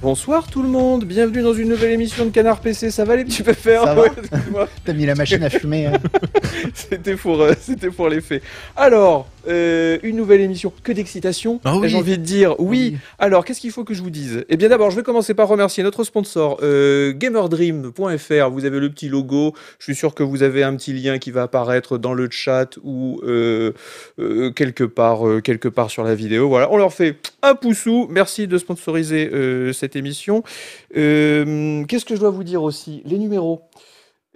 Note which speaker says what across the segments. Speaker 1: Bonsoir tout le monde, bienvenue dans une nouvelle émission de Canard PC, ça va les petits pépères
Speaker 2: Ça va
Speaker 1: Ouais, excuse-moi,
Speaker 2: T'as mis la machine à fumer. hein.
Speaker 1: C'était pour, euh, c'était pour les faits. Alors, euh, une nouvelle émission, que d'excitation,
Speaker 3: Ah oui.
Speaker 1: j'ai envie de dire, oui. Alors, qu'est-ce qu'il faut que je vous dise Eh bien d'abord, je vais commencer par remercier notre sponsor, euh, gamerdream.fr, vous avez le petit logo, je suis sûr que vous avez un petit lien qui va apparaître dans le chat ou euh, euh, quelque, part, euh, quelque part sur la vidéo, voilà, on leur fait un poussou, merci de sponsoriser euh, cette émission. Euh, qu'est-ce que je dois vous dire aussi Les numéros.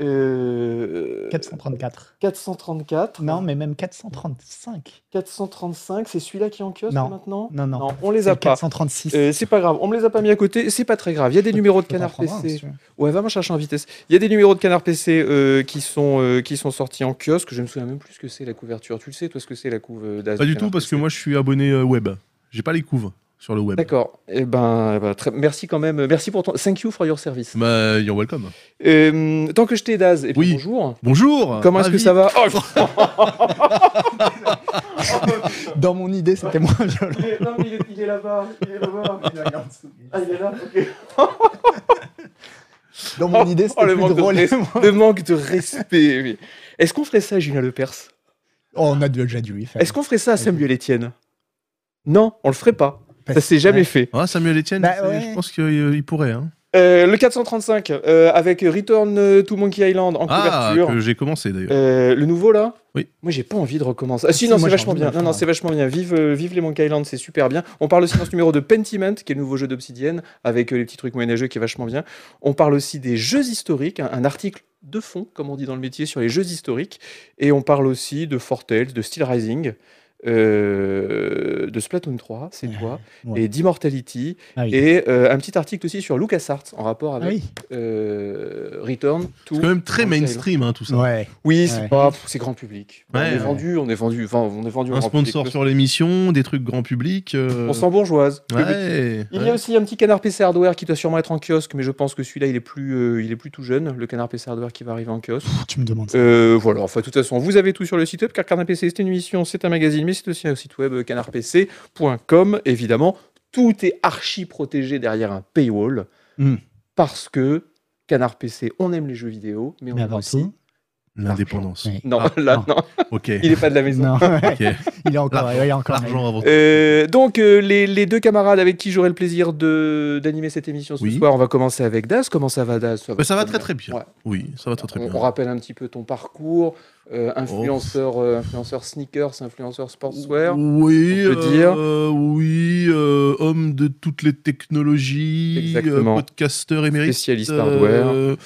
Speaker 1: Euh,
Speaker 2: 434.
Speaker 1: 434.
Speaker 2: Non, mais même 435.
Speaker 1: 435, c'est celui-là qui est en kiosque
Speaker 2: Non.
Speaker 1: maintenant
Speaker 2: Non, non.
Speaker 1: on les
Speaker 2: C'est
Speaker 1: a
Speaker 2: le
Speaker 1: pas.
Speaker 2: 436.
Speaker 1: Euh, c'est pas grave, on me les a pas mis à côté, c'est pas très grave. Il y a des
Speaker 2: Je
Speaker 1: numéros de
Speaker 2: peux t'en
Speaker 1: Canard
Speaker 2: prendre un, si
Speaker 1: PC.
Speaker 2: tu veux.
Speaker 1: Ouais, va me chercher en vitesse. Il y a des numéros de Canard PC euh, qui, sont, euh, qui sont sortis en kiosque. Je me souviens même plus ce que c'est la couverture. Tu le sais, toi, ce que c'est la couve euh, d'As
Speaker 3: Pas du
Speaker 1: Canard
Speaker 3: tout, parce que
Speaker 1: PC.
Speaker 3: moi je suis abonné euh, web. J'ai pas les couves sur le web.
Speaker 1: D'accord. Eh ben, eh ben, très- merci quand même. Merci pour ton. Thank you for your service.
Speaker 3: Bah, you're welcome.
Speaker 1: Euh, tant que je t'ai, Daz, et puis
Speaker 3: Oui. Bah,
Speaker 1: bonjour.
Speaker 3: Bonjour
Speaker 1: Comment est-ce que
Speaker 3: ravi.
Speaker 1: ça va Oh,
Speaker 2: Dans mon idée, c'était moins violent.
Speaker 1: Il est- non, mais il est, il est là-bas, il est là-bas. Ah, il est là, ok.
Speaker 2: Dans mon idée, c'était
Speaker 1: oh, le
Speaker 2: plus
Speaker 1: manque de
Speaker 2: drôle.
Speaker 1: respect. Le manque de respect, oui. Est-ce qu'on ferait ça, Julien Lepers
Speaker 2: Oh, on a déjà dû lui faire.
Speaker 1: Est-ce qu'on ferait ça à Samuel Etienne Non, on le ferait pas. Ça
Speaker 2: Parce-
Speaker 1: s'est jamais
Speaker 2: ouais.
Speaker 1: fait.
Speaker 3: Ah, Samuel Etienne,
Speaker 2: Bah,
Speaker 3: c'est-
Speaker 2: ouais.
Speaker 3: je pense qu'il pourrait. hein.
Speaker 1: Euh, le 435, euh, avec Return to Monkey Island en
Speaker 3: Ah,
Speaker 1: couverture.
Speaker 3: que j'ai commencé d'ailleurs.
Speaker 1: Euh, le nouveau là
Speaker 3: Oui.
Speaker 1: Moi j'ai pas envie de recommencer. Ah si,
Speaker 2: Si,
Speaker 1: non,
Speaker 2: moi,
Speaker 1: c'est
Speaker 2: j'ai
Speaker 1: vachement
Speaker 2: envie de
Speaker 1: bien.
Speaker 2: le
Speaker 1: Non, non,
Speaker 2: faire.
Speaker 1: c'est vachement bien. Vive, euh, vive les Monkey Island, c'est super bien. On parle aussi dans ce numéro de Pentiment, qui est le nouveau jeu d'Obsidian, avec euh, les petits trucs moyenâgeux qui est vachement bien. On parle aussi des jeux historiques, hein, un, un article de fond, comme on dit dans le métier, sur les jeux historiques. Et on parle aussi de Fortales, de Steel Rising. euh, de Splatoon 3, c'est toi,
Speaker 2: Ouais.
Speaker 1: et d'Immortality,
Speaker 2: Ah oui.
Speaker 1: et euh, un petit article aussi sur LucasArts en rapport
Speaker 2: Ah
Speaker 1: avec
Speaker 2: oui.
Speaker 1: euh, Return to
Speaker 3: C'est quand même très
Speaker 1: Monkey Island.
Speaker 3: mainstream hein, tout ça.
Speaker 2: Ouais.
Speaker 1: Oui, c'est
Speaker 2: Ouais.
Speaker 1: pas, pff, c'est grand public. on
Speaker 3: Ouais,
Speaker 1: est
Speaker 3: ouais.
Speaker 1: vendu, on est vendu, enfin, on est vendu au
Speaker 3: Un
Speaker 1: grand
Speaker 3: sponsor
Speaker 1: public.
Speaker 3: sur l'émission, des trucs grand public. euh,
Speaker 1: On s'en bourgeoise.
Speaker 3: Ouais,
Speaker 1: Il y
Speaker 3: ouais.
Speaker 1: a aussi un petit canard PC hardware qui doit sûrement être en kiosque, mais je pense que celui-là il est plus, euh, il est plus tout jeune. Le canard PC hardware qui va arriver en kiosque.
Speaker 2: Pff, tu me demandes ça.
Speaker 1: Euh, voilà. Enfin, de toute façon, vous avez tout sur le site web. Car Canard PC c'est une émission, c'est un magazine, mais c'est aussi un site web euh, canardpc.com. Évidemment, tout est archi protégé derrière un paywall
Speaker 2: Hmm.
Speaker 1: parce que Canard PC, on aime les jeux vidéo, mais on
Speaker 2: Mais
Speaker 1: aime
Speaker 2: avant
Speaker 1: aussi.
Speaker 2: tout.
Speaker 3: L'indépendance.
Speaker 2: ouais.
Speaker 1: Non,
Speaker 2: Ah,
Speaker 1: là, non.
Speaker 3: Ok.
Speaker 1: il n'est pas de la maison.
Speaker 2: Non,
Speaker 3: Ok.
Speaker 2: il est encore. ouais, il est encore
Speaker 3: L'argent avant tout.
Speaker 1: Euh, donc euh, les, les deux camarades avec qui j'aurai le plaisir de d'animer cette émission ce
Speaker 3: Oui.
Speaker 1: soir, on va commencer avec Daz. Comment ça va Daz
Speaker 3: Bah, ça va très très bien.
Speaker 1: Ouais.
Speaker 3: Oui, ça va très très
Speaker 1: on,
Speaker 3: bien.
Speaker 1: on rappelle un petit peu ton parcours, euh, influenceur, euh, influenceur sneakers, influenceur sportswear.
Speaker 3: Oui,
Speaker 1: on peut
Speaker 3: euh, oui, euh, homme de toutes les technologies, euh,
Speaker 1: Exactement.
Speaker 3: podcasteur émérite,
Speaker 1: Spécialiste
Speaker 3: euh,
Speaker 1: hardware. euh,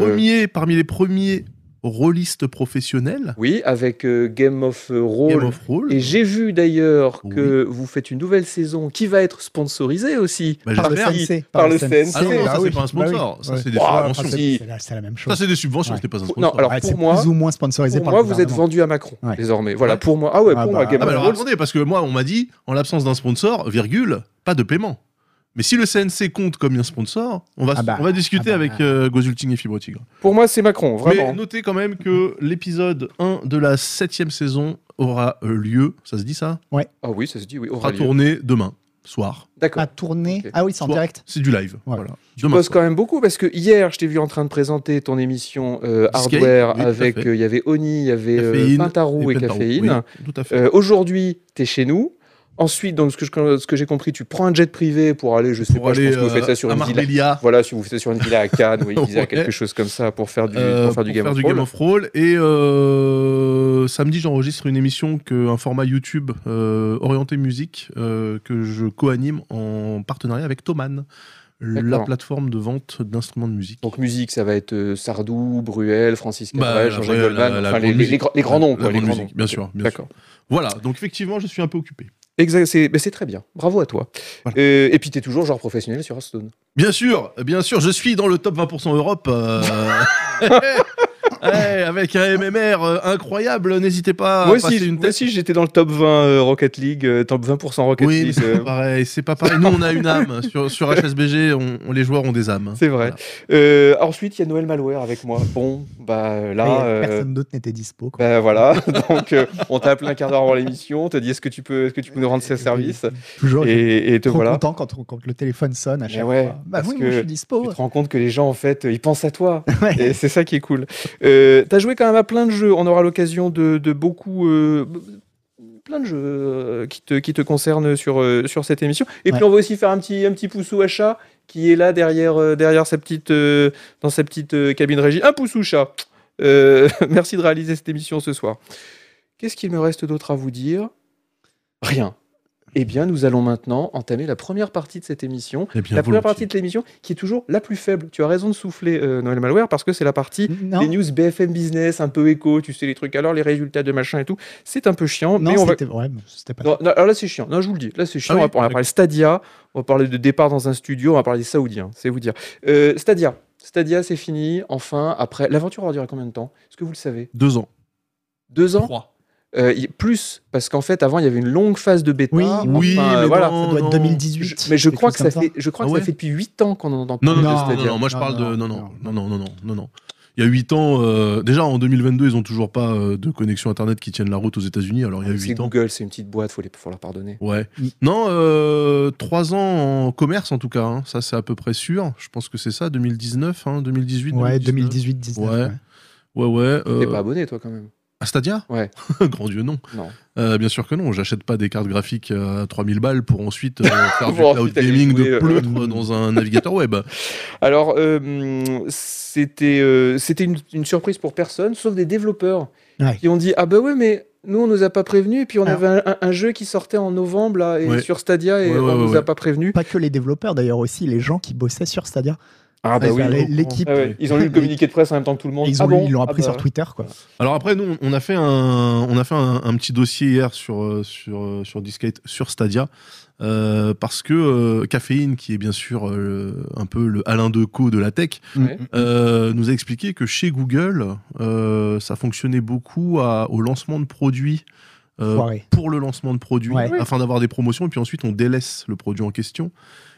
Speaker 3: premier parmi les premiers rôlistes professionnels,
Speaker 1: oui, avec euh, Game of Roll.
Speaker 3: Game of Roll.
Speaker 1: Et j'ai vu d'ailleurs que vous faites une nouvelle saison qui va être sponsorisée aussi.
Speaker 3: Bah,
Speaker 2: Par le
Speaker 3: j'espère.
Speaker 1: CNC.
Speaker 2: CNC.
Speaker 1: Par le CNC.
Speaker 3: Ah non, non,
Speaker 1: Bah
Speaker 3: ça c'est pas un sponsor, ça c'est des
Speaker 1: Ouah,
Speaker 3: subventions.
Speaker 1: enfin, si.
Speaker 2: C'est la- c'est la même
Speaker 3: ça
Speaker 2: chose.
Speaker 3: c'est des subventions,
Speaker 2: Ouais.
Speaker 3: c'était pas un
Speaker 1: Pour-
Speaker 3: sponsor.
Speaker 1: non, alors
Speaker 2: Ouais,
Speaker 1: pour
Speaker 2: c'est
Speaker 1: moi-
Speaker 2: plus ou moins sponsorisé
Speaker 1: Pour
Speaker 2: par
Speaker 1: moi,
Speaker 2: le
Speaker 1: vous êtes
Speaker 2: gouvernement.
Speaker 1: vendu à Macron
Speaker 2: Ouais.
Speaker 1: désormais. Voilà,
Speaker 2: Ouais.
Speaker 1: pour moi. Ah ouais,
Speaker 2: Ah
Speaker 1: pour
Speaker 2: bah,
Speaker 1: moi, Game
Speaker 3: Ah, bah,
Speaker 1: of
Speaker 3: alors
Speaker 1: Roll,
Speaker 3: attendez, parce que moi on m'a dit en l'absence d'un sponsor, virgule, pas de paiement. Mais si le CNC compte comme un sponsor, on va,
Speaker 2: Ah bah,
Speaker 3: on va discuter
Speaker 2: ah bah,
Speaker 3: avec
Speaker 2: ah.
Speaker 3: euh, Gozulting et Fibre Tigre.
Speaker 1: pour moi, c'est Macron, vraiment.
Speaker 3: Mais notez quand même que l'épisode 1 de la 7 saison aura euh, lieu, ça se dit ça
Speaker 1: Ah oui, ça se dit, oui. aura
Speaker 3: Aura
Speaker 1: lieu.
Speaker 3: tourné demain soir.
Speaker 1: D'accord.
Speaker 2: À tourner.
Speaker 1: Ok.
Speaker 2: Ah oui, c'est en
Speaker 3: Soit-
Speaker 2: direct.
Speaker 3: C'est du live.
Speaker 2: Ouais.
Speaker 3: Voilà.
Speaker 1: Tu
Speaker 3: Demain
Speaker 1: bosses
Speaker 3: soir.
Speaker 1: quand même beaucoup parce que hier, je t'ai vu en train de présenter ton émission euh,
Speaker 3: Disque,
Speaker 1: hardware
Speaker 3: oui, tout à
Speaker 1: avec.
Speaker 3: fait.
Speaker 1: euh, Il y avait Oni, il y avait euh,
Speaker 3: Caféine,
Speaker 1: Pintarou et,
Speaker 3: plein de paroles.
Speaker 1: Caféine.
Speaker 3: Oui, tout à fait.
Speaker 1: Euh, Aujourd'hui, tu es chez nous. Ensuite, donc, ce que je- ce que j'ai compris, tu prends un jet privé pour aller, je sais
Speaker 3: pour
Speaker 1: pas, je
Speaker 3: aller
Speaker 1: pense que vous faites
Speaker 3: euh,
Speaker 1: ça sur
Speaker 3: à
Speaker 1: une villa.
Speaker 3: Marbella.
Speaker 1: Voilà, si vous faites ça sur une villa à Cannes ou à Ibiza,
Speaker 3: Ouais.
Speaker 1: quelque chose comme ça, pour faire du,
Speaker 3: euh,
Speaker 1: pour faire du Game of Thrones.
Speaker 3: Roll. Et euh, samedi, j'enregistre une émission, que, un format YouTube euh, orienté musique euh, que je co-anime en partenariat avec Thoman, la
Speaker 1: D'accord.
Speaker 3: plateforme de vente d'instruments de musique.
Speaker 1: Donc musique, ça va être euh, Sardou, Bruel, Francis
Speaker 3: Bah,
Speaker 1: Cabrel,
Speaker 3: la
Speaker 1: Jean-Jacques
Speaker 3: vraie-
Speaker 1: Goldman,
Speaker 3: la- la
Speaker 1: enfin, les,
Speaker 3: grande
Speaker 1: les- les
Speaker 3: musique.
Speaker 1: grands- les grands noms.
Speaker 3: La
Speaker 1: quoi, les
Speaker 3: grande
Speaker 1: grands
Speaker 3: musique,
Speaker 1: noms.
Speaker 3: bien
Speaker 1: Ok,
Speaker 3: sûr, bien sûr.
Speaker 1: D'accord.
Speaker 3: Voilà, donc effectivement, je suis un peu occupé.
Speaker 1: Exact, c'est ben, c'est très bien. Bravo à toi.
Speaker 3: Voilà.
Speaker 1: Euh, et puis, tu es toujours genre professionnel sur Hearthstone.
Speaker 3: Bien sûr, bien sûr, je suis dans le top 20% Europe. euh, Ouais, avec un MMR euh, incroyable, n'hésitez pas
Speaker 1: moi
Speaker 3: à passer
Speaker 1: aussi,
Speaker 3: Ah, bah, une
Speaker 1: moi
Speaker 3: tête.
Speaker 1: aussi, j'étais dans le top 20 euh, Rocket League, euh, top 20% Rocket
Speaker 3: Oui, mais
Speaker 1: League.
Speaker 3: c'est
Speaker 1: euh,
Speaker 3: pas pareil, c'est pas pareil. Nous, on a une âme. Sur, sur HSBG, on, on- les joueurs ont des âmes.
Speaker 1: Hein, C'est vrai.
Speaker 3: Voilà.
Speaker 1: Euh, ensuite, il y a Noël Malware avec moi. Bon, bah là.
Speaker 2: Et
Speaker 1: euh,
Speaker 2: Personne d'autre n'était dispo. quoi.
Speaker 1: bah, voilà, donc euh, on t'a appelé un quart d'heure avant l'émission, on t'a dit est-ce que tu peux, est-ce que tu peux nous rendre ces services
Speaker 2: Toujours.
Speaker 1: bah,
Speaker 2: Et
Speaker 1: et, et te
Speaker 2: trop
Speaker 1: voilà.
Speaker 2: content quand, on- quand le téléphone sonne à
Speaker 1: Mais
Speaker 2: chaque
Speaker 1: ouais,
Speaker 2: fois. Bah
Speaker 1: parce
Speaker 2: oui, moi,
Speaker 1: que
Speaker 2: je suis dispo.
Speaker 1: Tu te rends compte que les gens en fait, ils pensent à toi.
Speaker 2: Ouais.
Speaker 1: Et c'est ça qui est cool. Euh, T'as joué quand même à plein de jeux. On aura l'occasion de, de beaucoup. euh, plein de jeux euh, qui te, qui te concernent sur, euh, sur cette émission. Et puis
Speaker 2: Ouais.
Speaker 1: on va aussi faire un petit, un petit poussou à chat qui est là derrière, euh, derrière sa petite, euh, dans sa petite euh, cabine régie. Un poussou chat. Euh, merci de réaliser cette émission ce soir. Qu'est-ce qu'il me reste d'autre à vous dire Rien. Eh bien, nous allons maintenant entamer la première partie de cette émission
Speaker 3: Eh bien,
Speaker 1: la première partie
Speaker 3: volontiers.
Speaker 1: de l'émission qui est toujours la plus faible. Tu as raison de souffler, euh, Noël Malware, parce que c'est la partie
Speaker 2: Non,
Speaker 1: des news BFM Business, un peu écho, tu sais les trucs, alors les résultats de machin et tout. C'est un peu chiant, mais
Speaker 2: non
Speaker 1: on va.
Speaker 2: c'était ouais, c'était pas.
Speaker 1: Non, non, alors là, c'est chiant. Non, je vous le dis. Là, c'est chiant. on,
Speaker 3: Ah
Speaker 1: va,
Speaker 3: oui,
Speaker 1: on va
Speaker 3: d'accord.
Speaker 1: parler Stadia. On va parler de départ dans un studio. On va parler des Saoudiens. C'est vous dire. Euh, Stadia. Stadia, c'est fini. Enfin, après. L'aventure aura duré combien de temps Est-ce que vous le savez
Speaker 3: Deux ans.
Speaker 1: Deux ans
Speaker 3: Trois.
Speaker 1: Euh, y- Plus. Parce qu'en fait, avant, il y avait une longue phase de bêta.
Speaker 2: Oui,
Speaker 3: Oui,
Speaker 1: Enfin, euh,
Speaker 3: mais
Speaker 1: voilà.
Speaker 3: non,
Speaker 2: Ça doit être
Speaker 3: non.
Speaker 2: 2018.
Speaker 1: Je- mais je
Speaker 2: quelque
Speaker 1: crois,
Speaker 2: chose
Speaker 1: que ça,
Speaker 2: comme
Speaker 1: fait, je crois
Speaker 3: Ah
Speaker 1: que
Speaker 3: ouais
Speaker 1: ça fait depuis 8 ans qu'on en entend
Speaker 3: Non, non,
Speaker 1: parler de
Speaker 2: Non,
Speaker 1: Stadia.
Speaker 3: non, moi je
Speaker 2: Non,
Speaker 3: parle de.
Speaker 2: non,
Speaker 3: Non, non, non, non, non, non, non, non. Il y a 8 ans, euh, déjà en 2022, ils ont toujours pas euh, de connexion internet qui tienne la route aux États-Unis, alors il y a
Speaker 1: Ah, C'est
Speaker 3: 8 ans.
Speaker 1: Google, c'est une petite boîte, faut, les, faut leur pardonner.
Speaker 3: Ouais.
Speaker 2: Mm.
Speaker 3: Non, euh, 3 ans en commerce en tout cas, hein. ça c'est à peu près sûr. Je pense que c'est ça, 2019, hein, 2018.
Speaker 2: Ouais,
Speaker 3: 2019.
Speaker 2: 2018, 19.
Speaker 3: Ouais. Ouais, ouais.
Speaker 1: T'es
Speaker 3: euh,
Speaker 1: pas abonné, toi, quand même.
Speaker 3: À Stadia
Speaker 1: Ouais.
Speaker 3: Grand Dieu, non.
Speaker 1: Non.
Speaker 3: Euh, bien sûr que non. J'achète pas des cartes graphiques à 3000 balles pour ensuite euh, faire du
Speaker 1: Pour
Speaker 3: cloud
Speaker 1: ensuite aller
Speaker 3: gaming
Speaker 1: jouer,
Speaker 3: de
Speaker 1: euh,
Speaker 3: pleutre dans un navigateur web.
Speaker 1: Alors, euh, hum, c'était euh, c'était une, une surprise pour personne, sauf des développeurs
Speaker 2: Ouais.
Speaker 1: qui ont dit Ah bah ouais, mais nous, on nous a pas prévenus. Et puis, on
Speaker 2: Alors-
Speaker 1: avait un, un jeu qui sortait en novembre, là, et
Speaker 3: Ouais.
Speaker 1: sur Stadia, et
Speaker 3: Ouais, ouais,
Speaker 1: on nous
Speaker 3: ouais,
Speaker 1: a
Speaker 3: ouais.
Speaker 1: pas prévenus.
Speaker 2: Pas que les développeurs d'ailleurs aussi les gens qui bossaient sur Stadia.
Speaker 1: Ah
Speaker 2: bah oui,
Speaker 3: on
Speaker 2: l'é-
Speaker 3: comprend.
Speaker 2: l'équipe.
Speaker 1: Ah ouais, Ils ont eu le communiqué de presse en même temps que tout le monde.
Speaker 2: Ils
Speaker 1: Ah
Speaker 2: ont
Speaker 1: bon
Speaker 2: ils l'ont appris
Speaker 1: Ah
Speaker 2: sur
Speaker 1: bah.
Speaker 2: Twitter quoi.
Speaker 3: Alors après, nous, on a fait un, on a fait un, un petit dossier hier sur, euh, sur, euh, sur Discate, sur Stadia, euh, parce que euh, Caféine, qui est bien sûr euh, un peu le Alain Decaux de la tech,
Speaker 1: Ouais.
Speaker 2: Mm.
Speaker 3: euh, nous a expliqué que chez Google, euh, ça fonctionnait beaucoup à- au lancement de produits. euh,
Speaker 2: Foiré.
Speaker 3: pour le lancement de produits,
Speaker 2: Ouais.
Speaker 3: afin d'avoir des promotions, et puis ensuite on délaisse le produit en question.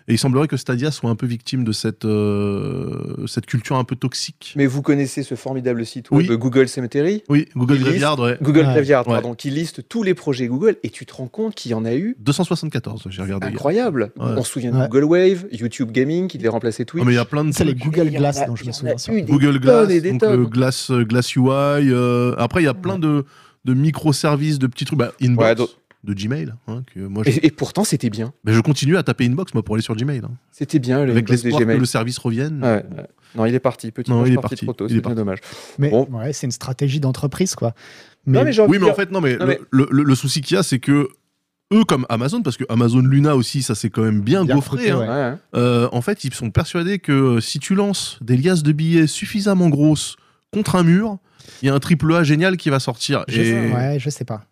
Speaker 3: Et il semblerait que Stadia soit un peu victime de cette, euh, cette culture un peu toxique.
Speaker 1: Mais vous connaissez ce formidable site
Speaker 3: Oui.
Speaker 1: web Google Cemetery
Speaker 3: Oui, Google
Speaker 1: Ils lisent-
Speaker 3: Graveyard, ouais.
Speaker 1: Google
Speaker 2: Ouais.
Speaker 1: Graveyard,
Speaker 3: Ouais.
Speaker 1: pardon, qui liste tous les projets Google, et tu te rends compte qu'il y en a eu
Speaker 3: 274, j'ai regardé. hier.
Speaker 1: Incroyable.
Speaker 3: Ouais.
Speaker 1: On se souvient de
Speaker 2: Ouais.
Speaker 1: Google Wave, YouTube Gaming qui devait remplacer Twitch.
Speaker 3: Ah, mais il y a plein de
Speaker 2: C'est les
Speaker 3: trucs.
Speaker 2: Google
Speaker 1: Il y en
Speaker 2: Glass
Speaker 1: a-
Speaker 2: dont je
Speaker 1: il y
Speaker 2: me
Speaker 1: en a
Speaker 2: souviens. surtout.
Speaker 1: eu des
Speaker 3: Google
Speaker 1: tonnes
Speaker 3: Glass,
Speaker 1: et des
Speaker 3: donc
Speaker 1: tonnes.
Speaker 3: le Glass, euh, Glass UI. euh, après, il y a plein de, de microservices, de petits trucs. Bah, inbox
Speaker 1: Ouais, donc-
Speaker 3: de Gmail. hein, que moi, je...
Speaker 1: Et, et pourtant, c'était bien.
Speaker 3: Mais je continue à taper Inbox moi, pour aller sur Gmail. hein,
Speaker 1: C'était bien le
Speaker 3: avec
Speaker 1: Windows des
Speaker 3: l'espoir que
Speaker 1: Gmail.
Speaker 3: le service revienne.
Speaker 1: Ouais, ouais. Non, il est parti. Petit
Speaker 3: Non,
Speaker 1: poche
Speaker 3: il est
Speaker 1: parti
Speaker 3: parti.
Speaker 1: trop tôt,
Speaker 3: Il
Speaker 1: c'est
Speaker 3: est
Speaker 1: bien
Speaker 3: parti.
Speaker 1: dommage.
Speaker 2: Mais
Speaker 1: Bon.
Speaker 2: ouais, c'est une stratégie d'entreprise quoi.
Speaker 1: non, mais j'ai envie
Speaker 3: Oui,
Speaker 1: de
Speaker 3: mais en
Speaker 1: dire-
Speaker 3: fait, non, mais,
Speaker 1: Non,
Speaker 3: le-
Speaker 1: mais-
Speaker 3: Le, le souci qu'il y a, c'est que eux, comme Amazon, parce que Amazon Luna aussi, ça c'est quand même bien,
Speaker 2: Bien
Speaker 3: gaufré.
Speaker 2: foutu,
Speaker 3: hein,
Speaker 2: ouais.
Speaker 1: Ouais, hein.
Speaker 3: euh, en fait, ils sont persuadés que euh, si tu lances des liasses de billets suffisamment grosses contre un mur, il y a un triple A génial qui va sortir.
Speaker 2: Je,
Speaker 3: Et-
Speaker 2: sais, ouais, je sais pas.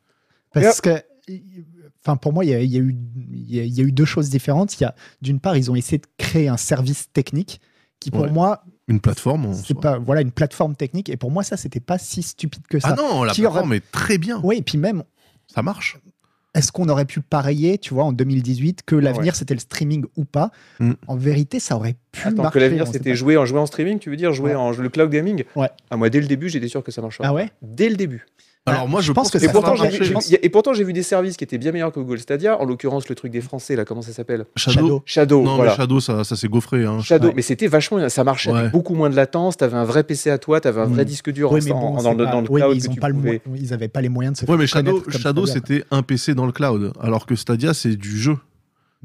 Speaker 2: Parce que, enfin, pour moi, il y a, il y a eu, il y a- il y a eu deux choses différentes. Il y a, d'une part, ils ont essayé de créer un service technique qui, pour
Speaker 3: Ouais.
Speaker 2: moi,
Speaker 3: Une plateforme. en
Speaker 2: c'est
Speaker 3: soi.
Speaker 2: pas, voilà, une plateforme technique. Et pour moi, ça, c'était pas si stupide que
Speaker 3: Ah
Speaker 2: ça.
Speaker 3: non, la
Speaker 2: Qui aura-
Speaker 3: plateforme est très bien.
Speaker 2: oui, et puis même,
Speaker 3: Ça marche.
Speaker 2: est-ce qu'on aurait pu parier, tu vois, en 2018, que l'avenir c'était le streaming ou pas
Speaker 3: Mm.
Speaker 2: En vérité, ça aurait pu
Speaker 1: Attends,
Speaker 2: marcher.
Speaker 1: que l'avenir
Speaker 2: on sait
Speaker 1: c'était
Speaker 2: pas.
Speaker 1: jouer en jouer en streaming, tu veux dire jouer
Speaker 2: Ouais.
Speaker 1: en le cloud gaming
Speaker 2: Ouais.
Speaker 1: Ah, moi, dès le début, j'étais sûr que ça marcherait.
Speaker 2: Ah ouais
Speaker 1: Dès le début.
Speaker 2: Ah,
Speaker 3: Alors moi, je,
Speaker 2: je pense que
Speaker 1: Et
Speaker 2: ça
Speaker 1: pourtant,
Speaker 2: marche,
Speaker 1: j'ai
Speaker 2: je
Speaker 1: vu-
Speaker 2: pense.
Speaker 1: j'ai- et pourtant, j'ai vu des services qui étaient bien meilleurs que Google Stadia. En l'occurrence, le truc des Français, là, comment ça s'appelle
Speaker 3: Shadow.
Speaker 2: Shadow.
Speaker 1: Shadow.
Speaker 3: Non,
Speaker 1: voilà.
Speaker 3: mais Shadow, ça, ça s'est gaufré. hein.
Speaker 1: Shadow,
Speaker 2: Ouais.
Speaker 1: mais c'était vachement, bien, ça marchait
Speaker 3: Ouais.
Speaker 1: avec beaucoup moins de latence. T'avais un vrai PC à toi, t'avais un vrai
Speaker 2: Mm.
Speaker 1: disque dur
Speaker 2: Oui,
Speaker 1: en-
Speaker 2: mais bon,
Speaker 1: en-
Speaker 2: c'est
Speaker 1: dans, le-
Speaker 2: pas-
Speaker 1: dans le
Speaker 2: oui, mais
Speaker 1: cloud
Speaker 2: ils
Speaker 1: que
Speaker 2: ont
Speaker 1: tu
Speaker 2: pas le
Speaker 1: pouvais-
Speaker 2: moyen- ils avaient pas les moyens de se
Speaker 3: Ouais,
Speaker 2: faire
Speaker 3: mais Shadow,
Speaker 2: connaître comme
Speaker 3: Shadow
Speaker 2: Stadia.
Speaker 3: c'était un PC dans le cloud, alors que Stadia, c'est du jeu.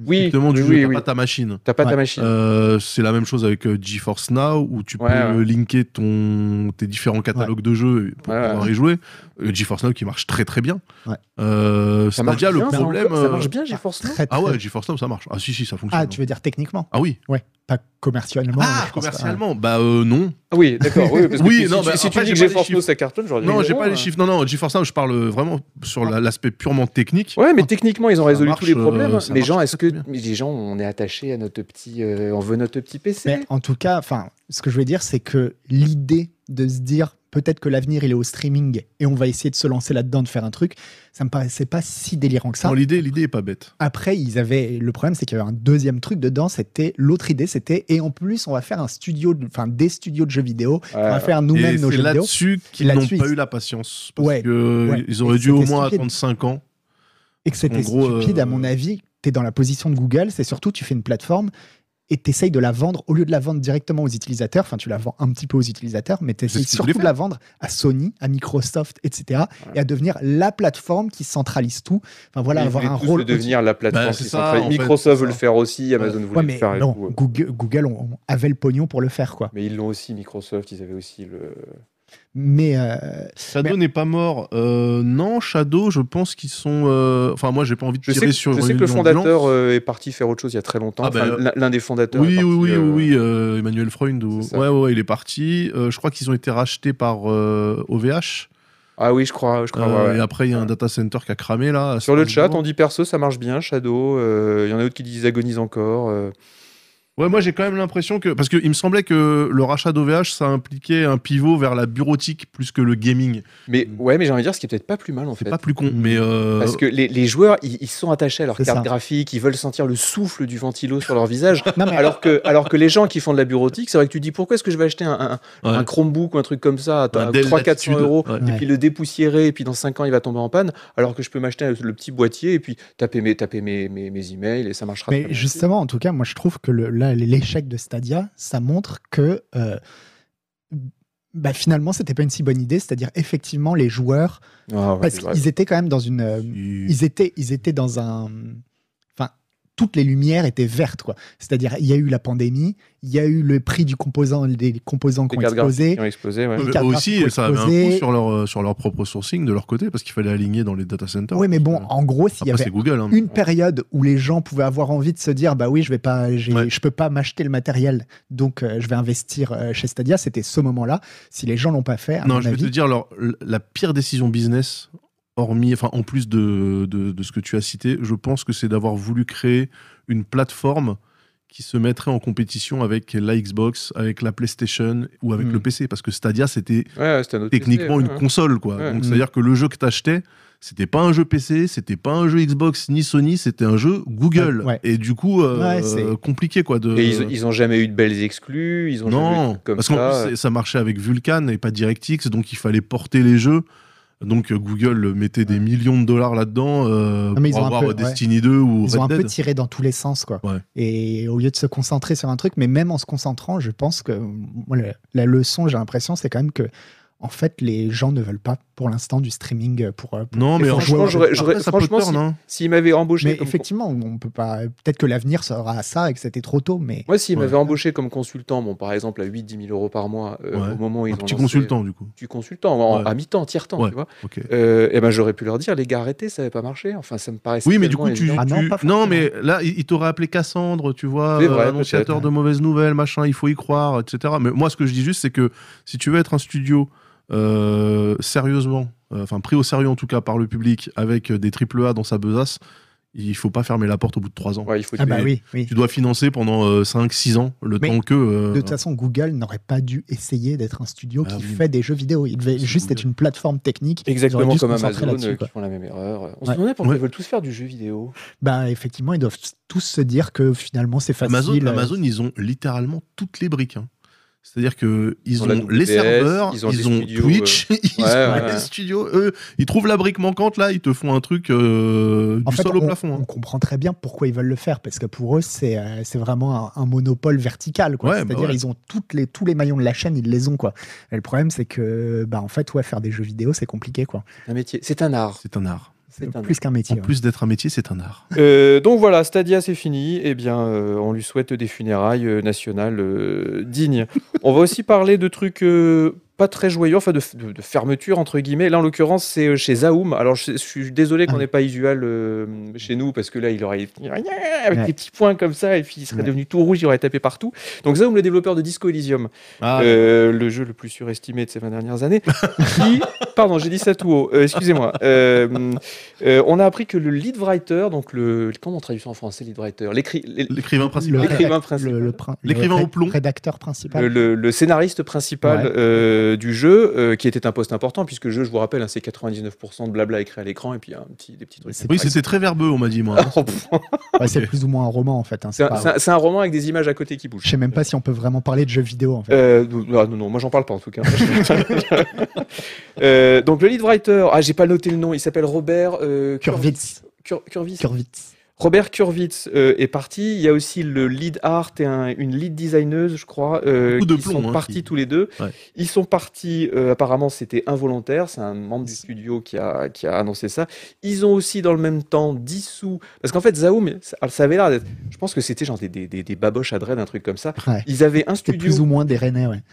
Speaker 1: Oui,
Speaker 3: Justement, du
Speaker 1: oui,
Speaker 3: jeu, t'as
Speaker 1: oui.
Speaker 3: pas ta machine.
Speaker 1: T'as pas ta
Speaker 2: Ouais.
Speaker 1: machine.
Speaker 3: Euh, c'est la même chose avec euh, GeForce Now où tu
Speaker 1: Ouais,
Speaker 3: peux
Speaker 1: ouais.
Speaker 3: euh, linker ton, tes différents catalogues de jeux pour
Speaker 1: Ouais, ouais.
Speaker 3: pouvoir y jouer. Euh, GeForce Now qui marche très très bien.
Speaker 2: Ouais.
Speaker 3: Euh,
Speaker 1: ça marche
Speaker 3: Stadia, le
Speaker 1: bien, ça,
Speaker 3: problème.
Speaker 1: encore Ça
Speaker 3: euh,
Speaker 1: marche bien, GeForce Now
Speaker 2: Très,
Speaker 3: Ah
Speaker 2: très-
Speaker 3: ouais, GeForce Now ça marche. Ah si, si, ça fonctionne.
Speaker 2: Ah, tu veux dire techniquement
Speaker 3: Ah oui.
Speaker 2: Ouais, pas commercialement. mais
Speaker 3: Ah,
Speaker 2: je pense pas.
Speaker 3: commercialement Bah euh, non.
Speaker 1: Ah Oui, d'accord. Oui, parce que
Speaker 3: Oui,
Speaker 1: si,
Speaker 3: non,
Speaker 1: si,
Speaker 3: bah,
Speaker 1: tu- si tu
Speaker 3: après,
Speaker 1: dis que
Speaker 3: j'ai pas les
Speaker 1: GeForce Now
Speaker 3: chiffres.
Speaker 1: ça cartonne, j'aurais dit,
Speaker 3: Non,
Speaker 1: mais
Speaker 3: j'ai pas les
Speaker 1: euh.
Speaker 3: chiffres. Non, non, GeForce Now, je parle euh, vraiment sur la- l'aspect purement technique.
Speaker 1: Ouais, mais techniquement, ils ont
Speaker 3: Ça
Speaker 1: résolu tous les
Speaker 3: marche,
Speaker 1: problèmes.
Speaker 3: euh, ça
Speaker 1: les
Speaker 3: marche
Speaker 1: gens, est-ce que
Speaker 3: très bien.
Speaker 1: mais les gens, on est attaché à notre petit, euh, on veut notre petit PC.
Speaker 2: Mais en tout cas, enfin, ce que je veux dire, c'est que l'idée de se dire peut-être que l'avenir il est au streaming et on va essayer de se lancer là-dedans, de faire un truc. Ça me paraissait pas si délirant que ça.
Speaker 3: Bon, l'idée, l'idée est pas bête.
Speaker 2: Après, ils avaient le problème, c'est qu'il y avait un deuxième truc dedans. C'était l'autre idée, c'était et en plus, on va faire un studio, de- enfin des studios de jeux vidéo. on va
Speaker 1: Ouais.
Speaker 2: faire
Speaker 3: Euh, Et
Speaker 2: nous-mêmes nos
Speaker 3: c'est
Speaker 2: jeux vidéo.
Speaker 3: là-dessus qu'ils n'ont
Speaker 2: Là-dessus,
Speaker 3: pas
Speaker 2: ils-
Speaker 3: eu la patience. Parce
Speaker 2: Ouais,
Speaker 3: que
Speaker 2: ouais.
Speaker 3: ils auraient
Speaker 2: Et
Speaker 3: dû au
Speaker 2: c'était
Speaker 3: moins
Speaker 2: stupide.
Speaker 3: attendre 5 ans.
Speaker 2: Et que c'était
Speaker 3: En gros,
Speaker 2: stupide, à
Speaker 3: euh,
Speaker 2: mon avis. Tu es dans la position de Google, c'est surtout tu fais une plateforme et tu essayes de la vendre, au lieu de la vendre directement aux utilisateurs, enfin tu la vends un petit peu aux utilisateurs, mais tu
Speaker 3: C'est
Speaker 2: essayes
Speaker 3: ce qu'ils voulaient
Speaker 2: surtout de la
Speaker 3: faire.
Speaker 2: vendre à Sony, à Microsoft, etc. Et à devenir la plateforme qui centralise tout. Enfin voilà,
Speaker 1: Ils
Speaker 2: avoir
Speaker 1: voulaient
Speaker 2: un
Speaker 1: tous
Speaker 2: rôle.
Speaker 1: le devenir la plateforme.
Speaker 3: Bah, c'est
Speaker 1: qui
Speaker 3: ça,
Speaker 1: centralise.
Speaker 3: en fait,
Speaker 1: Microsoft
Speaker 3: c'est
Speaker 1: veut le
Speaker 3: ça.
Speaker 1: faire aussi, Amazon
Speaker 2: Ouais,
Speaker 1: voulait le
Speaker 2: mais
Speaker 1: faire. et
Speaker 2: non,
Speaker 1: tout.
Speaker 2: Google, Google on- on avait le pognon pour le faire, quoi.
Speaker 1: Mais ils l'ont aussi, Microsoft, ils avaient aussi le.
Speaker 2: Mais euh,
Speaker 3: Shadow
Speaker 2: Mais-
Speaker 3: n'est pas mort. Euh, non, Shadow, je pense qu'ils sont. euh, Enfin, moi, j'ai pas envie de
Speaker 1: Je sais,
Speaker 3: tirer
Speaker 1: que,
Speaker 3: sur.
Speaker 1: je
Speaker 3: une
Speaker 1: sais que le
Speaker 3: union de
Speaker 1: fondateur
Speaker 3: blanc.
Speaker 1: euh, est parti faire autre chose il y a très longtemps.
Speaker 3: Ah, bah,
Speaker 1: Enfin,
Speaker 3: euh,
Speaker 1: l'un- L'un des fondateurs. est
Speaker 3: Oui, oui,
Speaker 1: parti,
Speaker 3: oui,
Speaker 1: euh,
Speaker 3: oui, euh, Emmanuel Freund. ou-
Speaker 1: C'est ça.
Speaker 3: Ouais, ouais, ouais, il est parti. Euh, je crois qu'ils ont été rachetés par euh, OVH.
Speaker 1: Ah oui, je crois. Je crois
Speaker 3: Euh,
Speaker 1: ouais, ouais.
Speaker 3: Et après, il y a un data center qui a cramé là. à
Speaker 1: Sur le chat,
Speaker 3: Strasbourg.
Speaker 1: on dit perso, ça marche bien, Shadow. euh, Il y en a d'autres qui disent agonise encore. euh.
Speaker 3: Ouais, moi j'ai quand même l'impression que. Parce qu'il me semblait que le rachat d'OVH, ça impliquait un pivot vers la bureautique plus que le gaming.
Speaker 1: Mais
Speaker 3: Mm.
Speaker 1: ouais, mais j'ai envie de dire, ce qui est peut-être pas plus mal en
Speaker 3: C'est
Speaker 1: fait.
Speaker 3: pas plus con, mais. euh,
Speaker 1: Parce que les, les joueurs, ils, ils sont attachés à leur
Speaker 2: C'est
Speaker 1: carte
Speaker 2: ça.
Speaker 1: graphique, ils veulent sentir le souffle du ventilo sur leur visage.
Speaker 2: non, mais
Speaker 1: Alors que, alors que les gens qui font de la bureautique, c'est vrai que tu dis pourquoi est-ce que je vais acheter un, un-
Speaker 3: ouais,
Speaker 1: un Chromebook ou un truc comme ça à
Speaker 3: un Dell
Speaker 1: 300-400
Speaker 3: Latitude,
Speaker 1: euros
Speaker 3: ouais.
Speaker 2: Ouais.
Speaker 1: et puis le dépoussiérer, et puis dans 5 ans il va tomber en panne, alors que je peux m'acheter le petit boîtier et puis taper mes, taper mes, mes, mes emails et ça marchera. très
Speaker 2: Mais
Speaker 1: bien.
Speaker 2: justement, en tout cas, moi je trouve que le- là, l'échec de Stadia, ça montre que euh, bah, finalement, c'était pas une si bonne idée. C'est-à-dire, effectivement, les joueurs,
Speaker 1: Ah ouais,
Speaker 2: parce
Speaker 1: c'est vrai.
Speaker 2: qu'ils étaient quand même dans une. euh,
Speaker 3: Il-
Speaker 2: ils, étaient, ils étaient dans un. Enfin, toutes les lumières étaient vertes, quoi. C'est-à-dire, il y a eu la pandémie, il y a eu le prix du composant, des composants qui
Speaker 1: Les
Speaker 2: ont
Speaker 1: cartes graphiques
Speaker 2: explosé.
Speaker 1: qui ont explosé. ouais.
Speaker 2: les
Speaker 3: Mais
Speaker 2: cartes
Speaker 3: aussi,
Speaker 2: graphiques
Speaker 3: ça avait un
Speaker 2: explosées.
Speaker 3: coup sur leur, euh, sur leur propre sourcing de leur côté, parce qu'il fallait aligner dans les data centers.
Speaker 2: Oui, mais bon, en gros, s'il y
Speaker 3: Après,
Speaker 2: avait
Speaker 3: c'est Google. hein.
Speaker 2: une période où les gens pouvaient avoir envie de se dire bah oui je vais pas j'ai-
Speaker 3: Ouais.
Speaker 2: je peux pas m'acheter le matériel donc euh, je vais investir euh, chez Stadia c'était ce moment là si les gens l'ont pas fait à
Speaker 3: Non,
Speaker 2: mon
Speaker 3: je vais
Speaker 2: avis,
Speaker 3: te dire, leur- la pire décision business, hormis, enfin, en plus de, de, de ce que tu as cité, je pense que c'est d'avoir voulu créer une plateforme qui se mettrait en compétition avec la Xbox, avec la PlayStation ou avec
Speaker 2: Hmm.
Speaker 3: le PC, parce que Stadia, c'était
Speaker 1: Ouais, c'était un autre
Speaker 3: techniquement
Speaker 1: PC,
Speaker 3: une
Speaker 1: ouais.
Speaker 3: console, quoi.
Speaker 1: Ouais. Mm.
Speaker 3: Donc,
Speaker 2: Hmm.
Speaker 3: c'est-à-dire que le jeu que t'achetais, c'était pas un jeu PC, c'était pas un jeu Xbox ni Sony, c'était un jeu Google.
Speaker 2: Ouais, ouais.
Speaker 3: Et du coup, euh,
Speaker 2: Ouais, c'est-
Speaker 3: compliqué, quoi. De...
Speaker 1: Et ils, ils ont jamais eu de belles exclus, ils ont jamais eu de
Speaker 3: Non,
Speaker 1: trucs comme
Speaker 3: parce qu'en
Speaker 1: ça.
Speaker 3: plus, c'est- ça marchait avec Vulkan et pas DirectX, donc il fallait porter les jeux. Donc euh, Google mettait des millions de dollars là-dedans euh,
Speaker 2: Non, Ah, mais ils
Speaker 3: pour
Speaker 2: ont un
Speaker 3: avoir
Speaker 2: peu- ouais.
Speaker 3: Destiny 2 ou
Speaker 2: ils ont un
Speaker 3: Red
Speaker 2: peu
Speaker 3: Dead.
Speaker 2: tiré dans tous les sens quoi
Speaker 3: Ouais.
Speaker 2: et au lieu de se concentrer sur un truc mais même en se concentrant je pense que moi, le- la leçon j'ai l'impression c'est quand même que en fait les gens ne veulent pas pour l'instant du streaming euh, pour, euh, pour-
Speaker 3: Non, mais
Speaker 1: Et
Speaker 3: en-
Speaker 1: franchement,
Speaker 3: après,
Speaker 1: j'aurais- j'aurais-
Speaker 3: ça
Speaker 1: franchement,
Speaker 3: peut turn,
Speaker 1: si-
Speaker 3: hein.
Speaker 1: S'ils m'avaient embauché
Speaker 2: mais
Speaker 1: comme
Speaker 2: effectivement on peut pas peut-être que l'avenir sera à ça et que c'était trop tôt mais
Speaker 1: Moi, s'ils
Speaker 3: Ouais.
Speaker 1: m'avaient embauché comme consultant, bon, par exemple, à 8-10 000 euros par mois, euh,
Speaker 3: Ouais.
Speaker 1: au moment où ils
Speaker 3: un
Speaker 1: ont
Speaker 3: petit
Speaker 1: lancé-
Speaker 3: consultant du coup.
Speaker 1: Petit consultant, en-
Speaker 3: Ouais.
Speaker 1: à mi-temps, tiers-temps,
Speaker 3: Ouais.
Speaker 1: tu vois.
Speaker 3: Ok.
Speaker 1: Euh, eh ben, j'aurais pu leur dire, les gars, arrêtez, ça n'avait pas marché. Enfin, ça me paraissait
Speaker 3: Oui, mais du
Speaker 1: tellement
Speaker 3: coup, tu,
Speaker 1: évident.
Speaker 2: Ah non,
Speaker 3: tu-
Speaker 2: pas forcément.
Speaker 3: non, mais là, il il t'aurait appelé Cassandre, tu vois,
Speaker 1: C'est
Speaker 3: euh,
Speaker 1: vrai,
Speaker 3: annonciateur
Speaker 2: peut-être.
Speaker 3: de mauvaises nouvelles, machin, il faut y croire, etc. Mais moi, ce que je dis juste, c'est que si tu veux être un studio euh, sérieusement, euh, enfin pris au sérieux en tout cas par le public, avec euh, des triple A dans sa besace, il faut pas fermer la porte au bout de trois ans.
Speaker 1: Ouais, il faut
Speaker 2: ah bah
Speaker 3: mais-
Speaker 2: oui oui
Speaker 3: Tu dois financer pendant 5-6 ans le
Speaker 2: Mais
Speaker 3: temps que. euh,
Speaker 2: De toute façon, Google n'aurait pas dû essayer d'être un studio
Speaker 3: Ah
Speaker 2: qui
Speaker 3: oui.
Speaker 2: fait des jeux vidéo. Il devait
Speaker 3: C'est
Speaker 2: juste
Speaker 3: Google.
Speaker 2: être une plateforme technique. Ils auraient
Speaker 1: Exactement
Speaker 2: dû se
Speaker 1: comme
Speaker 2: concentrer
Speaker 1: Amazon,
Speaker 2: là-dessus,
Speaker 1: euh,
Speaker 2: quoi.
Speaker 1: qui font la même erreur. On
Speaker 2: Ouais.
Speaker 1: se demandait pourquoi
Speaker 3: Ouais.
Speaker 1: ils veulent tous faire du jeu vidéo.
Speaker 2: Bah, effectivement, ils doivent tous se dire que finalement, c'est facile.
Speaker 3: Amazon,
Speaker 2: euh,
Speaker 3: Amazon, ils ont littéralement toutes les briques. hein. C'est-à-dire que ils
Speaker 1: Ils ont
Speaker 3: ont,
Speaker 1: la
Speaker 3: les
Speaker 1: WBS,
Speaker 3: serveurs, ils ont,
Speaker 1: les studios,
Speaker 3: Twitch, ils
Speaker 1: Ouais,
Speaker 3: ont
Speaker 1: ouais,
Speaker 3: les
Speaker 1: ouais.
Speaker 3: studios. Eux, ils trouvent la brique manquante là, ils te font un truc euh, du
Speaker 2: En fait,
Speaker 3: sol au
Speaker 2: on,
Speaker 3: plafond.
Speaker 2: on
Speaker 3: hein.
Speaker 2: comprend très bien pourquoi ils veulent le faire, parce que pour eux, c'est euh, c'est vraiment un, un monopole vertical. quoi.
Speaker 3: Ouais, bah
Speaker 2: C'est-à-dire,
Speaker 3: ouais.
Speaker 2: ils ont toutes les, tous les maillons de la chaîne, ils les ont. Quoi. Et le problème, c'est que, bah, en fait, ouais, faire des jeux vidéo, c'est compliqué. quoi.
Speaker 1: C'est un métier, c'est un art.
Speaker 3: C'est un art.
Speaker 2: C'est
Speaker 1: C'est un
Speaker 2: plus qu'un métier. hein.
Speaker 3: En plus d'être un métier, c'est un art.
Speaker 1: Euh, donc voilà, Stadia c'est fini. Eh bien, euh, on lui souhaite des funérailles euh, nationales euh, dignes. on va aussi parler de trucs euh, pas très joyeux, enfin de, f- de- de fermeture entre guillemets. Là, en l'occurrence, c'est euh, chez Zaoum. Alors, je, je suis désolé qu'on
Speaker 2: Ah.
Speaker 1: n'ait pas Isual euh, chez nous parce que là, il aurait avec
Speaker 2: Ouais.
Speaker 1: des petits points comme ça et puis il serait
Speaker 2: Ouais.
Speaker 1: devenu tout rouge, il aurait tapé partout. Donc Zaoum, le développeur de Disco Elysium,
Speaker 3: Ah,
Speaker 1: euh, le jeu le plus surestimé de ces 20 dernières années. qui, pardon, j'ai dit ça tout haut. euh, Excusez-moi. Euh, euh, on a appris que le lead writer, donc le comment on traduit ça en français, lead writer, l'écri- l'é-
Speaker 3: L'écrivain
Speaker 2: Le
Speaker 3: principal.
Speaker 1: l'écrivain
Speaker 2: rédac-
Speaker 1: principal.
Speaker 2: le- le prin- le
Speaker 3: L'écrivain au
Speaker 2: ré-
Speaker 3: plomb.
Speaker 2: rédacteur
Speaker 1: le,
Speaker 2: principal.
Speaker 1: le- le scénariste principal
Speaker 2: Ouais.
Speaker 1: euh, euh, du jeu, euh, qui était un poste important, puisque le jeu, je vous rappelle, hein, c'est 99% de blabla écrit à l'écran, et puis un petit, des petits trucs.
Speaker 2: C'est
Speaker 3: Oui,
Speaker 2: presque-
Speaker 3: c'était très verbeux, on m'a dit, moi. hein.
Speaker 1: Oh, pff,
Speaker 2: ouais, c'est
Speaker 3: ok.
Speaker 2: plus ou moins un roman en fait. hein,
Speaker 1: c'est
Speaker 2: c'est
Speaker 1: un,
Speaker 2: pas-
Speaker 1: c'est un- c'est un roman avec des images à côté qui bougent.
Speaker 2: Je sais même pas si on peut vraiment parler de jeux vidéo en fait.
Speaker 1: Euh, non, non, non, moi j'en parle pas en tout cas. Euh, donc le lead writer, ah j'ai pas noté le nom, il s'appelle Robert euh,
Speaker 2: Kurvitz.
Speaker 1: Kur- Kurvitz.
Speaker 2: Kurvitz.
Speaker 1: Robert Kurvitz euh, est parti. Il y a aussi le lead art et un- une lead designeuse, je crois, euh,
Speaker 3: Beaucoup de
Speaker 1: qui
Speaker 3: plomb,
Speaker 1: sont
Speaker 3: hein,
Speaker 1: partis
Speaker 3: qui-
Speaker 1: tous les deux.
Speaker 3: Ouais.
Speaker 1: Ils sont partis. euh, apparemment, c'était involontaire. C'est un membre du studio qui a, qui a annoncé ça. Ils ont aussi, dans le même temps, dissous. Parce qu'en fait, Zaum, ça, ça avait l'air d'être. Je pense que c'était genre des, des, des, des baboches à dread, un truc comme ça.
Speaker 2: Ouais.
Speaker 1: Ils avaient un
Speaker 2: C'était
Speaker 1: studio.
Speaker 2: plus ou moins des Rennais, ouais.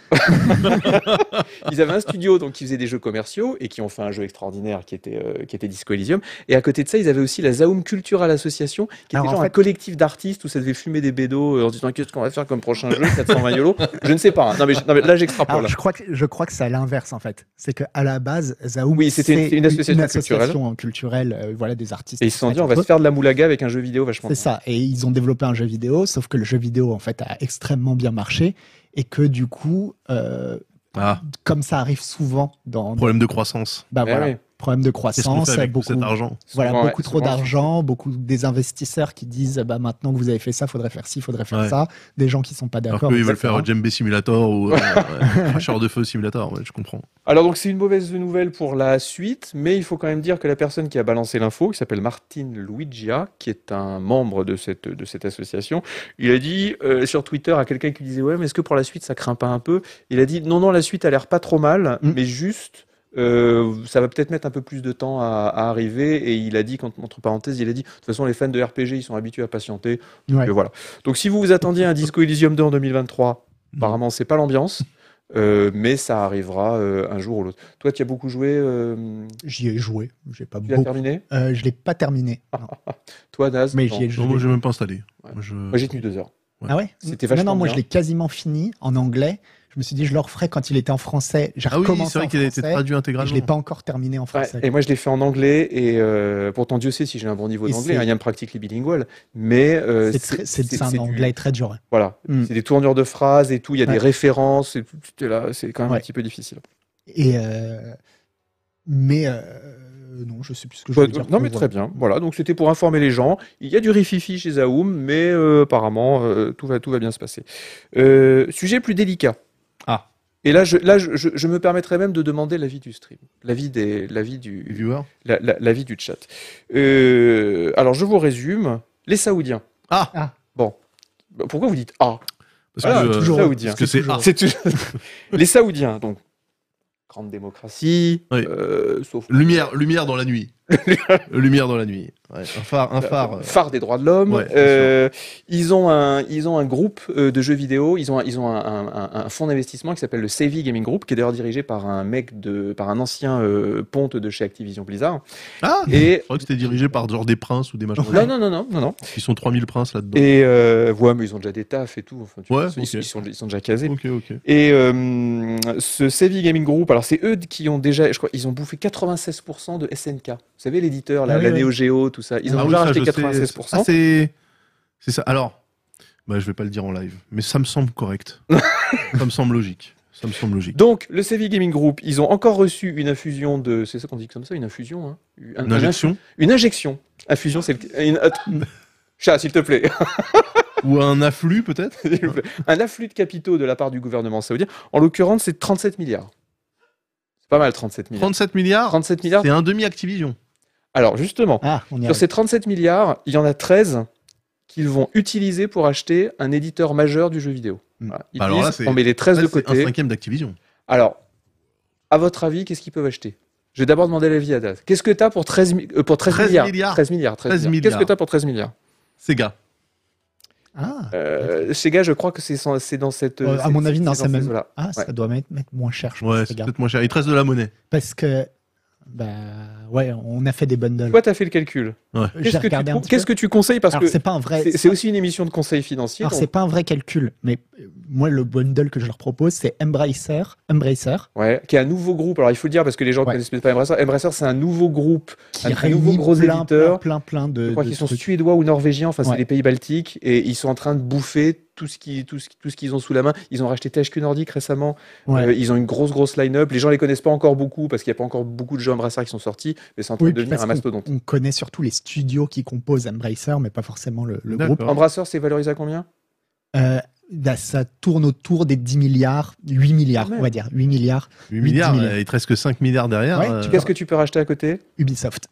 Speaker 1: Ils avaient un studio donc qui faisait des jeux commerciaux et qui ont fait un jeu extraordinaire qui était euh, qui était Disco Elysium. Et à côté de ça, ils avaient aussi la Zaum Cultural Association qui
Speaker 2: Alors,
Speaker 1: était
Speaker 2: en
Speaker 1: genre un
Speaker 2: fait-
Speaker 1: collectif d'artistes où ça devait fumer des bédos euh, en disant qu'est-ce qu'on va faire comme prochain jeu 420 YOLO. Je ne sais pas. hein. Non, mais, je- non, mais là j'extrapole.
Speaker 2: Alors, je crois que je crois que c'est à l'inverse en fait. C'est que à la base, Zaoum,
Speaker 1: Oui, c'était une-
Speaker 2: c'est
Speaker 1: une association
Speaker 2: association culturelle, euh, voilà, des artistes.
Speaker 1: Et ils se sont
Speaker 2: etc.
Speaker 1: dit on va se faire de la moulaga avec un jeu vidéo vachement.
Speaker 2: Ah, C'est
Speaker 1: bien.
Speaker 2: ça. Et ils ont développé un jeu vidéo, sauf que le jeu vidéo en fait a extrêmement bien marché et que du coup, euh,
Speaker 3: Ah,
Speaker 2: comme ça arrive souvent dans,
Speaker 3: problème de croissance.
Speaker 2: bah,
Speaker 1: Eh
Speaker 2: voilà,
Speaker 1: oui.
Speaker 2: problème de
Speaker 3: Qu'est-ce qu'on
Speaker 2: croissance,
Speaker 3: fait avec tout
Speaker 2: beaucoup,
Speaker 3: cet argent
Speaker 2: voilà,
Speaker 1: Souvent,
Speaker 2: beaucoup
Speaker 1: ouais,
Speaker 2: trop
Speaker 1: souvent,
Speaker 2: d'argent, beaucoup des investisseurs qui disent bah maintenant que vous avez fait ça, faudrait faire ci, faudrait faire
Speaker 3: Ouais.
Speaker 2: ça, des gens qui sont pas
Speaker 3: Alors
Speaker 2: d'accord.
Speaker 3: qu'ils veulent
Speaker 2: etc.
Speaker 3: faire Djembe Simulator ou euh, ouais, Cracheur de Feu Simulator, ouais, je comprends.
Speaker 1: Alors donc c'est une mauvaise nouvelle pour la suite, mais il faut quand même dire que la personne qui a balancé l'info, qui s'appelle Martin Luigia, qui est un membre de cette, de cette association, il a dit euh, sur Twitter à quelqu'un qui disait ouais mais est-ce que pour la suite ça craint pas un peu Il a dit non non la suite a l'air pas trop mal,
Speaker 2: Mm.
Speaker 1: mais juste euh, ça va peut-être mettre un peu plus de temps à, à arriver et il a dit qu'en- entre parenthèses il a dit de toute façon les fans de RPG ils sont habitués à patienter,
Speaker 2: Ouais.
Speaker 1: que voilà. Donc si vous vous attendiez à un Disco Elysium 2 en 2023, apparemment c'est pas l'ambiance. Euh, mais ça arrivera euh, un jour ou l'autre. Toi, tu as beaucoup joué, euh,
Speaker 2: J'y ai joué, j'ai pas
Speaker 1: tu l'as Ah,
Speaker 2: beaucoup-
Speaker 1: terminé
Speaker 2: Euh, je l'ai pas terminé. non.
Speaker 1: Toi, Naz
Speaker 2: Mais
Speaker 1: non.
Speaker 2: j'y ai
Speaker 3: Non,
Speaker 2: joué.
Speaker 3: moi, j'ai même pas installé.
Speaker 1: Ouais.
Speaker 3: Moi, je-
Speaker 1: Moi, j'ai tenu deux heures.
Speaker 2: Ah ouais
Speaker 1: C'était
Speaker 2: Non,
Speaker 1: vachement
Speaker 2: non, moi
Speaker 1: bien.
Speaker 2: je l'ai quasiment fini en anglais. Je me suis dit, je le referai quand il était en français. J'ai
Speaker 3: Ah oui,
Speaker 2: recommencé
Speaker 3: c'est vrai
Speaker 2: en
Speaker 3: qu'il a été
Speaker 2: français,
Speaker 3: traduit
Speaker 2: et
Speaker 3: intégralement.
Speaker 2: Je l'ai pas encore terminé en
Speaker 1: Ouais,
Speaker 2: français.
Speaker 1: et moi, je l'ai fait en anglais, et euh, pourtant, Dieu sait si j'ai un bon niveau
Speaker 2: Et
Speaker 1: d'anglais,
Speaker 2: c'est-
Speaker 1: hein, il y a un practically bilingual, mais euh,
Speaker 2: C'est très- c'est c'est un
Speaker 1: du-
Speaker 2: anglais très dur. hein.
Speaker 1: voilà,
Speaker 2: Mm.
Speaker 1: c'est des tournures de phrases et tout, il y a des
Speaker 2: Ouais.
Speaker 1: références, et tout, tout est là, c'est quand même un
Speaker 2: Ouais.
Speaker 1: petit peu difficile.
Speaker 2: Et euh, mais euh, non, je sais plus ce que je
Speaker 1: Bah,
Speaker 2: voulais
Speaker 1: euh,
Speaker 2: dire. hein.
Speaker 1: non, mais très bien. Voilà, donc c'était pour informer les gens. Il y a du rififi chez Zaoum, mais euh, apparemment, euh, tout, va, tout va bien se passer. Euh, sujet plus délicat.
Speaker 2: Ah.
Speaker 1: Et là, je, là je, je- je me permettrai même de demander l'avis du stream, l'avis des- l'avis
Speaker 3: Les
Speaker 1: du,
Speaker 3: viewers
Speaker 1: la- la- l'avis du chat. Euh, alors, je vous résume. Les Saoudiens.
Speaker 3: Ah
Speaker 2: Ah.
Speaker 1: Bon. Bah, Pourquoi vous dites Ah
Speaker 3: Parce
Speaker 1: Voilà,
Speaker 3: que, euh,
Speaker 1: toujours saoudien.
Speaker 3: parce que c'est
Speaker 2: Toujours.
Speaker 3: ah,
Speaker 1: C'est toujours- Les Saoudiens, donc. Grande démocratie,
Speaker 3: Oui.
Speaker 1: euh, sauf
Speaker 3: lumière, lumière dans la nuit. lumière dans la nuit. Ouais, un phare, un phare. euh,
Speaker 1: phare des droits de l'homme.
Speaker 3: Ouais, bien
Speaker 1: Euh, ils ont un ils ont un groupe euh, de jeux vidéo. Ils ont un- ils ont un, un- un- un fonds d'investissement qui s'appelle le Savvy Gaming Group, qui est d'ailleurs dirigé par un mec de par un ancien euh, ponte de chez Activision Blizzard.
Speaker 3: Ah
Speaker 1: Et
Speaker 3: Je crois que c'était dirigé par genre des princes ou des machins.
Speaker 1: non non non non non non.
Speaker 3: Ils sont 3000 princes là-dedans.
Speaker 1: Et euh, ouais, mais ils ont déjà des tafs et tout. Enfin, tu
Speaker 3: Ouais,
Speaker 1: vois, ils, sont-
Speaker 3: ok.
Speaker 1: ils sont ils sont déjà casés.
Speaker 3: Ok, Ah ok.
Speaker 1: Et euh, ce Savvy Gaming Group, alors c'est eux qui ont déjà, je crois, ils ont bouffé 96% de SNK. Vous savez, l'éditeur, la,
Speaker 2: Ah oui,
Speaker 1: la
Speaker 2: oui.
Speaker 1: Neo Geo, tout ça. Ils ont
Speaker 3: Ah oui,
Speaker 1: déjà
Speaker 3: ça,
Speaker 1: racheté
Speaker 3: je sais.
Speaker 1: 96%.
Speaker 3: Ah, c'est... c'est ça. Alors, bah, je vais pas le dire en live, mais ça me semble correct. ça me semble logique. Ça me semble logique.
Speaker 1: Donc, le CV Gaming Group, ils ont encore reçu une infusion de. C'est ça qu'on dit comme ça, une infusion hein Un-
Speaker 3: Une
Speaker 1: un-
Speaker 3: injection
Speaker 1: Une injection. Infusion, c'est le. une- att- Chat, s'il te plaît.
Speaker 3: Ou un afflux peut-être
Speaker 1: S'il vous plaît. Un afflux de capitaux de la part du gouvernement saoudien. En l'occurrence, c'est 37 milliards. C'est pas mal, 37 milliards.
Speaker 3: 37 milliards
Speaker 1: 37 milliards.
Speaker 3: C'est un demi-Activision.
Speaker 1: Alors, justement,
Speaker 2: Ah, on y
Speaker 1: sur
Speaker 2: arrive.
Speaker 1: ces 37 milliards, il y en a 13 qu'ils vont utiliser pour acheter un éditeur majeur du jeu vidéo.
Speaker 2: Mm.
Speaker 1: Voilà. Ils
Speaker 3: Bah alors là,
Speaker 1: disent,
Speaker 3: c'est-
Speaker 1: on met les 13
Speaker 3: Là,
Speaker 1: de
Speaker 3: c'est un
Speaker 1: côté.
Speaker 3: cinquième d'Activision.
Speaker 1: Alors, à votre avis, qu'est-ce qu'ils peuvent acheter Je vais d'abord demander l'avis à Daz. Qu'est-ce que tu as pour 13, mi- euh, pour 13,
Speaker 3: 13
Speaker 1: milliards,
Speaker 3: milliards.
Speaker 1: 13 milliards. 13
Speaker 3: 13
Speaker 1: milliards. Qu'est-ce que
Speaker 3: milliards.
Speaker 1: tu as pour 13 milliards
Speaker 3: Sega.
Speaker 2: Ah,
Speaker 1: euh, Sega, je crois que c'est sans- c'est dans cette.
Speaker 2: Euh, à mon avis, non,
Speaker 1: dans
Speaker 2: c'est même-
Speaker 1: Voilà.
Speaker 2: ah, ça doit mettre, mettre moins cher, je pense,
Speaker 3: Ouais,
Speaker 2: les
Speaker 3: c'est
Speaker 2: gars.
Speaker 3: peut-être moins cher. Il te reste de la monnaie.
Speaker 2: parce que bah ouais, on a fait des bundles.
Speaker 1: Toi, tu as fait le calcul.
Speaker 2: J'ai
Speaker 1: Qu'est-ce que,
Speaker 2: regardé
Speaker 1: tu,
Speaker 2: un
Speaker 1: con-
Speaker 2: petit
Speaker 1: qu'est-ce
Speaker 2: peu.
Speaker 1: que tu conseilles Parce
Speaker 2: Alors
Speaker 1: que
Speaker 2: c'est pas un vrai,
Speaker 1: c'est c'est aussi une émission de conseils financiers.
Speaker 2: Alors,
Speaker 1: donc-
Speaker 2: c'est pas un vrai calcul, mais euh, moi, le bundle que je leur propose, c'est Embracer. Embracer.
Speaker 1: Ouais, qui est un nouveau groupe. Alors, il faut le dire parce que les gens ne
Speaker 2: Ouais.
Speaker 1: connaissent peut-être pas Embracer. Embracer, c'est un nouveau groupe,
Speaker 2: Qui
Speaker 1: un
Speaker 2: réunit
Speaker 1: nouveau gros
Speaker 2: plein,
Speaker 1: éditeur.
Speaker 2: Plein, plein, plein de.
Speaker 1: je crois
Speaker 2: de
Speaker 1: qu'ils sont
Speaker 2: trucs.
Speaker 1: suédois ou norvégiens, enfin c'est
Speaker 2: Ouais.
Speaker 1: des pays baltiques, et ils sont en train de bouffer tout ce qui- tout ce- tout ce qu'ils ont sous la main. Ils ont racheté THQ Nordic récemment,
Speaker 2: Ouais.
Speaker 1: Euh, ils ont une grosse grosse line-up. Les gens les connaissent pas encore beaucoup parce qu'il n'y a pas encore beaucoup de jeux Embracer qui sont sortis, mais c'est en train
Speaker 2: Oui,
Speaker 1: de devenir
Speaker 2: parce
Speaker 1: un
Speaker 2: qu'on-
Speaker 1: mastodonte.
Speaker 2: On connaît surtout les studios qui composent Embracer, mais pas forcément le, le groupe.
Speaker 3: D'accord.
Speaker 1: Embracer, c'est valorisé à combien
Speaker 2: Euh, là, ça tourne autour des 10 milliards, 8 milliards,
Speaker 1: Quand même.
Speaker 2: on va dire. 8 milliards,
Speaker 3: 8 milliards,
Speaker 2: 10 milliards.
Speaker 3: euh, il te reste que 5 milliards derrière.
Speaker 2: Ouais,
Speaker 3: euh,
Speaker 2: tu
Speaker 1: Qu'est-ce que tu peux racheter à côté
Speaker 2: Ubisoft.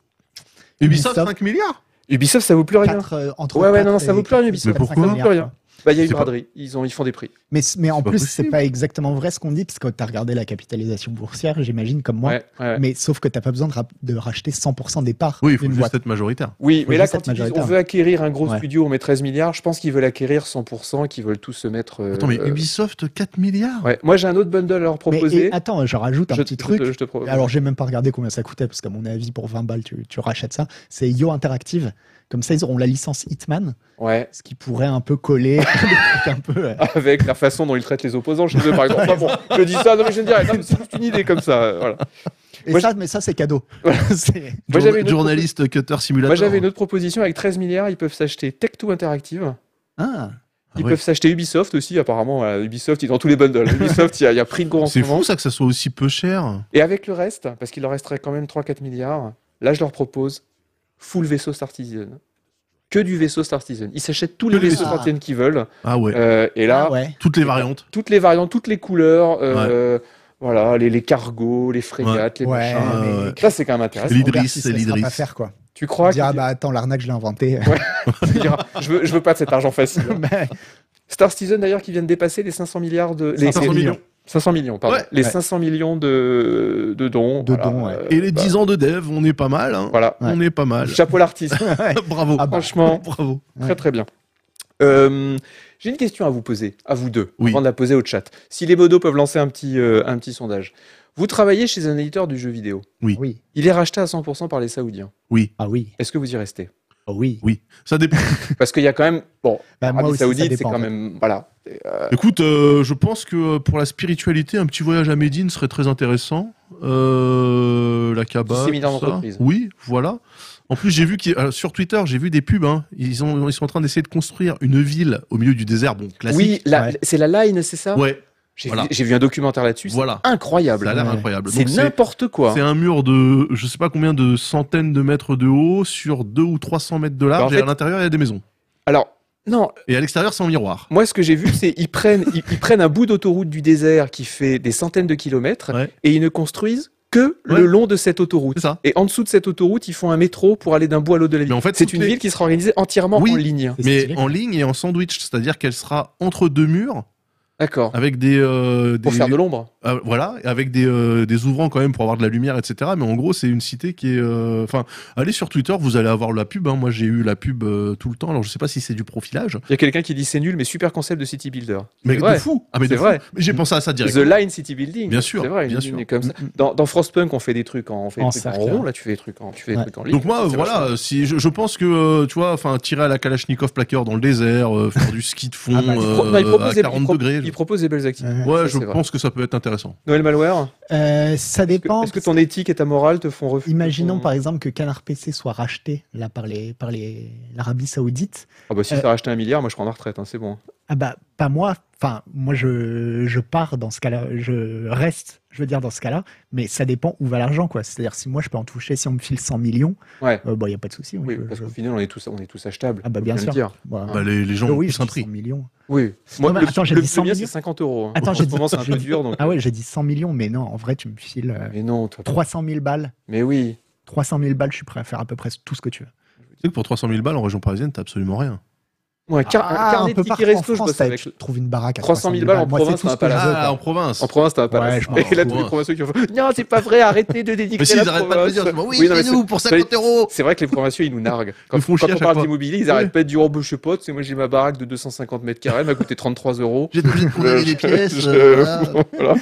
Speaker 3: Ubisoft,
Speaker 2: Ubisoft.
Speaker 3: 5 milliards
Speaker 1: Ubisoft, ça vaut plus rien.
Speaker 2: Quatre, euh, entre
Speaker 1: Ouais, ouais,
Speaker 2: quatre
Speaker 1: non, non, ça
Speaker 2: et
Speaker 1: vaut plus rien,
Speaker 2: quatre,
Speaker 1: Ubisoft.
Speaker 2: cinq
Speaker 3: Mais pourquoi
Speaker 2: milliards,
Speaker 1: Plus rien.
Speaker 2: quoi.
Speaker 1: Bah, il y a
Speaker 3: Je
Speaker 1: une
Speaker 3: sais pas.
Speaker 1: braderie. Ils, ont, ils font des prix.
Speaker 2: Mais, mais en
Speaker 3: C'est pas
Speaker 2: plus, c'est
Speaker 3: possible.
Speaker 2: pas exactement vrai ce qu'on dit, parce que t'as regardé la capitalisation boursière, j'imagine, comme moi.
Speaker 1: Ouais, ouais, ouais.
Speaker 2: Mais sauf que t'as pas besoin de, ra- de racheter 100% des parts
Speaker 3: Oui, il faut
Speaker 2: d'une
Speaker 3: juste
Speaker 2: boîte.
Speaker 3: être majoritaire.
Speaker 1: Oui,
Speaker 2: faut
Speaker 1: mais là,
Speaker 2: juste
Speaker 1: quand
Speaker 2: être
Speaker 1: ils disent on
Speaker 2: majoritaire.
Speaker 1: veut acquérir un gros
Speaker 2: Ouais.
Speaker 1: studio, on met 13 milliards, je pense qu'ils veulent acquérir 100%, qu'ils veulent tous se mettre. euh,
Speaker 3: Attends, mais
Speaker 1: euh,
Speaker 3: Ubisoft, 4 milliards
Speaker 1: ouais. Moi, j'ai un autre bundle à leur
Speaker 2: Mais
Speaker 1: proposer.
Speaker 2: et attends, je rajoute un
Speaker 1: je,
Speaker 2: petit
Speaker 1: je te-
Speaker 2: truc.
Speaker 1: je te pro-
Speaker 2: Alors, j'ai même pas regardé combien ça coûtait, parce qu'à mon avis, pour 20 balles, tu, tu rachètes ça. C'est Yo Interactive. Comme ça, ils auront la licence Hitman,
Speaker 1: Ouais.
Speaker 2: ce qui pourrait un peu coller. un peu, euh,
Speaker 1: Avec la façon dont ils traitent les opposants chez eux, par exemple. Enfin, bon, je dis ça, non, mais je ne dirais, non, mais c'est juste une idée comme ça. euh, Voilà.
Speaker 2: Et
Speaker 1: Moi,
Speaker 2: ça, mais ça, c'est cadeau. C'est-
Speaker 1: Moi, j'avais une autre-
Speaker 3: Journaliste Cutter Simulator.
Speaker 1: Moi, j'avais une autre proposition avec 13 milliards, ils peuvent s'acheter Tech2 Interactive.
Speaker 2: Ah,
Speaker 1: Ils
Speaker 3: Ouais.
Speaker 1: peuvent s'acheter Ubisoft aussi, apparemment. voilà, Ubisoft, il est dans tous les bundles. Ubisoft, il y, a- il y a prix de gros en ce
Speaker 3: C'est
Speaker 1: moment.
Speaker 3: fou ça que ça soit aussi peu cher.
Speaker 1: Et avec le reste, parce qu'il leur resterait quand même 3-4 milliards, là, je leur propose full vaisseau Star Citizen. Que du vaisseau Star Citizen. Ils s'achètent tous les
Speaker 3: les
Speaker 1: vaisseaux
Speaker 2: vaisseaux.
Speaker 1: Star Citizen qu'ils veulent.
Speaker 3: Ah ouais.
Speaker 1: Euh, et là,
Speaker 2: ah ouais.
Speaker 3: Toutes les variantes.
Speaker 1: toutes les variantes, toutes les couleurs, euh, voilà, les, les cargos, les frégates, les
Speaker 2: Ouais,
Speaker 1: machins.
Speaker 3: euh,
Speaker 2: mais-
Speaker 1: Ça, c'est quand même intéressant.
Speaker 3: L'Idriss,
Speaker 2: Regarde si
Speaker 3: c'est
Speaker 2: ça se fera
Speaker 3: l'Idriss.
Speaker 2: pas faire, quoi.
Speaker 1: Tu crois
Speaker 2: Dire, ah
Speaker 1: qu'il-
Speaker 2: bah attends, l'arnaque, je l'ai inventée.
Speaker 1: il dira, je, veux, je veux pas de cet argent facile.
Speaker 2: Mais-
Speaker 1: Star Citizen, d'ailleurs, qui vient de dépasser les 500 milliards de. Les
Speaker 3: 500 millions.
Speaker 1: 500 millions, pardon.
Speaker 3: Ouais.
Speaker 1: les
Speaker 2: Ouais.
Speaker 1: 500 millions de, de dons.
Speaker 2: De
Speaker 1: voilà,
Speaker 2: dons, ouais.
Speaker 1: euh,
Speaker 3: Et les
Speaker 1: bah,
Speaker 3: 10 ans de dev, on est pas mal. hein.
Speaker 1: Voilà.
Speaker 3: On est pas mal.
Speaker 1: Chapeau l'artiste.
Speaker 3: Bravo.
Speaker 2: Ah bah.
Speaker 1: Franchement,
Speaker 3: Bravo.
Speaker 1: très très bien. Euh, J'ai une question à vous poser, à vous deux,
Speaker 3: Oui.
Speaker 1: avant de la poser au chat. Si les modos peuvent lancer un petit, euh, un petit sondage. Vous travaillez chez un éditeur du jeu vidéo.
Speaker 2: oui.
Speaker 1: Il est racheté à 100% par les Saoudiens.
Speaker 3: Oui,
Speaker 2: Ah oui.
Speaker 1: Est-ce que vous y restez
Speaker 2: Ah oui.
Speaker 3: ça dépend.
Speaker 1: Parce qu'il y a quand même. Bon,
Speaker 2: Bah, moi
Speaker 1: Arabie
Speaker 2: aussi, ça
Speaker 1: Ah, Saoudite, c'est
Speaker 2: dépend.
Speaker 1: quand même. Voilà.
Speaker 3: Écoute, euh, je pense que euh, pour la spiritualité, un petit voyage à Médine serait très intéressant. Euh, la Kaaba.
Speaker 1: Séminaire
Speaker 3: tout ça.
Speaker 1: d'entreprise.
Speaker 3: Oui, voilà. En plus, j'ai vu qu'il- alors, sur Twitter, j'ai vu des pubs. hein. Ils, ont, ils sont en train d'essayer de construire une ville au milieu du désert. Bon,
Speaker 1: Oui,
Speaker 3: classique.
Speaker 1: la-
Speaker 2: ouais.
Speaker 1: c'est la line, c'est ça
Speaker 3: Ouais,
Speaker 1: J'ai
Speaker 3: Voilà.
Speaker 1: vu- j'ai vu un documentaire là-dessus. c'est
Speaker 3: voilà. Ça a
Speaker 1: Incroyable.
Speaker 3: l'air
Speaker 2: Ouais.
Speaker 3: incroyable.
Speaker 1: C'est
Speaker 3: Donc,
Speaker 1: n'importe quoi.
Speaker 3: C'est un mur de je sais pas combien de centaines de mètres de haut sur 2 ou 300 mètres de large
Speaker 1: Bah, en
Speaker 3: et
Speaker 1: fait-
Speaker 3: à l'intérieur il y a des maisons.
Speaker 1: Alors, non,
Speaker 3: Et à l'extérieur c'est en miroir.
Speaker 1: moi, ce que j'ai vu, c'est ils prennent, ils, ils prennent un bout d'autoroute du désert qui fait des centaines de kilomètres
Speaker 3: Ouais.
Speaker 1: et ils ne construisent que
Speaker 3: Ouais.
Speaker 1: le long de cette autoroute.
Speaker 3: C'est ça.
Speaker 1: Et en dessous de cette autoroute, ils font un métro pour aller d'un bout à l'autre de la
Speaker 3: Mais
Speaker 1: ville.
Speaker 3: en fait,
Speaker 1: c'est
Speaker 3: toutes
Speaker 1: une
Speaker 3: les-
Speaker 1: ville qui sera organisée entièrement
Speaker 3: Oui.
Speaker 1: en ligne.
Speaker 2: C'est
Speaker 3: Mais
Speaker 2: stylé.
Speaker 3: en ligne et en sandwich, c'est-à-dire qu'elle sera entre deux murs
Speaker 1: D'accord.
Speaker 3: avec des, euh,
Speaker 1: Pour
Speaker 3: Ah, des-
Speaker 1: faire de l'ombre.
Speaker 3: euh, voilà, avec des, euh, des ouvrants quand même pour avoir de la lumière, etc. Mais en gros, c'est une cité qui est. euh, Enfin, allez sur Twitter, vous allez avoir la pub. hein. Moi, j'ai eu la pub euh, tout le temps. Alors, je sais pas si c'est du profilage,
Speaker 1: Il y a quelqu'un qui dit c'est nul, mais super concept de city builder.
Speaker 3: mais
Speaker 1: vrai.
Speaker 3: de fou. Ah, mais
Speaker 1: C'est
Speaker 3: de fou.
Speaker 1: vrai.
Speaker 3: Mais J'ai pensé à ça direct.
Speaker 1: The line city building.
Speaker 3: Bien sûr,
Speaker 1: C'est vrai. une-
Speaker 3: bien sûr. Mm, Oh,
Speaker 1: une- Comme ça. Dans, dans Frostpunk, on fait des trucs en, on fait des
Speaker 2: En
Speaker 1: trucs en
Speaker 2: cercle,
Speaker 1: rond.
Speaker 2: ouais.
Speaker 1: Là, tu fais des trucs en, tu fais des
Speaker 2: Ouais.
Speaker 1: trucs en ligne.
Speaker 3: Donc moi,
Speaker 1: C'est
Speaker 3: voilà,
Speaker 1: vachement-
Speaker 3: euh, si je, je pense que euh, tu vois, enfin tirer à la Kalachnikov plaqueur dans le désert, euh, faire du ski de fond
Speaker 2: Ah bah, il
Speaker 1: Il
Speaker 3: euh,
Speaker 1: pro- non, il propose
Speaker 3: à
Speaker 1: des-
Speaker 3: 40
Speaker 1: il pro-
Speaker 3: degrés.
Speaker 1: il propose des belles activités.
Speaker 2: Ouais.
Speaker 3: Ouais,
Speaker 1: ça,
Speaker 3: je
Speaker 1: c'est vrai.
Speaker 3: pense que ça peut être intéressant.
Speaker 1: Noël Malware
Speaker 2: Euh, ça
Speaker 1: Est-ce que-
Speaker 2: dépend.
Speaker 1: Est-ce que ton éthique et ta morale te font refuser
Speaker 2: Imaginons
Speaker 1: ton-
Speaker 2: par exemple que Canard PC soit racheté là par les par les l'Arabie Saoudite.
Speaker 1: Ah bah si
Speaker 2: Euh,
Speaker 1: t'as racheté un milliard, moi je prends ma retraite, hein, c'est bon.
Speaker 2: Ah bah pas moi. Enfin, moi je, je pars dans ce cas-là, je reste, je veux dire dans ce cas-là, mais ça dépend où va l'argent quoi. C'est-à-dire si moi je peux en toucher, si on me file 100 millions,
Speaker 1: Ouais.
Speaker 2: euh, bon il y a pas de souci.
Speaker 1: Oui,
Speaker 2: je-
Speaker 1: parce
Speaker 2: je-
Speaker 1: qu'au final on est tous, on est tous achetables.
Speaker 2: Ah bah,
Speaker 1: faut
Speaker 2: bien
Speaker 1: le
Speaker 2: sûr.
Speaker 1: dire.
Speaker 2: voilà.
Speaker 3: Bah, les, les gens
Speaker 2: Euh,
Speaker 3: ont
Speaker 2: oui,
Speaker 3: tous
Speaker 2: je
Speaker 3: un
Speaker 2: dis 100
Speaker 3: prix.
Speaker 2: millions.
Speaker 1: Oui.
Speaker 2: Non, mais
Speaker 1: le,
Speaker 2: attends, j'ai
Speaker 1: le
Speaker 2: dit 100
Speaker 1: premier, c'est
Speaker 2: millions.
Speaker 1: 50 euros. hein.
Speaker 2: Attends,
Speaker 1: en
Speaker 2: j'ai
Speaker 1: ce
Speaker 2: dit-
Speaker 1: moment c'est un
Speaker 2: j'ai
Speaker 1: peu
Speaker 2: dit-
Speaker 1: dur donc.
Speaker 2: Ah ouais, j'ai dit 100 millions, mais non, en vrai tu me files euh,
Speaker 1: Mais non, toi.
Speaker 2: 300 000 balles.
Speaker 1: Mais oui.
Speaker 2: 300 000 balles, je suis prêt à faire à peu près tout ce que tu veux.
Speaker 3: Tu sais que pour 300 000 balles en région parisienne, t'as absolument rien.
Speaker 1: Moi, un, car- un
Speaker 2: Ah,
Speaker 1: carnet de
Speaker 2: partout
Speaker 1: tickets
Speaker 2: en
Speaker 1: resto, je
Speaker 2: France,
Speaker 1: bosse
Speaker 2: t'as-
Speaker 1: avec.
Speaker 2: tu trouves une baraque à
Speaker 1: 300
Speaker 2: 300
Speaker 1: 000
Speaker 2: 000
Speaker 1: balles en
Speaker 2: Moi, c'est
Speaker 1: province,
Speaker 2: tout
Speaker 1: t'as
Speaker 2: ce
Speaker 1: un
Speaker 2: que je
Speaker 1: palace.
Speaker 2: veux,
Speaker 3: Ah,
Speaker 2: quoi.
Speaker 3: en province.
Speaker 1: En province, t'as un
Speaker 2: Ouais,
Speaker 1: palace.
Speaker 2: je m'en
Speaker 1: et là, tous
Speaker 3: fous,
Speaker 1: les
Speaker 3: hein.
Speaker 1: provinciaux qui ont fait Non, c'est pas vrai, arrêtez de dédicter
Speaker 3: Mais si,
Speaker 1: la
Speaker 3: ils arrêtent pas de le
Speaker 1: province.
Speaker 3: dire. ils disent, Oui,
Speaker 1: euh, non, mais c'est-
Speaker 3: nous pour 50 euros.
Speaker 1: C'est vrai que les provinciaux, ils nous narguent. Quand,
Speaker 3: Ils font
Speaker 1: quand
Speaker 3: chier
Speaker 1: on
Speaker 3: à chaque
Speaker 1: parle
Speaker 3: fois.
Speaker 1: d'immobilier, ils
Speaker 3: Ouais.
Speaker 1: arrêtent pas de dire Oh, bah, je sais pas, tu sais, moi j'ai ma baraque de 250 mètres carrés, elle m'a coûté 33 euros.
Speaker 3: J'étais obligé de condamner des pièces.
Speaker 1: Je-
Speaker 3: euh, voilà.
Speaker 1: voilà.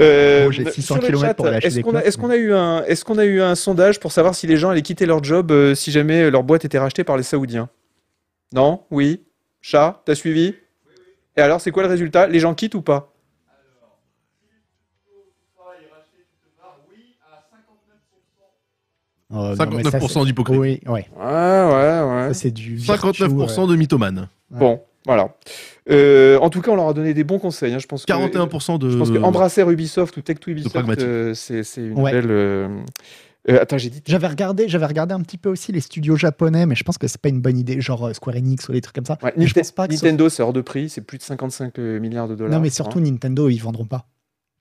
Speaker 1: Euh,
Speaker 2: Bon, j'ai
Speaker 1: sur
Speaker 2: 600
Speaker 1: le
Speaker 2: kilomètres
Speaker 1: chat,
Speaker 2: pour aller acheter
Speaker 1: Est-ce
Speaker 2: des
Speaker 1: qu'on a,
Speaker 2: places,
Speaker 1: est-ce qu'on a eu un, est-ce qu'on a eu un sondage pour savoir si les gens allaient quitter leur job euh, si jamais leur boîte était rachetée par les Saoudiens Non, oui. Chat, t'as suivi Et alors, c'est quoi le résultat Les gens quittent ou pas
Speaker 2: Euh,
Speaker 3: Ah
Speaker 2: non, mais ça,
Speaker 3: 59%
Speaker 2: c'est-
Speaker 3: d'hypocrite.
Speaker 2: Oui, ouais.
Speaker 1: Ouais, ouais,
Speaker 2: Ça,
Speaker 1: ouais.
Speaker 2: c'est du. virtu,
Speaker 3: 59% de mythomane.
Speaker 2: ouais.
Speaker 1: Bon, voilà. Euh, en tout cas, on leur a donné des bons conseils. hein. Je pense que-
Speaker 3: 41% de.
Speaker 1: Je pense que embrasser Ubisoft ou Tech to Ubisoft,
Speaker 3: Euh, pragmatique.
Speaker 1: euh, c'est c'est une
Speaker 2: Ouais.
Speaker 1: belle. euh, euh, attends, j'ai dit.
Speaker 2: J'avais regardé, j'avais regardé un petit peu aussi les studios japonais, mais je pense que c'est pas une bonne idée, genre euh, Square Enix ou des trucs comme ça.
Speaker 1: Ouais,
Speaker 2: Mais je
Speaker 1: Ninte-
Speaker 2: pense pas que ce-
Speaker 1: Nintendo, c'est hors de prix, c'est plus de 55 milliards de dollars.
Speaker 2: Non, mais
Speaker 1: je crois,
Speaker 2: surtout Nintendo, ils vendront pas.
Speaker 1: hein.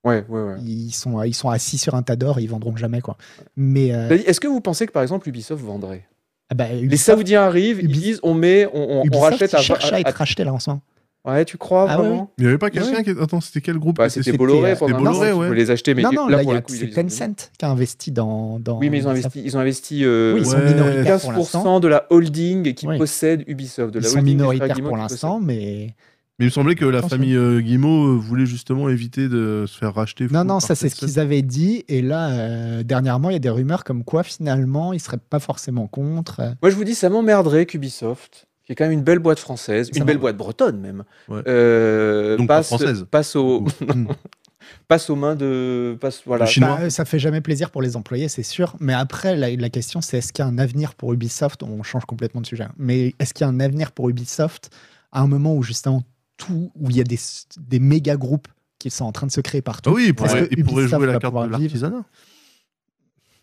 Speaker 1: Ouais, ouais, ouais.
Speaker 2: Ils sont, ils sont assis sur un tas d'or, ils vendront jamais quoi. Mais euh,
Speaker 1: T'as dit, Est-ce que vous pensez que par exemple Ubisoft vendrait
Speaker 2: ah bah,
Speaker 1: Les
Speaker 2: Ubisoft-
Speaker 1: Saoudiens arrivent, ils
Speaker 2: Ubi-
Speaker 1: disent on met, on, on- on
Speaker 2: Ubisoft,
Speaker 1: rachète
Speaker 2: ils
Speaker 1: à,
Speaker 2: cherchent à
Speaker 1: à-
Speaker 2: être racheté là en ce moment.
Speaker 1: Ouais, tu crois
Speaker 2: Ah ouais,
Speaker 1: vraiment
Speaker 3: Il n'y avait pas quelqu'un qui. Attends, c'était quel groupe
Speaker 1: Bah,
Speaker 3: qui
Speaker 1: C'était
Speaker 3: était-
Speaker 1: Bolloré
Speaker 2: c'était
Speaker 1: pendant un
Speaker 3: Bolloré,
Speaker 1: moment, tu
Speaker 3: ouais.
Speaker 1: peux les acheter, mais
Speaker 2: non, non,
Speaker 1: là,
Speaker 2: là, il
Speaker 1: pour
Speaker 2: y
Speaker 1: le
Speaker 2: a-
Speaker 1: coup, ils
Speaker 2: c'est
Speaker 1: les ont-
Speaker 2: Tencent qui a investi dans. dans
Speaker 1: Oui, mais ils ont
Speaker 2: ça.
Speaker 1: investi, ils ont investi euh,
Speaker 2: Oui, ils sont
Speaker 3: Ouais.
Speaker 2: minoritaires pour l'instant.
Speaker 1: 15% de la holding qui
Speaker 2: Oui.
Speaker 1: possède Ubisoft. De
Speaker 2: Ils
Speaker 1: la
Speaker 2: sont
Speaker 1: holding
Speaker 2: minoritaires
Speaker 1: d'Espargimo
Speaker 2: pour
Speaker 1: qui
Speaker 2: l'instant, mais.
Speaker 3: Mais il me semblait que la
Speaker 2: Attention.
Speaker 3: famille euh, Guimau euh, voulait justement éviter de se faire racheter.
Speaker 2: Non,
Speaker 3: fou
Speaker 2: non,
Speaker 3: par
Speaker 2: ça c'est ce
Speaker 3: Tencent.
Speaker 2: qu'ils avaient dit. Et là, euh, dernièrement, il y a des rumeurs comme quoi finalement, ils seraient pas forcément contre. euh,
Speaker 1: Moi, je vous dis, ça m'emmerderait qu'Ubisoft, qui est quand même une belle boîte française,
Speaker 2: Ça
Speaker 1: une belle boîte
Speaker 2: m'emmerde.
Speaker 1: bretonne même,
Speaker 3: Ouais.
Speaker 1: euh,
Speaker 3: Donc pas
Speaker 1: passe,
Speaker 3: française,
Speaker 1: passe, au,
Speaker 2: Mm.
Speaker 1: passe aux mains de. Passe, voilà.
Speaker 3: Le Chinois.
Speaker 2: bah, euh, ça fait jamais plaisir pour les employés, c'est sûr. Mais après, la, la question, c'est est-ce qu'il y a un avenir pour Ubisoft On change complètement de sujet. hein. Mais est-ce qu'il y a un avenir pour Ubisoft à un moment où justement tout, où il y a des, des méga groupes qui sont en train de se créer
Speaker 3: Ah
Speaker 2: partout
Speaker 3: oui, il pourrait,
Speaker 2: que
Speaker 3: il pourrait
Speaker 2: Ubisoft
Speaker 3: jouer la
Speaker 2: va
Speaker 3: carte
Speaker 2: pouvoir
Speaker 3: de
Speaker 2: vivre
Speaker 3: l'artisanat.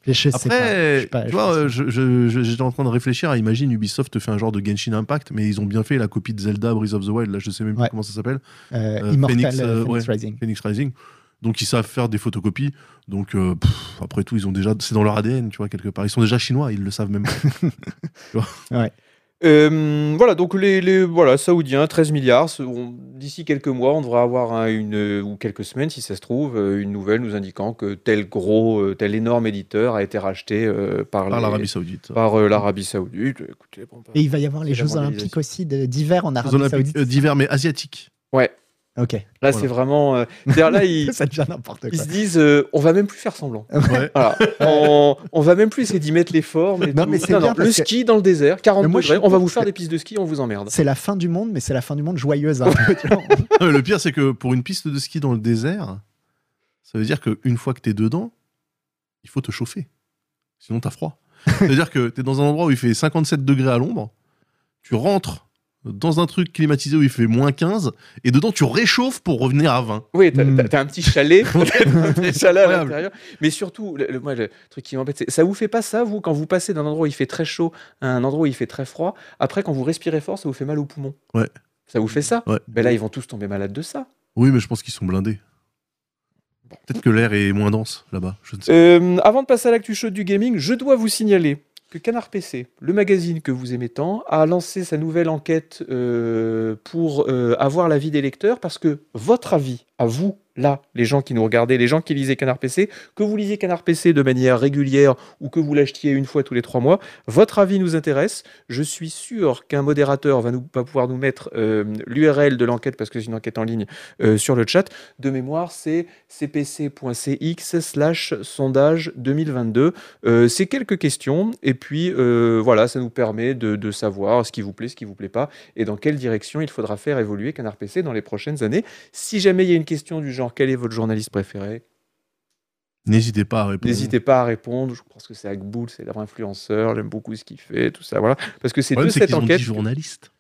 Speaker 2: Et je sais pas, je
Speaker 3: Après,
Speaker 2: sais pas, je
Speaker 3: tu vois,
Speaker 2: pense-
Speaker 3: euh, je- je- je- j'étais en train de réfléchir à imagine Ubisoft fait un genre de Genshin Impact, mais ils ont bien fait la copie de Zelda Breath of the Wild, là je sais même
Speaker 2: Ouais.
Speaker 3: plus comment ça s'appelle,
Speaker 2: euh,
Speaker 3: euh,
Speaker 2: Immortal
Speaker 3: Phoenix,
Speaker 2: euh,
Speaker 3: euh,
Speaker 2: Phoenix Rising.
Speaker 3: Phoenix Rising. Donc ils savent faire des photocopies. Donc euh, pff, après tout, ils ont déjà, c'est dans leur ADN, tu vois quelque part. Ils sont déjà chinois, ils le savent même. pas.
Speaker 1: Euh, voilà, donc les, les- voilà, Saoudiens, 13 milliards. ce- on- D'ici quelques mois, on devra avoir hein, une, euh, ou quelques semaines, si ça se trouve, euh, une nouvelle nous indiquant que tel gros, euh, tel énorme éditeur a été racheté euh, par,
Speaker 3: Par
Speaker 1: les-
Speaker 3: l'Arabie Saoudite.
Speaker 1: par, euh, l'Arabie Saoudite. Écoutez, bon, bah,
Speaker 2: Et il va y avoir les
Speaker 1: C'est la
Speaker 2: Jeux Olympiques
Speaker 1: mondialisation.
Speaker 2: aussi de- d'hiver en
Speaker 3: Les
Speaker 2: Arabie
Speaker 3: Olympiques
Speaker 2: Saoudite.
Speaker 3: euh, d'hiver, mais asiatiques.
Speaker 2: Ok,
Speaker 1: là,
Speaker 3: voilà.
Speaker 1: c'est vraiment. euh, d'ailleurs, là, ils,
Speaker 2: ça devient n'importe
Speaker 1: ils
Speaker 2: quoi.
Speaker 1: se disent euh, on va même plus faire semblant.
Speaker 3: Ouais.
Speaker 1: Voilà. on, on va même plus essayer d'y mettre les formes. et
Speaker 2: Non,
Speaker 1: tout.
Speaker 2: mais c'est bien parce
Speaker 1: le
Speaker 2: que-
Speaker 1: ski dans le désert, 40
Speaker 2: Mais moi, je
Speaker 1: degrés,
Speaker 2: suis
Speaker 1: on va
Speaker 2: pour
Speaker 1: vous faire
Speaker 2: que-
Speaker 1: des pistes de ski, on vous emmerde.
Speaker 2: C'est la fin du monde, mais c'est la fin du monde joyeuse. hein. Tu vois,
Speaker 3: Non, mais le pire, c'est que pour une piste de ski dans le désert, ça veut dire qu'une fois que t'es dedans, il faut te chauffer. Sinon, t'as froid. C'est-à-dire que t'es dans un endroit où il fait 57 degrés à l'ombre, tu rentres dans un truc climatisé où il fait moins 15, et dedans, tu réchauffes pour revenir à 20.
Speaker 1: Oui, t'as
Speaker 2: Hmm.
Speaker 1: t'as- t'as un petit chalet, t'as un petit chalet à
Speaker 3: Incroyable.
Speaker 1: l'intérieur. Mais surtout, le, le- moi, le truc qui m'embête, c'est ça vous fait pas ça, vous, quand vous passez d'un endroit où il fait très chaud à un endroit où il fait très froid, après, quand vous respirez fort, ça vous fait mal aux poumons.
Speaker 3: Ouais.
Speaker 1: Ça vous fait ça
Speaker 3: Ouais.
Speaker 1: Mais là, ils vont tous tomber malades de ça.
Speaker 3: Oui, mais je pense qu'ils sont blindés. Peut-être que l'air est moins dense là-bas. Je ne sais
Speaker 1: Euh, avant de passer à l'actu chaude du gaming, je dois vous signaler que Canard PC, le magazine que vous aimez tant, a lancé sa nouvelle enquête euh, pour euh, avoir l'avis des lecteurs, parce que votre avis, à vous, là, les gens qui nous regardaient, les gens qui lisaient Canard PC, que vous lisiez Canard PC de manière régulière ou que vous l'achetiez une fois tous les trois mois, votre avis nous intéresse. Je suis sûr qu'un modérateur va, nous, va pouvoir nous mettre euh, l'URL de l'enquête, parce que c'est une enquête en ligne, euh, sur le chat. De mémoire, c'est cpc.cx slash sondage 2022. Euh, c'est quelques questions, et puis euh, voilà, ça nous permet de, de savoir ce qui vous plaît, ce qui vous plaît pas, et dans quelle direction il faudra faire évoluer Canard PC dans les prochaines années. Si jamais il y a une question du genre quel est votre journaliste préféré,
Speaker 3: pas. N'hésitez pas à répondre.
Speaker 1: n'hésitez pas à répondre. Je pense que c'est Agboul, c'est leur influenceur, j'aime beaucoup ce qu'il fait, tout ça, voilà. Parce que c'est
Speaker 3: Le problème,
Speaker 1: de
Speaker 3: c'est
Speaker 1: cette
Speaker 3: qu'ils ont
Speaker 1: enquête.
Speaker 3: dit journaliste.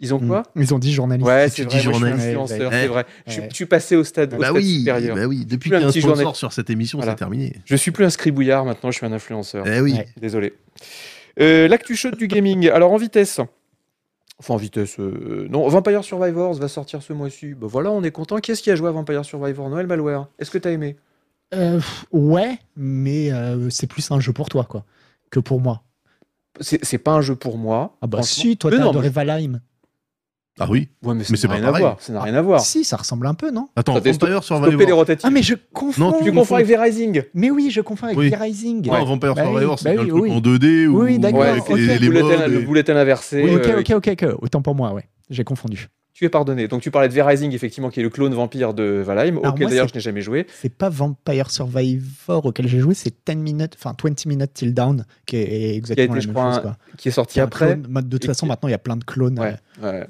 Speaker 1: Ils ont quoi
Speaker 2: Mm. Ils ont dit journaliste.
Speaker 1: Ouais,
Speaker 3: Si
Speaker 1: c'est
Speaker 3: tu
Speaker 1: vrai,
Speaker 3: dis
Speaker 1: moi, je suis
Speaker 3: journaliste.
Speaker 1: influenceur,
Speaker 3: Ouais.
Speaker 1: c'est vrai. Je, suis-
Speaker 2: Ouais.
Speaker 1: je suis passé au stade, au stade supérieur.
Speaker 3: bah oui, depuis
Speaker 1: Plus un
Speaker 3: qu'il y a un
Speaker 1: petit
Speaker 3: sponsor
Speaker 1: journaliste.
Speaker 3: sur cette émission,
Speaker 1: Voilà.
Speaker 3: c'est terminé.
Speaker 1: Je suis plus un scribouillard maintenant, je suis un influenceur.
Speaker 3: Eh oui.
Speaker 2: Ouais.
Speaker 1: Désolé. Euh, L'actu chaude du gaming. Alors en vitesse. Enfin en vitesse. euh, non, Vampire Survivors va sortir ce mois-ci. Bah voilà, on est content. Qui est-ce qui a joué à Vampire Survivor Noël Malware. Est-ce que t'as aimé
Speaker 2: Euh, pff, ouais, mais euh, c'est plus un jeu pour toi, quoi, que pour moi.
Speaker 1: C'est c'est pas un jeu pour moi.
Speaker 2: Ah bah
Speaker 1: franchement.
Speaker 2: si, toi
Speaker 1: Mais
Speaker 2: t'as
Speaker 1: non,
Speaker 2: adoré Valheim.
Speaker 3: Ah oui.
Speaker 1: Ouais, mais, ça
Speaker 3: Mais c'est
Speaker 1: n'a
Speaker 3: pas
Speaker 1: rien à
Speaker 3: pareil.
Speaker 1: voir. Ça n'a rien à voir.
Speaker 2: Si, ça ressemble un peu, non
Speaker 3: Attends,
Speaker 1: Attendez,
Speaker 3: Vampire Survivor.
Speaker 1: Stopper les rotatives.
Speaker 2: Ah mais je confonds.
Speaker 3: Non,
Speaker 1: tu
Speaker 3: tu
Speaker 1: confonds
Speaker 3: confonds.
Speaker 1: avec V-Rising.
Speaker 2: Mais oui, je confonds avec
Speaker 3: Oui.
Speaker 2: Rising.
Speaker 3: Ouais, Vampire
Speaker 2: Bah oui,
Speaker 3: Survivor,
Speaker 2: bah
Speaker 3: c'est bien
Speaker 2: oui,
Speaker 3: le truc
Speaker 2: oui.
Speaker 3: en 2D ou
Speaker 2: Oui, oui, d'accord,
Speaker 3: ou
Speaker 1: Ouais,
Speaker 3: avec les,
Speaker 2: ok.
Speaker 3: les
Speaker 1: Bulletin-
Speaker 3: mobs
Speaker 1: le
Speaker 3: et-
Speaker 1: bulletin inversé.
Speaker 2: Oui,
Speaker 1: euh,
Speaker 2: ok, ok,
Speaker 1: qui-
Speaker 2: ok, ok. Autant pour moi, ouais. J'ai confondu.
Speaker 1: Tu es pardonné. Donc tu parlais de V-Rising, effectivement, qui est le clone vampire de Valheim,
Speaker 2: Alors,
Speaker 1: auquel
Speaker 2: moi,
Speaker 1: d'ailleurs
Speaker 2: c'est-
Speaker 1: je n'ai jamais joué.
Speaker 2: C'est pas Vampire Survivor auquel j'ai joué, c'est 10 minutes, enfin 20 minutes till down, qui est
Speaker 1: été,
Speaker 2: exactement
Speaker 1: je
Speaker 2: la même
Speaker 1: crois,
Speaker 2: chose.
Speaker 1: un-
Speaker 2: Quoi.
Speaker 1: Qui est sorti
Speaker 2: C'est un
Speaker 1: après.
Speaker 2: clone. Moi, de toute
Speaker 1: et
Speaker 2: façon,
Speaker 1: qui-
Speaker 2: maintenant il y a plein de clones.
Speaker 1: Ouais,
Speaker 2: euh,
Speaker 1: ouais.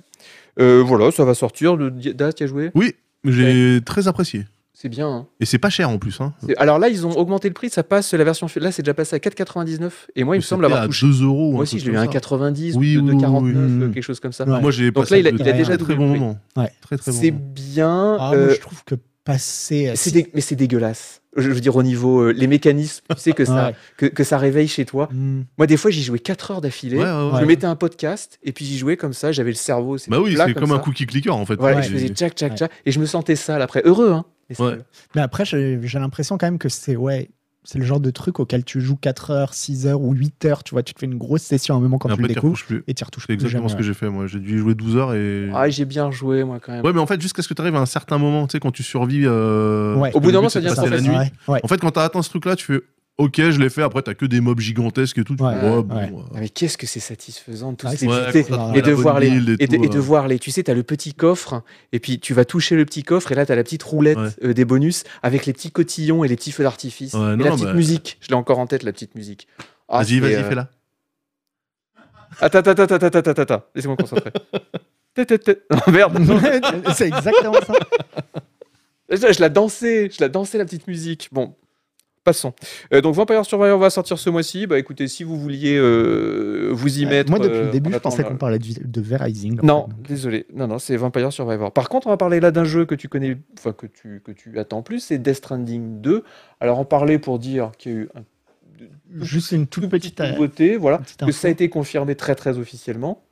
Speaker 1: Euh, voilà, ça va sortir. Le di- Daz, tu as joué
Speaker 3: Oui, j'ai très apprécié.
Speaker 1: C'est bien. hein.
Speaker 3: Et c'est pas cher en plus. Hein.
Speaker 1: C'est- Alors là, ils ont augmenté le prix. Ça passe la version. Là, c'est déjà passé à 4,99. Et moi, il me semble
Speaker 3: C'était
Speaker 1: avoir
Speaker 3: à
Speaker 1: touché.
Speaker 3: 2 euros.
Speaker 1: Moi
Speaker 3: un
Speaker 1: aussi,
Speaker 3: truc
Speaker 1: j'ai eu
Speaker 3: comme
Speaker 1: un
Speaker 3: ça.
Speaker 1: 90,
Speaker 3: Oui,
Speaker 1: de
Speaker 3: oui, oui,
Speaker 1: 49,
Speaker 2: oui, oui.
Speaker 1: euh, quelque chose comme ça.
Speaker 2: Ouais.
Speaker 3: Moi, j'ai
Speaker 1: Donc
Speaker 3: passé
Speaker 1: là, il a-
Speaker 3: de
Speaker 1: il a déjà
Speaker 3: très
Speaker 1: doublé
Speaker 3: bon
Speaker 1: le prix.
Speaker 3: moment.
Speaker 2: Ouais.
Speaker 3: Très très bon
Speaker 1: C'est
Speaker 3: moment.
Speaker 1: bien.
Speaker 2: Ah,
Speaker 1: euh,
Speaker 2: moi, je trouve que passer. à
Speaker 1: c'est
Speaker 2: six-
Speaker 1: dé- Mais c'est dégueulasse. Je, je veux dire, au niveau euh, les mécanismes, tu sais que ça,
Speaker 2: Ouais.
Speaker 1: que, que ça réveille chez toi.
Speaker 2: Hmm.
Speaker 1: Moi, des fois, j'y jouais 4 heures d'affilée.
Speaker 3: Ouais, ouais,
Speaker 1: Je
Speaker 3: ouais.
Speaker 2: Ouais.
Speaker 1: mettais un podcast et puis j'y jouais comme ça. J'avais le cerveau. c'était
Speaker 3: Bah oui,
Speaker 1: plat
Speaker 3: c'est comme un
Speaker 1: ça.
Speaker 3: cookie clicker en fait.
Speaker 1: Voilà,
Speaker 2: Ouais.
Speaker 1: je
Speaker 3: C'est-
Speaker 1: faisais tchac, tchac, tchac. Et je me sentais sale après. Heureux, hein. mais
Speaker 3: Ouais.
Speaker 1: sale.
Speaker 2: Mais après, j'ai j'ai l'impression quand même que c'est ouais, c'est le genre de truc auquel tu joues 4 heures, 6 heures ou 8 heures. Tu vois, tu te fais une grosse session à un moment quand tu
Speaker 3: Et après,
Speaker 2: le
Speaker 3: t'y
Speaker 2: découvres
Speaker 3: recouches plus.
Speaker 2: et tu retouches
Speaker 3: C'est
Speaker 2: plus
Speaker 3: exactement
Speaker 2: jamais,
Speaker 3: ce que j'ai fait. Moi, j'ai dû y jouer 12 heures et.
Speaker 1: Ah, j'ai bien joué, moi, quand même.
Speaker 3: Ouais, mais en fait, jusqu'à ce que tu arrives à un certain moment, tu sais, quand tu survis. euh,
Speaker 2: Ouais.
Speaker 3: parce que
Speaker 1: Au bout
Speaker 3: le
Speaker 1: d'un
Speaker 3: but,
Speaker 1: moment,
Speaker 3: c'est
Speaker 1: ça
Speaker 3: de
Speaker 1: devient
Speaker 3: passer la
Speaker 1: sans
Speaker 3: nuit.
Speaker 2: Ouais, ouais.
Speaker 3: En fait, quand t'as atteint ce truc-là, tu fais OK, je l'ai fait. Après, t'as que des mobs gigantesques et tout. tu
Speaker 2: Ouais,
Speaker 3: fais, bon,
Speaker 2: ouais.
Speaker 3: euh,
Speaker 1: Ah, mais qu'est-ce que c'est satisfaisant,
Speaker 3: Ah,
Speaker 1: tous
Speaker 2: Ouais,
Speaker 1: ces
Speaker 2: c'est-
Speaker 1: petits-
Speaker 2: quand t'as
Speaker 1: et
Speaker 2: la
Speaker 1: de
Speaker 3: bonne
Speaker 1: voir les
Speaker 3: build
Speaker 1: et, de,
Speaker 3: tout,
Speaker 1: et de
Speaker 3: euh.
Speaker 1: voir les tu sais t'as le petit coffre et puis tu vas toucher le petit coffre et là t'as la petite roulette
Speaker 3: Ouais.
Speaker 1: euh, des bonus avec les petits cotillons et les petits feux d'artifice
Speaker 3: Ouais,
Speaker 1: et
Speaker 3: non,
Speaker 1: la
Speaker 3: non,
Speaker 1: petite
Speaker 3: mais-
Speaker 1: musique je l'ai encore en tête la petite musique Ah,
Speaker 3: Vas-y,
Speaker 1: c'est,
Speaker 3: vas-y,
Speaker 1: euh,
Speaker 3: fais-la.
Speaker 1: attends attends attends attends attends attends laissez-moi me concentrer Tê, tê, tê. Oh, merde
Speaker 2: c'est exactement ça.
Speaker 1: je, je la dansais je la dansais la petite musique bon Passons. Euh, donc Vampire Survivor va sortir ce mois-ci. Bah écoutez, si vous vouliez euh, vous y mettre.
Speaker 2: Moi, depuis
Speaker 1: euh,
Speaker 2: le début,
Speaker 1: en
Speaker 2: je pensais
Speaker 1: attendant-
Speaker 2: qu'on parlait de, de Verizing. en
Speaker 1: Non,
Speaker 2: fait, donc.
Speaker 1: désolé. Non, non, c'est Vampire Survivor. Par contre, on va parler là d'un jeu que tu connais, enfin que tu, que tu attends plus, c'est Death Stranding 2. Alors, en parler pour dire qu'il y a eu un-
Speaker 2: Juste une toute petite. euh,
Speaker 1: nouveauté, voilà,
Speaker 2: petite
Speaker 1: que
Speaker 2: info.
Speaker 1: ça a été confirmé très très officiellement.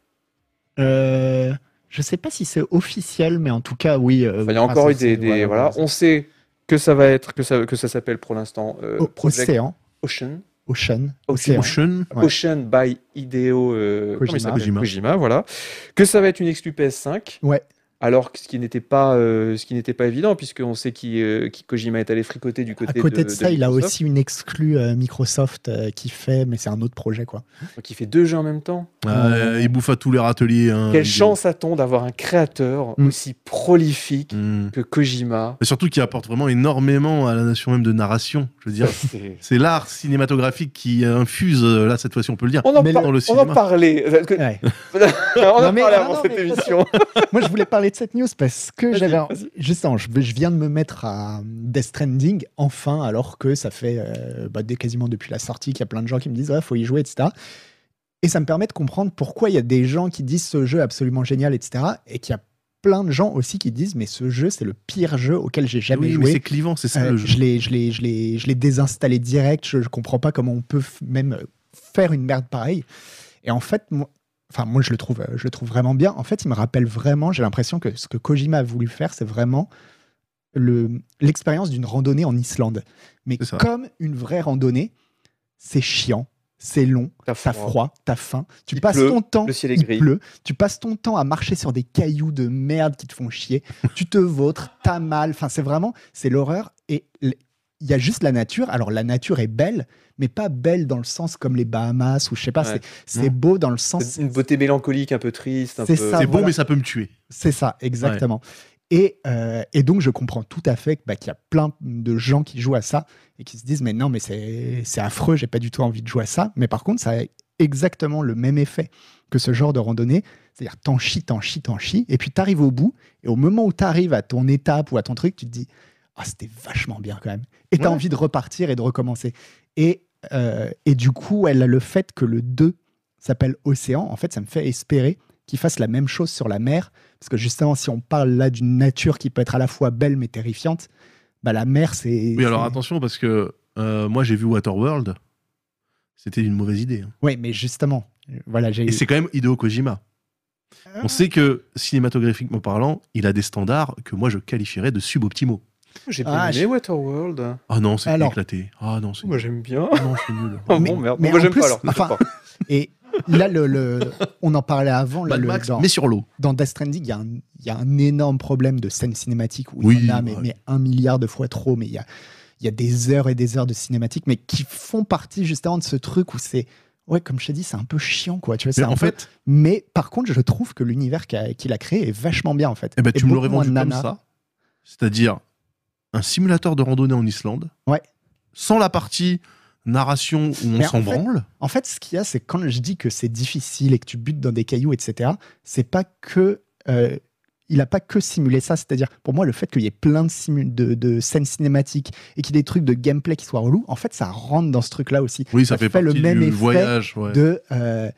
Speaker 2: Euh, je sais pas si c'est officiel, mais en tout cas, oui. euh,
Speaker 1: Enfin, il y a
Speaker 2: enfin,
Speaker 1: encore eu
Speaker 2: ça, c'est-
Speaker 1: des, des- voilà, on sait que ça va être, que ça, que ça s'appelle pour l'instant euh,
Speaker 2: O-
Speaker 1: Project
Speaker 2: Océan,
Speaker 1: Ocean,
Speaker 2: Ocean,
Speaker 1: Ocean.
Speaker 2: Océan.
Speaker 3: Motion.
Speaker 2: Ouais.
Speaker 1: Ocean by Hideo euh, comment il
Speaker 2: Kojima.
Speaker 1: s'appelle
Speaker 3: Kojima.
Speaker 1: voilà, que ça va être une exclu PS5.
Speaker 2: Ouais.
Speaker 1: Alors que ce qui n'était pas euh, ce qui n'était pas évident puisqu'on sait qui Kojima est allé fricoter du
Speaker 2: À
Speaker 1: côté.
Speaker 2: côté de, ça, il a
Speaker 1: Microsoft.
Speaker 2: aussi une exclue euh, Microsoft euh, qui fait, mais c'est un autre projet, quoi.
Speaker 1: Donc il fait deux jeux en même temps.
Speaker 3: Ah, Il bouffe à tous les râteliers. hein,
Speaker 1: Quelle
Speaker 3: les gars.
Speaker 1: chance a-t-on d'avoir un créateur
Speaker 2: Mm.
Speaker 1: aussi prolifique
Speaker 3: Hmm.
Speaker 1: que Kojima
Speaker 3: Mais surtout qui apporte vraiment énormément à la nation même de narration. Je veux dire,
Speaker 1: C'est-
Speaker 3: c'est l'art cinématographique qui infuse, euh, là, cette fois-ci, on peut le dire.
Speaker 1: on en,
Speaker 2: Mais
Speaker 1: par-
Speaker 3: dans le
Speaker 1: on en
Speaker 3: cinéma.
Speaker 1: parlait, euh, parce que-
Speaker 2: Ouais.
Speaker 1: on en
Speaker 2: Non, mais-
Speaker 1: parlait
Speaker 2: non,
Speaker 1: avant
Speaker 2: non,
Speaker 1: cette
Speaker 2: mais-
Speaker 1: émission.
Speaker 2: Moi, je voulais parler de cette news parce que
Speaker 1: Vas-y,
Speaker 2: j'avais. un-
Speaker 1: vas-y.
Speaker 2: Justement, je, je viens de me mettre à Death Stranding, enfin, alors que ça fait euh, bah, dès quasiment depuis la sortie qu'il y a plein de gens qui me disent, ouais, faut y jouer, etc. Et ça me permet de comprendre pourquoi il y a des gens qui disent ce jeu est absolument génial, etc. Et qu'il y a plein de gens aussi qui disent, mais ce jeu, c'est le pire jeu auquel j'ai jamais
Speaker 3: Oui, mais
Speaker 2: joué.
Speaker 3: c'est clivant, c'est ça
Speaker 2: Euh,
Speaker 3: le
Speaker 2: je
Speaker 3: jeu.
Speaker 2: l'ai, je l'ai, je l'ai, je l'ai désinstallé direct. Je, je comprends pas comment on peut f- même euh, faire une merde pareille. Et en fait, moi, enfin moi je le trouve, euh, je le trouve vraiment bien. En fait, il me rappelle vraiment. J'ai l'impression que ce que Kojima a voulu faire, c'est vraiment le l'expérience d'une randonnée en Islande, mais
Speaker 3: C'est ça.
Speaker 2: comme une vraie randonnée, c'est chiant, c'est long,
Speaker 1: T'as
Speaker 2: t'as
Speaker 1: froid.
Speaker 2: froid, t'as faim, tu
Speaker 1: Il
Speaker 2: passes
Speaker 1: pleut,
Speaker 2: ton temps,
Speaker 1: le ciel est
Speaker 2: il
Speaker 1: gris.
Speaker 2: pleut, tu passes ton temps à marcher sur des cailloux de merde qui te font chier, tu te vautres, t'as mal, enfin c'est vraiment, c'est l'horreur et l- il y a juste la nature. Alors la nature est belle, mais pas belle dans le sens comme les Bahamas ou je sais pas,
Speaker 1: Ouais.
Speaker 2: c'est- c'est beau dans le sens,
Speaker 1: Mmh. C'est une beauté mélancolique, un peu triste. un
Speaker 2: C'est
Speaker 1: peu-
Speaker 2: ça.
Speaker 3: C'est
Speaker 2: Ah,
Speaker 3: beau,
Speaker 2: voilà.
Speaker 3: mais ça peut me tuer.
Speaker 2: c'est ça, exactement. Et, euh, et donc, je comprends tout à fait que, bah, qu'il y a plein de gens qui jouent à ça et qui se disent Mais non, mais c'est c'est affreux, j'ai pas du tout envie de jouer à ça. Mais par contre, ça a exactement le même effet que ce genre de randonnée. C'est-à-dire, t'en chies, t'en chies, t'en chies. Et puis, t'arrives au bout. Et au moment où t'arrives à ton étape ou à ton truc, tu te dis Ah, c'était vachement bien quand même. Et t'as
Speaker 1: Ouais.
Speaker 2: envie de repartir et de recommencer. Et, euh, et du coup, elle a le fait que le 2 s'appelle Océan. En fait, ça me fait espérer qu'ils fassent la même chose sur la mer. Parce que justement, si on parle là d'une nature qui peut être à la fois belle mais terrifiante, bah la mer, c'est.
Speaker 3: Oui, alors
Speaker 2: c'est-
Speaker 3: attention, parce que euh, moi, j'ai vu Waterworld. C'était une mauvaise idée. hein.
Speaker 2: Ouais, mais justement, euh, voilà, j'ai.
Speaker 3: Et c'est quand même Hideo Kojima. On sait que, cinématographiquement parlant, il a des standards que moi, je qualifierais de suboptimaux.
Speaker 1: J'ai bien
Speaker 2: Ah,
Speaker 1: aimé
Speaker 2: je-
Speaker 1: Waterworld.
Speaker 3: Ah non, c'est
Speaker 2: Alors-
Speaker 3: éclaté. Ah non, c'est
Speaker 1: Moi, j'aime bien.
Speaker 3: ah non, c'est nul.
Speaker 1: Oh,
Speaker 2: Mais-
Speaker 1: bon, merde.
Speaker 2: mais
Speaker 1: Moi,
Speaker 2: en
Speaker 1: j'aime
Speaker 2: plus-
Speaker 1: pas alors.
Speaker 2: enfin,
Speaker 1: J'aime
Speaker 2: Et là, le, le- on en parlait avant, là,
Speaker 3: Mad
Speaker 2: le-
Speaker 3: Max,
Speaker 2: dans,
Speaker 3: mais sur l'eau.
Speaker 2: dans Death Stranding, il y, a un- il y a un énorme problème de scène cinématique où il
Speaker 3: Oui,
Speaker 2: y en a mais,
Speaker 3: ouais.
Speaker 2: mais un milliard de fois trop, mais il y a, il y a des heures et des heures de cinématique, mais qui font partie justement de ce truc où c'est. Ouais, comme je t'ai dit, c'est un peu chiant, quoi. Tu vois, c'est
Speaker 3: Mais
Speaker 2: un
Speaker 3: en
Speaker 2: peu-
Speaker 3: fait,
Speaker 2: Mais par contre, je trouve que l'univers qu'a- qu'il a, créé est vachement bien, en fait.
Speaker 3: eh ben,
Speaker 2: Et
Speaker 3: tu me
Speaker 2: beaucoup
Speaker 3: l'aurais
Speaker 2: moins
Speaker 3: vendu comme
Speaker 2: nana.
Speaker 3: ça. C'est-à-dire un simulateur de randonnée en Islande.
Speaker 2: Ouais.
Speaker 3: Sans la partie narration où on
Speaker 2: Mais en
Speaker 3: s'en
Speaker 2: fait-
Speaker 3: branle.
Speaker 2: En fait, ce qu'il y a, c'est que quand je dis que c'est difficile et que tu butes dans des cailloux, etc., c'est pas que euh, il n'a pas que simulé ça. C'est-à-dire, pour moi, le fait qu'il y ait plein de, simu- de, de scènes cinématiques et qu'il y ait des trucs de gameplay qui soient relous, en fait, ça rentre dans ce truc-là aussi.
Speaker 3: Oui, ça, fait,
Speaker 2: fait le
Speaker 3: partie
Speaker 2: même
Speaker 3: du
Speaker 2: effet
Speaker 3: voyage. ouais.
Speaker 2: De. euh,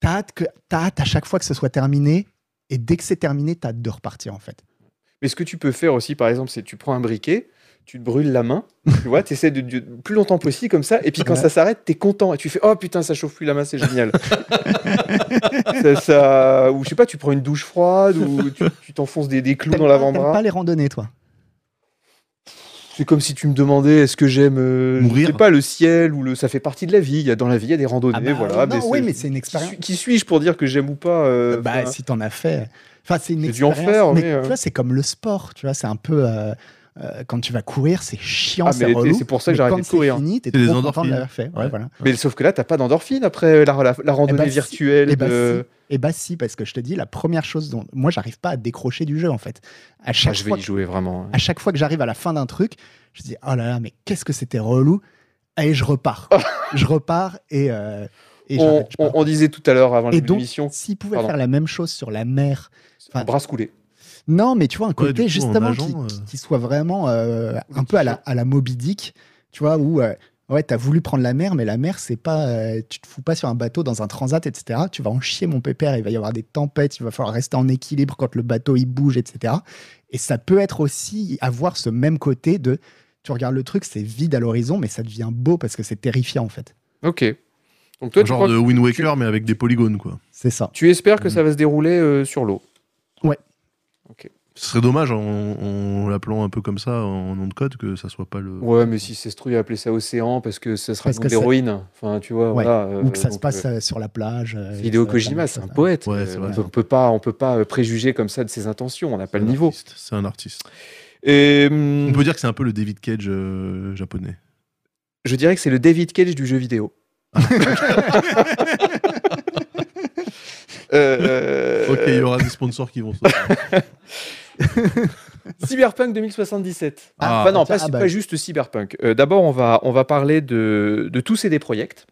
Speaker 2: t'as hâte, que- t'as hâte à chaque fois que ce soit terminé. Et dès que c'est terminé, t'as hâte de repartir en fait.
Speaker 1: Mais ce que tu peux faire aussi, par exemple, c'est tu prends un briquet, tu te brûles la main, tu vois, tu essaies de, de- plus longtemps possible comme ça, et puis quand
Speaker 2: Ouais.
Speaker 1: ça s'arrête, t'es content et tu fais oh putain, ça chauffe plus la main, c'est génial. ça, ça- ou je sais pas, tu prends une douche froide ou tu tu t'enfonces des, des clous
Speaker 2: T'aimes
Speaker 1: dans
Speaker 2: pas, t'aimes
Speaker 1: l'avant-bras.
Speaker 2: pas les randonnées, toi
Speaker 1: C'est comme si tu me demandais est-ce que j'aime euh, je
Speaker 3: Mourir.
Speaker 1: sais pas le ciel ou le ça fait partie de la vie. Il y a- Dans la vie, il y a des randonnées,
Speaker 2: Ah bah,
Speaker 1: voilà.
Speaker 2: non, oui, mais c'est une
Speaker 1: qui,
Speaker 2: expérience.
Speaker 1: suis- qui suis-je pour dire que j'aime ou pas euh,
Speaker 2: bah,
Speaker 1: enfin,
Speaker 2: si t'en as fait. Enfin, c'est une
Speaker 1: J'ai dû en
Speaker 2: expérience.
Speaker 1: faire,
Speaker 2: mais
Speaker 1: mais, euh.
Speaker 2: tu vois, c'est comme le sport. Tu vois, c'est un peu. euh, euh, quand tu vas courir, c'est chiant,
Speaker 1: Ah,
Speaker 2: c'est
Speaker 1: mais
Speaker 2: relou.
Speaker 1: c'est pour ça que
Speaker 2: mais
Speaker 1: j'ai arrêté
Speaker 2: quand
Speaker 1: de courir.
Speaker 2: C'est fini, t'es
Speaker 3: C'est des
Speaker 2: trop content de
Speaker 3: endorphines.
Speaker 2: l'avoir fait. Ouais,
Speaker 3: Ouais.
Speaker 2: voilà.
Speaker 1: Mais sauf que là, t'as pas d'endorphine après la, la- la randonnée
Speaker 2: Eh si.
Speaker 1: virtuelle.
Speaker 2: Eh ben,
Speaker 1: de-
Speaker 2: si. Et bah si, parce que je te dis, la première chose dont moi j'arrive pas à décrocher du jeu en fait. À
Speaker 1: Ah,
Speaker 2: chaque
Speaker 1: je
Speaker 2: fois,
Speaker 1: vais y jouer vraiment.
Speaker 2: à chaque fois que j'arrive à la fin d'un truc, je dis oh là là, mais qu'est-ce que c'était relou. Allez, je repars. je repars et, euh, et
Speaker 1: on,
Speaker 2: j'arrête, je pars.
Speaker 1: on- on disait tout à l'heure avant
Speaker 2: Et
Speaker 1: le
Speaker 2: donc,
Speaker 1: l'émission,
Speaker 2: s'ils pouvaient
Speaker 1: Pardon.
Speaker 2: faire la même chose sur la mer, enfin,
Speaker 1: bras se couler.
Speaker 2: non, mais tu vois un
Speaker 3: Ouais,
Speaker 2: côté
Speaker 3: du coup, en
Speaker 2: justement
Speaker 3: nageant,
Speaker 2: qui,
Speaker 3: euh.
Speaker 2: qui- qui soit vraiment euh, un
Speaker 1: Oui,
Speaker 2: peu à la à la Moby Dick, tu vois où euh, ouais t'as voulu prendre la mer, mais la mer c'est pas euh, tu te fous pas sur un bateau dans un transat etc. Tu vas en chier mon pépère, il va y avoir des tempêtes, il va falloir rester en équilibre quand le bateau il bouge etc. Et ça peut être aussi avoir ce même côté de tu regardes le truc c'est vide à l'horizon, mais ça devient beau parce que c'est terrifiant en fait.
Speaker 1: Ok. Donc toi, tu,
Speaker 3: genre
Speaker 1: crois-
Speaker 3: de Wind Waker, mais avec des polygones, quoi.
Speaker 2: C'est ça.
Speaker 1: tu espères que
Speaker 3: Mm.
Speaker 1: ça va se dérouler euh, sur l'eau.
Speaker 3: Ce serait dommage, en, en l'appelant un peu comme ça, en nom de code, que ça soit pas le.
Speaker 1: Ouais, mais si c'est se trouve, appeler ça océan parce que ça sera
Speaker 2: Parce
Speaker 1: une
Speaker 2: que ça-
Speaker 1: d'héroïne. Enfin, tu vois,
Speaker 2: Ouais.
Speaker 1: voilà.
Speaker 2: Ou que
Speaker 1: euh,
Speaker 2: ça se
Speaker 1: donc,
Speaker 2: passe
Speaker 1: euh,
Speaker 2: euh, sur la plage. euh,
Speaker 1: Hideo
Speaker 2: ça-
Speaker 1: Kojima, c'est un poète.
Speaker 3: Ouais,
Speaker 1: euh,
Speaker 3: c'est
Speaker 1: on,
Speaker 3: vrai.
Speaker 1: peut, on peut pas, on peut pas euh, préjuger comme ça de ses intentions. On n'a pas le
Speaker 3: un
Speaker 1: niveau.
Speaker 3: artiste, C'est un artiste.
Speaker 1: Et,
Speaker 3: On
Speaker 1: hum,
Speaker 3: peut dire que c'est un peu le David Cage euh, japonais.
Speaker 1: Je dirais que c'est le David Cage du jeu vidéo. Euh,
Speaker 3: Ok, il y aura des sponsors qui vont sortir.
Speaker 1: Cyberpunk 2077.
Speaker 3: Ah,
Speaker 1: Enfin, non,
Speaker 2: tiens,
Speaker 1: pas,
Speaker 2: ah, bah.
Speaker 1: pas juste Cyberpunk. Euh, D'abord, on va, on va parler de, de tous ces des projects.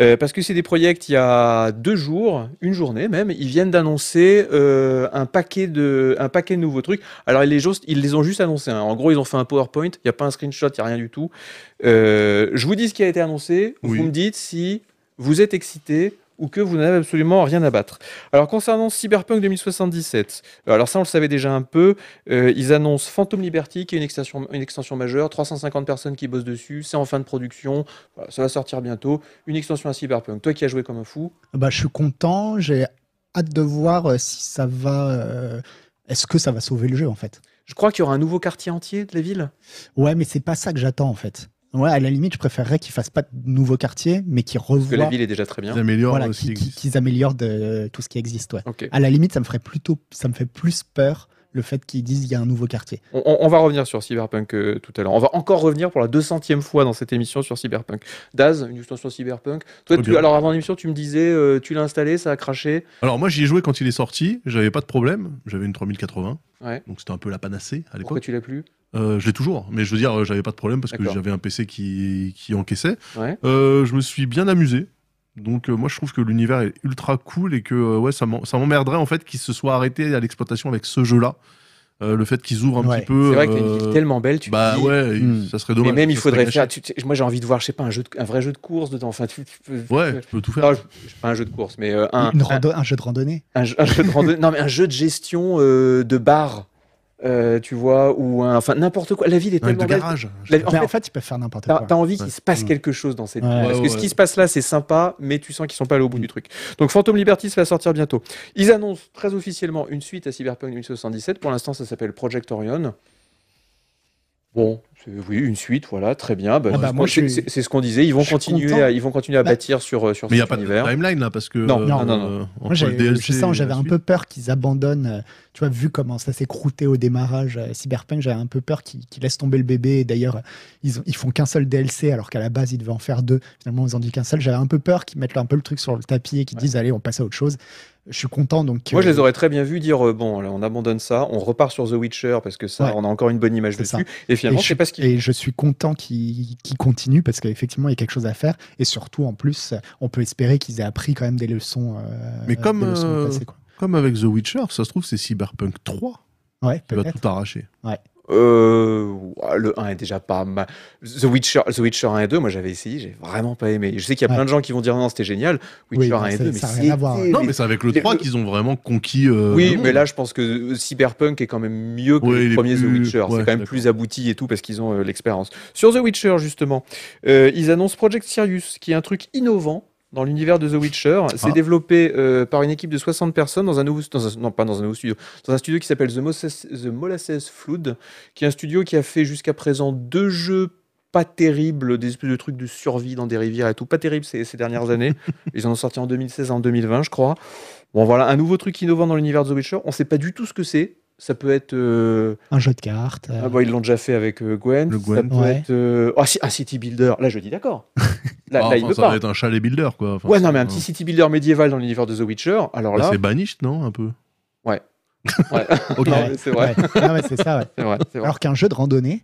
Speaker 1: Euh, parce que c'est des projects, il y a deux jours, une journée même, ils viennent d'annoncer euh, un, paquet de, un paquet de nouveaux trucs. Alors, ils les, juste- ils les ont juste annoncés. hein. En gros, ils ont fait un PowerPoint, il n'y a pas un screenshot, il n'y a rien du tout. Euh, je vous dis ce qui a été annoncé,
Speaker 3: Oui.
Speaker 1: vous me dites si vous êtes excité ou que vous n'avez absolument rien à battre. Alors, concernant Cyberpunk 2077, euh, alors ça, on le savait déjà un peu, euh, ils annoncent Phantom Liberty, qui est une extension, une extension majeure, 350 personnes qui bossent dessus, c'est en fin de production, voilà, ça va sortir bientôt, une extension à Cyberpunk. Toi qui as joué comme un fou,
Speaker 2: Bah, je suis content, j'ai hâte de voir euh, si ça va. euh, Est-ce que ça va sauver le jeu en fait
Speaker 1: je crois qu'il y aura un nouveau quartier entier de la ville.
Speaker 2: Ouais, mais c'est pas ça que j'attends en fait. Ouais, à la limite, je préférerais qu'ils fassent pas de nouveaux quartiers, mais qu'ils
Speaker 1: Parce que
Speaker 2: revoient,
Speaker 1: la ville est déjà très bien.
Speaker 3: Ils améliorent euh,
Speaker 2: voilà,
Speaker 3: aussi.
Speaker 2: qu'ils qu'ils- qu'ils améliorent de, tout ce qui existe. Ouais.
Speaker 1: Ok.
Speaker 2: À la limite, ça me ferait plutôt, ça me fait plus peur le fait qu'ils disent il y a un nouveau quartier.
Speaker 1: On, on- on va revenir sur Cyberpunk euh, tout à l'heure. On va encore revenir pour la 200e fois dans cette émission sur Cyberpunk. Daz, une extension Cyberpunk. Toi,
Speaker 3: Très
Speaker 1: tu-
Speaker 3: bien.
Speaker 1: alors avant l'émission, tu me disais, euh, tu l'as installé, ça a craché.
Speaker 3: Alors moi j'y ai joué quand il est sorti, j'avais pas de problème, j'avais une 3080.
Speaker 1: Ouais.
Speaker 3: Donc c'était un peu la panacée à
Speaker 1: Pourquoi
Speaker 3: l'époque.
Speaker 1: tu l'as plus
Speaker 3: Euh, je l'ai toujours, mais je veux dire, euh, j'avais pas de problème parce que
Speaker 1: D'accord.
Speaker 3: j'avais un PC qui, qui encaissait.
Speaker 1: Ouais.
Speaker 3: Euh, je me suis bien amusé. Donc euh, moi je trouve que l'univers est ultra cool et que euh, ouais, ça m'en- ça m'emmerderait en fait qu'ils se soient arrêtés à l'exploitation avec ce jeu-là. Euh, le fait qu'ils ouvrent un
Speaker 2: Ouais.
Speaker 3: petit peu...
Speaker 1: C'est vrai que t'as une ville
Speaker 3: euh,
Speaker 1: tellement belle, tu te
Speaker 3: Bah
Speaker 1: dis,
Speaker 3: ouais,
Speaker 2: Hmm.
Speaker 3: ça serait dommage.
Speaker 1: mais même il
Speaker 3: ça serait
Speaker 1: faudrait
Speaker 3: gâché.
Speaker 1: faire. tu- tu- moi j'ai envie de voir, je sais pas, un, jeu de- un vrai jeu de course dedans. Enfin, tu, tu peux-
Speaker 3: Ouais, tu peux tout faire.
Speaker 1: Non, je- je- pas un jeu de course, mais euh, un,
Speaker 2: Une rando- un jeu de randonnée.
Speaker 1: un jeu- un jeu de randonnée. Non, mais un jeu de gestion euh, de bar, euh, tu vois, ou un, enfin n'importe quoi. La ville est
Speaker 3: Un
Speaker 1: tellement
Speaker 3: de
Speaker 1: belle.
Speaker 3: garage.
Speaker 1: La-
Speaker 2: Mais
Speaker 1: en fait,
Speaker 2: Ben, ils peuvent faire n'importe
Speaker 1: T'as
Speaker 2: quoi.
Speaker 1: t'as envie qu'il
Speaker 3: Ouais.
Speaker 1: se passe
Speaker 2: Mm.
Speaker 1: quelque chose dans cette
Speaker 2: Ouais.
Speaker 1: ville. Parce
Speaker 3: Ouais,
Speaker 1: que
Speaker 3: ouais.
Speaker 1: ce qui se passe là, c'est sympa, mais tu sens qu'ils sont pas allés au bout
Speaker 2: Mm.
Speaker 1: du truc. Donc Phantom Liberty ça va sortir bientôt. Ils annoncent très officiellement une suite à Cyberpunk 2077. Pour l'instant, ça s'appelle Project Orion. Bon, c'est- oui, une suite, voilà, très bien. Bah,
Speaker 2: Ah bah,
Speaker 1: c'est-
Speaker 2: moi, je
Speaker 1: c'est
Speaker 2: suis-
Speaker 1: c'est- c'est ce qu'on disait. Ils vont
Speaker 2: je suis
Speaker 1: continuer,
Speaker 2: content.
Speaker 1: à, ils vont continuer à
Speaker 2: Bah,
Speaker 1: bâtir sur euh, sur
Speaker 3: Mais il n'y a
Speaker 1: cet
Speaker 3: pas de
Speaker 1: univers.
Speaker 3: timeline là parce que.
Speaker 1: Non,
Speaker 3: euh,
Speaker 2: non, non,
Speaker 1: non.
Speaker 3: euh, entre
Speaker 2: Moi,
Speaker 3: le
Speaker 2: j'avais-
Speaker 3: DLC
Speaker 2: je sais,
Speaker 3: et
Speaker 2: j'avais
Speaker 3: la
Speaker 2: un
Speaker 3: suite.
Speaker 2: peu peur qu'ils abandonnent. euh, Tu vois, vu comment ça s'est croûté au démarrage, euh, Cyberpunk, j'avais un peu peur qu'ils qu'ils laissent tomber le bébé. Et D'ailleurs, ils, ont- ils font qu'un seul DLC, alors qu'à la base, ils devaient en faire deux. Finalement, ils en ont dit qu'un seul. J'avais un peu peur qu'ils mettent un peu le truc sur le tapis et qu'ils
Speaker 1: Ouais.
Speaker 2: disent, allez, on passe à autre chose. Je suis content. Donc,
Speaker 1: Moi, je
Speaker 2: euh,
Speaker 1: les aurais très bien vus dire euh, bon, là, on abandonne ça, on repart sur The Witcher parce que ça,
Speaker 2: Ouais.
Speaker 1: on a encore une bonne image
Speaker 2: C'est
Speaker 1: dessus.
Speaker 2: ça.
Speaker 1: Et finalement,
Speaker 2: Et je-
Speaker 1: c'est pas ce qu'ils
Speaker 2: Et je suis content qu'ils qu'ils continuent parce qu'effectivement, il y a quelque chose à faire. Et surtout, en plus, on peut espérer qu'ils aient appris quand même des leçons. euh,
Speaker 3: Mais comme,
Speaker 2: des leçons du
Speaker 3: euh,
Speaker 2: passé, quoi.
Speaker 3: Comme avec The Witcher, ça se trouve, c'est Cyberpunk 3
Speaker 2: Ouais,
Speaker 3: qui va
Speaker 2: peut-être.
Speaker 3: tout arracher.
Speaker 1: Euh, ouah, le 1 est déjà pas mal. The Witcher, The Witcher 1 et 2, moi j'avais essayé, j'ai vraiment pas aimé. Je sais qu'il y a
Speaker 2: Ouais.
Speaker 1: plein de gens qui vont dire non, c'était génial.
Speaker 2: Oui,
Speaker 1: Witcher
Speaker 2: non,
Speaker 1: 1 et
Speaker 2: ça-
Speaker 1: 2, mais
Speaker 2: ça a rien à voir. hein.
Speaker 1: c'était-
Speaker 3: Non, mais c'est avec le
Speaker 1: les-
Speaker 3: 3 qu'ils ont vraiment conquis. euh,
Speaker 1: Oui,
Speaker 3: le monde.
Speaker 1: mais là, je pense que euh, Cyberpunk est quand même mieux que
Speaker 3: Ouais, il
Speaker 1: les
Speaker 3: est
Speaker 1: premiers The
Speaker 3: plus-
Speaker 1: Witcher.
Speaker 3: ouais,
Speaker 1: c'est quand même
Speaker 3: d'accord.
Speaker 1: plus abouti et tout parce qu'ils ont euh, l'expérience. Sur The Witcher, justement, euh, ils annoncent Project Sirius, qui est un truc innovant dans l'univers de The Witcher. C'est
Speaker 3: Ah.
Speaker 1: développé euh, par une équipe de 60 personnes dans un nouveau... dans un- non, pas dans un nouveau studio. Dans un studio qui s'appelle The, Moses- The Molasses Flood, qui est un studio qui a fait jusqu'à présent deux jeux pas terribles, des espèces de trucs de survie dans des rivières et tout, pas terribles ces, ces dernières années. Ils en ont sorti en 2016 en 2020, je crois. Bon, voilà, un nouveau truc innovant dans l'univers de The Witcher. On ne sait pas du tout ce que c'est. Ça peut être. euh,
Speaker 2: Un jeu de cartes. euh,
Speaker 1: ah, bon, ils l'ont déjà fait avec euh, Gwen.
Speaker 3: Le
Speaker 1: Ça
Speaker 3: Gwen.
Speaker 1: peut
Speaker 2: Ouais.
Speaker 1: être. euh, ah, si, un city builder. Là, je dis d'accord. Là,
Speaker 3: Ah,
Speaker 1: là, il
Speaker 3: enfin,
Speaker 1: veut
Speaker 3: ça
Speaker 1: pas.
Speaker 3: va être un chalet builder, quoi. Enfin,
Speaker 1: Ouais,
Speaker 3: c'est-
Speaker 1: non, mais un petit city builder médiéval dans l'univers de The Witcher. Alors
Speaker 3: Bah,
Speaker 1: là.
Speaker 3: c'est banished, non Un peu
Speaker 1: Ouais. Ouais.
Speaker 3: Ouais. ok.
Speaker 1: Non, mais c'est vrai.
Speaker 2: ouais. Non, mais c'est ça, ouais.
Speaker 1: C'est vrai. C'est vrai.
Speaker 2: Alors qu'un jeu de randonnée,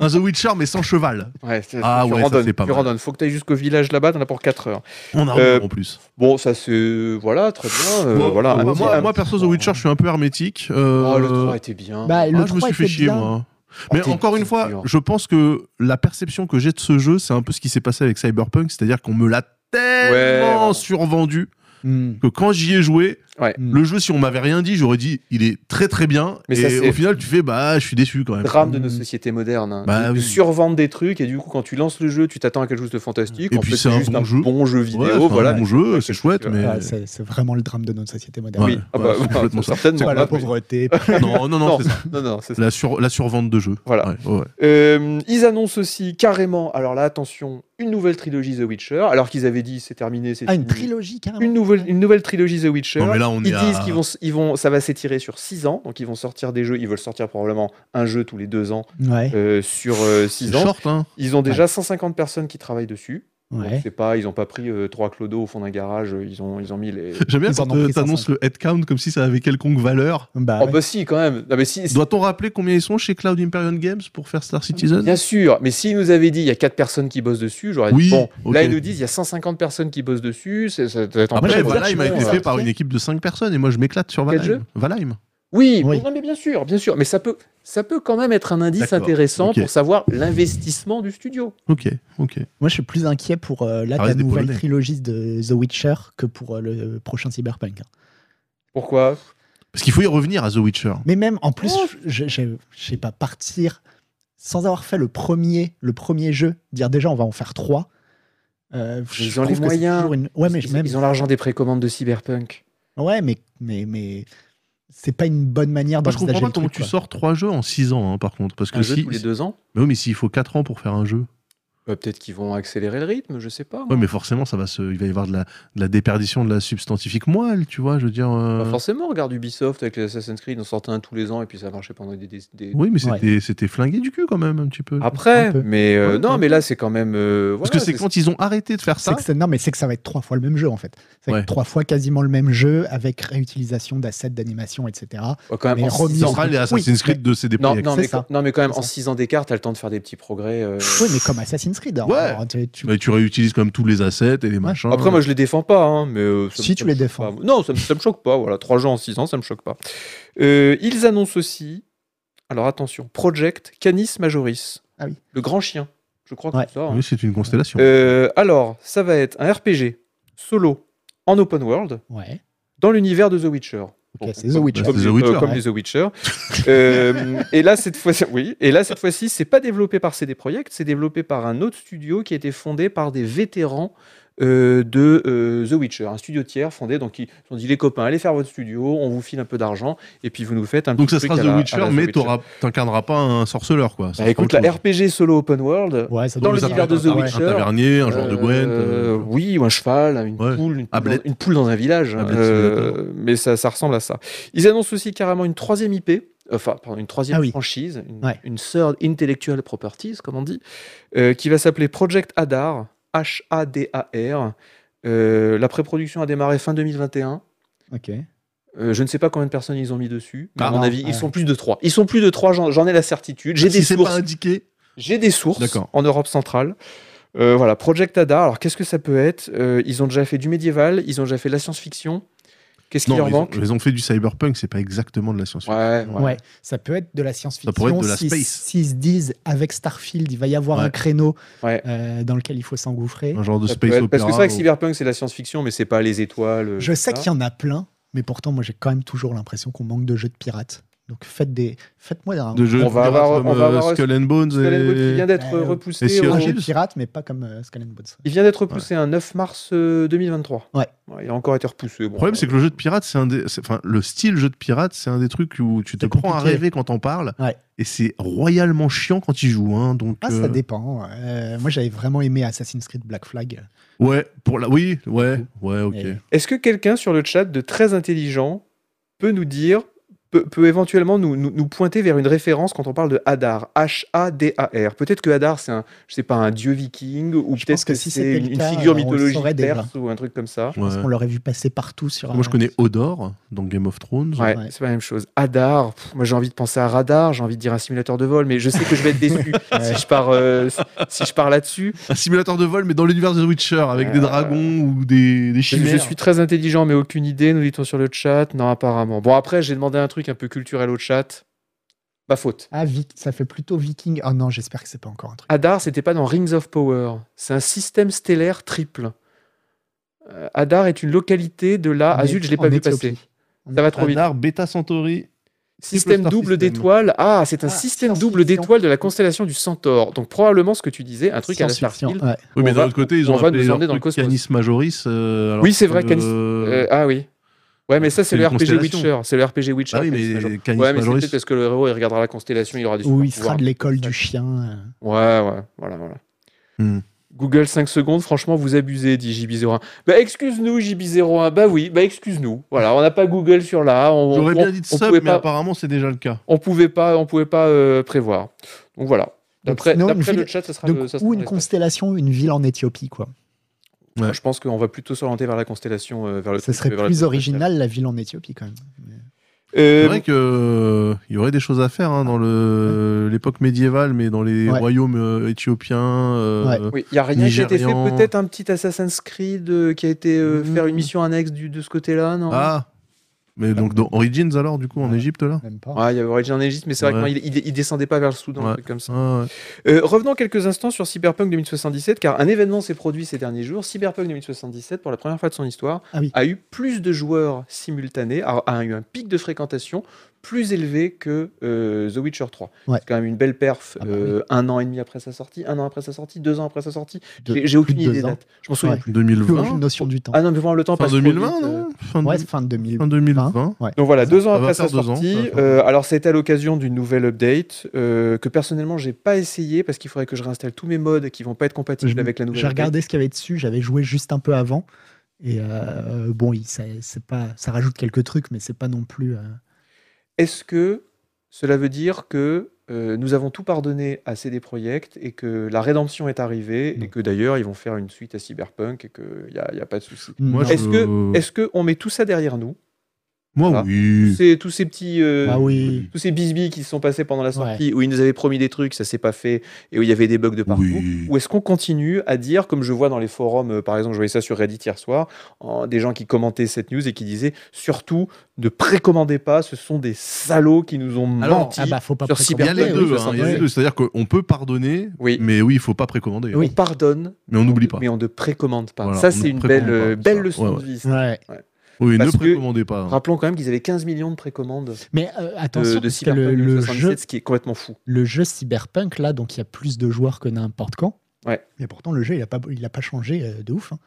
Speaker 3: Un The Witcher, mais sans cheval.
Speaker 1: Ouais, c'est-
Speaker 3: Ah
Speaker 1: tu
Speaker 3: ouais, ça,
Speaker 1: randonnes,
Speaker 3: c'est pas
Speaker 1: tu
Speaker 3: mal.
Speaker 1: randonnes. Faut que tu ailles jusqu'au village là-bas, t'en as pour 4 heures.
Speaker 3: On a
Speaker 1: Euh,
Speaker 3: en plus.
Speaker 1: Bon, ça c'est. Voilà, très bien. euh,
Speaker 3: Bon,
Speaker 1: voilà, un
Speaker 3: moi,
Speaker 1: petit-
Speaker 3: moi-
Speaker 1: un
Speaker 3: moi,
Speaker 1: petit-
Speaker 3: perso, The Witcher, je suis un peu hermétique. euh,
Speaker 1: Oh, le 3 était bien.
Speaker 2: bah, le
Speaker 3: ah, je me
Speaker 2: 3
Speaker 3: suis fait
Speaker 2: était
Speaker 3: chier,
Speaker 2: bien.
Speaker 3: moi. Mais
Speaker 1: Ah, t'es-
Speaker 3: encore une
Speaker 1: t'es
Speaker 3: fois,
Speaker 1: dur.
Speaker 3: je pense que la perception que j'ai de ce jeu, c'est un peu ce qui s'est passé avec Cyberpunk, c'est-à-dire qu'on me l'a tellement
Speaker 1: voilà.
Speaker 3: survendu
Speaker 2: Hmm.
Speaker 3: que quand j'y ai joué,
Speaker 1: Ouais.
Speaker 3: le jeu, si on m'avait rien dit, j'aurais dit il est très très bien.
Speaker 1: Mais ça,
Speaker 3: et
Speaker 1: c'est-
Speaker 3: au final, tu fais bah, je suis déçu quand même.
Speaker 1: drame de nos
Speaker 2: Mm.
Speaker 1: sociétés modernes. hein.
Speaker 3: Bah
Speaker 1: de, de
Speaker 3: oui.
Speaker 1: survendre des trucs et du coup quand tu lances le jeu, tu t'attends à quelque chose de fantastique.
Speaker 3: Et
Speaker 1: en
Speaker 3: puis,
Speaker 1: fait,
Speaker 3: c'est un
Speaker 1: juste
Speaker 3: bon jeu.
Speaker 1: bon jeu
Speaker 3: Ouais,
Speaker 1: vidéo,
Speaker 3: c'est un
Speaker 1: voilà.
Speaker 3: bon jeu, c'est chouette, mais.
Speaker 2: Ouais, c'est c'est vraiment le drame de notre société moderne.
Speaker 3: Euh, Ouais.
Speaker 1: Oui, ah bah,
Speaker 3: c'est
Speaker 1: bah,
Speaker 3: complètement ça.
Speaker 1: certainement.
Speaker 2: C'est pas
Speaker 1: Ah,
Speaker 2: la
Speaker 1: oui.
Speaker 2: pauvreté.
Speaker 3: Non, non, non,
Speaker 1: Non,
Speaker 3: c'est ça.
Speaker 1: non, non, c'est ça.
Speaker 3: La, sur... la survente de jeu.
Speaker 1: Voilà.
Speaker 3: Ouais, ouais.
Speaker 1: Euh, ils annoncent aussi carrément, alors là attention, une nouvelle trilogie The Witcher, alors qu'ils avaient dit c'est terminé, c'est
Speaker 2: Ah, une
Speaker 1: fini.
Speaker 2: trilogie, carrément.
Speaker 1: Une nouvelle, une nouvelle trilogie The Witcher.
Speaker 3: Non, mais là, on est
Speaker 1: Ils disent
Speaker 3: à-
Speaker 1: qu'ils vont, s- ils vont, ça va s'étirer sur 6 ans, donc ils vont sortir des jeux. Ils veulent sortir probablement un jeu tous les 2 ans
Speaker 2: Ouais,
Speaker 1: euh, sur 6
Speaker 3: C'est
Speaker 1: ans.
Speaker 3: short, hein.
Speaker 1: Ils ont déjà 150 personnes qui travaillent dessus. Donc,
Speaker 2: ouais.
Speaker 1: c'est pas, ils n'ont pas pris euh, trois clodos au fond d'un garage, euh, ils ont, ils ont mis les.
Speaker 3: J'aime bien
Speaker 2: Ils en
Speaker 3: quand
Speaker 2: ont
Speaker 3: euh,
Speaker 2: pris
Speaker 3: t'annonces
Speaker 2: 150.
Speaker 3: le headcount comme si ça avait quelconque valeur.
Speaker 2: Bah,
Speaker 1: oh,
Speaker 2: ouais.
Speaker 1: bah si, quand même. Non, mais si, si-
Speaker 3: Doit-on rappeler combien ils sont chez Cloud Imperium Games pour faire Star Citizen
Speaker 1: bien sûr, mais s'ils nous avaient dit il y a quatre personnes qui bossent dessus, j'aurais dit
Speaker 3: Oui,
Speaker 1: bon,
Speaker 3: ok. Ah,
Speaker 1: là ils nous disent il y a 150 personnes qui bossent dessus, c'est- ça doit être en
Speaker 3: Après,
Speaker 1: plein
Speaker 2: moi, j'aime
Speaker 3: Valheim a
Speaker 2: bien
Speaker 3: été
Speaker 2: ça.
Speaker 3: fait par une équipe de 5 personnes et moi je m'éclate sur
Speaker 1: Quel
Speaker 3: Valheim.
Speaker 1: jeu
Speaker 3: Valheim.
Speaker 1: Oui,
Speaker 2: Oui.
Speaker 1: non, mais bien sûr, bien sûr. Mais ça peut, ça peut quand même être un indice
Speaker 3: D'accord,
Speaker 1: intéressant
Speaker 3: ok.
Speaker 1: pour savoir l'investissement du studio.
Speaker 3: Ok, ok.
Speaker 2: Moi, je suis plus inquiet pour euh, la,
Speaker 3: Ah,
Speaker 2: la
Speaker 3: c'est des
Speaker 2: nouvelle
Speaker 3: Polonais.
Speaker 2: trilogie de The Witcher que pour euh, le prochain Cyberpunk. hein.
Speaker 1: Pourquoi
Speaker 3: Parce qu'il faut y revenir à The Witcher.
Speaker 2: Mais même, en plus,
Speaker 1: Oh.
Speaker 2: je, je- je sais pas, partir sans avoir fait le premier, le premier jeu, dire déjà on va en faire trois. euh, je
Speaker 1: Ils ont
Speaker 2: trouve
Speaker 1: les
Speaker 2: que c'est
Speaker 1: moyens.
Speaker 2: toujours une- Ouais, mais,
Speaker 1: ils,
Speaker 2: même-
Speaker 1: ils ont l'argent des précommandes de Cyberpunk.
Speaker 2: ouais, mais, mais, mais c'est pas une bonne manière
Speaker 1: Bah,
Speaker 3: Moi, je comprends
Speaker 2: d'envisager
Speaker 3: pas
Speaker 2: le
Speaker 3: comment
Speaker 2: truc.
Speaker 3: tu
Speaker 2: quoi.
Speaker 3: sors 3 jeux en 6 ans, hein, par contre. Parce que
Speaker 1: Un jeu
Speaker 3: si.
Speaker 1: tous les deux ans.
Speaker 3: Mais oui, mais s'il faut 4 ans pour faire un jeu.
Speaker 1: Bah, Peut-être qu'ils vont accélérer le rythme, je sais pas. moi.
Speaker 3: Ouais, mais forcément, ça va se... il va y avoir de la... de la déperdition de la substantifique moelle, tu vois. Je veux dire. euh,
Speaker 1: Pas Bah, forcément, regarde Ubisoft avec les Assassin's Creed, on sortait un tous les ans et puis ça marchait pendant des. des- des-
Speaker 3: Oui, mais
Speaker 2: Ouais.
Speaker 3: c'était c'était flingué du cul quand même, un petit peu.
Speaker 1: Après,
Speaker 2: Un peu.
Speaker 1: mais euh,
Speaker 3: Ouais,
Speaker 1: non,
Speaker 3: un
Speaker 1: mais là c'est quand même. euh,
Speaker 3: Parce
Speaker 1: Ah, voilà,
Speaker 3: que c'est quand ils ont arrêté de faire
Speaker 2: C'est
Speaker 3: ça.
Speaker 2: que c'est- non, mais c'est que ça va être trois fois le même jeu en fait. C'est
Speaker 3: Ouais.
Speaker 2: être trois fois quasiment le même jeu avec réutilisation d'assets, d'animation, etc.
Speaker 1: Ouais, quand même,
Speaker 2: mais
Speaker 1: en
Speaker 2: remis
Speaker 1: six
Speaker 3: Ce
Speaker 2: en-
Speaker 1: ans-
Speaker 3: sera les Assassin's
Speaker 2: Oui,
Speaker 3: Creed de CD
Speaker 1: Non,
Speaker 3: Projekt.
Speaker 1: non,
Speaker 2: c'est
Speaker 1: mais,
Speaker 2: ça.
Speaker 1: quand- non, mais quand même,
Speaker 2: C'est
Speaker 1: en
Speaker 2: ça.
Speaker 1: 6 ans d'écart, t'as le temps de faire des petits progrès. euh.
Speaker 2: Oui, mais comme Assassin's Creed. alors,
Speaker 3: Ouais.
Speaker 2: alors, tu- tu-
Speaker 3: Mais tu réutilises quand même tous les assets et les machins.
Speaker 1: Après, moi, je les défends pas, hein, mais. euh, ça me-
Speaker 2: Si
Speaker 1: ça
Speaker 2: tu
Speaker 1: me
Speaker 2: les
Speaker 1: choque
Speaker 2: défends.
Speaker 1: pas. Non, ça me, ça me choque pas. Voilà, trois jeux en 6 ans, ça me choque pas. Euh, ils annoncent aussi. Alors attention, Project Canis Majoris.
Speaker 2: Ah oui.
Speaker 1: Le grand chien. Je crois que
Speaker 2: Ouais.
Speaker 1: c'est ça. hein.
Speaker 3: Oui, c'est une constellation.
Speaker 1: Euh, alors, ça va être un RPG solo en open world
Speaker 2: Ouais.
Speaker 1: dans l'univers de The Witcher.
Speaker 2: Ok,
Speaker 1: Bon,
Speaker 2: c'est The
Speaker 1: comme-
Speaker 2: Witcher.
Speaker 3: Bah,
Speaker 1: comme,
Speaker 3: c'est
Speaker 1: les,
Speaker 3: The Witcher,
Speaker 1: euh, comme
Speaker 2: ouais.
Speaker 1: les The Witcher. Euh, et là cette fois-ci, oui, et là cette fois-ci, c'est pas développé par CD Projekt, c'est développé par un autre studio qui a été fondé par des vétérans euh, de euh, The Witcher, un studio tiers fondé. Donc ils ont dit les copains, allez faire votre studio, on vous file un peu d'argent et puis vous nous faites un
Speaker 3: Donc
Speaker 1: petit
Speaker 3: ça
Speaker 1: truc
Speaker 3: sera
Speaker 1: à la- à
Speaker 3: The
Speaker 1: la
Speaker 3: Witcher, mais
Speaker 1: Witcher.
Speaker 3: t'auras- t'incarneras pas un sorceleur, quoi. Ça
Speaker 1: Bah,
Speaker 3: sera
Speaker 1: écoute,
Speaker 3: autre
Speaker 1: la
Speaker 3: chose.
Speaker 1: RPG solo open world.
Speaker 2: Ouais, ça
Speaker 1: Dans
Speaker 2: doit
Speaker 3: le
Speaker 2: être
Speaker 3: univers
Speaker 2: un-
Speaker 3: de
Speaker 1: The
Speaker 2: ah ouais.
Speaker 1: Witcher,
Speaker 3: Un tavernier, un genre de
Speaker 1: Euh,
Speaker 3: Gwent. euh,
Speaker 1: oui, ou un cheval, une,
Speaker 3: Ouais.
Speaker 1: poule, une,
Speaker 3: Ah,
Speaker 1: poule dans,
Speaker 3: Blade.
Speaker 1: une poule dans un village.
Speaker 3: Ah, Blade
Speaker 1: euh,
Speaker 3: Simulator.
Speaker 1: mais ça, ça ressemble à ça. Ils annoncent aussi carrément une troisième IP, euh, enfin, pardon, une troisième
Speaker 2: Ah oui.
Speaker 1: franchise, une,
Speaker 2: Ouais.
Speaker 1: une third intellectual properties, comme on dit, euh, qui va s'appeler Project Adar, H-A-D-A-R. Euh, la pré-production a démarré fin 2021.
Speaker 2: Ok.
Speaker 1: Euh, je ne sais pas combien de personnes ils ont mis dessus, mais à
Speaker 3: Ah,
Speaker 1: mon
Speaker 2: non,
Speaker 1: avis,
Speaker 2: ouais.
Speaker 1: ils sont plus de trois. Ils sont plus de trois, j'en j'en ai la certitude. J'ai
Speaker 3: si
Speaker 1: des
Speaker 3: c'est pas
Speaker 1: sources.
Speaker 3: indiqué.
Speaker 1: J'ai des sources
Speaker 3: D'accord.
Speaker 1: en Europe centrale. Euh, voilà, Project Ada. Alors, qu'est-ce que ça peut être Euh, Ils ont déjà fait du médiéval, ils ont déjà fait de la science-fiction. Qu'est-ce qui
Speaker 3: Non,
Speaker 1: leur
Speaker 3: ils ont,
Speaker 1: manque
Speaker 3: ils ont fait du cyberpunk, c'est pas exactement de la science-fiction.
Speaker 1: Ouais, ouais.
Speaker 2: Ouais. ça peut être de la science-fiction.
Speaker 3: pourrait être de la
Speaker 2: si-
Speaker 3: space.
Speaker 2: S'ils se disent avec Starfield, il va y avoir
Speaker 3: Ouais.
Speaker 2: un créneau
Speaker 1: Ouais.
Speaker 2: euh, dans lequel il faut s'engouffrer.
Speaker 3: Un genre de
Speaker 1: Ça peut
Speaker 3: space
Speaker 1: être- Parce que c'est vrai que
Speaker 3: opéra ou-
Speaker 1: Cyberpunk, c'est de la science-fiction, mais c'est pas les étoiles.
Speaker 2: Je sais qu'il y en a plein, mais pourtant, moi, j'ai quand même toujours l'impression qu'on manque de jeux de pirates. Donc, faites des... faites-moi un,
Speaker 3: de jeux
Speaker 1: On
Speaker 3: de
Speaker 1: va
Speaker 3: pirates
Speaker 1: avoir-
Speaker 3: comme,
Speaker 1: on va
Speaker 3: euh,
Speaker 1: avoir
Speaker 3: Skull and Bones
Speaker 1: qui vient
Speaker 3: et...
Speaker 1: d'être
Speaker 2: Euh,
Speaker 1: repoussé.
Speaker 3: et Sea
Speaker 1: au-
Speaker 3: of
Speaker 2: un jeu de
Speaker 3: Thieves
Speaker 2: pirate, mais pas comme euh, Skull and Bones.
Speaker 1: Il vient d'être repoussé un 9 mars euh, 2023.
Speaker 2: Ouais.
Speaker 1: Il a encore été repoussé.
Speaker 3: Le problème, c'est que le jeu de pirate, c'est un des... c'est- Enfin, le style jeu de pirate, c'est un des trucs où tu te
Speaker 2: C'est
Speaker 3: prends à
Speaker 2: compliqué.
Speaker 3: rêver quand t'en parles.
Speaker 2: Ouais.
Speaker 3: Et c'est royalement chiant quand tu y joues. Hein, donc,
Speaker 2: Ah,
Speaker 3: euh,
Speaker 2: ça dépend. Euh, moi, j'avais vraiment aimé Assassin's Creed Black Flag.
Speaker 3: Ouais, pour la... Oui, ouais, ouais, ok.
Speaker 2: Mais-
Speaker 1: Est-ce que quelqu'un sur le chat de très intelligent peut nous dire, peut, peut éventuellement nous, nous- nous pointer vers une référence quand on parle de Hadar H-A-D-A-R. Peut-être que Hadar, c'est un, je sais pas, un dieu viking, ou
Speaker 2: Je
Speaker 1: peut-être
Speaker 2: pense
Speaker 1: que,
Speaker 2: que si
Speaker 1: c'est
Speaker 2: c'était
Speaker 1: une,
Speaker 2: le
Speaker 1: une
Speaker 2: cas,
Speaker 1: figure
Speaker 2: on le saurait
Speaker 1: mythologique
Speaker 2: déjà.
Speaker 1: perse ou un truc comme ça.
Speaker 2: Je pense
Speaker 3: Ouais.
Speaker 2: qu'on l'aurait vu passer partout sur.
Speaker 3: Moi, je
Speaker 2: un-
Speaker 3: connais Odor dans Game of Thrones.
Speaker 1: Ouais,
Speaker 2: Ouais.
Speaker 1: c'est pas la même chose. Hadar, pff, moi j'ai envie de penser à radar, j'ai envie de dire un simulateur de vol, mais je sais que je vais être déçu si je pars, euh, si- si je pars là-dessus.
Speaker 3: Un simulateur de vol, mais dans l'univers de The Witcher, avec
Speaker 1: Euh,
Speaker 3: des dragons ou des, des
Speaker 1: Je,
Speaker 3: chimères.
Speaker 1: je suis très intelligent, mais aucune idée, nous dit-on sur le chat. Non, apparemment. Bon, après, j'ai demandé un truc un peu culturel au chat. Ma faute.
Speaker 2: Ah, Vic- ça fait plutôt Viking. Oh non, j'espère que c'est pas encore un truc.
Speaker 1: Hadar, c'était pas dans Rings of Power. C'est un système stellaire triple. Euh, Hadar est une localité de la. Ah
Speaker 2: Mais
Speaker 1: zut, je l'ai
Speaker 2: en
Speaker 1: pas vu
Speaker 2: Éthiopie.
Speaker 1: passer. Ça va trop vite.
Speaker 3: Radar, Beta Centauri.
Speaker 1: Système
Speaker 3: Star
Speaker 1: double
Speaker 3: System.
Speaker 1: d'étoiles. Ah, c'est un
Speaker 2: Ah,
Speaker 1: système
Speaker 2: science
Speaker 1: double
Speaker 2: fiction.
Speaker 1: d'étoiles de la constellation du Centaure. Donc probablement ce que tu disais, un truc à la
Speaker 2: Science-fiction,
Speaker 1: Starfield.
Speaker 2: ouais.
Speaker 3: Oui, mais
Speaker 1: On
Speaker 3: d'un
Speaker 1: va-
Speaker 3: autre côté, ils
Speaker 1: on
Speaker 3: ont
Speaker 1: va
Speaker 3: appelé
Speaker 1: nous
Speaker 3: leur
Speaker 1: emmener dans le
Speaker 3: truc
Speaker 1: cosmos.
Speaker 3: Canis Majoris. euh, alors
Speaker 1: Oui, c'est
Speaker 3: que,
Speaker 1: vrai, Canis- Euh,
Speaker 3: euh,
Speaker 1: ah oui. Ouais, mais ça, c'est
Speaker 3: C'est
Speaker 1: le
Speaker 3: une
Speaker 1: RPG
Speaker 3: constellation.
Speaker 1: Witcher. C'est le RPG Witcher.
Speaker 3: Ah oui,
Speaker 1: Canis
Speaker 3: mais
Speaker 1: Major.
Speaker 3: Canis
Speaker 1: Ouais, mais c'est
Speaker 3: Majoris.
Speaker 1: peut-être parce que le héros, il regardera la constellation, il aura des
Speaker 2: Ou
Speaker 1: super
Speaker 2: il sera
Speaker 1: pouvoirs.
Speaker 2: de l'école du chien. euh.
Speaker 1: Ouais, ouais, voilà, voilà.
Speaker 3: Hmm.
Speaker 1: Google 5 secondes, franchement, vous abusez, dit JB01. Bah, excuse-nous, JB01. Bah oui, bah excuse-nous. Voilà, on n'a pas Google sur là. On,
Speaker 3: J'aurais
Speaker 1: on-
Speaker 3: bien dit de
Speaker 1: on
Speaker 3: sub,
Speaker 1: pouvait
Speaker 3: mais
Speaker 1: pas,
Speaker 3: apparemment, c'est déjà le cas.
Speaker 1: on pouvait pas, on pouvait pas euh, prévoir. Donc voilà.
Speaker 2: Donc,
Speaker 1: D'après
Speaker 2: sinon, une
Speaker 1: d'après le
Speaker 2: ville-
Speaker 1: chat, ça sera,
Speaker 2: Donc,
Speaker 1: le- ça sera
Speaker 2: ou
Speaker 1: le
Speaker 2: une
Speaker 1: reste.
Speaker 2: constellation, une ville en Éthiopie, quoi.
Speaker 3: Ouais.
Speaker 1: Je pense qu'on va plutôt s'orienter vers la constellation, euh, vers le
Speaker 2: Ce
Speaker 1: truc,
Speaker 2: serait
Speaker 1: vers la
Speaker 2: plus
Speaker 1: constellation.
Speaker 2: original, la ville en Éthiopie, quand même.
Speaker 1: Euh,
Speaker 3: C'est vrai qu'il y aurait des choses à faire hein, dans le- l'époque médiévale, mais dans les
Speaker 2: Ouais.
Speaker 3: royaumes euh, éthiopiens. euh,
Speaker 1: Oui, il n'y a rien qui a été
Speaker 3: Nigérian.
Speaker 1: fait. Peut-être un petit Assassin's Creed euh, qui a été euh,
Speaker 3: Hmm.
Speaker 1: faire une mission annexe du- de ce côté-là, non
Speaker 3: Ah Mais donc, dans Origins, alors, du coup, en
Speaker 2: Ouais.
Speaker 3: Égypte, là
Speaker 2: Même pas.
Speaker 1: Ouais, il y avait Origin en Égypte, mais c'est vrai
Speaker 3: Ouais.
Speaker 1: qu'il il, il descendait pas vers le Soudan, un
Speaker 3: Ouais.
Speaker 1: truc comme ça.
Speaker 3: Ah, ouais.
Speaker 1: Euh, revenons quelques instants sur Cyberpunk 2077, car un événement s'est produit ces derniers jours. Cyberpunk 2077, pour la première fois de son histoire,
Speaker 2: Ah oui.
Speaker 1: a eu plus de joueurs simultanés, a, a eu un pic de fréquentation plus élevé que euh, The Witcher 3.
Speaker 2: Ouais.
Speaker 1: C'est quand même une belle perf,
Speaker 2: Ah bah
Speaker 1: euh, un an et demi après sa sortie, un an après sa sortie, deux ans après sa sortie.
Speaker 2: Deux-
Speaker 1: J'ai j'ai
Speaker 2: plus
Speaker 1: aucune
Speaker 2: de deux
Speaker 1: idée des
Speaker 2: ans.
Speaker 1: dates. Je m'en souviens
Speaker 2: Ouais.
Speaker 1: plus.
Speaker 2: Plus
Speaker 3: 2020
Speaker 2: aucune notion du temps.
Speaker 1: Ah non, mais vraiment, le temps
Speaker 3: Fin
Speaker 1: passe trop
Speaker 3: 2020,
Speaker 1: vite, euh.
Speaker 3: non fin, de-
Speaker 2: ouais, fin 2000.
Speaker 3: fin 2020
Speaker 2: ouais.
Speaker 1: Donc voilà, deux ans
Speaker 3: Ça va
Speaker 1: après sa
Speaker 3: faire deux ans, ça va
Speaker 1: sortie.
Speaker 3: faire
Speaker 1: euh, alors c'était à l'occasion d'une nouvelle update euh, que personnellement j'ai pas essayé parce qu'il faudrait que je réinstalle tous mes modes qui vont pas être compatibles
Speaker 2: Je-
Speaker 1: avec la nouvelle.
Speaker 2: J'ai
Speaker 1: update.
Speaker 2: regardé ce qu'il y avait dessus, j'avais joué juste un peu avant. Et euh, bon, il- ça, c'est pas, ça rajoute quelques trucs, mais c'est pas non plus. euh,
Speaker 1: Est-ce que cela veut dire que euh, nous avons tout pardonné à CD Projekt et que la rédemption est arrivée et
Speaker 2: Non.
Speaker 1: que d'ailleurs ils vont faire une suite à Cyberpunk et qu'il n'y a, y a pas de souci.
Speaker 3: Moi,
Speaker 2: non.
Speaker 1: Hmm.
Speaker 3: je-
Speaker 1: Est-ce que
Speaker 3: Euh.
Speaker 1: est-ce que on met tout ça derrière nous
Speaker 3: Moi,
Speaker 1: Voilà. tous
Speaker 3: oui.
Speaker 1: ces, tous ces petits euh,
Speaker 2: Ah oui.
Speaker 1: tous ces bisbis qui se sont passés pendant la sortie, où ils nous avaient promis des trucs, ça s'est pas fait, et où il y avait des bugs de partout.
Speaker 3: Oui.
Speaker 1: Ou est-ce qu'on continue à dire, comme je vois dans les forums, euh, par exemple, je voyais ça sur Reddit hier soir, en- des gens qui commentaient cette news et qui disaient surtout ne précommandez pas, ce sont des salauds qui nous ont
Speaker 3: Alors,
Speaker 1: menti.
Speaker 2: Ah bah, faut pas
Speaker 1: sur
Speaker 3: Il y a
Speaker 2: précommander,
Speaker 3: les
Speaker 1: Cyberpunk,
Speaker 2: oui,
Speaker 3: deux,
Speaker 1: ça
Speaker 3: hein, il y a
Speaker 1: semble-
Speaker 3: les deux. C'est-à-dire qu'on peut pardonner,
Speaker 1: Oui.
Speaker 3: mais oui, il faut pas précommander. hein.
Speaker 1: On
Speaker 2: Oui.
Speaker 1: pardonne,
Speaker 3: Mais on n'oublie pas.
Speaker 1: mais on ne précommande pas.
Speaker 3: Voilà,
Speaker 1: ça,
Speaker 3: on
Speaker 1: c'est
Speaker 3: ne
Speaker 1: une
Speaker 3: précommande
Speaker 1: belle, euh,
Speaker 3: pas,
Speaker 1: belle
Speaker 3: ça.
Speaker 1: leçon
Speaker 3: Ouais, ouais.
Speaker 1: de vie. ça.
Speaker 2: Ouais.
Speaker 3: Oui,
Speaker 1: parce
Speaker 3: ne
Speaker 1: que-
Speaker 3: précommandez pas. hein.
Speaker 1: Rappelons quand même qu'ils avaient 15 millions de précommandes euh,
Speaker 2: Mais euh, attention,
Speaker 1: de
Speaker 2: parce que le,
Speaker 1: Cyberpunk
Speaker 2: le
Speaker 1: 2077,
Speaker 2: jeu,
Speaker 1: ce qui est complètement fou.
Speaker 2: le jeu Cyberpunk, là, donc il y a plus de joueurs que n'importe quand.
Speaker 1: Ouais.
Speaker 2: Mais pourtant, le jeu, il n'a pas, il a pas changé euh, de ouf. hein.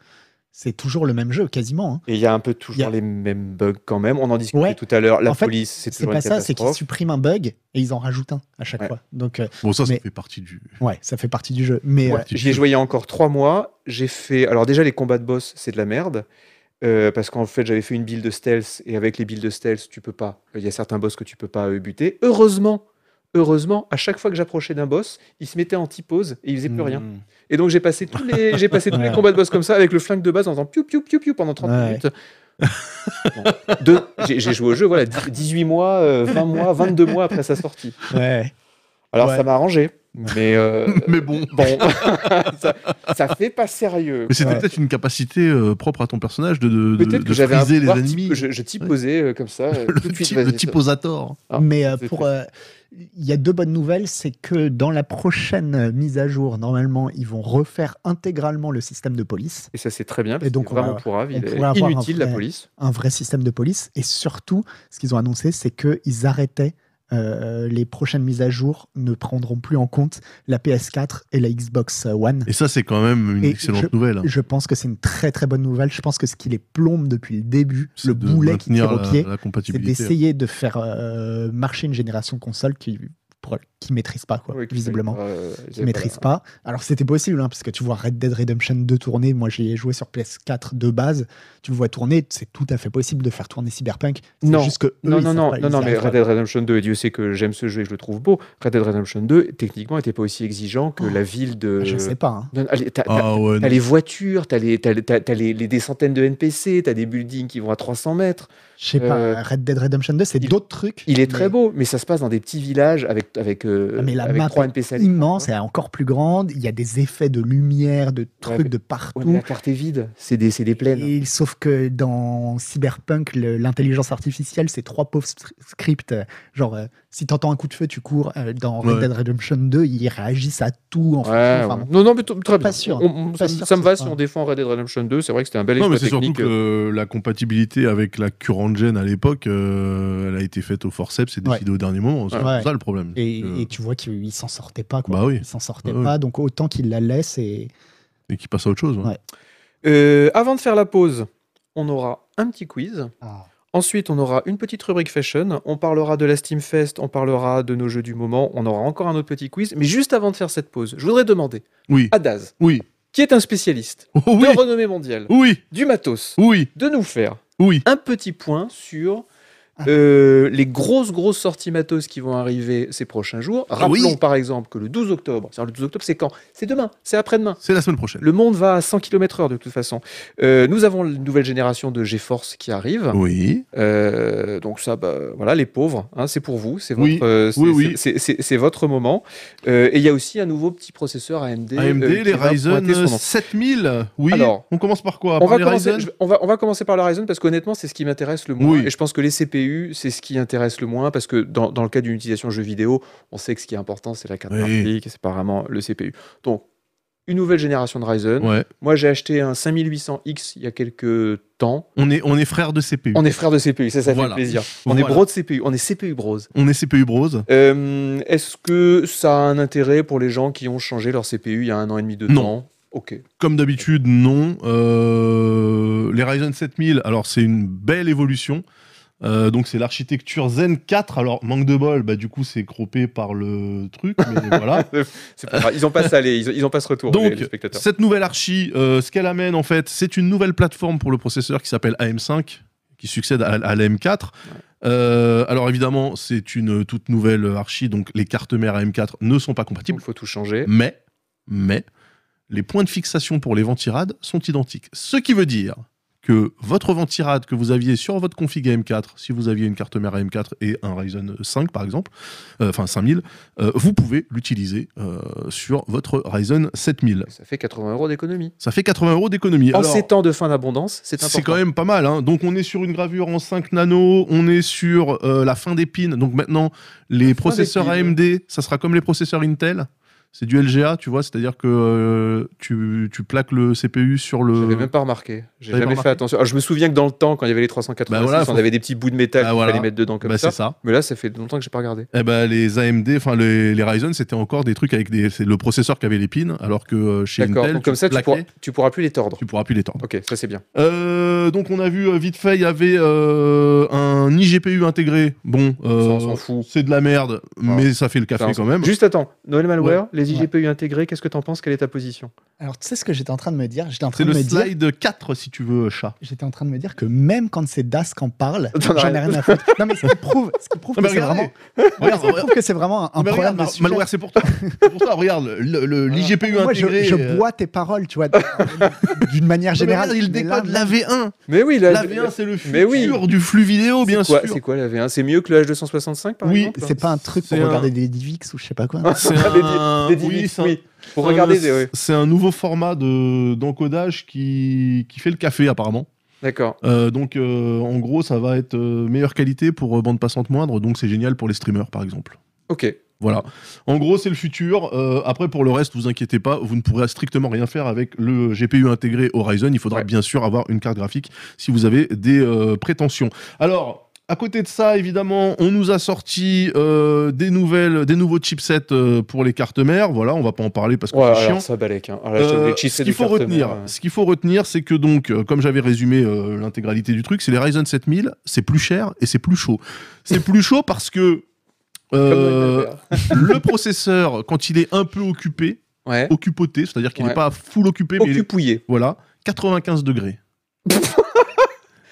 Speaker 2: C'est toujours le même jeu, quasiment. hein.
Speaker 1: Et il y a un peu toujours
Speaker 2: Y a-
Speaker 1: les mêmes bugs quand même. On en discutait
Speaker 2: Ouais.
Speaker 1: tout à l'heure. La
Speaker 2: En fait,
Speaker 1: police, c'est
Speaker 2: C'est
Speaker 1: toujours
Speaker 2: pas
Speaker 1: une
Speaker 2: ça, c'est qu'ils
Speaker 1: catastrophe.
Speaker 2: suppriment un bug et ils en rajoutent un à chaque
Speaker 1: Ouais.
Speaker 2: fois. Donc, euh,
Speaker 3: Bon, ça, ça
Speaker 2: Mais-
Speaker 3: fait partie du.
Speaker 2: ouais, ça fait partie du jeu. Mais
Speaker 1: Ouais,
Speaker 2: euh,
Speaker 1: J'y ai joué il y a encore trois mois. J'ai fait. Alors, déjà, les combats de boss, c'est de la merde. Euh, parce qu'en fait, j'avais fait une build de stealth. Et avec les builds de stealth, tu peux pas. Il y a certains boss que tu peux pas euh, buter. Heureusement, heureusement, à chaque fois que j'approchais d'un boss, il se mettait en pause et il faisait
Speaker 2: Mm.
Speaker 1: plus rien. Et donc, j'ai passé tous les, j'ai passé tous les
Speaker 2: Ouais.
Speaker 1: combats de boss comme ça avec le flingue de base en faisant piou piou piou piou pendant 30
Speaker 2: Ouais.
Speaker 1: minutes. Bon. Deux- J'ai j'ai joué au jeu, voilà, 18 mois, euh, 20 mois, 22 mois après sa sortie.
Speaker 2: ouais.
Speaker 1: Alors
Speaker 2: Ouais.
Speaker 1: ça m'a arrangé. Mais, euh,
Speaker 3: Mais bon.
Speaker 1: bon, ça, ça fait pas sérieux.
Speaker 3: Mais c'était
Speaker 2: Ouais.
Speaker 3: peut-être une capacité euh, propre à ton personnage de, de, de,
Speaker 1: Peut-être
Speaker 3: de
Speaker 1: que j'avais un
Speaker 3: friser les
Speaker 1: pouvoir
Speaker 3: ennemis.
Speaker 1: type- je, je typosais euh, comme ça. euh, tout
Speaker 3: Le,
Speaker 1: de suite,
Speaker 3: type,
Speaker 1: vas-y,
Speaker 3: le
Speaker 1: ça-
Speaker 3: typosator.
Speaker 1: Ah,
Speaker 2: Mais euh,
Speaker 1: c'est
Speaker 2: pour,
Speaker 1: fait.
Speaker 2: euh, il y a deux bonnes nouvelles, c'est que dans la prochaine euh, mise à jour, normalement, ils vont refaire intégralement le système de police,
Speaker 1: Et ça, c'est très bien.
Speaker 2: Et
Speaker 1: Parce
Speaker 2: donc,
Speaker 1: donc,
Speaker 2: on
Speaker 1: vraiment
Speaker 2: va-
Speaker 1: pourrave. Il
Speaker 2: on
Speaker 1: est
Speaker 2: pourrait avoir un
Speaker 1: inutile, la
Speaker 2: vrai-
Speaker 1: police.
Speaker 2: un vrai système de police. Et surtout, ce qu'ils ont annoncé, c'est qu'ils arrêtaient euh, les prochaines mises à jour ne prendront plus en compte la PS4 et la Xbox One.
Speaker 3: Et ça, c'est quand même une
Speaker 2: Et
Speaker 3: excellente nouvelle. hein.
Speaker 2: Je pense que c'est une très très bonne nouvelle. Je pense que ce qui les plombe depuis le début,
Speaker 3: C'est
Speaker 2: le
Speaker 3: de
Speaker 2: boulet qui
Speaker 3: maintenir
Speaker 2: tire au
Speaker 3: la-
Speaker 2: pied,
Speaker 3: la
Speaker 2: c'est
Speaker 3: compatibilité.
Speaker 2: d'essayer de faire euh, marcher une génération de consoles qui pour- qui maîtrise pas quoi,
Speaker 1: Ouais, qui-
Speaker 2: visiblement.
Speaker 1: euh,
Speaker 2: qui maîtrise pas. Alors c'était possible, hein, parce que tu vois Red Dead Redemption 2 tourner, moi j'y ai joué sur PS4 de base, tu le vois tourner, c'est tout à fait possible de faire tourner Cyberpunk. C'est
Speaker 1: Non.
Speaker 2: juste que eux,
Speaker 1: Non, non,
Speaker 2: ils savent
Speaker 1: non,
Speaker 2: pas,
Speaker 1: non,
Speaker 2: ils
Speaker 1: non, mais
Speaker 2: arrivent
Speaker 1: Red
Speaker 2: pas.
Speaker 1: Dead Redemption 2, et Dieu sait que j'aime ce jeu et je le trouve beau, Red Dead Redemption 2, techniquement, n'était pas aussi exigeant que
Speaker 2: Oh,
Speaker 1: la ville de...
Speaker 2: Je sais pas. hein.
Speaker 1: Non, allez, t'as- t'as-
Speaker 3: Ah ouais, non.
Speaker 1: T'as les voitures, t'as les, t'as, les- t'as- t'as les, les- des centaines de NPC, t'as des buildings qui vont à 300 mètres.
Speaker 2: Je sais pas.
Speaker 1: Euh,
Speaker 2: Red Dead Redemption 2, c'est
Speaker 1: il-
Speaker 2: d'autres trucs.
Speaker 1: Il est très
Speaker 2: mais
Speaker 1: beau, mais ça se passe dans des petits villages avec, avec, euh,
Speaker 2: Ah, mais la
Speaker 1: avec
Speaker 2: map
Speaker 1: trois
Speaker 2: est
Speaker 1: NPC. à l'écran,
Speaker 2: Immense,
Speaker 1: hein.
Speaker 2: elle est encore plus grande. Il y a des effets de lumière, de trucs
Speaker 1: mais-
Speaker 2: de
Speaker 1: Ouais, mais
Speaker 2: partout.
Speaker 1: la carte est hein. vide, c'est des, c'est des plaines.
Speaker 2: Et sauf que dans Cyberpunk, le- l'intelligence artificielle, c'est trois pauvres stri- scripts. euh, Genre, euh, si t'entends un coup de feu, tu cours. Euh, dans Red
Speaker 3: Ouais.
Speaker 2: Dead Redemption 2, ils réagissent à tout. En
Speaker 1: Ouais,
Speaker 2: fonction.
Speaker 1: ouais.
Speaker 2: Enfin, bon.
Speaker 1: Non, non, mais t- très
Speaker 2: Pas
Speaker 1: bien.
Speaker 2: sûr.
Speaker 1: On- on-
Speaker 2: Pas
Speaker 1: ça, me-
Speaker 2: sûr
Speaker 1: ça
Speaker 2: que
Speaker 1: me va
Speaker 2: ce
Speaker 1: si
Speaker 2: soit-
Speaker 1: on défend Red Dead Redemption 2, c'est vrai que c'était un bel
Speaker 3: Non, mais
Speaker 1: exploit
Speaker 3: c'est surtout
Speaker 1: technique.
Speaker 3: que euh, la compatibilité avec la current gen à l'époque, euh, elle a été faite au forceps et
Speaker 2: Ouais.
Speaker 3: décidée au dernier moment. C'est
Speaker 2: Ouais.
Speaker 3: ça le problème.
Speaker 2: Et,
Speaker 3: Euh,
Speaker 2: et tu vois qu'ils s'en sortaient pas. Quoi.
Speaker 3: Bah oui,
Speaker 2: Ils s'en sortaient
Speaker 3: Bah oui.
Speaker 2: pas, donc autant qu'ils la laissent. Et...
Speaker 3: et qui passe à autre chose. ouais.
Speaker 2: Ouais.
Speaker 1: Euh, avant de faire la pause, on aura un petit quiz.
Speaker 2: ah.
Speaker 1: Ensuite, on aura une petite rubrique fashion, on parlera de la Steam Fest, on parlera de nos jeux du moment, on aura encore un autre petit quiz. Mais juste avant de faire cette pause, je voudrais demander
Speaker 3: Oui,
Speaker 1: à Daz,
Speaker 3: oui,
Speaker 1: qui est un spécialiste
Speaker 3: Oh, oui,
Speaker 1: de renommée mondiale,
Speaker 3: oui,
Speaker 1: du matos,
Speaker 3: oui,
Speaker 1: de nous faire
Speaker 3: oui.
Speaker 1: un petit point sur
Speaker 3: Ah.
Speaker 1: euh, les grosses, grosses sorties matos qui vont arriver ces prochains jours.
Speaker 3: Ah
Speaker 1: Rappelons
Speaker 3: oui.
Speaker 1: par exemple que le 12 octobre, c'est-à-dire le 12 octobre c'est quand C'est demain, c'est après-demain.
Speaker 3: C'est la semaine prochaine.
Speaker 1: Le monde va à 100 km/h de toute façon. Euh, nous avons une nouvelle génération de GeForce qui arrive.
Speaker 3: Oui,
Speaker 1: Euh, donc ça, bah, voilà, les pauvres, hein, c'est pour vous, c'est votre,
Speaker 3: Oui,
Speaker 1: euh, c'est-
Speaker 3: oui, oui.
Speaker 1: c'est- c'est- c'est- c'est votre moment. Euh, et il y a aussi un nouveau petit processeur AMD.
Speaker 3: AMD,
Speaker 1: euh, qui
Speaker 3: les
Speaker 1: va pointer son
Speaker 3: Ryzen
Speaker 1: nom.
Speaker 3: 7000. Oui,
Speaker 1: Alors,
Speaker 3: on commence par quoi
Speaker 1: On
Speaker 3: Par
Speaker 1: va,
Speaker 3: les
Speaker 1: commencer,
Speaker 3: Ryzen
Speaker 1: je- on, va, on va commencer par le Ryzen parce qu'honnêtement, c'est ce qui m'intéresse le moins.
Speaker 3: Oui.
Speaker 1: Et je pense que les CPU, c'est ce qui intéresse le moins parce que dans, dans le cas d'une utilisation jeu vidéo, on sait que ce qui est important, c'est la carte
Speaker 3: Oui.
Speaker 1: graphique et c'est pas vraiment le CPU. Donc, une nouvelle génération de Ryzen.
Speaker 3: Ouais.
Speaker 1: Moi, j'ai acheté un 5800X il y a quelques temps.
Speaker 3: On est, on est frère de CPU.
Speaker 1: On est frères de CPU, ça, ça
Speaker 3: Voilà.
Speaker 1: fait plaisir. On est
Speaker 3: Voilà.
Speaker 1: bros de CPU, on est CPU bros.
Speaker 3: On est CPU Bros.
Speaker 1: Euh, Est-ce que ça a un intérêt pour les gens qui ont changé leur CPU il y a un an et demi de
Speaker 3: Non.
Speaker 1: temps Ok.
Speaker 3: Comme d'habitude, non. Euh, les Ryzen 7000, alors c'est une belle évolution. Euh, donc c'est l'architecture Zen 4. Alors manque de bol, bah du coup c'est croppé par le truc, mais voilà.
Speaker 1: C'est pas grave. Ils n'ont pas salé, ils, ils ont pas ce retour,
Speaker 3: Donc,
Speaker 1: les, les spectateurs.
Speaker 3: Cette nouvelle archi, euh, ce qu'elle amène en fait, c'est une nouvelle plateforme pour le processeur qui s'appelle AM5, qui succède à, à l'AM4. Euh, alors évidemment, c'est une toute nouvelle archi, donc les cartes mères AM4 ne sont pas
Speaker 1: Il
Speaker 3: compatibles.
Speaker 1: faut tout changer.
Speaker 3: Mais, mais, les points de fixation pour les ventirades sont identiques. Ce qui veut dire que votre ventirade que vous aviez sur votre config AM4, si vous aviez une carte mère AM4 et un Ryzen 5 par exemple, euh, enfin 5000, euh, vous pouvez l'utiliser euh, sur votre Ryzen 7000.
Speaker 1: Ça fait 80 euros d'économie.
Speaker 3: Ça fait 80 euros d'économie.
Speaker 1: En
Speaker 3: Alors,
Speaker 1: ces temps de fin d'abondance, c'est important.
Speaker 3: c'est quand même pas mal. hein. Donc, on est sur une gravure en 5 nano, on est sur euh, la fin d'épine. Donc, maintenant, les processeurs
Speaker 1: d'épine.
Speaker 3: AMD, ça sera comme les processeurs Intel. C'est du LGA, tu vois, c'est-à-dire que euh, tu, tu plaques le CPU sur
Speaker 1: Je
Speaker 3: le.
Speaker 1: même pas remarqué. J'ai
Speaker 3: T'avais
Speaker 1: jamais
Speaker 3: euh, pas
Speaker 1: fait attention. Alors, je me souviens que dans le temps, quand il y avait les 386,
Speaker 3: Bah voilà,
Speaker 1: on
Speaker 3: faut-
Speaker 1: avait des petits bouts de métal
Speaker 3: Bah
Speaker 1: qu'il
Speaker 3: voilà.
Speaker 1: fallait mettre dedans comme
Speaker 3: Bah,
Speaker 1: ça.
Speaker 3: c'est ça.
Speaker 1: Mais là, ça fait longtemps que j'ai pas regardé.
Speaker 3: Eh ben, les AMD, enfin les, les Ryzen, c'était encore des trucs avec des, c'est le processeur qui avait l'épine, alors que euh, chez
Speaker 1: D'accord.
Speaker 3: Intel,
Speaker 1: Donc comme ça, tu
Speaker 3: plaquais,
Speaker 1: pourras, tu pourras plus les tordre.
Speaker 3: tu pourras plus les tordre.
Speaker 1: Ok, ça c'est bien.
Speaker 3: Euh, donc on a vu euh, vite fait, il y avait euh, un iGPU intégré. Bon, euh,
Speaker 1: Ça, on s'en fout.
Speaker 3: c'est de la merde,
Speaker 1: Voilà.
Speaker 3: mais ça fait le café
Speaker 1: Ça, on
Speaker 3: quand même.
Speaker 1: Juste attends, Noël Malware, les
Speaker 2: Ouais.
Speaker 1: IGPU intégrés, qu'est-ce que t'en penses Quelle est ta position
Speaker 2: Alors, tu sais ce que j'étais en train de me dire J'étais en train
Speaker 3: C'est
Speaker 2: de
Speaker 3: le
Speaker 2: me dire.
Speaker 3: slide 4, si tu veux, chat.
Speaker 2: J'étais en train de me dire que même quand c'est Das qui en parle,
Speaker 1: T'en
Speaker 2: j'en
Speaker 1: as
Speaker 2: ai rien à foutre. Non, mais ce qui prouve, ce qui prouve
Speaker 1: Ah,
Speaker 3: Non,
Speaker 2: que
Speaker 3: mais
Speaker 2: c'est vraiment,
Speaker 3: regardez. Regarde,
Speaker 2: je trouve que c'est vraiment un, un
Speaker 3: mais
Speaker 2: problème
Speaker 3: regarde,
Speaker 2: de
Speaker 3: Mar-
Speaker 2: sujet.
Speaker 3: Malware, c'est pour toi. C'est pour toi, regarde, le- le-
Speaker 2: Voilà.
Speaker 3: l'IGPU
Speaker 2: Moi, je,
Speaker 3: intégré.
Speaker 2: je
Speaker 3: euh,
Speaker 2: bois tes paroles, tu vois, d'une manière
Speaker 3: non, mais
Speaker 2: générale.
Speaker 3: regarde, il
Speaker 2: mais là,
Speaker 3: décode la V1.
Speaker 1: Mais oui, la,
Speaker 3: La V1, c'est le
Speaker 1: Mais oui.
Speaker 3: futur du flux vidéo, Oh, bien
Speaker 1: c'est quoi,
Speaker 3: sûr.
Speaker 1: C'est quoi la V1 C'est mieux que le H265 par
Speaker 3: Oui,
Speaker 1: exemple
Speaker 2: C'est pas un truc pour
Speaker 3: C'est un-
Speaker 2: regarder des DivX ou je sais pas quoi.
Speaker 3: C'est
Speaker 1: Des di-
Speaker 3: un-
Speaker 1: des
Speaker 3: oui,
Speaker 1: 10,
Speaker 3: c'est un-
Speaker 1: oui. Pour regarder,
Speaker 3: c'est
Speaker 1: c'est- oui.
Speaker 3: Euh, c'est un nouveau format de- d'encodage qui, qui fait le café, apparemment.
Speaker 1: D'accord.
Speaker 3: Euh, donc, euh, en gros, ça va être euh, meilleure qualité pour euh, bande passante moindre. Donc, c'est génial pour les streamers, par exemple.
Speaker 1: Ok.
Speaker 3: Voilà. En gros, c'est le futur. Euh, après, pour le reste, vous inquiétez pas, vous ne pourrez strictement rien faire avec le GPU intégré Horizon. Il faudra
Speaker 1: Ouais.
Speaker 3: bien sûr avoir une carte graphique si vous avez des euh, prétentions. Alors. À côté de ça, évidemment, on nous a sorti euh, des nouvelles, des nouveaux chipsets euh, pour les cartes mères. Voilà, on va pas en parler parce que
Speaker 1: Ouais,
Speaker 3: c'est chiant.
Speaker 1: alors ça balèque. Hein. Ah, là, je-
Speaker 3: Euh,
Speaker 1: les cheats,
Speaker 3: ce
Speaker 1: c'est
Speaker 3: qu'il
Speaker 1: du
Speaker 3: faut
Speaker 1: carton,
Speaker 3: retenir,
Speaker 1: hein.
Speaker 3: ce qu'il faut retenir, c'est que donc, euh, comme j'avais résumé euh, l'intégralité du truc, c'est les Ryzen 7000, c'est plus cher et c'est plus chaud. C'est plus chaud parce que
Speaker 1: Comme
Speaker 3: euh,
Speaker 1: Windows,
Speaker 3: le processeur, quand il est un peu occupé,
Speaker 1: Ouais.
Speaker 3: occupoté, c'est-à-dire qu'il n'est
Speaker 1: Ouais.
Speaker 3: pas full occupé, mais il est-
Speaker 1: Occupouillé.
Speaker 3: voilà, 95 degrés.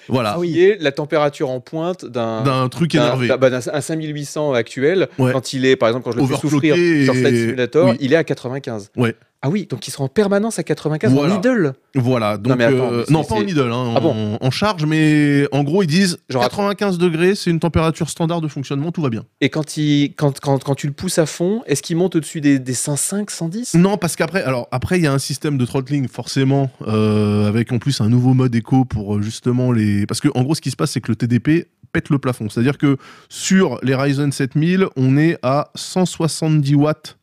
Speaker 3: voilà,
Speaker 2: Ah oui.
Speaker 1: Qui est la température en pointe d'un.
Speaker 3: d'un truc
Speaker 1: d'un-
Speaker 3: énervé.
Speaker 1: d'un- bah, d'un- un 5800 actuel,
Speaker 3: Ouais.
Speaker 1: quand il est, par exemple, quand je le fais
Speaker 3: Overclocké
Speaker 1: souffrir sur
Speaker 3: et-
Speaker 1: Flight Simulator,
Speaker 3: oui.
Speaker 1: il est à 95.
Speaker 3: Ouais.
Speaker 1: Ah oui, donc il sera en permanence à 95
Speaker 3: Voilà.
Speaker 1: en idle.
Speaker 3: Voilà, donc
Speaker 1: mais attends,
Speaker 3: euh,
Speaker 1: mais
Speaker 3: non
Speaker 1: c'est-
Speaker 3: pas en
Speaker 1: c'est-
Speaker 3: idle, hein,
Speaker 1: Ah
Speaker 3: en- en charge, mais en gros ils disent
Speaker 1: Genre à
Speaker 3: 95 degrés, c'est une température standard de fonctionnement, tout va bien.
Speaker 1: Et quand, il, quand, quand, quand tu le pousses à fond, est-ce qu'il monte au-dessus des, des 105, 110
Speaker 3: Non, parce qu'après, alors après, il y a un système de throttling forcément, euh, avec en plus un nouveau mode écho pour euh, justement les. Parce que en gros, ce qui se passe, c'est que le TDP pète le plafond. C'est-à-dire que sur les Ryzen 7000, on est à 170 watts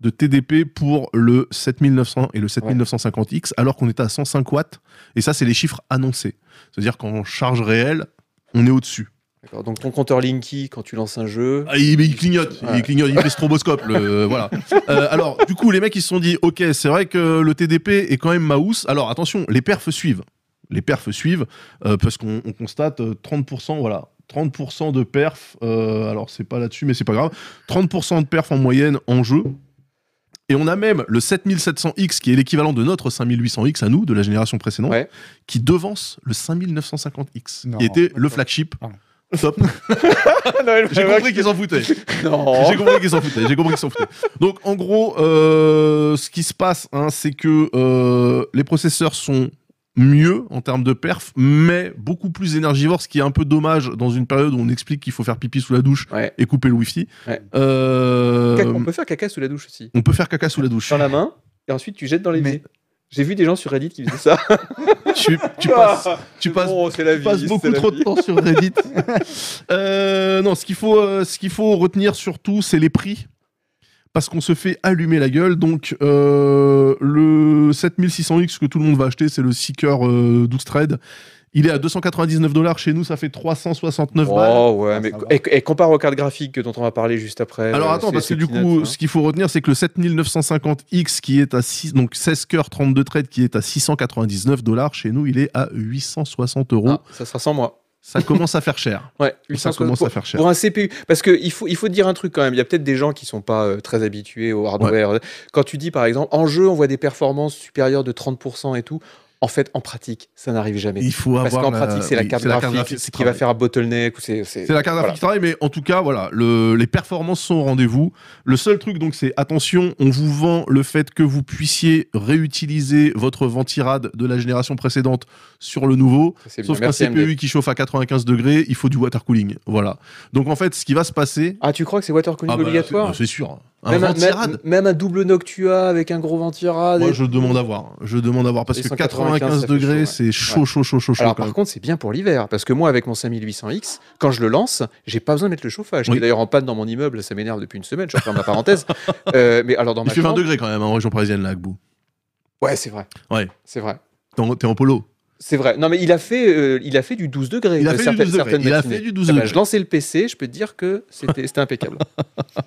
Speaker 3: de TDP pour le 7900 et le 7950X, alors qu'on était à 105 watts. Et ça, c'est les chiffres annoncés. C'est-à-dire qu'en charge réelle, on est au-dessus.
Speaker 1: D'accord, Donc ton compteur Linky, quand tu lances un jeu.
Speaker 3: Ah, il, il clignote,
Speaker 1: Ouais.
Speaker 3: il clignote, il fait stroboscope. le- voilà. Euh, alors, du coup, les mecs, ils se sont dit, ok, c'est vrai que le TDP est quand même mouse. Alors, attention, les perfs suivent. Les perfs suivent, euh, parce qu'on on constate euh, 30%, voilà. 30% de perf, euh, alors c'est pas là-dessus, mais c'est pas grave. 30% de perf en moyenne en jeu. Et on a même le 7700X, qui est l'équivalent de notre 5800X à nous, de la génération précédente,
Speaker 1: Ouais.
Speaker 3: qui devance le 5950X,
Speaker 2: Non,
Speaker 3: qui était le
Speaker 2: d'accord.
Speaker 3: flagship.
Speaker 2: Pardon.
Speaker 3: Top.
Speaker 1: Ah,
Speaker 3: J'ai compris qu'ils s'en foutaient.
Speaker 1: Non.
Speaker 3: J'ai compris qu'ils s'en foutaient. J'ai compris qu'ils s'en foutaient. Donc, en gros, euh, ce qui se passe, hein, c'est que euh, les processeurs sont mieux en termes de perf, mais beaucoup plus énergivores, ce qui est un peu dommage dans une période où on explique qu'il faut faire pipi sous la douche
Speaker 1: Ouais.
Speaker 3: et couper le wifi.
Speaker 1: Ouais.
Speaker 3: Euh,
Speaker 1: Caca- On peut faire caca sous la douche aussi.
Speaker 3: on peut faire caca sous la douche.
Speaker 1: Dans la main, et ensuite tu jettes dans les
Speaker 2: Mais-
Speaker 1: vies. J'ai vu des gens sur Reddit qui faisaient ça. Ah,
Speaker 3: Tu, tu passes, tu passes
Speaker 1: Bon, c'est la vie.
Speaker 3: Je passe
Speaker 1: c'est
Speaker 3: beaucoup
Speaker 1: la
Speaker 3: trop
Speaker 1: vie.
Speaker 3: de temps sur Reddit. Euh, non, ce qu'il faut, euh, ce qu'il faut retenir surtout, c'est les prix. Parce qu'on se fait allumer la gueule. Donc, euh, le 7600X que tout le monde va acheter, c'est le Seeker euh, 12 Thread. Il est à 299 dollars. Chez nous, ça fait 369 balles.
Speaker 1: Oh ouais,
Speaker 2: Ah,
Speaker 1: mais
Speaker 2: ça va.
Speaker 1: et, et compare aux cartes graphiques dont on va parler juste après.
Speaker 3: Alors,
Speaker 1: euh,
Speaker 3: attends,
Speaker 1: c'est-
Speaker 3: parce que
Speaker 1: c'est
Speaker 3: du
Speaker 1: peanuts,
Speaker 3: coup,
Speaker 1: hein.
Speaker 3: ce qu'il faut retenir, c'est que le 7950X, qui est à 6, donc 16 cœurs, 32 threads, qui est à 699 dollars, chez nous, il est à 860 euros.
Speaker 1: Ah, ça sera sans moi.
Speaker 3: Ça commence à faire cher.
Speaker 1: Ouais,
Speaker 3: Ça
Speaker 1: 860
Speaker 3: commence
Speaker 1: pour,
Speaker 3: à faire cher.
Speaker 1: pour un CPU. Parce que il faut, il faut dire un truc quand même. Il y a peut-être des gens qui sont pas euh, très habitués au hardware. Quand tu dis par exemple, en jeu, on voit des performances supérieures de 30% et tout. En fait, en pratique, ça n'arrive jamais.
Speaker 3: Il faut
Speaker 1: Parce
Speaker 3: avoir
Speaker 1: qu'en
Speaker 3: la-
Speaker 1: pratique, c'est la
Speaker 3: oui,
Speaker 1: carte
Speaker 3: c'est la carte
Speaker 1: graphique
Speaker 3: graphique qui
Speaker 1: qui va
Speaker 3: travaille.
Speaker 1: faire un bottleneck. ou C'est c'est-
Speaker 3: C'est la carte graphique qui travaille, mais en tout cas, voilà, le- les performances sont au rendez-vous. Le seul truc, donc, c'est attention, on vous vend le fait que vous puissiez réutiliser votre ventirade de la génération précédente sur le nouveau.
Speaker 1: voilà, c'est bien.
Speaker 3: Sauf qu'un
Speaker 1: Merci, AMD.
Speaker 3: CPU qui chauffe à 95 degrés, il faut du water cooling. Voilà. Donc, en fait, ce qui va se passer.
Speaker 1: Ah, tu crois que c'est water cooling
Speaker 3: Ah bah,
Speaker 1: obligatoire
Speaker 3: c'est- C'est sûr. Un
Speaker 1: même, un-
Speaker 3: ventirade
Speaker 1: même- même un double Noctua avec un gros ventirad.
Speaker 3: Moi,
Speaker 1: et-
Speaker 3: je demande à voir. Je demande à voir parce
Speaker 1: Et
Speaker 3: que
Speaker 1: 195,
Speaker 3: 95
Speaker 1: ça fait chaud,
Speaker 3: degrés,
Speaker 1: ouais.
Speaker 3: c'est chaud, chaud, chaud, chaud, chaud.
Speaker 1: Alors
Speaker 3: quand
Speaker 1: par contre, c'est bien pour l'hiver, parce que moi, avec mon 5800X, quand je le lance, j'ai pas besoin de mettre le chauffage.
Speaker 3: Oui.
Speaker 1: Qui est d'ailleurs en panne dans mon immeuble, ça m'énerve depuis une semaine. Je referme ma parenthèse. Euh, mais alors dans
Speaker 3: Il
Speaker 1: ma
Speaker 3: fait 20
Speaker 1: chambre,
Speaker 3: degrés quand même en région parisienne, là, Agbou.
Speaker 1: ouais, c'est vrai.
Speaker 3: Ouais.
Speaker 1: C'est vrai.
Speaker 3: T'es en- t'es en polo.
Speaker 1: C'est vrai. Non, mais il a fait, euh, il a fait du 12 degrés.
Speaker 3: Il a
Speaker 1: euh,
Speaker 3: fait du
Speaker 1: certaines-
Speaker 3: 12 degrés.
Speaker 1: certaines
Speaker 3: Il a
Speaker 1: matinées.
Speaker 3: fait du 12
Speaker 1: Eh ben,
Speaker 3: degrés.
Speaker 1: je lançais le PC, je peux te dire que c'était c'était impeccable.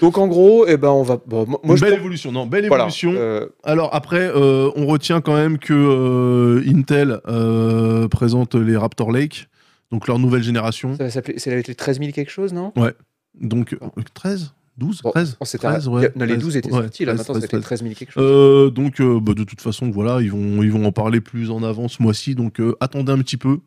Speaker 1: Donc en gros, eh ben on va. bon, moi, moi, je
Speaker 3: belle
Speaker 1: trouve-
Speaker 3: évolution, non, belle
Speaker 1: voilà,
Speaker 3: évolution.
Speaker 1: euh,
Speaker 3: Alors après, euh, on retient quand même que euh, Intel euh, présente les Raptor Lake, donc leur nouvelle génération.
Speaker 1: ça va s'appeler, c'est avec les 13 000 quelque chose, non
Speaker 3: Donc euh, 13 12,
Speaker 1: Bon,
Speaker 3: 13
Speaker 1: oh, c'était
Speaker 3: 13,
Speaker 1: un-
Speaker 3: ouais,
Speaker 1: non, les 12 étaient
Speaker 3: 13,
Speaker 1: sortis, là,
Speaker 3: 13,
Speaker 1: maintenant,
Speaker 3: 13,
Speaker 1: c'était 13 000 quelque chose.
Speaker 3: Euh, donc, euh, bah, de toute façon, voilà, ils vont, ils vont en parler plus en avant ce mois-ci. Donc, euh, attendez un petit peu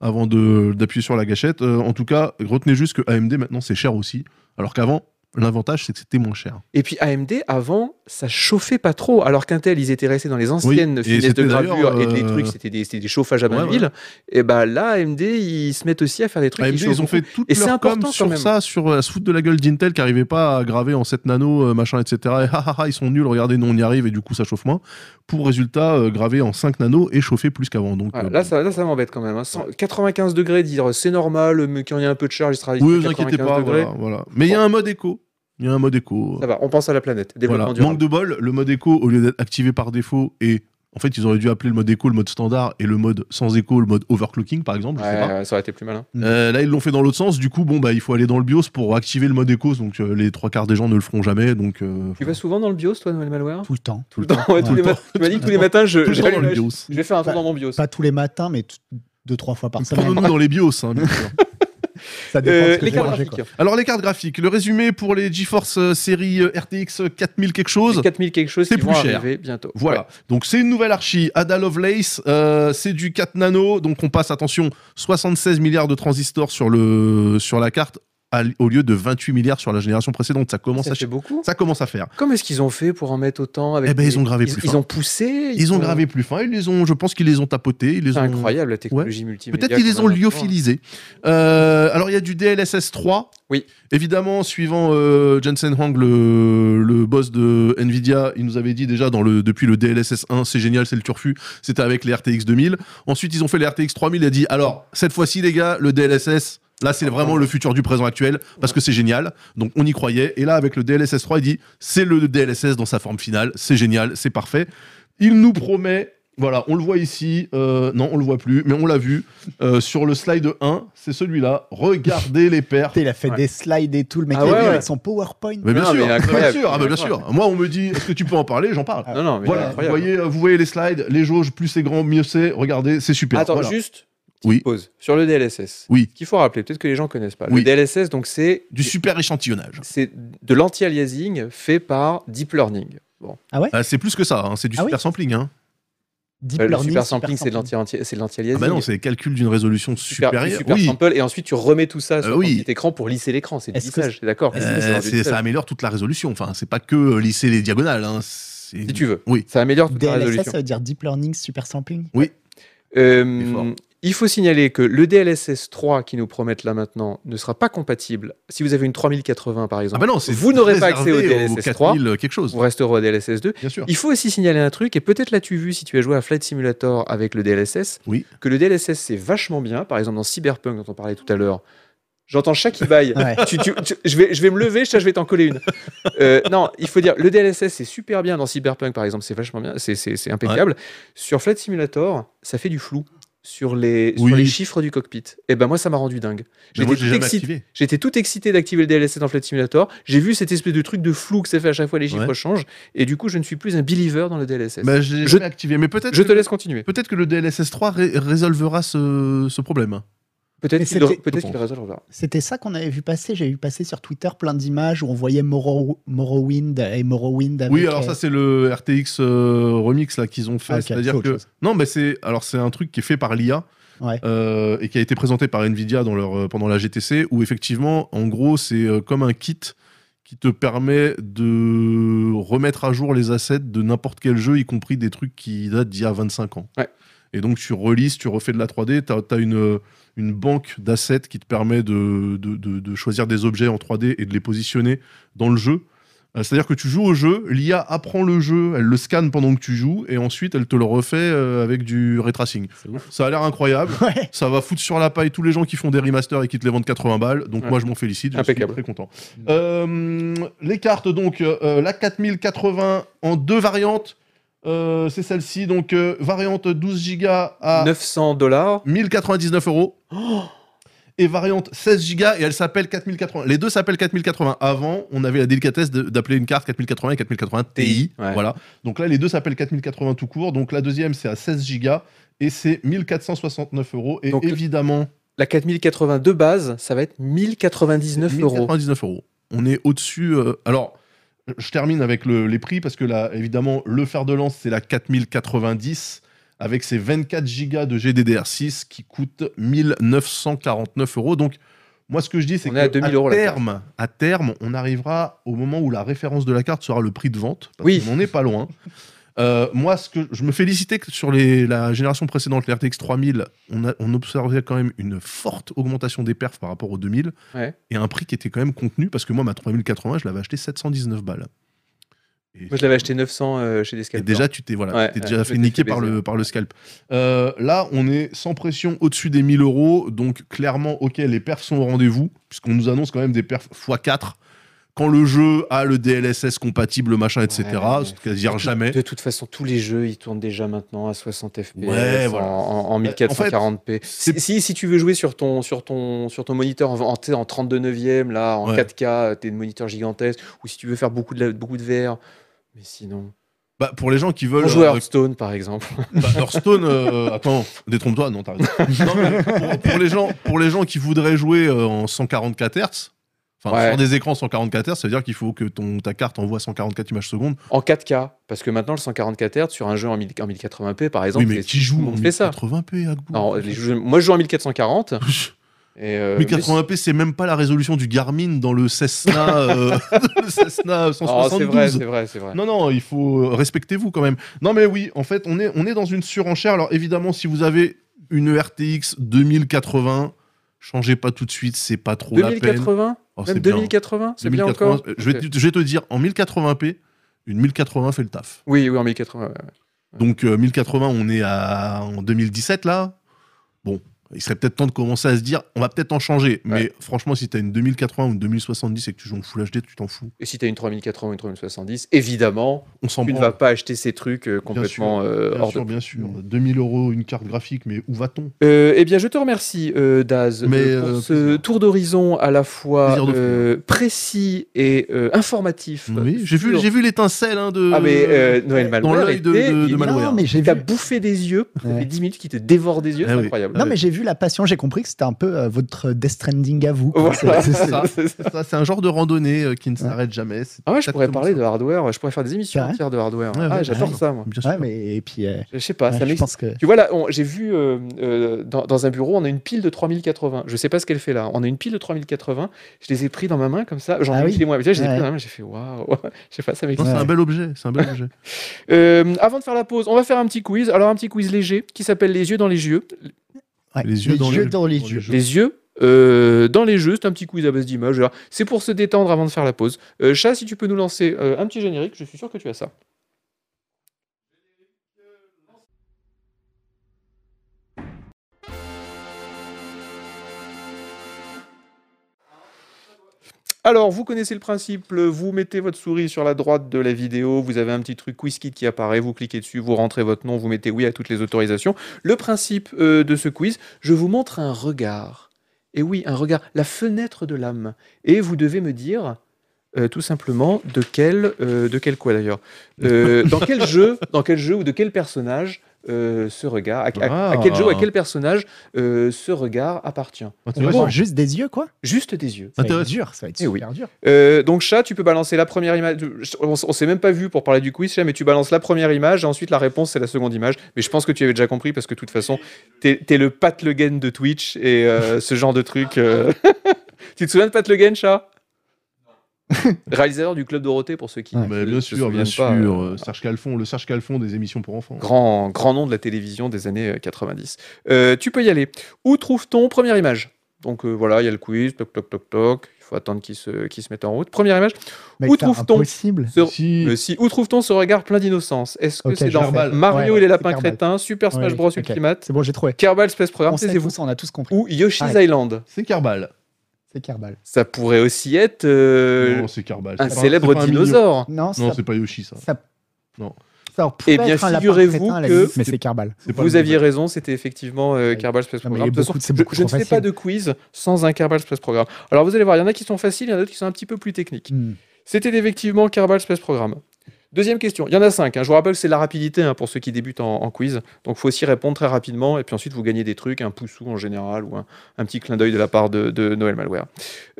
Speaker 3: avant de- d'appuyer sur la gâchette. Euh, en tout cas, retenez juste que AMD maintenant c'est cher aussi, alors qu'avant l'avantage c'est que c'était moins cher.
Speaker 1: Et puis AMD, avant, ça chauffait pas trop, alors qu'Intel, ils étaient restés dans les anciennes
Speaker 3: et
Speaker 1: finesses de
Speaker 3: c'était
Speaker 1: gravure
Speaker 3: d'ailleurs,
Speaker 1: et des
Speaker 3: euh,
Speaker 1: trucs, c'était des, c'était des chauffages à
Speaker 3: Ouais,
Speaker 1: main Et bah là, AMD, ils se mettent aussi à faire des trucs
Speaker 3: AMD,
Speaker 1: qui
Speaker 3: ils ont
Speaker 1: chauffent.
Speaker 3: fait toute
Speaker 1: Et c'est
Speaker 3: leur
Speaker 1: important
Speaker 3: com
Speaker 1: quand
Speaker 3: sur
Speaker 1: même.
Speaker 3: ça, sur la foutre de la gueule d'Intel qui arrivait pas à graver en 7 nano, euh, machin, etc. Et ah, ah, ah, ils sont nuls, regardez, nous on y arrive et du coup ça chauffe moins. Pour résultat, euh, graver en 5 nano et chauffer plus qu'avant. Donc,
Speaker 1: Ah,
Speaker 3: euh,
Speaker 1: là, ça, là, ça m'embête quand même. hein. Cent- 95 degrés, dire c'est normal, mais quand il y a un peu de charge, il sera
Speaker 3: oui,
Speaker 1: à
Speaker 3: vous
Speaker 1: 95
Speaker 3: inquiétez pas,
Speaker 1: degrés.
Speaker 3: voilà, voilà. Mais il y a un mode écho. Il y a un mode écho. euh,
Speaker 1: Ça va, on pense à la planète. Développement
Speaker 3: Voilà.
Speaker 1: durable.
Speaker 3: Manque de bol, le mode écho, au lieu d'être activé par défaut, et en fait, ils auraient dû appeler le mode écho le mode standard et le mode sans écho le mode overclocking, par exemple. Je sais
Speaker 1: Ouais,
Speaker 3: pas.
Speaker 1: ouais, ça aurait été plus malin.
Speaker 3: Euh, là, ils l'ont fait dans l'autre sens. Du coup, bon, bah, il faut aller dans le BIOS pour activer le mode écho. Donc, euh, les trois quarts des gens ne le feront jamais. Donc, euh,
Speaker 1: Tu vas souvent dans le BIOS, toi, Noël Malware
Speaker 2: Tout le temps.
Speaker 3: tout le
Speaker 1: Non,
Speaker 3: temps.
Speaker 1: ouais, tous
Speaker 2: Ouais.
Speaker 1: les mat- Tu m'as dit que tous les matins, je,
Speaker 3: Tout le temps
Speaker 1: j'allais-
Speaker 3: dans le BIOS.
Speaker 1: je vais faire un tour
Speaker 2: Bah,
Speaker 1: dans mon BIOS.
Speaker 2: Pas tous les matins, mais tout- deux, trois fois par semaine.
Speaker 3: Prenons-nous dans les BIOS, hein, bien sûr.
Speaker 2: Ça dépend
Speaker 1: Euh,
Speaker 2: ce que
Speaker 1: les
Speaker 2: j'ai
Speaker 1: cartes
Speaker 2: mangé,
Speaker 1: graphiques.
Speaker 2: quoi.
Speaker 3: Alors, les cartes graphiques. Le résumé pour les GeForce euh, série euh, RTX 4000 quelque chose.
Speaker 1: Les 4000 quelque chose
Speaker 3: C'est
Speaker 1: qui vont
Speaker 3: plus cher.
Speaker 1: arriver bientôt.
Speaker 3: Voilà.
Speaker 1: Ouais.
Speaker 3: Donc c'est une nouvelle archi, Ada Lovelace, euh, c'est du 4 nano, donc on passe, attention, 76 milliards de transistors sur, le, sur la carte à- au lieu de 28 milliards sur la génération précédente. Ça commence,
Speaker 1: Ça
Speaker 3: à,
Speaker 1: fait beaucoup.
Speaker 3: ça commence à faire.
Speaker 1: Comment est-ce qu'ils ont fait pour en mettre autant avec
Speaker 3: Eh ben,
Speaker 1: les-
Speaker 3: ils ont gravé plus
Speaker 1: Ils,
Speaker 3: fin.
Speaker 1: ont poussé.
Speaker 3: Ils ont gravé plus fin, ils les ont, je pense qu'ils les ont tapotés. Ils les
Speaker 1: C'est
Speaker 3: ont...
Speaker 1: incroyable la technologie multimédia.
Speaker 3: Peut-être qu'ils les
Speaker 1: qu'on
Speaker 3: ont
Speaker 1: a maintenant.
Speaker 3: lyophilisés. Euh, alors il y a du DLSS 3.
Speaker 1: Oui.
Speaker 3: Évidemment, suivant euh, Jensen Huang, le, le boss de Nvidia, il nous avait dit déjà dans le, depuis le DLSS 1, c'est génial, c'est le turfu. C'était avec les RTX 2000. Ensuite, ils ont fait les RTX 3000. Il a dit alors cette fois-ci, les gars, le DLSS. Là, c'est vraiment le futur du présent actuel parce que c'est génial. Donc, on y croyait. Et là, avec le DLSS 3, il dit c'est le DLSS dans sa forme finale. C'est génial, c'est parfait. Il nous promet, voilà, on le voit ici, euh, non, on le voit plus, mais on l'a vu euh, sur le slide 1, c'est celui-là. Regardez les perfs.
Speaker 2: Putain, Il a fait
Speaker 1: Ouais.
Speaker 2: des slides et tout, le mec
Speaker 1: Ah
Speaker 2: il a
Speaker 1: ouais,
Speaker 2: vu
Speaker 1: ouais.
Speaker 2: avec son PowerPoint.
Speaker 3: Mais bien
Speaker 1: Non,
Speaker 3: sûr,
Speaker 1: mais incroyable.
Speaker 3: bien sûr, ah bah bien sûr. Moi, on me dit, est-ce que tu peux en parler J'en parle.
Speaker 1: Ah Non, non, mais
Speaker 3: voilà,
Speaker 1: c'est
Speaker 3: vous
Speaker 1: incroyable.
Speaker 3: voyez, euh, vous voyez les slides, les jauges, plus c'est grand, mieux c'est. Regardez, c'est super.
Speaker 1: Attends,
Speaker 3: Voilà.
Speaker 1: juste.
Speaker 3: Oui.
Speaker 1: Oui. Pause. Sur le DLSS.
Speaker 3: Oui.
Speaker 1: Ce qu'il faut rappeler, peut-être que les gens connaissent pas.
Speaker 3: Oui.
Speaker 1: Le DLSS, donc c'est
Speaker 3: Du super échantillonnage.
Speaker 1: c'est de l'anti-aliasing fait par deep learning. Bon,
Speaker 3: Ah, c'est plus que ça, hein, c'est du
Speaker 2: Ah oui
Speaker 3: super sampling. hein.
Speaker 2: Deep
Speaker 1: Euh, le
Speaker 2: learning,
Speaker 1: super sampling, c'est de
Speaker 2: sampling.
Speaker 1: l'anti- anti- c'est de
Speaker 3: Ah
Speaker 1: l'anti-aliasing.
Speaker 3: bah non, c'est calcul d'une résolution
Speaker 1: super, du
Speaker 3: supérieure.
Speaker 1: super
Speaker 3: oui,
Speaker 1: sample et ensuite tu remets tout ça sur
Speaker 3: Euh,
Speaker 1: ton
Speaker 3: oui.
Speaker 1: petit écran pour lisser l'écran, c'est du
Speaker 2: Est-ce que
Speaker 1: lissage, t'es d'accord
Speaker 3: euh, c'est- ça améliore toute la résolution. Enfin, c'est pas que euh, lisser les diagonales. hein, c'est-
Speaker 1: Si tu veux.
Speaker 3: Oui.
Speaker 1: Ça améliore toute la
Speaker 2: DLSS,
Speaker 1: résolution.
Speaker 2: ça veut dire deep learning, super sampling.
Speaker 1: Euh,
Speaker 3: C'est fort.
Speaker 1: il faut signaler que le DLSS 3 qui nous promettent là maintenant ne sera pas compatible. Si vous avez une 3080 par
Speaker 3: Ah
Speaker 1: exemple,
Speaker 3: bah non, c'est
Speaker 1: vous n'aurez pas accès au
Speaker 3: réservé aux
Speaker 1: DLSS 3,
Speaker 3: 4000 quelque chose.
Speaker 1: vous resterez au DLSS 2.
Speaker 3: Bien sûr.
Speaker 1: Il faut aussi signaler un truc, et peut-être l'as-tu vu si tu as joué à Flight Simulator avec le DLSS,
Speaker 3: Oui.
Speaker 1: que le DLSS c'est vachement bien. Par exemple, dans Cyberpunk dont on parlait tout à l'heure, j'entends chat qui baille.
Speaker 2: Ouais.
Speaker 1: Tu- tu- tu- je, vais, je vais me lever, chat, je vais t'en coller une. Euh, non, il faut dire, le DLSS c'est super bien dans Cyberpunk par exemple, c'est vachement bien, c'est- c'est c'est impeccable. Sur Flight Simulator, ça fait du flou. Sur les,
Speaker 3: Oui.
Speaker 1: sur les chiffres du cockpit. Et ben moi, ça m'a rendu dingue.
Speaker 3: Mais moi,
Speaker 1: J'étais
Speaker 3: j'ai jamais
Speaker 1: excité-
Speaker 3: activé.
Speaker 1: J'étais tout excité d'activer le DLSS dans Flight Simulator. J'ai vu cette espèce de truc de flou que ça fait à chaque fois les chiffres
Speaker 3: Ouais.
Speaker 1: changent. Et du coup, je ne suis plus un believer dans le DLSS.
Speaker 3: Bah, j'ai
Speaker 1: Je-
Speaker 3: jamais activé. Mais peut-être
Speaker 1: je
Speaker 3: que-
Speaker 1: te laisse continuer.
Speaker 3: Peut-être que le DLSS 3 ré- résolvera ce, ce problème.
Speaker 1: Peut-être
Speaker 2: Mais
Speaker 1: qu'il
Speaker 2: c'était-
Speaker 1: peut
Speaker 3: Je
Speaker 1: qu'il
Speaker 3: pense.
Speaker 1: résolvera.
Speaker 2: C'était ça qu'on avait vu passer. J'ai vu passer sur Twitter plein d'images où on voyait Morrow- Morrowind et Morrowind. Avec,
Speaker 3: oui, alors
Speaker 2: euh,
Speaker 3: ça c'est le RTX euh, remix là qu'ils ont fait.
Speaker 2: Ah, ok,
Speaker 3: C'est-à-dire
Speaker 2: c'est autre
Speaker 3: que
Speaker 2: chose.
Speaker 3: non, mais c'est alors c'est un truc qui est fait par l'IA
Speaker 2: Ouais.
Speaker 3: euh, et qui a été présenté par Nvidia dans leur euh, pendant la GTC où effectivement, en gros, c'est euh, comme un kit qui te permet de remettre à jour les assets de n'importe quel jeu, y compris des trucs qui datent d'il y a 25 ans.
Speaker 1: Ouais.
Speaker 3: Et donc tu relises, tu refais de la 3D, tu as, une, euh, une banque d'assets qui te permet de, de- de- de choisir des objets en 3D et de les positionner dans le jeu. Euh, C'est-à-dire que tu joues au jeu, l'IA apprend le jeu, elle le scanne pendant que tu joues, et ensuite elle te le refait euh, avec du ray tracing. Ça a l'air incroyable.
Speaker 2: Ouais.
Speaker 3: Ça va foutre sur la paille tous les gens qui font des remasters et qui te les vendent 80 balles. Donc
Speaker 1: Ouais.
Speaker 3: moi, je m'en félicite. Je
Speaker 1: Impeccable.
Speaker 3: suis très content. Euh, les cartes, donc, euh, la 4080 en deux variantes. Euh, c'est celle-ci, donc, euh, variante 12 Go à
Speaker 1: 900 dollars.
Speaker 3: 1099 euros. Et variante 16 Go et elle s'appelle 4080. Les deux s'appellent 4080. Avant, on avait la délicatesse de- d'appeler une carte 4080 et 4080 Ti.
Speaker 1: Ouais.
Speaker 3: Voilà. Donc là, les deux s'appellent 4080 tout court. Donc la deuxième, c'est à 16 Go et c'est 1469 euros. Et
Speaker 1: Donc,
Speaker 3: évidemment,
Speaker 1: La 4082 base, ça va être 1099 euros.
Speaker 3: 1099 euros. on est au-dessus. euh, alors, je termine avec le- les prix parce que là, évidemment, le fer de lance, c'est la 4090 avec ses 24 gigas de GDDR6 qui coûte 1949 euros. Donc, moi, ce que je dis, c'est
Speaker 1: On
Speaker 3: que
Speaker 1: est à 2000 euros, la carte.
Speaker 3: terme, à terme, on arrivera au moment où la référence de la carte sera le prix de vente. Parce
Speaker 1: Oui.
Speaker 3: On n'est pas loin. Euh, moi, ce que je me félicitais que sur les, la génération précédente, les RTX 3000, on, a- on observait quand même une forte augmentation des perfs par rapport aux 2000
Speaker 1: Ouais.
Speaker 3: et un prix qui était quand même contenu parce que moi, ma 3080, je l'avais acheté 719 balles. Et,
Speaker 1: Moi, je l'avais acheté 900 euh, chez
Speaker 3: et
Speaker 1: Descalper.
Speaker 3: déjà, tu t'es voilà,
Speaker 1: Ouais,
Speaker 3: tu t'es
Speaker 1: ouais,
Speaker 3: déjà
Speaker 1: je
Speaker 3: fait
Speaker 1: t'ai
Speaker 3: niquer
Speaker 1: fait
Speaker 3: par le,
Speaker 1: baiser.
Speaker 3: par le scalp. Euh, là, on est sans pression au-dessus des 1000 euros. Donc, clairement, ok, les perfs sont au rendez-vous, puisqu'on nous annonce quand même des perfs x4. Quand le jeu a le DLSS compatible, machin, etc.,
Speaker 1: Ouais.
Speaker 3: c'est-à-dire jamais.
Speaker 1: De toute façon, tous les jeux, ils tournent déjà maintenant à 60 FPS
Speaker 3: Ouais,
Speaker 1: en-
Speaker 3: voilà.
Speaker 1: en, en
Speaker 3: Mais en fait,
Speaker 1: 1440p.
Speaker 3: c'est-
Speaker 1: Si, si, si tu veux jouer sur ton, sur ton, sur ton moniteur en, en, tu sais, en 32 neuvième, là, en
Speaker 3: Ouais.
Speaker 1: 4K, t'es un moniteur gigantesque, ou si tu veux faire beaucoup de, la- beaucoup de VR. Mais sinon.
Speaker 3: Bah, pour les gens qui veulent
Speaker 1: On joue à
Speaker 3: euh,
Speaker 1: Hearthstone, par exemple.
Speaker 3: Bah, Hearthstone, euh, attends, détrompe-toi, non, t'arrêtes. Non, mais pour, pour les gens, pour les gens qui voudraient jouer euh, en 144 Hz, enfin,
Speaker 1: Ouais.
Speaker 3: sur des écrans 144 Hz, ça veut dire qu'il faut que ton, ta carte envoie 144 images secondes.
Speaker 1: En 4K. Parce que maintenant, le 144 Hz sur un jeu en, 1000 en 1080p, par exemple.
Speaker 3: oui, mais
Speaker 1: c'est-
Speaker 3: qui joue
Speaker 1: tout le
Speaker 3: en
Speaker 1: monde fait ça.
Speaker 3: 1080p Agbo
Speaker 1: Alors, les jeux- moi, je joue en 1440. Et, euh, mais-
Speaker 3: 1080p, c'est même pas la résolution du Garmin dans le Cessna, euh, le Cessna
Speaker 1: Oh,
Speaker 3: 172.
Speaker 1: c'est vrai, c'est vrai, c'est vrai.
Speaker 3: Non, non, il faut euh, respectez-vous quand même. Non, mais oui, en fait, on est, on est dans une surenchère. Alors évidemment, si vous avez une RTX 2080, changez pas tout de suite, c'est pas trop la peine.
Speaker 1: 2080
Speaker 3: Oh, c'est
Speaker 1: Même
Speaker 3: bien.
Speaker 1: 2080 C'est bien
Speaker 3: 2080,
Speaker 1: encore
Speaker 3: euh, je, vais,
Speaker 1: Ok.
Speaker 3: te- je vais te dire, en 1080p, une 1080 fait le taf.
Speaker 1: Oui, oui, en 1080. ouais, ouais.
Speaker 3: Donc euh, 1080, on est à, en 2017 là. Bon, il serait peut-être temps de commencer à se dire, on va peut-être en changer. Mais franchement, si t'as une 2080 ou une 2070 et que tu joues en Full HD, tu t'en fous.
Speaker 1: Et si tu as une 3080 ou une 3070, évidemment,
Speaker 3: On s'en
Speaker 1: tu ne
Speaker 3: branle.
Speaker 1: vas pas acheter ces trucs euh, complètement euh,
Speaker 3: Bien
Speaker 1: hors
Speaker 3: sûr,
Speaker 1: de.
Speaker 3: bien sûr. 2000 euros une carte graphique, mais où va-t-on
Speaker 1: Euh, eh bien, je te remercie, euh, Daz,
Speaker 3: Mais,
Speaker 1: euh, pour
Speaker 3: euh,
Speaker 1: ce
Speaker 3: plaisir.
Speaker 1: tour d'horizon à la fois
Speaker 3: Plaisir de
Speaker 1: euh, précis et euh, informatif.
Speaker 3: Oui, j'ai vu,
Speaker 1: Sur-
Speaker 3: j'ai vu l'étincelle hein, de.
Speaker 1: Ah, mais euh, Noël
Speaker 3: dans
Speaker 1: Malware.
Speaker 3: l'œil de,
Speaker 1: était-
Speaker 3: de, hein. Ah, de
Speaker 1: il-
Speaker 3: Malware.
Speaker 2: Non, mais j'ai
Speaker 1: Il t'a
Speaker 2: vu.
Speaker 1: bouffé des yeux,
Speaker 2: Ouais.
Speaker 1: les 10 minutes qui te dévorent des yeux,
Speaker 3: Ah
Speaker 1: c'est
Speaker 3: oui.
Speaker 1: incroyable.
Speaker 2: Non, mais j'ai vu la passion, j'ai compris que c'était un peu euh, votre Death Stranding à vous. quoi.
Speaker 1: Voilà,
Speaker 2: C'est- c'est-
Speaker 1: c'est ça.
Speaker 3: Ça, c'est un genre de randonnée euh, qui ne s'arrête jamais. c'est
Speaker 1: Ah ouais, je pourrais
Speaker 3: exactement
Speaker 1: parler
Speaker 3: ça.
Speaker 1: de hardware, je pourrais faire des émissions
Speaker 2: C'est vrai
Speaker 1: entières de hardware.
Speaker 3: Ouais, ouais,
Speaker 1: ah,
Speaker 3: ouais,
Speaker 1: j'adore
Speaker 3: ouais.
Speaker 1: ça, moi.
Speaker 3: Bien sûr.
Speaker 2: Ouais, mais et puis, euh,
Speaker 1: Je sais pas,
Speaker 2: ouais,
Speaker 1: Ah, ça
Speaker 2: je
Speaker 1: m'excite.
Speaker 2: pense que.
Speaker 1: Tu vois là, on- j'ai vu euh, euh, dans, dans un bureau, on a une pile de 3080. Je sais pas ce qu'elle fait là. On a une pile de 3080. Je les ai pris dans ma main comme ça. J'en ai
Speaker 2: Ah
Speaker 1: mis
Speaker 2: oui.
Speaker 1: chez moi. Mais tu vois, je les ai
Speaker 2: Ouais.
Speaker 1: pris dans ma main. J'ai fait waouh. je sais pas, ça
Speaker 3: Non,
Speaker 1: m'excite.
Speaker 3: C'est
Speaker 2: Ouais.
Speaker 3: un bel objet. C'est un bel objet.
Speaker 1: Euh, avant de faire la pause, on va faire un petit quiz. Alors un petit quiz léger qui s'appelle les yeux dans les yeux.
Speaker 2: ouais,
Speaker 3: Les yeux dans les- dans les
Speaker 2: yeux.
Speaker 3: yeux.
Speaker 1: Les yeux. euh, dans les jeux, c'est un petit quiz à base d'images. Alors, C'est pour se détendre avant de faire la pause. Euh, Chat, si tu peux nous lancer euh, un petit générique, je suis sûr que tu as ça. Alors, vous connaissez le principe, le- vous mettez votre souris sur la droite de la vidéo, vous avez un petit truc QuizKit qui apparaît, vous cliquez dessus, vous rentrez votre nom, vous mettez oui à toutes les autorisations. Le principe euh, de ce quiz, je vous montre un regard. Et oui, un regard, la fenêtre de l'âme. Et vous devez me dire, euh, tout simplement, de quel, euh, de quel quoi d'ailleurs Euh, Dans quel jeu, dans quel jeu ou de quel personnage euh, ce regard, à, à- à quel jeu, ou à quel personnage euh, ce regard appartient
Speaker 2: On
Speaker 3: Intéressant.
Speaker 2: voit juste des yeux, quoi.
Speaker 1: Juste des yeux.
Speaker 2: Ça va être
Speaker 3: Intéressant.
Speaker 2: dur, ça va être
Speaker 1: Eh oui.
Speaker 2: super dur.
Speaker 1: Euh, donc chat, tu peux balancer la première image. On, s- on s'est même pas vu pour parler du quiz, chat, mais tu balances la première image et ensuite la réponse c'est la seconde image. Mais je pense que tu avais déjà compris parce que de toute façon, t'es es le Pat Le Guen de Twitch et euh, ce genre de truc. euh. tu te souviens de Pat Le Guen, chat Réalisateur du Club Dorothée pour ceux qui.
Speaker 2: Ouais.
Speaker 3: Bah,
Speaker 1: se-
Speaker 3: bien
Speaker 1: se
Speaker 3: sûr, bien
Speaker 1: souviennent pas,
Speaker 3: sûr.
Speaker 1: euh,
Speaker 3: euh, Serge Calfon, le Serge Calfon des émissions pour enfants.
Speaker 1: grand, grand nom de la télévision des années euh, 90. Euh, tu peux y aller. Où trouve-t-on Première image. Donc euh, voilà, il y a le quiz, toc toc toc toc. Il faut attendre qu'il se, qu'il se mette en route. Première image.
Speaker 2: Mais
Speaker 1: Où
Speaker 2: c'est
Speaker 1: trouve-t-on
Speaker 2: impossible.
Speaker 1: Ce-
Speaker 3: Si,
Speaker 1: Mais si, où trouve-t-on ce regard plein d'innocence Est-ce que
Speaker 2: Ok,
Speaker 1: c'est dans
Speaker 3: Kerbal.
Speaker 1: Mario
Speaker 2: Ouais,
Speaker 1: et les
Speaker 2: c'est
Speaker 1: lapins
Speaker 2: Kerbal.
Speaker 1: crétins, Super Smash
Speaker 2: Ouais,
Speaker 1: Bros
Speaker 2: ok.
Speaker 1: Ultimate,
Speaker 2: C'est bon, j'ai trouvé.
Speaker 1: Kerbal Space Program,
Speaker 2: On sait
Speaker 1: Ah, taisez-vous
Speaker 2: tous, on a tous compris.
Speaker 1: Ou Yoshi's
Speaker 2: Arrête.
Speaker 1: Island
Speaker 3: c'est Carbal.
Speaker 2: C'est Kerbal.
Speaker 1: Ça pourrait aussi être euh,
Speaker 3: non, c'est Carbal.
Speaker 1: un
Speaker 3: C'est pas-
Speaker 1: célèbre
Speaker 3: c'est pas un
Speaker 1: dinosaure.
Speaker 2: Non,
Speaker 3: mignon. Non,
Speaker 2: ça,
Speaker 3: c'est pas Yoshi ça.
Speaker 2: ça-
Speaker 3: Non.
Speaker 2: ça pourrait
Speaker 1: Eh bien,
Speaker 2: être un lapin
Speaker 1: figurez-vous
Speaker 2: crétin à la
Speaker 1: que-
Speaker 2: limite, mais c'est Kerbal.
Speaker 3: C'est pas
Speaker 1: Vous
Speaker 3: le
Speaker 1: aviez raison, c'était effectivement euh,
Speaker 2: Ouais.
Speaker 1: Kerbal Space
Speaker 2: Non, mais
Speaker 1: Program.
Speaker 2: il y
Speaker 1: De
Speaker 2: a
Speaker 1: toute
Speaker 2: beaucoup-
Speaker 1: façon,
Speaker 2: c'est
Speaker 1: je-
Speaker 2: beaucoup
Speaker 1: je ne
Speaker 2: trop
Speaker 1: fais pas
Speaker 2: facile.
Speaker 1: de quiz sans un Kerbal Space Program. Alors vous allez voir, il y en a qui sont faciles, il y en a d'autres qui sont un petit peu plus techniques.
Speaker 2: Hmm.
Speaker 1: C'était effectivement Kerbal Space Program. Deuxième question, il y en a cinq. hein. Je vous rappelle, c'est de la rapidité hein, pour ceux qui débutent en, en quiz. Donc, faut aussi répondre très rapidement. Et puis ensuite, vous gagnez des trucs, un poussou en général ou un, un petit clin d'œil de la part de, de Noël Malware.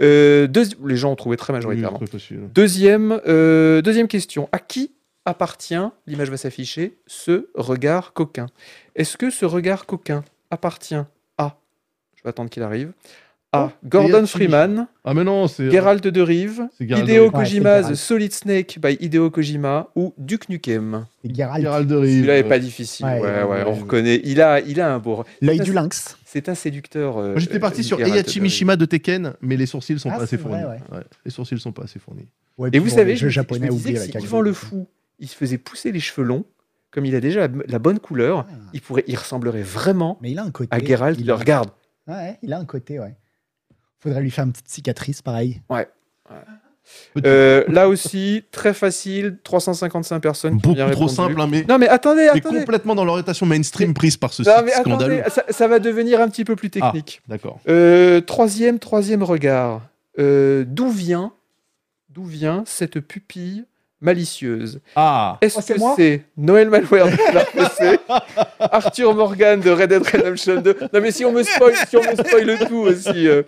Speaker 1: Euh, deuxi- Les gens ont trouvé très majoritairement.
Speaker 3: Oui, très facile.
Speaker 1: Deuxième, euh, deuxième question. À qui appartient, l'image va s'afficher, ce regard coquin Est-ce que ce regard coquin appartient à, je vais attendre qu'il arrive, à Gordon
Speaker 3: Yachty.
Speaker 1: Freeman,
Speaker 3: Ah, mais non, c'est.
Speaker 1: Geralt de Rive,
Speaker 3: c'est Geralt de
Speaker 1: Hideo
Speaker 3: Rive.
Speaker 2: Ouais, Ah, c'est
Speaker 1: Kojima's
Speaker 2: Geralt.
Speaker 1: Solid Snake by Hideo Kojima ou Duke Nukem
Speaker 2: C'est Geralt.
Speaker 3: Geralt de Rive.
Speaker 1: Celui-là est pas difficile, ouais,
Speaker 2: Ouais,
Speaker 1: ouais,
Speaker 3: Geralt de
Speaker 1: on
Speaker 3: Rive.
Speaker 1: reconnaît. Il a, il a un beau...
Speaker 2: L'œil du lynx.
Speaker 1: C'est un séducteur. euh,
Speaker 3: Moi, J'étais parti
Speaker 1: euh,
Speaker 3: sur
Speaker 1: Geralt
Speaker 3: Heihachi
Speaker 1: de Rive.
Speaker 3: Mishima de Tekken, mais les sourcils sont
Speaker 2: Ah,
Speaker 3: pas assez
Speaker 2: c'est
Speaker 3: fournis.
Speaker 2: vrai,
Speaker 3: Ouais, les sourcils sont pas assez fournis.
Speaker 2: Ouais,
Speaker 1: Et
Speaker 2: puis
Speaker 1: vous
Speaker 2: bon,
Speaker 1: savez,
Speaker 2: les
Speaker 1: je,
Speaker 2: jeux
Speaker 1: me- je
Speaker 2: japonais,
Speaker 1: me disais
Speaker 2: oubliez
Speaker 1: que
Speaker 2: la
Speaker 1: si
Speaker 2: cagoule.
Speaker 1: Yvan le Fou, il se faisait pousser les cheveux longs, comme il a déjà la, la bonne couleur,
Speaker 2: Ah,
Speaker 1: il, pourrait, il ressemblerait vraiment
Speaker 2: Mais il a un côté.
Speaker 1: hein. à Geralt. Il
Speaker 2: a-
Speaker 1: le regarde.
Speaker 2: Ouais, il a un côté, ouais. Faudrait lui faire une petite cicatrice, pareil.
Speaker 1: Euh, là aussi, très facile, 355 personnes qui ont
Speaker 3: Beaucoup
Speaker 1: bien
Speaker 3: trop
Speaker 1: répondu.
Speaker 3: simple, hein, mais,
Speaker 1: Non mais attendez,
Speaker 3: mais
Speaker 1: attendez.
Speaker 3: complètement dans l'orientation mainstream prise par ce
Speaker 1: Non,
Speaker 3: site
Speaker 1: mais
Speaker 3: scandaleux. Ah.
Speaker 1: attendez, ça, ça va devenir un petit peu plus technique.
Speaker 3: D'accord.
Speaker 1: Euh, troisième, troisième regard. Euh, d'où vient, d'où vient cette pupille malicieuse
Speaker 3: Ah
Speaker 1: Est-ce
Speaker 2: Oh, c'est
Speaker 1: que
Speaker 2: moi
Speaker 1: c'est Noël Malware de Clark Fossé, Arthur Morgan de Red Dead Redemption 2 Non mais si on me spoil, si on me spoil le tout aussi, euh,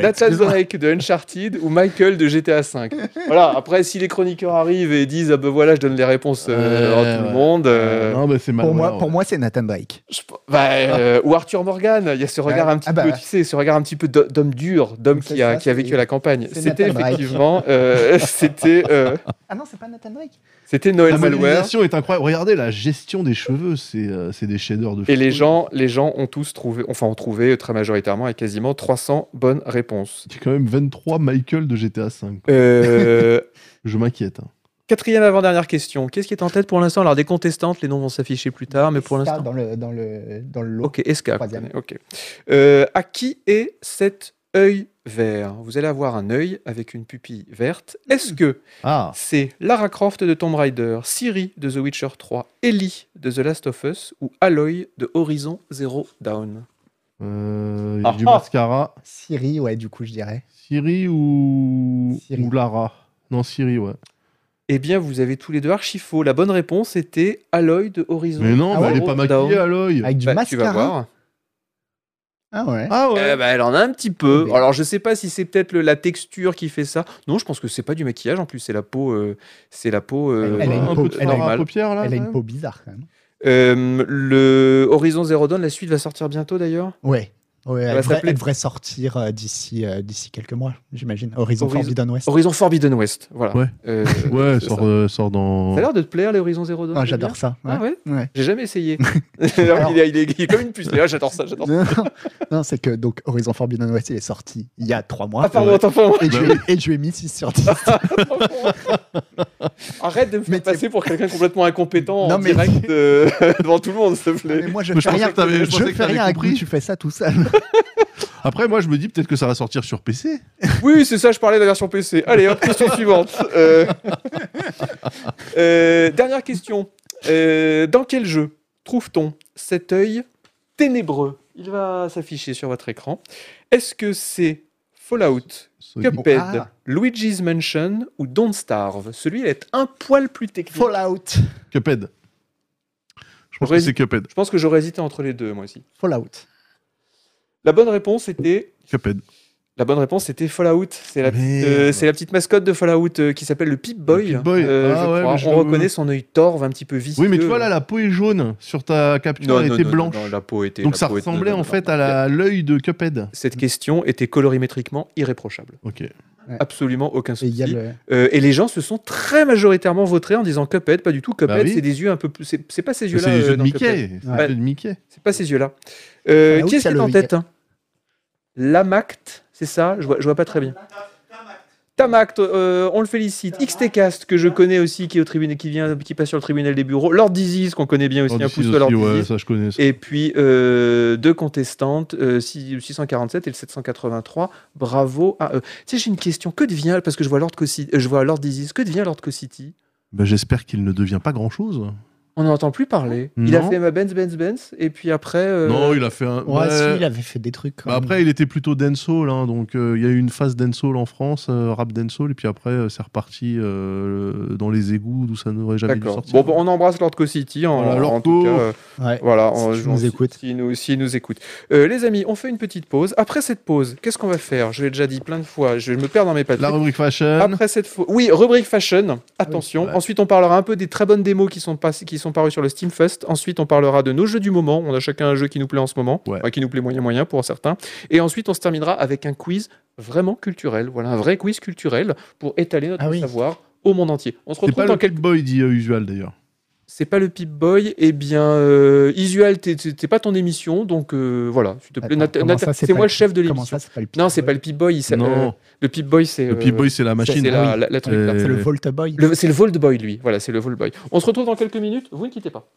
Speaker 1: Nathan Drake de Uncharted ou Michael de GTA V. Voilà, après si les chroniqueurs arrivent et disent ah ben voilà, je donne les réponses euh,
Speaker 3: Ouais,
Speaker 1: à tout
Speaker 3: ouais.
Speaker 1: le monde. euh,
Speaker 3: Non, mais c'est mal.
Speaker 2: Pour moi,
Speaker 3: voilà,
Speaker 2: pour
Speaker 3: ouais.
Speaker 2: moi c'est Nathan Drake.
Speaker 1: je- bah, euh, ou Arthur Morgan, il y a ce regard
Speaker 2: Ouais.
Speaker 1: un petit
Speaker 2: Ah bah
Speaker 1: peu,
Speaker 2: ouais.
Speaker 1: tu sais, ce regard un petit peu d'ho- d'homme dur, d'homme
Speaker 2: Donc c'est
Speaker 1: qui a,
Speaker 2: ça,
Speaker 1: qui a
Speaker 2: c'est-
Speaker 1: vécu à la campagne.
Speaker 2: c'est
Speaker 1: C'était
Speaker 2: Nathan Drake.
Speaker 1: effectivement, euh, c'était, euh,
Speaker 2: Ah non, c'est pas Nathan Drake.
Speaker 1: c'était Noël
Speaker 3: La
Speaker 1: Malware.
Speaker 3: modélisation est incroyable. Regardez la gestion des cheveux, c'est euh, c'est des shaders de.
Speaker 1: Et les
Speaker 3: fou.
Speaker 1: gens, les gens ont tous trouvé, enfin ont trouvé euh, très majoritairement et quasiment 300 bonnes réponses.
Speaker 3: Il y a quand même 23 Michael de GTA V. quoi.
Speaker 1: Euh,
Speaker 3: Je m'inquiète. hein.
Speaker 1: quatrième avant-dernière question. Qu'est-ce qui est en tête pour l'instant Alors des contestantes, les noms vont s'afficher plus tard, mais pour
Speaker 2: Star
Speaker 1: l'instant.
Speaker 2: Dans le, dans le, dans le lot.
Speaker 1: Ok, Esca.
Speaker 2: Troisième.
Speaker 1: vous connaissez, Ok. Euh, à qui est cet œil vert Vous allez avoir un œil avec une pupille verte. Est-ce que
Speaker 3: Ah
Speaker 1: c'est Lara Croft de Tomb Raider, Siri de The Witcher 3, Ellie de The Last of Us ou Aloy de Horizon Zero Dawn
Speaker 3: Euh, Il y a
Speaker 1: Ah,
Speaker 3: du
Speaker 1: ah.
Speaker 3: mascara.
Speaker 2: Siri, ouais, du coup, je dirais.
Speaker 3: Siri ou.
Speaker 2: Siri.
Speaker 3: Ou Lara. Non, Siri, ouais.
Speaker 1: Eh bien, vous avez tous les deux archi faux. La bonne réponse était Aloy de Horizon.
Speaker 3: Mais non,
Speaker 2: Ah
Speaker 3: mais
Speaker 2: ouais Ah,
Speaker 3: elle est pas maquillée à l'œil.
Speaker 2: Avec du
Speaker 1: Bah, tu vas
Speaker 2: mascara.
Speaker 1: voir.
Speaker 2: Ah ouais.
Speaker 3: Ah ouais.
Speaker 1: Eh ben, elle en a un petit peu.
Speaker 2: Mais-
Speaker 1: Alors, je sais pas si c'est peut-être le- la texture qui fait ça. Non, je pense que c'est pas du maquillage. En plus, c'est la peau. euh, c'est la peau. euh,
Speaker 2: Elle a une
Speaker 3: un
Speaker 2: peau-
Speaker 3: peu de
Speaker 2: elle a
Speaker 3: fard à
Speaker 1: normale.
Speaker 3: paupières là.
Speaker 2: Elle a une
Speaker 1: ah.
Speaker 3: quand
Speaker 2: peau bizarre quand même.
Speaker 1: Euh, le Horizon Zero Dawn, la suite va sortir bientôt d'ailleurs.
Speaker 2: Ouais.
Speaker 1: va
Speaker 2: Ouais, elle, devrait,
Speaker 1: s'appeler-
Speaker 2: elle devrait sortir euh, d'ici euh, d'ici quelques mois, j'imagine. Horizon,
Speaker 1: Horizon-
Speaker 2: Forbidden West.
Speaker 1: Horizon Forbidden West. Voilà.
Speaker 3: Ouais.
Speaker 1: Euh,
Speaker 3: même. Ouais,
Speaker 1: c'est
Speaker 3: sort,
Speaker 1: ça.
Speaker 3: euh, sort dans.
Speaker 1: Ça a l'air de te plaire, les Horizon Zero Dawn.
Speaker 2: Ah,
Speaker 1: t'aimes
Speaker 2: J'adore
Speaker 1: bien
Speaker 2: ça.
Speaker 1: Ah ouais
Speaker 2: Ouais.
Speaker 1: J'ai jamais essayé. Alors, il, est, il est- il est comme une puce. mais là, j'adore ça. J'adore. ça.
Speaker 2: Non, non, c'est que donc Horizon Forbidden West il est sorti il y a trois mois.
Speaker 1: Ah, pardon, attends, pardon.
Speaker 3: Bah
Speaker 2: Et je, lui- et je lui ai mis 6 sur
Speaker 3: Ah,
Speaker 2: 10.
Speaker 1: Arrête de me
Speaker 2: Mais
Speaker 1: faire
Speaker 2: t'es-
Speaker 1: passer pour quelqu'un complètement incompétent en
Speaker 2: Non, mais-
Speaker 1: direct euh, devant tout le monde, s'il te
Speaker 2: Mais
Speaker 1: plaît.
Speaker 2: moi, je
Speaker 3: Mais je
Speaker 2: fais
Speaker 3: pensais
Speaker 2: rien,
Speaker 3: que t'avais- je
Speaker 2: je
Speaker 3: pensais que
Speaker 2: fais
Speaker 3: t'avais
Speaker 2: rien à
Speaker 3: compris.
Speaker 2: Glee, tu fais ça tout seul.
Speaker 3: Après, moi, je me dis peut-être que ça va sortir sur PC.
Speaker 1: Oui, c'est ça, je parlais de la version PC. Allez, hop, question suivante. Euh, euh, dernière question. Euh, dans quel jeu trouve-t-on cet œil ténébreux Il va s'afficher sur votre écran. Est-ce que c'est Fallout,
Speaker 3: Sony.
Speaker 1: Cuphead,
Speaker 2: Ah.
Speaker 1: Luigi's Mansion ou Don't Starve Celui il est un poil plus technique.
Speaker 2: Fallout.
Speaker 3: Cuphead. Je pense
Speaker 1: Ré-
Speaker 3: que c'est Cuphead.
Speaker 1: Je pense que j'aurais hésité entre les deux, moi aussi.
Speaker 2: Fallout.
Speaker 1: La bonne réponse était
Speaker 3: Cuphead.
Speaker 1: La bonne réponse c'était Fallout. C'est la, petite,
Speaker 3: Merde.
Speaker 1: euh, c'est la petite mascotte de Fallout euh, qui s'appelle le Pip Boy.
Speaker 3: Le Pip Boy.
Speaker 1: Euh,
Speaker 3: Ah
Speaker 1: je
Speaker 3: ouais,
Speaker 1: crois.
Speaker 3: mais je
Speaker 1: On
Speaker 3: l'avoue.
Speaker 1: reconnaît son œil torve, un petit peu vicieux.
Speaker 3: Oui, mais tu vois là, la peau est jaune sur ta capture,
Speaker 1: Non,
Speaker 3: elle
Speaker 1: non,
Speaker 3: était
Speaker 1: non,
Speaker 3: blanche.
Speaker 1: non, non, la peau était.
Speaker 3: Donc
Speaker 1: la
Speaker 3: ça
Speaker 1: peau était-
Speaker 3: ressemblait
Speaker 1: non,
Speaker 3: en
Speaker 1: non,
Speaker 3: fait
Speaker 1: non.
Speaker 3: à la- l'œil de Cuphead.
Speaker 1: Cette question était colorimétriquement irréprochable.
Speaker 3: Ok.
Speaker 1: Absolument aucun
Speaker 2: Et
Speaker 1: souci.
Speaker 2: il y a le.
Speaker 1: Euh, et les gens se sont très majoritairement votés en disant Cuphead, pas du tout. Cuphead,
Speaker 3: Bah oui.
Speaker 1: c'est des yeux un peu plus. C'est c'est pas ces
Speaker 3: C'est
Speaker 1: yeux-là.
Speaker 3: les
Speaker 1: euh,
Speaker 3: jeux de
Speaker 1: dans Cuphead.
Speaker 3: Mickey. C'est les
Speaker 1: Ouais.
Speaker 3: jeux de Mickey.
Speaker 1: C'est pas ces yeux-là.
Speaker 3: Ah
Speaker 1: Euh,
Speaker 2: Fallout,
Speaker 1: qui est-ce qui
Speaker 2: il y
Speaker 1: est
Speaker 2: a
Speaker 1: en
Speaker 2: le-
Speaker 1: tête hein Lamact, c'est ça je vois, je vois pas très bien. Tamact, euh, on le félicite. XTcast que je connais aussi, qui est au tribunal, qui vient, qui passe sur le tribunal des bureaux. Lord Disease qu'on connaît bien aussi,
Speaker 3: Lord
Speaker 1: un
Speaker 3: Disease
Speaker 1: pouce de Lord
Speaker 3: aussi, ouais,
Speaker 1: Disease.
Speaker 3: ça je connais. ça.
Speaker 1: Et puis euh, deux contestantes, euh, six- 647 et le 783. Bravo à eux. Tu sais, j'ai une question. Que devient parce que je vois Lord Cossi- euh, je vois Lord Disease. Que devient Lord City
Speaker 3: Bah, J'espère qu'il ne devient pas grand chose.
Speaker 1: On n'en entend plus parler. Il a
Speaker 3: Non.
Speaker 1: fait ma Benz, Benz, Benz, et puis après. euh,
Speaker 3: Non, il a fait un.
Speaker 2: Ouais,
Speaker 3: bah,
Speaker 2: si, il avait fait des trucs. hein.
Speaker 3: bah
Speaker 2: comme-
Speaker 3: après, il était plutôt dancehall, hein, donc euh, il y a eu une phase dancehall en France, euh, rap dancehall, et puis après, euh, c'est reparti euh, dans les égouts d'où ça n'aurait jamais dû
Speaker 1: D'accord.
Speaker 3: sortir.
Speaker 1: Bon, bah, on embrasse Lord Co City. En,
Speaker 3: hein. Voilà, Lord
Speaker 1: en tout
Speaker 3: Co.
Speaker 1: cas, euh,
Speaker 2: Ouais.
Speaker 1: voilà,
Speaker 2: Si
Speaker 1: on-
Speaker 2: tu
Speaker 1: je-
Speaker 2: nous
Speaker 1: si-
Speaker 2: écoutes.
Speaker 1: si nous, si nous écoute. Euh, les amis, on fait une petite pause. Après cette pause, qu'est-ce qu'on va faire Je l'ai déjà dit plein de fois. Je me perds dans mes papiers.
Speaker 3: La rubrique fashion. Ah
Speaker 1: Après cette fo- oui, rubrique fashion, attention.
Speaker 3: ouais.
Speaker 1: Ensuite, on parlera un peu des très bonnes démos qui sont, passées- qui sont parues sur le Steam Fest. Ensuite, on parlera de nos jeux du moment. On a chacun un jeu qui nous plaît en ce moment,
Speaker 3: Ouais.
Speaker 1: Enfin, qui nous plaît moyen moyen pour certains. Et ensuite, on se terminera avec un quiz vraiment culturel. Voilà, un vrai quiz culturel pour étaler notre
Speaker 2: Ah oui.
Speaker 1: savoir au monde entier. On se
Speaker 3: c'est
Speaker 1: retrouve
Speaker 3: pas
Speaker 1: dans
Speaker 3: le
Speaker 1: quelques...
Speaker 3: Cake Boy dit euh, usual d'ailleurs.
Speaker 1: C'est pas le Pip Boy, eh bien, euh, Isual, t'es- t'es t'es pas ton émission, donc euh, voilà, s'il te plaît.
Speaker 2: Attends,
Speaker 1: Nat-
Speaker 2: comment
Speaker 1: Nat-
Speaker 2: ça,
Speaker 1: C'est
Speaker 2: pas
Speaker 1: moi le chef de
Speaker 2: Comment
Speaker 1: l'émission.
Speaker 2: ça, c'est pas le
Speaker 1: Non, c'est pas le Pip Boy. il s'a- euh,
Speaker 3: non,
Speaker 1: le Pip Boy, c'est.
Speaker 3: le
Speaker 1: euh,
Speaker 3: Pip Boy, c'est la machine.
Speaker 1: C'est la,
Speaker 3: Ah oui.
Speaker 1: la- la truc là.
Speaker 3: Euh,
Speaker 2: C'est le Volta Boy.
Speaker 1: Le- C'est le Vault Boy, lui. Voilà, c'est le Vault Boy. On se retrouve dans quelques minutes. Vous ne quittez pas.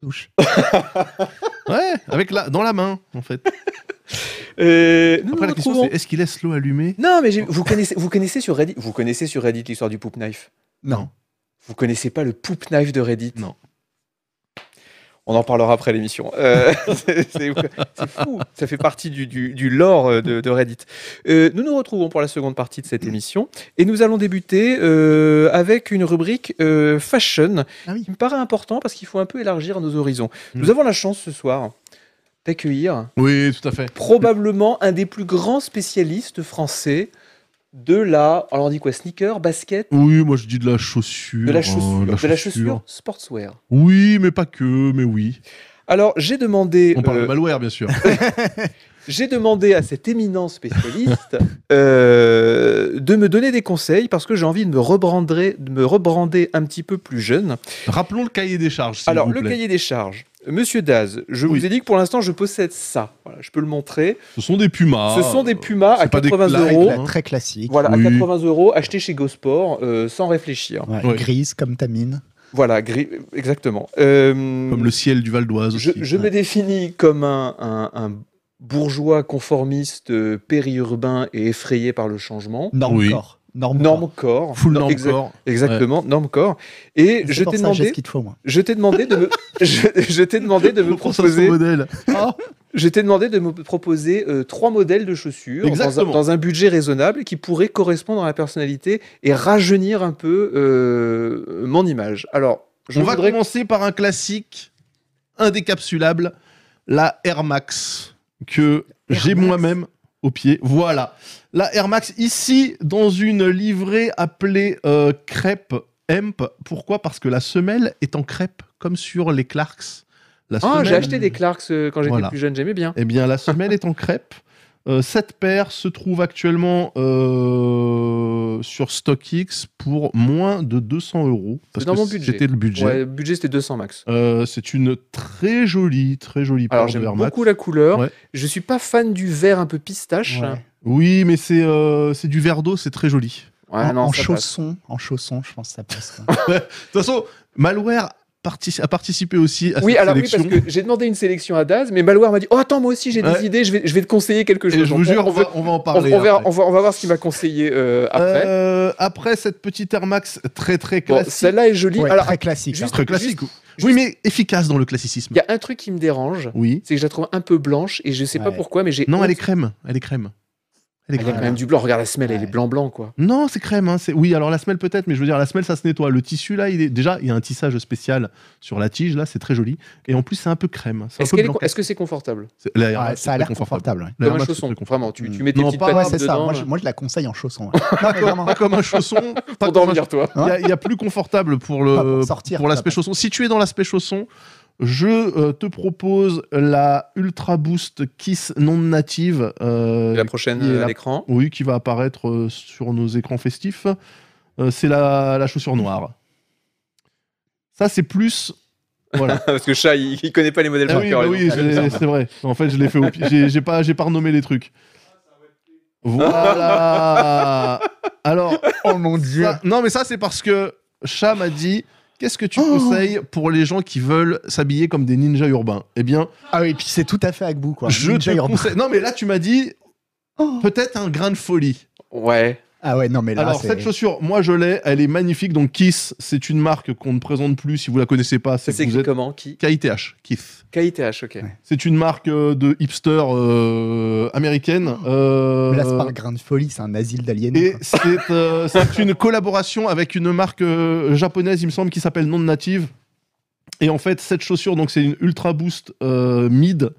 Speaker 2: Touche.
Speaker 3: Ouais, avec la, dans la main, en fait.
Speaker 1: Euh, nous nous
Speaker 3: Après, la question,
Speaker 1: retrouvons-
Speaker 3: c'est est-ce qu'il laisse l'eau allumée
Speaker 1: Non, mais j'ai- vous connaissez, vous connaissez sur Reddit, vous connaissez sur Reddit l'histoire du poop knife.
Speaker 2: Non.
Speaker 1: Vous connaissez pas le poop knife de Reddit
Speaker 3: Non.
Speaker 1: On en parlera après l'émission. Euh, c'est c'est- c'est fou. Ça fait partie du, du- du lore euh, de, de Reddit. Euh, nous nous retrouvons pour la seconde partie de cette émission et nous allons débuter euh, avec une rubrique euh, fashion
Speaker 2: Ah oui.
Speaker 1: qui me paraît important parce qu'il faut un peu élargir nos horizons. Nous
Speaker 3: Mm.
Speaker 1: avons la chance ce soir d'accueillir
Speaker 3: Oui, tout à fait.
Speaker 1: probablement un des plus grands spécialistes français de la. Alors on dit quoi Sneaker, basket
Speaker 3: Oui, moi je dis de la chaussure.
Speaker 1: De la
Speaker 3: hein,
Speaker 1: chaussure, de la chaussure sportswear.
Speaker 3: Oui, mais pas que, mais oui.
Speaker 1: Alors j'ai demandé,
Speaker 3: On parle
Speaker 1: euh,
Speaker 3: de malware, bien sûr.
Speaker 1: j'ai demandé à cet éminent spécialiste euh, de me donner des conseils parce que j'ai envie de me rebrander, de me rebrander un petit peu plus jeune.
Speaker 3: Rappelons le cahier des charges. s'il
Speaker 1: Alors
Speaker 3: vous
Speaker 1: le
Speaker 3: plaît.
Speaker 1: cahier des charges. Monsieur Daz, je
Speaker 3: Oui.
Speaker 1: vous ai dit que pour l'instant je possède ça. Voilà, je peux le montrer.
Speaker 3: Ce sont des pumas.
Speaker 1: Ce sont des Pumas
Speaker 3: Ah, c'est
Speaker 1: à
Speaker 3: pas des
Speaker 1: 80
Speaker 3: claques,
Speaker 1: euros.
Speaker 3: là.
Speaker 2: Cla- Très classique.
Speaker 1: Voilà,
Speaker 3: Oui.
Speaker 1: à 80 euros, acheté chez GoSport, euh, sans réfléchir.
Speaker 2: Ouais,
Speaker 3: Ouais.
Speaker 2: Grise comme ta mine.
Speaker 1: Voilà, gris, exactement. Euh,
Speaker 3: Comme le ciel du Val d'Oise.
Speaker 1: je,
Speaker 3: aussi.
Speaker 1: je me définis comme un, un- un bourgeois conformiste euh, périurbain et effrayé par le changement.
Speaker 2: Norme
Speaker 3: Oui.
Speaker 2: corps. Norme,
Speaker 1: Norme corps.
Speaker 3: Full
Speaker 1: Non,
Speaker 3: norme
Speaker 1: exa-
Speaker 3: corps.
Speaker 1: Exactement, norme corps. Et je t'ai
Speaker 2: demandé.
Speaker 1: demandé,
Speaker 2: ce qu'il te faut, moi.
Speaker 1: je t'ai demandé de me, je, je t'ai demandé de me
Speaker 3: On prend ça, ce
Speaker 1: proposer,
Speaker 3: modèle.
Speaker 1: je t'ai demandé de me proposer euh, trois modèles de chaussures dans un,
Speaker 3: Exactement.
Speaker 1: dans un budget raisonnable qui pourrait correspondre à la personnalité et rajeunir un peu euh, mon image. Alors, je
Speaker 3: On va
Speaker 1: voudrais
Speaker 3: commencer par un classique indécapsulable, la Air Max, que
Speaker 2: Air
Speaker 3: j'ai
Speaker 2: Max.
Speaker 3: moi-même au pied. Voilà. La Air Max, ici, dans une livrée appelée euh, crêpe hemp. Pourquoi Parce que la semelle est en crêpe, comme sur les Clarks. La
Speaker 1: Ah, j'ai
Speaker 3: semelle-
Speaker 1: acheté des Clarks euh, quand j'étais
Speaker 3: Voilà.
Speaker 1: plus jeune, j'aimais bien.
Speaker 3: Eh bien, la semelle est en crêpe. Euh, cette paire se trouve actuellement euh, sur StockX pour moins de 200 euros. Parce
Speaker 1: dans
Speaker 3: que
Speaker 1: mon budget.
Speaker 3: C'était le budget.
Speaker 1: Ouais, le budget c'était 200 max.
Speaker 3: Euh, c'est une très jolie, très jolie paire
Speaker 1: Alors
Speaker 3: de
Speaker 1: j'aime
Speaker 3: Air Max.
Speaker 1: beaucoup la couleur.
Speaker 3: Ouais.
Speaker 1: Je suis pas fan du vert un peu pistache.
Speaker 2: Ouais.
Speaker 3: Oui, mais c'est euh, c'est du verre d'eau, c'est très joli.
Speaker 1: Ouais,
Speaker 2: en,
Speaker 1: Ah
Speaker 2: en
Speaker 1: ça passe.
Speaker 2: chaussons, en chaussons, je pense que ça passe. quoi.
Speaker 3: De toute façon, Malware partici- a participé aussi à
Speaker 1: Oui,
Speaker 3: cette
Speaker 1: alors oui,
Speaker 3: sélection.
Speaker 1: parce que j'ai demandé une sélection à Daz, mais Malware m'a dit Oh, attends, moi aussi j'ai
Speaker 3: Ouais.
Speaker 1: des idées, je vais, je vais te conseiller quelque
Speaker 3: Et
Speaker 1: chose.
Speaker 3: je
Speaker 1: Donc,
Speaker 3: vous jure, on,
Speaker 1: on,
Speaker 3: va, on va en
Speaker 1: on-
Speaker 3: parler.
Speaker 1: on verra-
Speaker 3: après.
Speaker 1: on va, on va voir ce qu'il m'a conseillé euh, après.
Speaker 3: Euh, après cette petite Air Max très très
Speaker 1: Bon,
Speaker 3: classique.
Speaker 1: celle-là est jolie.
Speaker 2: Ouais,
Speaker 1: alors,
Speaker 2: très classique. hein.
Speaker 1: juste-
Speaker 3: très classique.
Speaker 1: juste-
Speaker 3: oui, mais efficace dans le classicisme.
Speaker 1: il y a un truc qui me dérange,
Speaker 3: Oui.
Speaker 1: c'est que je la trouve un peu blanche et je sais pas
Speaker 2: Ouais.
Speaker 1: pourquoi, mais j'ai.
Speaker 3: Non,
Speaker 1: honte.
Speaker 3: elle est crème. Elle est crème. Elle est
Speaker 1: Il y a
Speaker 3: crème.
Speaker 1: quand même du blanc. Regarde la semelle, elle est
Speaker 2: Ouais.
Speaker 1: blanc-blanc, quoi.
Speaker 3: Non, c'est crème. hein, c'est- Oui, alors la semelle peut-être, mais je veux dire, la semelle, ça se nettoie. Le tissu, là, il est... déjà, il y a un tissage spécial sur la tige, là, c'est très joli. Et en plus, c'est un peu crème. hein. C'est un
Speaker 1: Est-ce
Speaker 3: peu
Speaker 1: qu'elle est-
Speaker 3: blanc.
Speaker 1: est-ce que c'est confortable
Speaker 3: C'est- la Air
Speaker 2: Ouais,
Speaker 3: Max,
Speaker 2: ça a
Speaker 3: c'est
Speaker 2: l'air
Speaker 3: très
Speaker 2: confortable. ouais.
Speaker 3: La
Speaker 1: Comme
Speaker 3: Air
Speaker 1: un
Speaker 3: Max, c'est
Speaker 1: chausson,
Speaker 3: très confortable.
Speaker 1: vraiment. Tu, tu
Speaker 2: Mm.
Speaker 1: mets tes
Speaker 3: Non,
Speaker 1: petites
Speaker 3: pas-
Speaker 2: Ouais,
Speaker 1: patates
Speaker 2: c'est ça.
Speaker 1: dedans,
Speaker 2: Moi je,
Speaker 1: euh,
Speaker 2: moi, je la conseille en chaussons. ouais. Non, mais vraiment,
Speaker 3: Pas comme un chausson. pas
Speaker 1: pour
Speaker 3: comme un
Speaker 1: dormir, toi.
Speaker 3: Il y a- il y, a plus confortable pour
Speaker 2: pas
Speaker 3: le
Speaker 2: pour sortir.
Speaker 3: Euh, pour l'aspect
Speaker 2: quoi.
Speaker 3: chausson. Si tu es dans l'aspect chausson, je euh, te propose la Ultra Boost Kiss non native. euh,
Speaker 1: La prochaine
Speaker 3: qui est
Speaker 1: euh,
Speaker 3: la-
Speaker 1: à l'écran.
Speaker 3: Oui, qui va apparaître euh, sur nos écrans festifs. Euh, c'est la, la chaussure noire. Ça, c'est plus. Voilà.
Speaker 1: Parce que Chat, il, il connaît pas les modèles
Speaker 3: Ah
Speaker 1: par
Speaker 3: oui,
Speaker 1: cœur,
Speaker 3: bah
Speaker 1: et
Speaker 3: oui,
Speaker 1: donc,
Speaker 3: je l'ai- c'est vrai. En fait, je l'ai fait au pi- J'ai, j'ai pas, j'ai pas renommé les trucs. Voilà. Alors,
Speaker 2: Oh mon dieu.
Speaker 3: Ça- non, mais ça, c'est parce que Chat m'a dit Qu'est-ce que tu
Speaker 2: Oh.
Speaker 3: conseilles pour les gens qui veulent s'habiller comme des ninjas urbains Eh bien,
Speaker 2: Ah oui, puis c'est tout à fait Agbu quoi.
Speaker 3: je
Speaker 2: Ninja
Speaker 3: te
Speaker 2: Urban.
Speaker 3: conseille. Non, mais là, tu m'as dit
Speaker 2: Oh.
Speaker 3: peut-être un grain de folie.
Speaker 1: Ouais.
Speaker 2: Ah ouais, non mais là
Speaker 3: Alors,
Speaker 2: c'est-
Speaker 3: cette chaussure, moi, je l'ai. Elle est magnifique. Donc, Kiss, c'est une marque qu'on ne présente plus. Si vous la connaissez pas,
Speaker 1: Ça
Speaker 3: c'est que
Speaker 1: s'écrit
Speaker 3: vous êtes
Speaker 1: comment Qui
Speaker 3: KITH. Kiss.
Speaker 1: KITH, ok.
Speaker 2: Ouais.
Speaker 3: C'est une marque euh, de hipster euh, américaine. euh,
Speaker 2: mais là, c'est pas un grain de folie, c'est un asile d'aliénés.
Speaker 3: Et
Speaker 2: quoi.
Speaker 3: c'est euh, c'est une collaboration avec une marque euh, japonaise, il me semble, qui s'appelle Non Native. Et en fait, cette chaussure, donc c'est une Ultra Boost euh, Mid.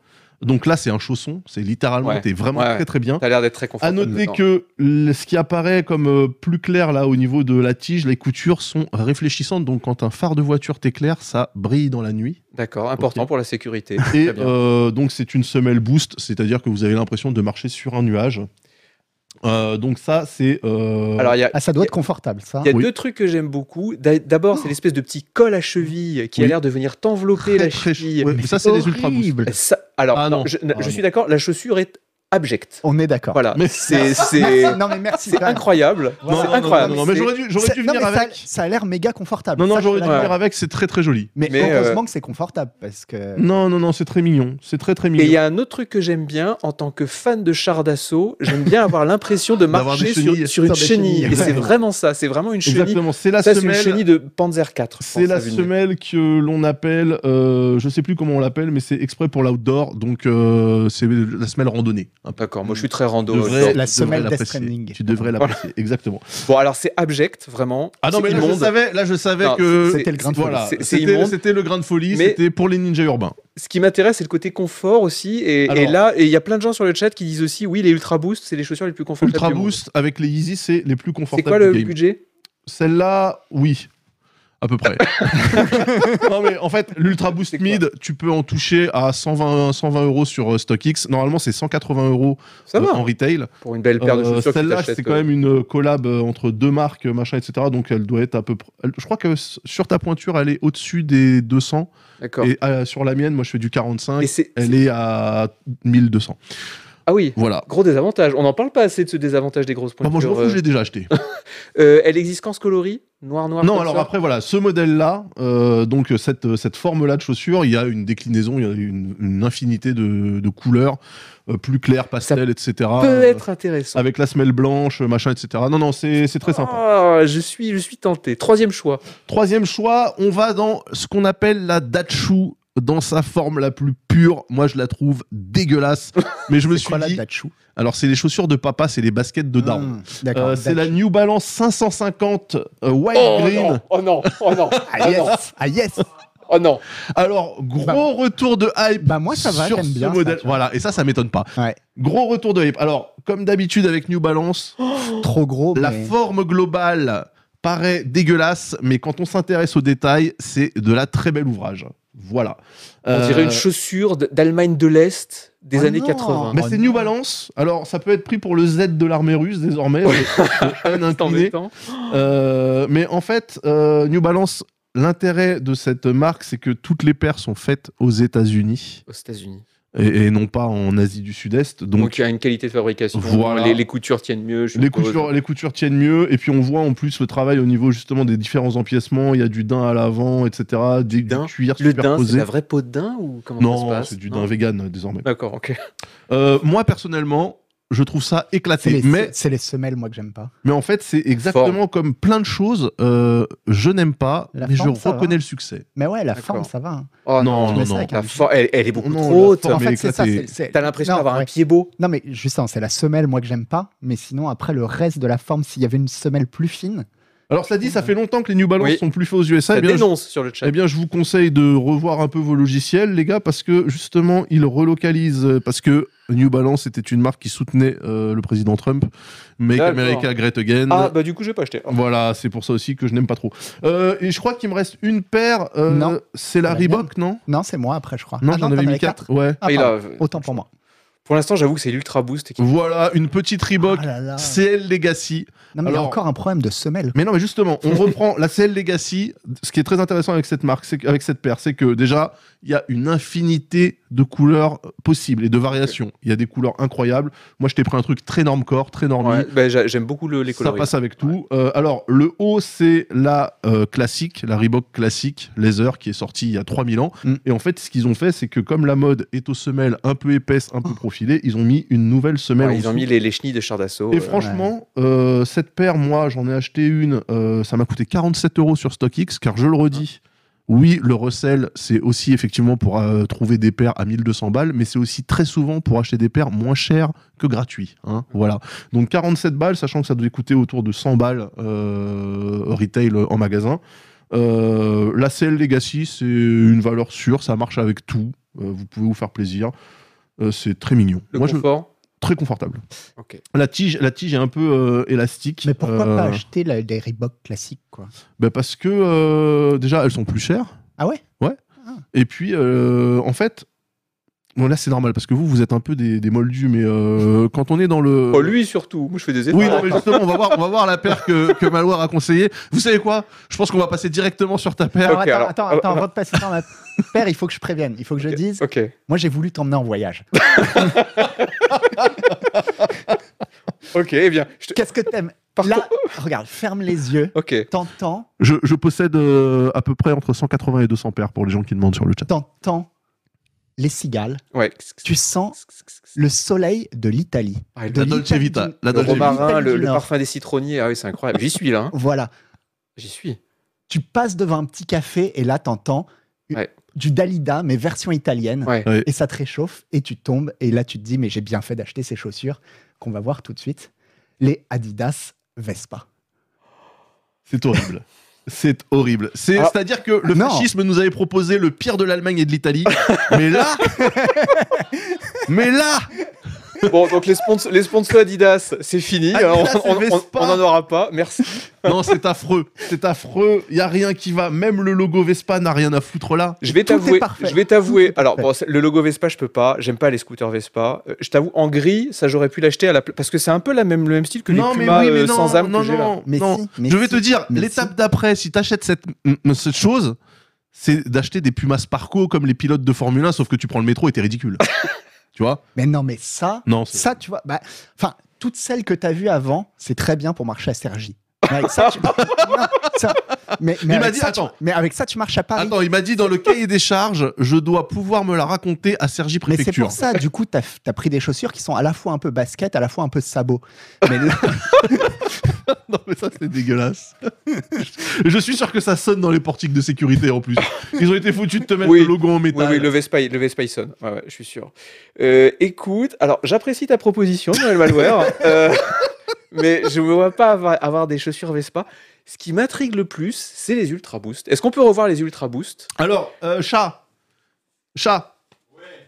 Speaker 3: Donc là, c'est un chausson. C'est littéralement,
Speaker 1: Ouais.
Speaker 3: t'es vraiment
Speaker 1: Ouais, ouais.
Speaker 3: très très bien.
Speaker 1: T'as l'air d'être très
Speaker 3: À
Speaker 1: confortable.
Speaker 3: noter
Speaker 1: dedans.
Speaker 3: que le- ce qui apparaît comme euh, plus clair là au niveau de la tige, les coutures sont réfléchissantes. Donc quand un phare de voiture t'éclaire, ça brille dans la nuit.
Speaker 1: D'accord, important
Speaker 3: Ok.
Speaker 1: pour la sécurité.
Speaker 3: Et
Speaker 1: Très bien.
Speaker 3: euh, donc c'est une semelle boost, c'est-à-dire que vous avez l'impression de marcher sur un nuage. Euh, donc ça, c'est. euh,
Speaker 1: Alors, il y a,
Speaker 2: Ah, ça doit être confortable ça.
Speaker 1: il y a
Speaker 3: oui.
Speaker 1: deux trucs que j'aime beaucoup. D'a- D'abord, c'est l'espèce de petit col à cheville qui
Speaker 3: Oui.
Speaker 1: a l'air de venir t'envelopper la
Speaker 3: très-
Speaker 1: cheville.
Speaker 3: ouais, mais ça, c'est les ultra boosts.
Speaker 2: Horrible.
Speaker 1: Ça- alors,
Speaker 3: Ah
Speaker 1: non,
Speaker 3: non.
Speaker 1: je,
Speaker 3: Ah
Speaker 1: je suis
Speaker 3: non.
Speaker 1: d'accord, la chaussure est abjecte.
Speaker 2: On est d'accord.
Speaker 1: Voilà,
Speaker 3: Mais-
Speaker 1: c'est c'est-
Speaker 2: Merci. Non mais merci.
Speaker 1: c'est
Speaker 2: quand même.
Speaker 1: incroyable. C'est
Speaker 2: Non, non, non,
Speaker 1: incroyable.
Speaker 3: Non, non, mais
Speaker 1: C'est-
Speaker 3: j'aurais dû, j'aurais
Speaker 2: C'est-
Speaker 3: dû
Speaker 2: non,
Speaker 3: venir
Speaker 2: mais ça-
Speaker 3: avec.
Speaker 2: Ça, a l'air méga confortable.
Speaker 3: Non, non,
Speaker 2: Ça, je
Speaker 3: j'aurais dû
Speaker 2: suis d'accord.
Speaker 3: venir euh, avec, c'est très très joli.
Speaker 2: Mais,
Speaker 1: Mais,
Speaker 2: heureusement que c'est confortable parce que.
Speaker 3: Non, non, non, c'est très mignon. C'est très très
Speaker 1: Et il y
Speaker 3: mignon.
Speaker 1: a un autre truc que j'aime bien en tant que fan de char d'assaut, j'aime bien avoir l'impression de
Speaker 3: D'avoir
Speaker 1: marcher
Speaker 3: des chenilles.
Speaker 1: sur, sur une
Speaker 2: Sur des
Speaker 1: chenille.
Speaker 2: chenilles,
Speaker 1: Et c'est
Speaker 2: exactement.
Speaker 1: vraiment ça, c'est vraiment une chenille.
Speaker 3: Exactement, c'est la
Speaker 1: Ça, c'est une
Speaker 3: semelle.
Speaker 1: chenille de Panzer IV. je
Speaker 3: C'est
Speaker 1: pense,
Speaker 3: la
Speaker 1: à venir.
Speaker 3: semelle que l'on appelle, euh, je sais plus comment on l'appelle, mais c'est exprès pour l'outdoor, donc euh, c'est la semelle randonnée.
Speaker 1: D'accord, moi je suis très rando.
Speaker 3: devrais-
Speaker 1: outdoor.
Speaker 3: tu
Speaker 2: La semelle
Speaker 3: devrais
Speaker 2: Death
Speaker 3: l'apprécier.
Speaker 2: Stranding.
Speaker 3: Tu devrais
Speaker 1: Voilà.
Speaker 3: l'apprécier, exactement.
Speaker 1: Bon, alors c'est abject, vraiment.
Speaker 3: Ah non,
Speaker 1: C'est
Speaker 3: mais là je
Speaker 1: immonde.
Speaker 3: savais, là, je savais
Speaker 1: Non,
Speaker 3: que.
Speaker 2: c'était le grain de
Speaker 3: voilà,
Speaker 1: folie. C'est- c'est
Speaker 3: C'était
Speaker 1: immonde.
Speaker 3: c'était le grain de folie,
Speaker 1: Mais-
Speaker 3: c'était pour les ninjas urbains.
Speaker 1: Ce qui m'intéresse, c'est le côté confort aussi. Et, et
Speaker 3: Alors-
Speaker 1: là, et il y a plein de gens sur le chat qui disent aussi oui, les Ultra Boost, c'est les chaussures les plus confortables.
Speaker 3: Ultra
Speaker 1: du monde.
Speaker 3: Boost avec les Yeezy, c'est les plus
Speaker 1: C'est
Speaker 3: confortables
Speaker 1: quoi le
Speaker 3: du game.
Speaker 1: budget
Speaker 3: Celle-là, oui. À peu près. non mais en fait, l'Ultra Boost
Speaker 1: C'est quoi
Speaker 3: Mid, tu peux en toucher à 120, 120 euros sur euh, StockX. Normalement, c'est 180 euros
Speaker 1: Ça
Speaker 3: euh,
Speaker 1: va,
Speaker 3: en retail.
Speaker 1: pour une belle paire de
Speaker 3: Euh,
Speaker 1: chaussures. que
Speaker 3: Celle-là,
Speaker 1: t'achètes,
Speaker 3: c'est quand même une collab euh, entre deux marques, euh, machin, etc. Donc elle doit être à peu près. elle- Je crois que s- sur ta pointure, elle est au-dessus des 200.
Speaker 1: euh, D'accord.
Speaker 3: Et euh, sur la mienne, moi, je fais du 45.
Speaker 1: Et c'est-
Speaker 3: Elle est à 1200.
Speaker 1: Ah oui,
Speaker 3: Voilà.
Speaker 1: gros désavantage. On n'en parle pas assez de ce désavantage des grosses
Speaker 3: Enfin,
Speaker 1: pointures.
Speaker 3: Ah, moi, je m'en fous, je
Speaker 1: euh.
Speaker 3: l'ai déjà acheté.
Speaker 1: Euh, elle existe qu'en coloris Noir, noir
Speaker 3: Non,
Speaker 1: comme
Speaker 3: alors
Speaker 1: ça
Speaker 3: après, voilà, ce modèle-là, euh, donc euh, cette, euh, cette forme-là de chaussure, il y a une déclinaison, il y a une, une infinité de, de couleurs, euh, plus claires, pastel, etc.
Speaker 1: peut
Speaker 3: euh,
Speaker 1: être intéressant.
Speaker 3: Avec la semelle blanche, machin, etc. Non, non, c'est c'est très sympa.
Speaker 1: Ah, je suis, je suis tenté. Troisième choix.
Speaker 3: Troisième choix, on va dans ce qu'on appelle la Dachu dans sa forme la plus pure. Moi, je la trouve dégueulasse. Mais je me
Speaker 2: C'est
Speaker 3: suis
Speaker 2: quoi la
Speaker 3: dit.
Speaker 2: Dachu
Speaker 3: Alors, c'est les chaussures de papa, c'est les baskets de daron.
Speaker 2: Hmm, D'accord.
Speaker 3: Euh, c'est
Speaker 2: Dachu.
Speaker 3: la New Balance 550 euh, White Green.
Speaker 1: oh non, oh non,
Speaker 2: Ah yes, ah yes.
Speaker 1: oh non.
Speaker 3: Alors, gros
Speaker 2: Bah-
Speaker 3: retour de hype.
Speaker 2: Bah, moi, ça va,
Speaker 3: sur
Speaker 2: j'aime
Speaker 3: ce
Speaker 2: bien ça,
Speaker 3: modèle.
Speaker 2: tu vois.
Speaker 3: voilà, et ça, ça m'étonne pas.
Speaker 2: Ouais.
Speaker 3: Gros retour de hype. Alors, comme d'habitude avec New Balance,
Speaker 2: Trop gros.
Speaker 3: la
Speaker 2: mais-
Speaker 3: forme globale paraît dégueulasse, mais quand on s'intéresse aux détails, c'est de la très belle ouvrage. Voilà.
Speaker 1: On
Speaker 3: Euh,
Speaker 1: dirait une chaussure d- d'Allemagne de l'Est des
Speaker 2: Oh
Speaker 1: années
Speaker 2: non.
Speaker 1: 80.
Speaker 3: bah,
Speaker 2: Oh
Speaker 3: c'est
Speaker 2: non.
Speaker 3: New Balance. Alors, ça peut être pris pour le Z de l'armée russe désormais. le- le N
Speaker 1: C'est
Speaker 3: incliné.
Speaker 1: embêtant.
Speaker 3: Euh, mais en fait, euh, New Balance, l'intérêt de cette marque, c'est que toutes les paires sont faites aux États-Unis.
Speaker 1: Aux États-Unis.
Speaker 3: et, et non pas en Asie du Sud-Est.
Speaker 1: Donc,
Speaker 3: Donc,
Speaker 1: il y a une qualité de fabrication.
Speaker 3: Voilà.
Speaker 1: Les, les coutures tiennent mieux. je
Speaker 3: les,
Speaker 1: suppose.
Speaker 3: coutures, les coutures tiennent mieux. Et puis, on voit en plus le travail au niveau justement des différents empiècements. Il y a du daim à l'avant, etc. Du, du
Speaker 1: Daim.
Speaker 3: cuir
Speaker 1: Le din, c'est
Speaker 3: superposé.
Speaker 1: la vraie peau de din ou comment ça se
Speaker 3: non,
Speaker 1: passe
Speaker 3: c'est du
Speaker 1: Non.
Speaker 3: daim vegan euh, désormais.
Speaker 1: D'accord, ok.
Speaker 3: Euh, moi, personnellement, je trouve ça
Speaker 2: C'est
Speaker 3: éclaté.
Speaker 2: les,
Speaker 3: Mais,
Speaker 2: c'est les semelles, moi, que j'aime pas.
Speaker 3: mais en fait, c'est exactement comme plein de choses. euh, je n'aime pas,
Speaker 2: La
Speaker 3: mais
Speaker 2: forme,
Speaker 3: je
Speaker 2: ça va.
Speaker 3: reconnais le succès.
Speaker 2: Mais ouais, la
Speaker 1: D'accord.
Speaker 2: forme, ça va. hein.
Speaker 1: Oh
Speaker 3: Non, non,
Speaker 2: mais c'est
Speaker 3: non.
Speaker 2: vrai
Speaker 1: La for- elle, elle est beaucoup
Speaker 3: Non,
Speaker 1: trop
Speaker 3: la
Speaker 1: haute.
Speaker 3: forme-
Speaker 2: En
Speaker 3: mais
Speaker 2: fait, c'est ça.
Speaker 3: éclaté.
Speaker 2: c'est- c'est-
Speaker 1: T'as l'impression
Speaker 2: Non,
Speaker 1: d'avoir un
Speaker 2: ouais.
Speaker 1: pied beau.
Speaker 2: Non, mais juste ça, c'est la semelle, moi, que j'aime pas. Mais sinon, après, le reste de la forme, s'il y avait une semelle plus fine,
Speaker 3: Alors, ça dit, ça fait longtemps que les New Balance
Speaker 1: Oui.
Speaker 3: sont plus faits aux USA.
Speaker 1: Ça
Speaker 3: Eh bien, je-
Speaker 1: dénonce sur le chat.
Speaker 3: Eh bien, je vous conseille de revoir un peu vos logiciels, les gars, parce que justement, ils relocalisent. euh, Parce que New Balance était une marque qui soutenait euh, le président Trump. Make
Speaker 1: D'accord.
Speaker 3: America Great Again.
Speaker 1: Ah, bah du coup, je vais pas acheter.
Speaker 3: Voilà, c'est pour ça aussi que je n'aime pas trop. Euh, et je crois qu'il me reste une paire. euh,
Speaker 2: Non.
Speaker 3: C'est la
Speaker 2: La mienne.
Speaker 3: Reebok, non
Speaker 2: non, c'est moi après, je crois.
Speaker 3: Non,
Speaker 2: Ah
Speaker 3: j'en
Speaker 2: t'en
Speaker 3: avais mis
Speaker 2: avais
Speaker 3: quatre. Ouais.
Speaker 2: Ah,
Speaker 1: Et
Speaker 2: pardon.
Speaker 1: là, euh,
Speaker 2: Autant pour moi.
Speaker 1: pour l'instant, j'avoue que c'est l'ultra boost. et qui-
Speaker 3: Voilà, une petite Reebok.
Speaker 2: Ah là là.
Speaker 3: CL Legacy.
Speaker 2: Non, mais il y a
Speaker 3: Alors-
Speaker 2: encore un problème de semelle.
Speaker 3: Mais non, mais justement, on reprend la CL Legacy. Ce qui est très intéressant avec cette marque, c'est que- avec cette paire, c'est que déjà, il y a une infinité de couleurs possibles et de variations. Il y a des couleurs incroyables. Moi, je t'ai pris un truc très norme corps, très norme.
Speaker 1: Ouais, bah, j'a- J'aime beaucoup le, les
Speaker 3: Ça
Speaker 1: coloris.
Speaker 3: passe avec tout. Euh, alors, le haut, c'est la euh, classique, la Reebok classique, laser, qui est sortie il y a 3000 ans.
Speaker 2: Mm.
Speaker 3: Et en fait, ce qu'ils ont fait, c'est que comme la mode est aux semelles un peu épaisses, un peu profilées, ils ont mis une nouvelle semelle.
Speaker 1: Oh. Ouais,
Speaker 3: en
Speaker 1: ils ont
Speaker 3: dessous.
Speaker 1: mis les, les chenilles de chars d'assaut.
Speaker 3: Et
Speaker 1: euh,
Speaker 3: franchement, euh, cette paire, moi, j'en ai acheté une. euh, ça m'a coûté 47 euros sur StockX, car je le redis. Oui, le recel, c'est aussi effectivement pour euh, trouver des paires à 1200 balles, mais c'est aussi très souvent pour acheter des paires moins chères que gratuits. hein, voilà. Donc 47 balles, sachant que ça devait coûter autour de 100 balles euh, retail en magasin. Euh, la CL Legacy, c'est une valeur sûre, ça marche avec tout. euh, vous pouvez vous faire plaisir. Euh, c'est très mignon.
Speaker 1: le
Speaker 3: moi,
Speaker 1: confort.
Speaker 3: je très confortable.
Speaker 1: Ok.
Speaker 3: La tige, la tige est un peu euh, élastique.
Speaker 2: Mais pourquoi
Speaker 3: Euh,
Speaker 2: pas acheter la- des Reebok classiques, quoi
Speaker 3: bah Parce que euh, déjà, elles sont plus chères.
Speaker 2: Ah ouais
Speaker 3: Et puis, euh, en fait, bon là c'est normal parce que vous, vous êtes un peu des, des moldus, mais euh, quand on est dans le...
Speaker 1: Oh, lui surtout. Moi, je fais des efforts.
Speaker 3: Oui, non, mais justement, on va voir, on va voir la paire que, que Malware a conseillée. Vous savez quoi Je pense qu'on va passer directement sur ta paire.
Speaker 2: Alors,
Speaker 1: Ok,
Speaker 2: attends,
Speaker 1: alors-
Speaker 2: attends,
Speaker 1: ah,
Speaker 2: attends, avant de passer dans la paire, il faut que je prévienne. Il faut que je
Speaker 1: Ok,
Speaker 2: dise,
Speaker 1: Ok.
Speaker 2: moi, j'ai voulu t'emmener en voyage.
Speaker 1: Ok. Eh bien, je te-
Speaker 2: Qu'est-ce que t'aimes
Speaker 1: Par
Speaker 2: Là, regarde, ferme les yeux,
Speaker 1: Ok.
Speaker 2: t'entends,
Speaker 3: Je, je possède euh, à peu près entre 180 et 200 paires pour les gens qui demandent sur le chat.
Speaker 2: t'entends les cigales,
Speaker 1: Ouais.
Speaker 2: tu sens le soleil de l'Italie.
Speaker 1: Ah,
Speaker 2: de
Speaker 3: La Dolce
Speaker 2: l'Italie
Speaker 3: Vita,
Speaker 2: du-
Speaker 3: la
Speaker 1: Le
Speaker 3: Dolce Vita.
Speaker 1: romarin, le,
Speaker 2: l'Italie du
Speaker 1: le
Speaker 2: Nord.
Speaker 1: parfum des citronniers, ah oui, c'est incroyable. J'y suis là, hein.
Speaker 2: Voilà,
Speaker 1: j'y suis.
Speaker 2: tu passes devant un petit café et là, t'entends
Speaker 1: Ouais.
Speaker 2: du Dalida, mais version italienne.
Speaker 1: Ouais.
Speaker 3: Ouais.
Speaker 2: Et ça te réchauffe et tu tombes. Et là, tu te dis, mais j'ai bien fait d'acheter ces chaussures qu'on va voir tout de suite. Les Adidas Vespa.
Speaker 3: C'est horrible. C'est horrible. C'est,
Speaker 1: Alors-
Speaker 3: c'est-à-dire que le
Speaker 2: Ah. Non.
Speaker 3: fascisme nous avait proposé le pire de l'Allemagne et de l'Italie. mais là. mais là
Speaker 1: Bon, donc les, spons- les sponsors Adidas, c'est fini.
Speaker 3: Adidas
Speaker 1: Alors, on-
Speaker 3: et
Speaker 1: on- on-
Speaker 3: Vespa.
Speaker 1: on n'en aura pas. Merci.
Speaker 3: Non, c'est affreux. C'est affreux. Il y a rien qui va. Même le logo Vespa n'a rien à foutre là.
Speaker 1: Je vais
Speaker 2: Tout est
Speaker 1: t'avouer,
Speaker 2: parfait.
Speaker 1: je vais
Speaker 2: Tout
Speaker 1: t'avouer.
Speaker 2: est
Speaker 1: Alors
Speaker 2: parfait.
Speaker 1: bon, c'est- le logo Vespa, je peux pas. J'aime pas les scooters Vespa. Euh, Je t'avoue, en gris, ça j'aurais pu l'acheter à la pla- parce que c'est un peu la même le même style que
Speaker 3: non,
Speaker 1: les
Speaker 3: mais
Speaker 1: Puma
Speaker 3: oui, mais
Speaker 1: euh,
Speaker 3: non,
Speaker 1: sans âme
Speaker 3: non,
Speaker 1: que j'ai là.
Speaker 3: non,
Speaker 2: Mais
Speaker 3: non.
Speaker 2: si, mais
Speaker 3: je vais
Speaker 2: si,
Speaker 3: te dire,
Speaker 2: mais
Speaker 3: l'étape d'après, si t'achètes cette, m- m- cette chose, c'est d'acheter des Pumas Parco comme les pilotes de Formule 1, sauf que tu prends le métro et t'es ridicule. tu vois
Speaker 2: Mais non, mais ça,
Speaker 3: Non, c'est-
Speaker 2: ça, tu vois, bah, enfin, toutes celles que tu as vues avant, c'est très bien pour marcher à Sergi. Mais avec ça, tu... Non, ça- mais, mais
Speaker 3: Il m'a
Speaker 2: avec
Speaker 3: dit,
Speaker 2: ça,
Speaker 3: attends.
Speaker 2: tu- mais avec ça, tu marches à Paris.
Speaker 3: Attends, il m'a dit dans le cahier des charges, je dois pouvoir me la raconter à Sergi
Speaker 2: mais c'est
Speaker 3: Préfecture.
Speaker 2: pour ça, du coup, tu as, pris des chaussures qui sont à la fois un peu basket, à la fois un peu sabot. Mais là,
Speaker 3: non, mais ça, c'est dégueulasse. je suis sûr que ça sonne dans les portiques de sécurité en plus. Ils ont été foutus de te mettre
Speaker 1: Oui.
Speaker 3: le logo en
Speaker 1: Oui,
Speaker 3: métal.
Speaker 1: oui, le Vespa, le Vespa il sonne. Ouais, ouais, je suis sûr. Euh, écoute, alors j'apprécie ta proposition, Noël Malware, euh, mais je me vois pas avoir, avoir des chaussures Vespa. Ce qui m'intrigue le plus, c'est les Ultra Boost. Est-ce qu'on peut revoir les Ultra Boost
Speaker 3: Alors, euh, chat. Chat.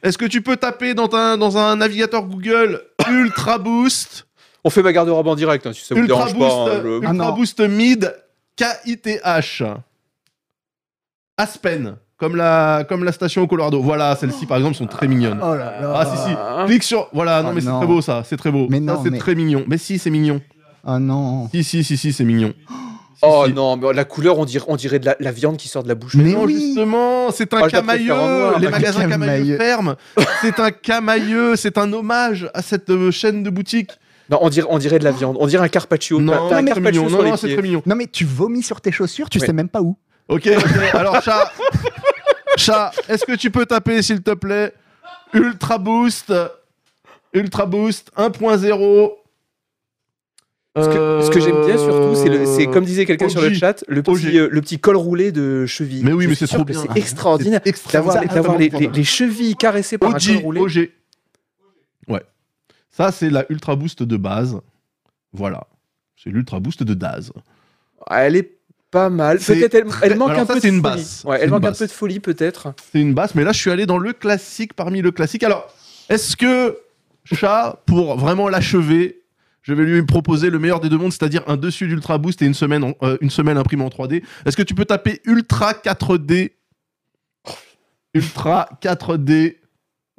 Speaker 3: Est-ce que tu peux taper dans, ta- dans un navigateur Google Ultra Boost
Speaker 1: On fait ma garde-robe en direct, hein, si ça vous
Speaker 3: Ultra
Speaker 1: dérange
Speaker 3: Boost,
Speaker 1: pas. hein,
Speaker 3: euh,
Speaker 1: je-
Speaker 2: Ah
Speaker 3: Ultra
Speaker 2: non.
Speaker 3: Boost Mid KITH. Aspen, comme la, comme la station au Colorado. Voilà, celles-ci par exemple sont très mignonnes.
Speaker 2: oh là là.
Speaker 3: Ah si si, clique sur... Voilà, non
Speaker 2: Ah,
Speaker 3: mais c'est
Speaker 2: non.
Speaker 3: très beau ça, c'est très beau.
Speaker 2: Mais
Speaker 3: Ça,
Speaker 2: non,
Speaker 3: c'est
Speaker 2: mais-
Speaker 3: très mignon. Mais si, c'est mignon.
Speaker 2: Ah non.
Speaker 3: Si si si si, c'est mignon. Si,
Speaker 1: Oh
Speaker 3: si.
Speaker 1: non, mais la couleur, on dirait, on dirait de la, la viande qui sort de la bouche.
Speaker 2: Mais
Speaker 3: Non,
Speaker 2: oui.
Speaker 3: justement, c'est un
Speaker 1: Ah, je la
Speaker 3: camailleux.
Speaker 1: préfère en noir,
Speaker 3: Les
Speaker 1: un
Speaker 3: magasins camailleux
Speaker 2: camailleux.
Speaker 3: ferment. C'est un camailleux. C'est un hommage à cette euh, chaîne de boutique.
Speaker 1: Non, on dirait, on dirait de la viande. On dirait un carpaccio. T'as-
Speaker 3: Non,
Speaker 1: t'as un
Speaker 3: c'est très
Speaker 1: carpaccio
Speaker 3: mignon.
Speaker 1: sur
Speaker 3: Non,
Speaker 1: les
Speaker 3: non, c'est
Speaker 1: pieds.
Speaker 3: très mignon.
Speaker 2: Non, mais tu vomis sur tes chaussures, tu
Speaker 1: Ouais.
Speaker 2: sais même pas où.
Speaker 3: Ok, ok. Alors, chat, chat, est-ce que tu peux taper, s'il te plaît, Ultra Boost, Ultra Boost 1.0.
Speaker 1: Ce que, ce que j'aime bien surtout, c'est, le- c'est comme disait quelqu'un sur le
Speaker 3: OG.
Speaker 1: chat, le
Speaker 3: OG.
Speaker 1: petit, euh, le petit col roulé de cheville.
Speaker 3: Mais oui,
Speaker 1: Je
Speaker 3: mais
Speaker 1: suis
Speaker 3: c'est
Speaker 1: sûr
Speaker 3: trop
Speaker 1: que
Speaker 3: bien.
Speaker 1: C'est extraordinaire d'avoir, les,
Speaker 2: extrêmement
Speaker 1: d'avoir les, les-
Speaker 2: important.
Speaker 1: les chevilles caressées par un col
Speaker 3: OG,
Speaker 1: roulé.
Speaker 3: OG. Ouais. Ça, c'est la Ultra Boost de base. Voilà. C'est l'Ultra Boost de Daz.
Speaker 1: Ah, Elle est pas mal.
Speaker 3: C'est
Speaker 1: Peut-être elle, elle manque
Speaker 3: Alors
Speaker 1: un
Speaker 3: ça,
Speaker 1: peu
Speaker 3: c'est
Speaker 1: de
Speaker 3: une
Speaker 1: folie.
Speaker 3: basse.
Speaker 1: Ouais,
Speaker 3: C'est
Speaker 1: elle
Speaker 3: une
Speaker 1: manque
Speaker 3: basse.
Speaker 1: un peu de folie peut-être.
Speaker 3: C'est une basse, mais là, je suis allé dans le classique parmi le classique. Alors, est-ce que, chat, pour vraiment l'achever, je vais lui proposer le meilleur des deux mondes, c'est-à-dire un dessus d'Ultra Boost et une semaine, en- euh, une semaine imprimée en 3D. Est-ce que tu peux taper Ultra 4D Ultra 4D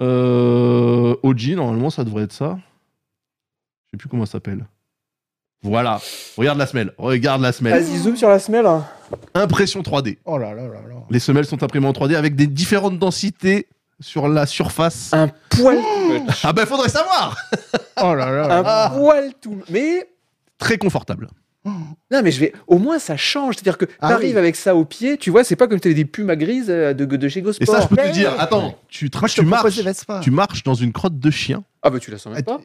Speaker 3: euh, OG, normalement, ça devrait être ça. Je sais plus comment ça s'appelle. Voilà. Regarde la semelle. Regarde la semelle.
Speaker 1: Vas-y, zoom sur la semelle.
Speaker 3: Impression 3D.
Speaker 2: Oh là là là là.
Speaker 3: Les semelles sont imprimées en 3D avec des différentes densités sur la surface.
Speaker 1: Un poil,
Speaker 3: Ah ben faudrait savoir
Speaker 2: Oh là là là
Speaker 1: un
Speaker 2: là.
Speaker 3: Ah.
Speaker 1: poil tout. Mais
Speaker 3: Très confortable.
Speaker 1: Non, mais je vais. Au moins, ça change. C'est-à-dire que
Speaker 2: Ah
Speaker 1: t'arrives
Speaker 2: oui.
Speaker 1: avec ça au pied, tu vois, c'est pas comme t'avais des pumas grises euh, de, de chez
Speaker 3: Et
Speaker 1: Gosport.
Speaker 3: ça, je peux te
Speaker 2: Mais-
Speaker 3: dire, attends, tu, tra-
Speaker 2: Moi, je te
Speaker 3: tu
Speaker 2: propose
Speaker 3: marches,
Speaker 2: des Vespa.
Speaker 3: tu marches dans une crotte de chien.
Speaker 1: Ah, bah, tu la sens
Speaker 2: Ah,
Speaker 1: même pas.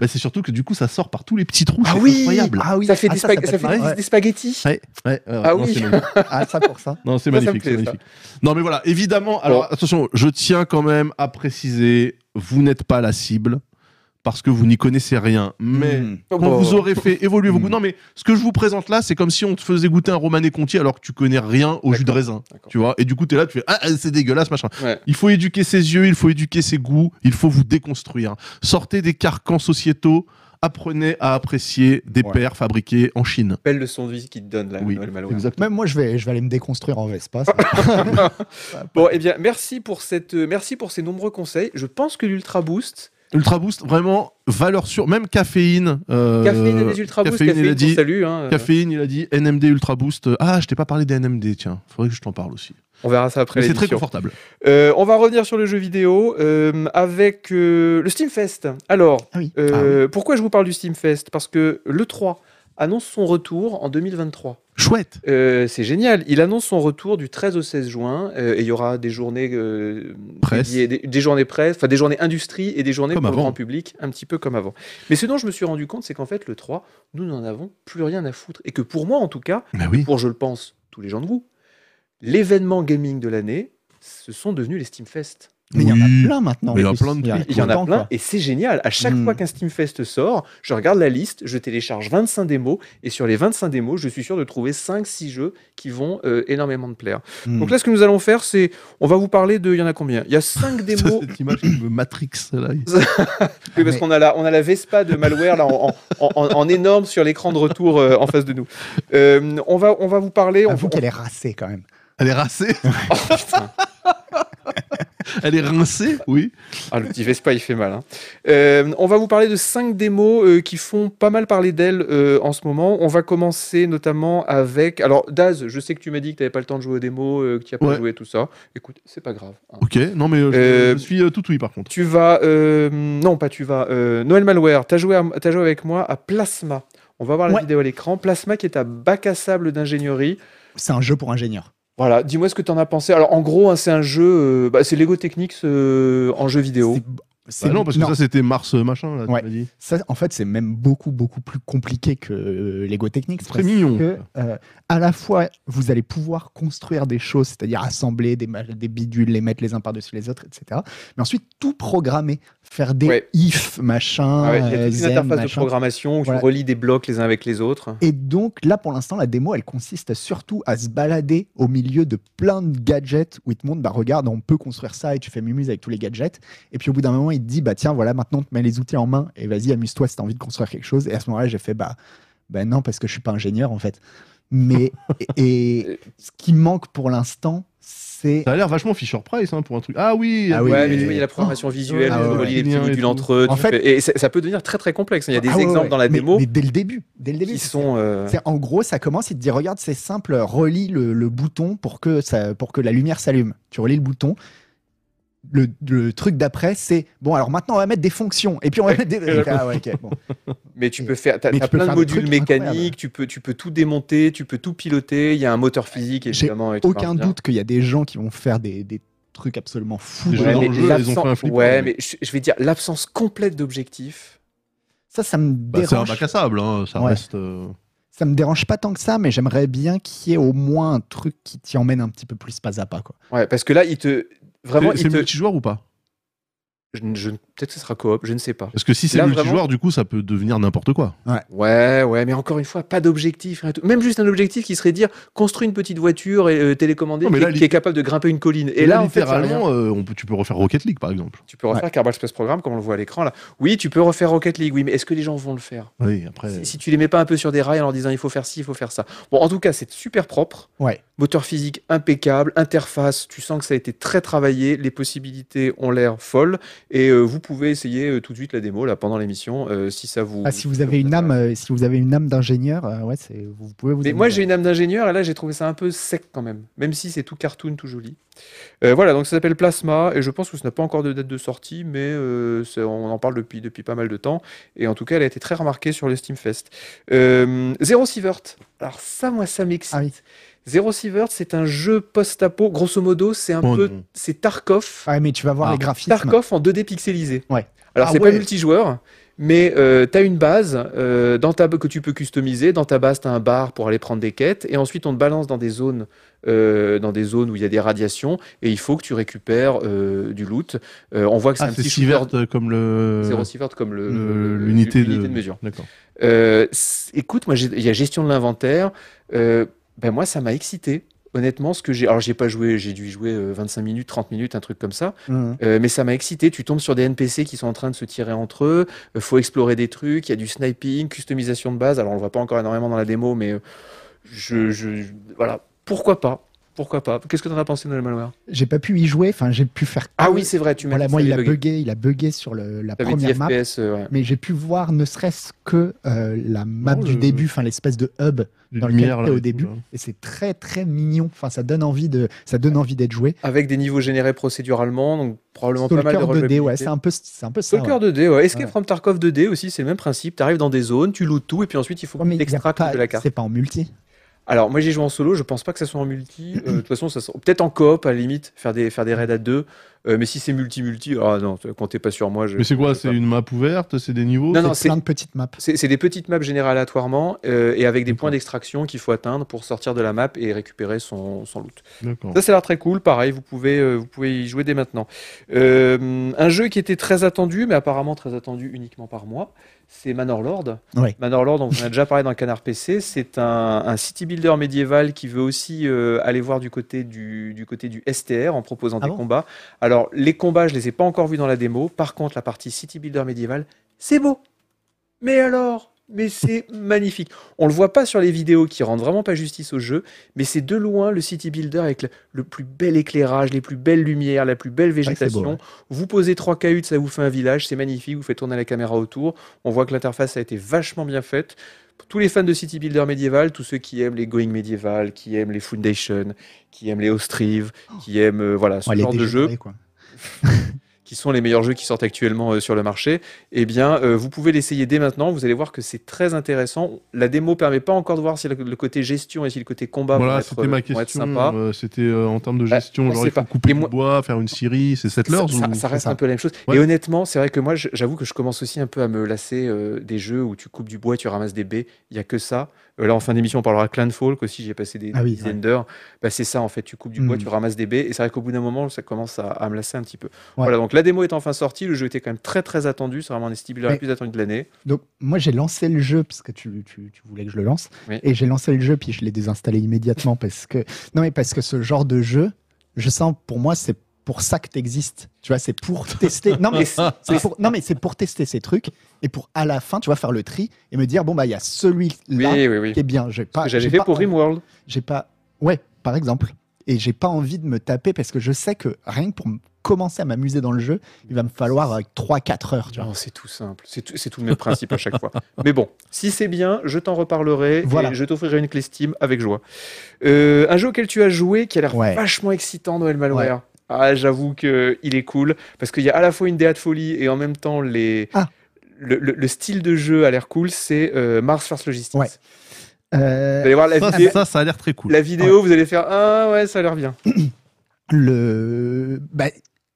Speaker 3: Bah, c'est surtout que du coup, ça sort par tous les petits trous.
Speaker 1: Ah
Speaker 3: c'est
Speaker 1: oui
Speaker 3: incroyable.
Speaker 2: Ah oui,
Speaker 1: Ça fait,
Speaker 2: ah,
Speaker 1: des,
Speaker 2: ça,
Speaker 1: spag- ça
Speaker 2: ça peut
Speaker 1: fait
Speaker 2: être
Speaker 1: des-
Speaker 2: marrant.
Speaker 1: des spaghettis.
Speaker 3: Ouais, ouais, ouais, ouais.
Speaker 1: Ah
Speaker 3: non,
Speaker 1: oui.
Speaker 3: c'est magnifique.
Speaker 2: Ah, ça pour ça.
Speaker 3: Non, c'est
Speaker 1: Ça, ça
Speaker 3: magnifique,
Speaker 1: me plaît,
Speaker 3: c'est magnifique. Non, mais voilà, évidemment, alors attention, je tiens quand même à préciser, vous n'êtes pas la cible parce que vous n'y connaissez rien. Mais
Speaker 2: Mm.
Speaker 1: Oh,
Speaker 3: quand
Speaker 1: bah,
Speaker 3: vous aurez fait évoluer vos
Speaker 2: Mm.
Speaker 3: goûts. Non, mais ce que je vous présente là, c'est comme si on te faisait goûter un Romanée Conti alors que tu connais rien au jus de
Speaker 1: D'accord.
Speaker 3: raisin.
Speaker 1: D'accord.
Speaker 3: Tu vois Et du coup, t'es là, tu fais Ah, ah, c'est dégueulasse, machin.
Speaker 1: Ouais.
Speaker 3: Il faut éduquer ses yeux, il faut éduquer ses goûts, il faut vous déconstruire. Sortez des carcans sociétaux, apprenez à apprécier des
Speaker 2: Ouais.
Speaker 3: paires fabriquées en Chine.
Speaker 1: Belle leçon de vie qui te donne, là,
Speaker 3: Oui,
Speaker 1: Noël Malouin.
Speaker 3: exactement.
Speaker 2: Même moi, je vais, je vais aller me déconstruire en Vespa. ça.
Speaker 1: Bon, eh bien, merci pour, cette, euh, merci pour ces nombreux conseils. Je pense que l'Ultra Boost,
Speaker 3: Ultra Boost, vraiment, valeur sûre, même caféine. euh,
Speaker 1: caféine et les Ultra Boost,
Speaker 3: caféine,
Speaker 1: caféine,
Speaker 3: il a dit.
Speaker 1: qu'on salue, hein.
Speaker 3: Caféine, il a dit NMD Ultra Boost. Ah, je t'ai pas parlé des NMD, tiens, faudrait que je t'en parle aussi.
Speaker 1: euh, On verra ça après
Speaker 3: Mais c'est très
Speaker 1: l'émission.
Speaker 3: confortable.
Speaker 1: Euh, on va revenir sur le jeu vidéo euh, avec euh, le Steamfest. Alors,
Speaker 2: Ah oui.
Speaker 1: euh, pourquoi je vous parle du Steamfest Parce que le 3 annonce son retour en 2023.
Speaker 3: Chouette.
Speaker 1: Euh, c'est génial. Il annonce son retour du 13 au 16 juin euh, et il y aura des journées euh,
Speaker 3: Presse.
Speaker 1: dédiées- des, des journées presse, enfin des journées industrie et des journées
Speaker 3: Comme
Speaker 1: pour
Speaker 3: avant.
Speaker 1: le grand public, un petit peu comme avant. Mais ce dont je me suis rendu compte, c'est qu'en fait le 3, nous n'en avons plus rien à foutre et que pour moi en tout cas,
Speaker 3: Mais oui.
Speaker 1: pour je le pense tous les gens de vous, l'événement gaming de l'année, ce sont devenus les Steam Fest.
Speaker 2: Mais il
Speaker 3: Oui.
Speaker 2: y en a plein maintenant.
Speaker 3: Mais il y en a
Speaker 2: plus.
Speaker 3: plein de trucs.
Speaker 1: Il y en a
Speaker 2: autant,
Speaker 1: plein
Speaker 2: quoi.
Speaker 1: et c'est génial. À chaque
Speaker 3: Hmm.
Speaker 2: Mm.
Speaker 1: fois qu'un Steam Fest sort, je regarde la liste, je télécharge 25 démos et sur les 25 démos, je suis sûr de trouver 5-6 jeux qui vont euh, énormément de plaire.
Speaker 2: Mm.
Speaker 1: Donc là, ce que nous allons faire, c'est on va vous parler de. Il y en a combien Il y a 5 démos.
Speaker 3: Cette image qui me Matrix, là.
Speaker 1: Oui, parce
Speaker 2: Mm. Ah, Mais-
Speaker 1: qu'on a la, on a la Vespa de Malware là, en, en- en- en énorme sur l'écran de retour euh, en face de nous. Euh, on, va, on va vous parler. On,
Speaker 2: Avoue
Speaker 1: on-
Speaker 2: qu'elle est racée quand même.
Speaker 3: Elle est racée,
Speaker 1: Oh, putain.
Speaker 3: elle est rincée, oui.
Speaker 1: Ah, le petit Vespa, il fait mal. hein. Euh, on va vous parler de cinq démos euh, qui font pas mal parler d'elles euh, en ce moment. On va commencer notamment avec. Alors, Daz, je sais que tu m'as dit que tu n'avais pas le temps de jouer aux démos, euh, que tu n'as pas
Speaker 3: Ouais.
Speaker 1: joué tout ça. Écoute, c'est pas grave. hein.
Speaker 3: Ok, non, mais euh, je,
Speaker 1: Euh,
Speaker 3: je suis euh, tout oui, par contre.
Speaker 1: Tu vas. euh, non, pas tu vas. euh, Noël Malware, tu as, joué à- t'as joué avec moi à Plasma. On va voir la
Speaker 2: Ouais.
Speaker 1: vidéo à l'écran. Plasma qui est un bac à sable d'ingénierie.
Speaker 2: C'est un jeu pour ingénieurs.
Speaker 1: Voilà, dis-moi ce que tu en as pensé. Alors, en gros, hein, c'est un jeu. euh, bah, c'est Lego Technics euh, en jeu vidéo.
Speaker 2: C'est-
Speaker 3: Bah
Speaker 2: c'est-
Speaker 3: non, parce que ça, c'était Mars euh, machin, là,
Speaker 2: Ouais.
Speaker 3: tu m'as dit.
Speaker 2: ça, en fait, c'est même beaucoup, beaucoup plus compliqué que euh, Lego Technics.
Speaker 3: Très
Speaker 2: parce
Speaker 3: mignon.
Speaker 2: que, euh, à la fois, vous allez pouvoir construire des choses, c'est-à-dire assembler des, ma- des bidules, les mettre les uns par-dessus les autres, etc. Mais ensuite, tout programmer, faire des
Speaker 1: Ouais.
Speaker 2: if, machin,
Speaker 1: Ah ouais, il y a toute
Speaker 2: euh,
Speaker 1: une
Speaker 2: zen,
Speaker 1: interface de
Speaker 2: machin.
Speaker 1: programmation où
Speaker 2: Voilà.
Speaker 1: tu relis des blocs les uns avec les autres.
Speaker 2: Et donc là, pour l'instant, la démo, elle consiste surtout à se balader au milieu de plein de gadgets où il te montre, bah regarde, on peut construire ça et tu fais mumuse avec tous les gadgets. Et puis au bout d'un moment, il te dit, bah tiens, voilà, maintenant, te mets les outils en main et vas-y, amuse-toi si t'as envie de construire quelque chose. Et à ce moment-là, j'ai fait, bah, bah non, parce que je suis pas ingénieur en fait. Mais et ce qui manque pour l'instant, c'est
Speaker 3: Ça a l'air vachement Fisher Price hein, pour un truc. Ah oui,
Speaker 2: Ah
Speaker 3: avec
Speaker 2: oui,
Speaker 1: ouais,
Speaker 3: les-
Speaker 1: mais tu vois, il y a la programmation visuelle,
Speaker 2: ouais, ah
Speaker 1: tu
Speaker 2: ouais,
Speaker 1: relis les petits
Speaker 3: ouais.
Speaker 1: modules entre eux.
Speaker 2: En
Speaker 1: tu
Speaker 2: fait-
Speaker 1: fais- Et ça, ça peut devenir très très complexe. Il y a des
Speaker 2: Ah ouais,
Speaker 1: exemples
Speaker 2: ouais,
Speaker 1: dans la
Speaker 2: mais-
Speaker 1: démo
Speaker 2: mais dès le début, dès le début,
Speaker 1: qui
Speaker 2: c'est-
Speaker 1: sont. euh,
Speaker 2: C'est en gros, ça commence, il te dit regarde, c'est simple, relie le, le bouton pour que, ça, pour que la lumière s'allume. Tu relis le bouton. Le, le truc d'après, c'est bon, alors maintenant on va mettre des fonctions et puis on va mettre des.
Speaker 1: Ouais.
Speaker 2: Ah ouais, ok, bon.
Speaker 1: Mais tu peux faire. T'as
Speaker 2: Mais
Speaker 1: t'as
Speaker 2: tu peux
Speaker 1: plein de
Speaker 2: faire des
Speaker 1: modules
Speaker 2: trucs
Speaker 1: mécaniques,
Speaker 2: incroyables.
Speaker 1: tu peux, tu peux tout démonter, tu peux tout piloter. Il y a un moteur physique,
Speaker 2: J'ai
Speaker 1: évidemment. et tout
Speaker 2: Aucun
Speaker 1: marche bien.
Speaker 2: doute qu'il y a des gens qui vont faire des, des trucs absolument fous.
Speaker 3: Des
Speaker 2: dans le
Speaker 3: jeux
Speaker 1: Ouais, mais
Speaker 2: jeu.
Speaker 3: le jeu, ils ont fait
Speaker 1: l'absence-
Speaker 3: un flip.
Speaker 1: ouais, mais je, je vais dire l'absence complète d'objectifs.
Speaker 2: Ça, ça me
Speaker 3: Bah, c'est un
Speaker 2: dérange.
Speaker 3: bac à sable, hein, ça
Speaker 2: Ouais.
Speaker 3: reste. euh,
Speaker 2: ça me dérange pas tant que ça, mais j'aimerais bien qu'il y ait au moins un truc qui t'y emmène un petit peu plus pas à pas. Quoi.
Speaker 1: Ouais, parce que là, il te. Vraiment,
Speaker 3: c'est-
Speaker 1: il
Speaker 3: C'est
Speaker 1: te.
Speaker 3: multijoueur ou pas
Speaker 1: je ne- je ne- Peut-être que ce sera coop, je ne sais pas.
Speaker 3: Parce que si c'est
Speaker 1: Là,
Speaker 3: multijoueur,
Speaker 1: vraiment-
Speaker 3: du coup, ça peut devenir n'importe quoi.
Speaker 1: Ouais, ouais, mais encore une fois, pas d'objectif. rien du tout. Même juste un objectif qui serait dire construis une petite voiture et euh, télécommandée
Speaker 3: Non, mais
Speaker 1: qui,
Speaker 3: là,
Speaker 1: qui est capable de grimper une colline. Et là, en fait, c'est rien.
Speaker 3: littéralement, euh, on peut, tu peux refaire Rocket League, par exemple.
Speaker 1: tu peux refaire Kerbal Space Program comme on le voit à l'écran là. Oui, tu peux refaire Rocket League. Oui, mais est-ce que les gens vont le faire
Speaker 3: Oui, après.
Speaker 2: euh,
Speaker 1: si, si tu les mets pas un peu sur des rails en leur disant il faut faire ci, il faut faire ça. Bon, en tout cas, c'est super propre.
Speaker 2: Ouais.
Speaker 1: Moteur physique impeccable, interface, tu sens que ça a été très travaillé, les possibilités ont l'air folles et euh, vous pouvez essayer euh, tout de suite la démo là pendant l'émission euh, si ça vous.
Speaker 2: Ah, si vous avez une âme, euh, si vous avez une âme d'ingénieur, euh, ouais, c'est- vous pouvez vous.
Speaker 1: Mais moi,
Speaker 2: amuser.
Speaker 1: j'ai une âme d'ingénieur et là, j'ai trouvé ça un peu sec quand même, même si c'est tout cartoon, tout joli. Euh, voilà, donc ça s'appelle Plasma et je pense que ça n'a pas encore de date de sortie, mais euh, c'est- on en parle depuis, depuis pas mal de temps et en tout cas, elle a été très remarquée sur le Steam Fest. Euh, Zero Sievert, alors ça, moi, ça m'excite.
Speaker 2: Ah oui.
Speaker 1: Zero Sievert, c'est un jeu post-apo, grosso modo, c'est un
Speaker 3: Oh
Speaker 1: peu.
Speaker 3: non.
Speaker 1: C'est Tarkov.
Speaker 2: Ouais, mais tu vas voir
Speaker 3: Ah.
Speaker 2: les graphismes.
Speaker 1: Tarkov en 2D pixelisé.
Speaker 2: Ouais.
Speaker 1: Alors
Speaker 2: Ah
Speaker 1: c'est
Speaker 2: ouais.
Speaker 1: pas multijoueur, mais tu as une base euh, dans ta que tu peux customiser. Dans ta base, tu as un bar pour aller prendre des quêtes et ensuite on te balance dans des zones euh, dans des zones où il y a des radiations et il faut que tu récupères euh, du loot. Euh, on voit que c'est
Speaker 3: Ah,
Speaker 1: un
Speaker 3: c'est
Speaker 1: petit
Speaker 3: Sivert
Speaker 1: shooter
Speaker 3: euh, comme le.
Speaker 1: Zero Sievert comme le-
Speaker 3: le-
Speaker 1: le- le-
Speaker 3: L'unité
Speaker 1: l'unité
Speaker 3: de...
Speaker 1: de... mesure.
Speaker 3: D'accord.
Speaker 1: Euh, c- écoute, moi, j'ai- il y a gestion de l'inventaire. Euh, ben moi, ça m'a excité. Honnêtement, ce que j'ai. Alors, j'ai pas joué, j'ai dû y jouer euh, 25 minutes, 30 minutes, un truc comme ça.
Speaker 2: Mhm.
Speaker 1: Euh, mais ça m'a excité. Tu tombes sur des NPC qui sont en train de se tirer entre eux. Euh, faut explorer des trucs. Il y a du sniping, customisation de base. Alors on le voit pas encore énormément dans la démo, mais euh, je, je- je- voilà. Pourquoi pas Pourquoi pas Qu'est-ce que t'en as pensé Noël Malware
Speaker 2: J'ai pas pu y jouer, enfin j'ai pu faire.
Speaker 1: Ah oui, c'est vrai. Tu m'as
Speaker 2: Voilà,
Speaker 1: dit
Speaker 2: moi
Speaker 1: que
Speaker 2: il
Speaker 1: ça
Speaker 2: a
Speaker 1: avait
Speaker 2: bugué.
Speaker 1: bugué.
Speaker 2: il a bugué sur le- la
Speaker 1: T'avais dit
Speaker 2: première map,
Speaker 1: FPS, euh, ouais.
Speaker 2: mais j'ai pu voir ne serait-ce que euh, la map
Speaker 3: Non,
Speaker 2: du
Speaker 3: le-
Speaker 2: début, enfin l'espèce de hub,
Speaker 3: Les
Speaker 2: Dans lequel
Speaker 3: lumières,
Speaker 2: t'es au
Speaker 3: là. et tout, hein.
Speaker 2: début.
Speaker 3: là.
Speaker 2: et c'est très très mignon. Enfin, ça donne envie de, ça donne envie d'être joué.
Speaker 1: Avec des niveaux générés procéduralement, donc probablement pas mal de
Speaker 2: Stalker 2D, ouais,
Speaker 1: rejouabilité.
Speaker 2: c'est un peu, c'est un peu ça.
Speaker 1: Stalker
Speaker 2: ouais.
Speaker 1: 2D, ouais. Escape
Speaker 2: Ouais.
Speaker 1: from Tarkov 2D aussi, c'est le même principe. T'arrives dans des zones, tu lootes tout, et puis ensuite il faut
Speaker 2: Ouais, mais
Speaker 1: que
Speaker 2: y a
Speaker 1: t'extractes
Speaker 2: pas-
Speaker 1: de la carte.
Speaker 2: C'est pas en multi.
Speaker 1: Alors, moi, j'ai joué en solo. Je pense pas que ça soit en multi. Euh, De toute façon, ça sera peut-être en coop, à la limite, faire des, faire des raids à deux. Euh, mais si c'est multi-multi, ah non, comptez pas sur moi. je-
Speaker 3: Mais c'est quoi
Speaker 1: je sais
Speaker 3: C'est
Speaker 1: pas.
Speaker 3: une map ouverte C'est des niveaux
Speaker 1: Non, non,
Speaker 2: C'est
Speaker 1: c'est
Speaker 2: plein de petites maps.
Speaker 1: c'est- c'est des petites maps générées aléatoirement euh, et avec des
Speaker 3: D'accord.
Speaker 1: points d'extraction qu'il faut atteindre pour sortir de la map et récupérer son, son loot.
Speaker 3: D'accord.
Speaker 1: Ça, c'est l'air très cool. Pareil, vous pouvez, euh, vous pouvez y jouer dès maintenant. Euh, un jeu qui était très attendu, mais apparemment très attendu uniquement par moi, c'est Manor Lord.
Speaker 2: Ouais.
Speaker 1: Manor Lord, on en a déjà parlé dans Canard PC. C'est un, un city builder médiéval qui veut aussi euh, aller voir du côté du, du côté du STR en proposant
Speaker 2: Ah
Speaker 1: des
Speaker 2: bon
Speaker 1: combats. Alors, les combats, je les ai pas encore vus dans la démo. Par contre, la partie city builder médiéval, c'est beau. Mais alors mais c'est magnifique. On le voit pas sur les vidéos qui rendent vraiment pas justice au jeu, mais c'est de loin le city builder avec le, le plus bel éclairage, les plus belles lumières, la plus belle
Speaker 2: que Ah, c'est beau,
Speaker 1: végétation.
Speaker 2: ouais.
Speaker 1: Vous posez trois cahutes, ça vous fait un village, c'est magnifique. Vous faites tourner la caméra autour. On voit que l'interface a été vachement bien faite. Pour tous les fans de city builder médiéval, tous ceux qui aiment les going médiéval, qui aiment les foundations, qui aiment les ostrives, qui aiment euh, voilà ce
Speaker 2: Oh. Ouais, les
Speaker 1: genre de jeu
Speaker 2: dégénérés, quoi.
Speaker 1: qui sont les meilleurs jeux qui sortent actuellement euh, sur le marché, eh bien, euh, vous pouvez l'essayer dès maintenant. Vous allez voir que c'est très intéressant. La démo permet pas encore de voir si le, le côté gestion et si le côté combat vont
Speaker 3: Voilà,
Speaker 1: être,
Speaker 3: c'était ma
Speaker 1: vont être
Speaker 3: question.
Speaker 1: sympas.
Speaker 3: euh, C'était euh, en termes de
Speaker 1: Bah,
Speaker 3: gestion,
Speaker 1: on
Speaker 3: genre
Speaker 1: sait
Speaker 3: il faut
Speaker 1: pas.
Speaker 3: couper
Speaker 1: Et
Speaker 3: du
Speaker 1: moi-
Speaker 3: bois, faire une scierie, c'est
Speaker 1: Ça,
Speaker 3: Settlers
Speaker 1: ça-
Speaker 3: ou...
Speaker 1: ça reste
Speaker 2: ça.
Speaker 1: un peu la même chose.
Speaker 3: Ouais.
Speaker 1: Et honnêtement, c'est vrai que moi, je- j'avoue que je commence aussi un peu à me lasser euh, des jeux où tu coupes du bois et tu ramasses des baies. Il y a que ça. Euh, là, en fin d'émission, on parlera de Clanfolk aussi. J'ai passé des
Speaker 2: Ah oui,
Speaker 1: dizaines d'heures. Bah, c'est ça, en fait. Tu coupes du bois,
Speaker 2: Mm.
Speaker 1: tu ramasses des baies. Et c'est vrai qu'au bout d'un moment, ça commence à, à me lasser un petit peu.
Speaker 2: Ouais.
Speaker 1: Voilà, donc la démo est enfin sortie. Le jeu était quand même très, très attendu. C'est vraiment un des styles les
Speaker 2: Mais-
Speaker 1: plus attendus de l'année.
Speaker 2: Donc, moi, j'ai lancé le jeu parce que tu, tu- tu voulais que je le lance.
Speaker 1: Oui.
Speaker 2: Et j'ai lancé le jeu, puis je l'ai désinstallé immédiatement parce que. Non, mais parce que ce genre de jeu, je sens, pour moi, c'est pour ça que t'existes. Tu vois, c'est pour tester. Non, mais c'est c'est pour, non, mais c'est pour tester ces trucs et pour, à la fin, tu vois, faire le tri et me dire, bon, bah, il y a celui-là
Speaker 1: Oui, oui, oui.
Speaker 2: qui est bien. J'ai
Speaker 1: Ce
Speaker 2: pas.
Speaker 1: que j'avais
Speaker 2: j'ai
Speaker 1: fait
Speaker 2: pas
Speaker 1: pour
Speaker 2: envie-
Speaker 1: Rimworld.
Speaker 2: j'ai pas ouais par exemple et j'ai pas envie de me taper parce que je sais que rien que pour m- commencer à m'amuser dans le jeu il va me falloir 3-4 heures tu vois.
Speaker 1: Non, c'est tout simple. C'est tout, c'est tout le même principe à chaque fois. Mais bon, si c'est bien, je t'en reparlerai.
Speaker 2: Voilà.
Speaker 1: Et je t'offrirai une clé Steam avec joie. Euh, un jeu auquel tu as joué qui a l'air
Speaker 2: Ouais.
Speaker 1: vachement excitant, Noël Malware. Ah, j'avoue que il est cool. Parce qu'il y a à la fois une DA de folie et en même temps, les...
Speaker 2: Ah.
Speaker 1: le, le- le style de jeu a l'air cool. C'est euh, Mars First Logistics.
Speaker 2: Ouais.
Speaker 1: Vous
Speaker 2: Euh,
Speaker 1: allez voir la,
Speaker 3: ça,
Speaker 1: vidéo-
Speaker 3: ça, ça a l'air très cool.
Speaker 1: la vidéo, vous allez faire Ah ouais, ça a l'air bien.
Speaker 2: le bah,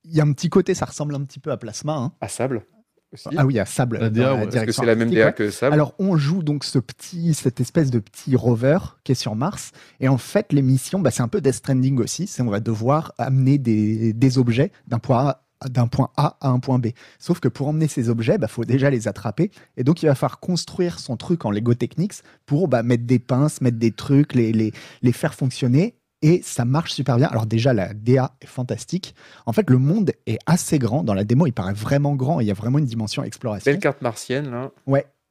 Speaker 2: il y a un petit côté ça ressemble un petit peu à plasma hein.
Speaker 1: À Sable aussi.
Speaker 2: ah oui à sable
Speaker 3: La
Speaker 2: dans
Speaker 3: DA, ouais. Parce que
Speaker 1: Parce que
Speaker 2: direction
Speaker 1: c'est la même
Speaker 2: artistique,
Speaker 1: DA
Speaker 2: ouais.
Speaker 1: que Sable.
Speaker 2: alors on joue donc ce petit cette espèce de petit rover qui est sur Mars et en fait les missions bah, c'est un peu Death Stranding aussi c'est on va devoir amener des, des objets d'un point A d'un point A à un point B. Sauf que pour emmener ces objets, il faut déjà les attraper. Et donc, il va falloir construire son truc en Lego Technics pour bah, mettre des pinces, mettre des trucs, les, les, les faire fonctionner. Et ça marche super bien. Alors déjà, la DA est fantastique. En fait, le monde est assez grand. Dans la démo, il paraît vraiment grand. et Il y a vraiment une dimension exploration.
Speaker 1: Belle carte martienne, là.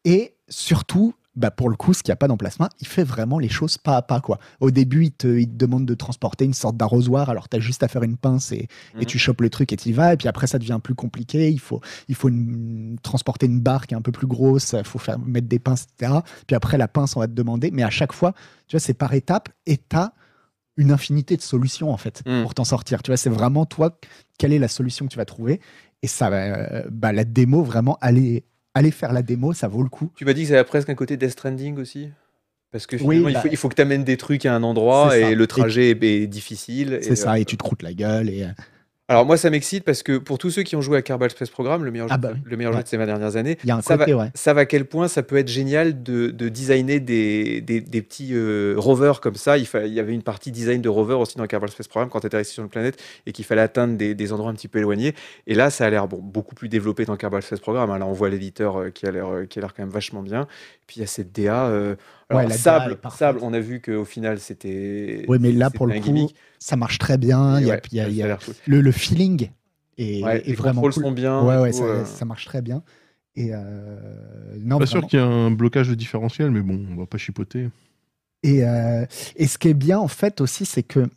Speaker 2: Et surtout, bah pour le coup, ce qu'il n'y a pas dans Plasma, il fait vraiment les choses pas à pas. quoi. Au début, il te, il te demande de transporter une sorte d'arrosoir, alors tu as juste à faire une pince et, et
Speaker 1: Mhm.
Speaker 2: tu chopes le truc et tu y vas. Et puis après, ça devient plus compliqué. Il faut, il faut une- transporter une barre qui est un peu plus grosse, il faut faire, mettre des pinces, etc. Puis après, la pince, on va te demander. Mais à chaque fois, tu vois, c'est par étapes et tu as une infinité de solutions en fait
Speaker 1: Mhm.
Speaker 2: pour t'en sortir. Tu vois, c'est vraiment toi, quelle est la solution que tu vas trouver. Et ça, va, euh, bah, la démo, vraiment, aller allez faire la démo, ça vaut le coup.
Speaker 1: Tu m'as dit que ça avait presque un côté Death Stranding aussi Parce que
Speaker 2: Oui,
Speaker 1: finalement, il,
Speaker 2: bah-
Speaker 1: faut, il faut que tu amènes des trucs à un endroit
Speaker 2: C'est ça.
Speaker 1: et le
Speaker 2: Et-
Speaker 1: trajet est, est difficile. et,
Speaker 2: C'est ça,
Speaker 1: euh,
Speaker 2: et tu te croûtes la gueule. Et... euh,
Speaker 1: Alors moi, ça m'excite parce que pour tous ceux qui ont joué à Kerbal Space Program, le meilleur,
Speaker 2: Ah
Speaker 1: jeu,
Speaker 2: bah oui.
Speaker 1: le meilleur
Speaker 2: Ouais.
Speaker 1: jeu de ces 20 dernières années,
Speaker 2: Il y a un
Speaker 1: ça
Speaker 2: côté, ouais.
Speaker 1: savent à quel point ça peut être génial de, de designer des, des- des petits euh, rovers comme ça. Il, fa- il y avait une partie design de rover aussi dans Kerbal Space Program quand tu atterrissais sur une planète et qu'il fallait atteindre des, des endroits un petit peu éloignés. Et là, ça a l'air bon, beaucoup plus développé dans Kerbal Space Program. hein. Là, on voit l'éditeur euh, qui a l'air euh, qui a l'air quand même vachement bien. Puis il y a cette DA. euh, alors,
Speaker 2: Ouais, la DA est
Speaker 1: sable,
Speaker 2: parfaite.
Speaker 1: sable, on a vu qu'au final, c'était.
Speaker 2: Oui, mais là,
Speaker 1: c'était
Speaker 2: pour le
Speaker 1: un
Speaker 2: coup,
Speaker 1: gimmick.
Speaker 2: ça marche très bien.
Speaker 1: Et
Speaker 2: il y a-
Speaker 1: ouais,
Speaker 2: il y a- il y
Speaker 1: ça
Speaker 2: a-
Speaker 1: a l'air cool.
Speaker 2: le, le feeling est,
Speaker 1: Ouais,
Speaker 2: est
Speaker 1: les
Speaker 2: vraiment
Speaker 1: contrôles
Speaker 2: cool.
Speaker 1: sont bien.
Speaker 2: ouais,
Speaker 1: et
Speaker 2: ouais,
Speaker 1: tout,
Speaker 2: ça,
Speaker 1: euh.
Speaker 2: ça marche très bien. Et euh, non, vraiment.
Speaker 3: Pas sûr qu'il y a un blocage de différentiel, mais bon, on va pas chipoter.
Speaker 2: Et, euh, et ce qui est bien, en fait, aussi, c'est que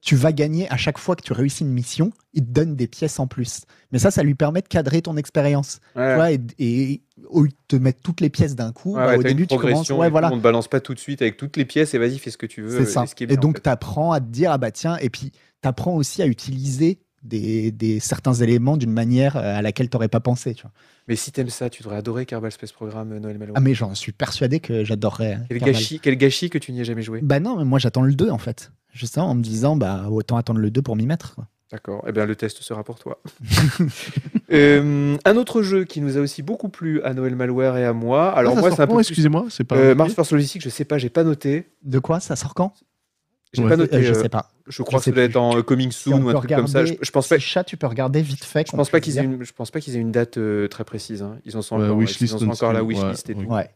Speaker 2: tu vas gagner à chaque fois que tu réussis une mission, il te donne des pièces en plus. Mais ça, ça lui permet de cadrer ton expérience.
Speaker 1: Ouais.
Speaker 2: Tu vois, et, et au lieu de te mettre toutes les pièces d'un coup,
Speaker 1: Ouais,
Speaker 2: bah,
Speaker 1: ouais,
Speaker 2: au
Speaker 1: t'as une
Speaker 2: début, tu commences.
Speaker 1: progression et
Speaker 2: Ouais,
Speaker 1: tout,
Speaker 2: voilà.
Speaker 1: On ne balance pas tout de suite avec toutes les pièces et vas-y, fais ce que tu veux.
Speaker 2: C'est ça.
Speaker 1: ce qui est
Speaker 2: et
Speaker 1: bien, en
Speaker 2: donc,
Speaker 1: fait.
Speaker 2: tu apprends à te dire, ah bah tiens, et puis tu apprends aussi à utiliser des, des- certains éléments d'une manière euh, à laquelle tu n'aurais pas pensé. Tu vois.
Speaker 1: Mais si t'aimes ça, tu devrais adorer Kerbal Space Program, euh, Noël Malou.
Speaker 2: Ah, mais j'en suis persuadé que j'adorerais. hein,
Speaker 1: quel,
Speaker 2: Carval.
Speaker 1: gâchis, quel gâchis que tu n'y aies jamais joué.
Speaker 2: Bah non, mais moi j'attends le 2 en fait. Justement, en me disant, bah autant attendre le 2 pour m'y mettre. quoi.
Speaker 1: D'accord. Eh bien, le test sera pour toi. Euh, un autre jeu qui nous a aussi beaucoup plu à Noël Malware et à moi. Alors,
Speaker 3: Ah, ça
Speaker 1: moi,
Speaker 3: sort
Speaker 1: c'est un
Speaker 3: quand,
Speaker 1: peu. plus-
Speaker 3: Excusez-moi, c'est pas.
Speaker 1: Euh, Mars Force Logistique, je sais pas, j'ai pas noté.
Speaker 2: De quoi Ça sort quand
Speaker 1: J'ai
Speaker 3: Ouais.
Speaker 1: pas
Speaker 2: Euh,
Speaker 1: noté.
Speaker 2: Je
Speaker 1: euh,
Speaker 2: sais pas.
Speaker 1: je crois que
Speaker 2: je
Speaker 1: ça
Speaker 2: sais
Speaker 1: doit être
Speaker 2: plus.
Speaker 1: en euh, Coming
Speaker 2: on
Speaker 1: Soon ou un
Speaker 2: peut
Speaker 1: truc comme ça. Je,
Speaker 2: regarder
Speaker 1: je pense pas.
Speaker 2: Si chat, tu peux regarder vite fait.
Speaker 1: Je
Speaker 2: qu'on
Speaker 1: pense
Speaker 2: peut
Speaker 1: pas
Speaker 2: le
Speaker 1: qu'ils aient
Speaker 2: dire.
Speaker 1: une, je pense pas qu'ils aient une date euh, très précise. hein. Ils en sont
Speaker 3: Ouais,
Speaker 1: encore,
Speaker 3: wishlist
Speaker 1: ils en sont
Speaker 3: and
Speaker 1: encore à la
Speaker 3: stuff, ouais,
Speaker 1: wishlist et
Speaker 3: ouais.
Speaker 1: tout.
Speaker 2: Ouais.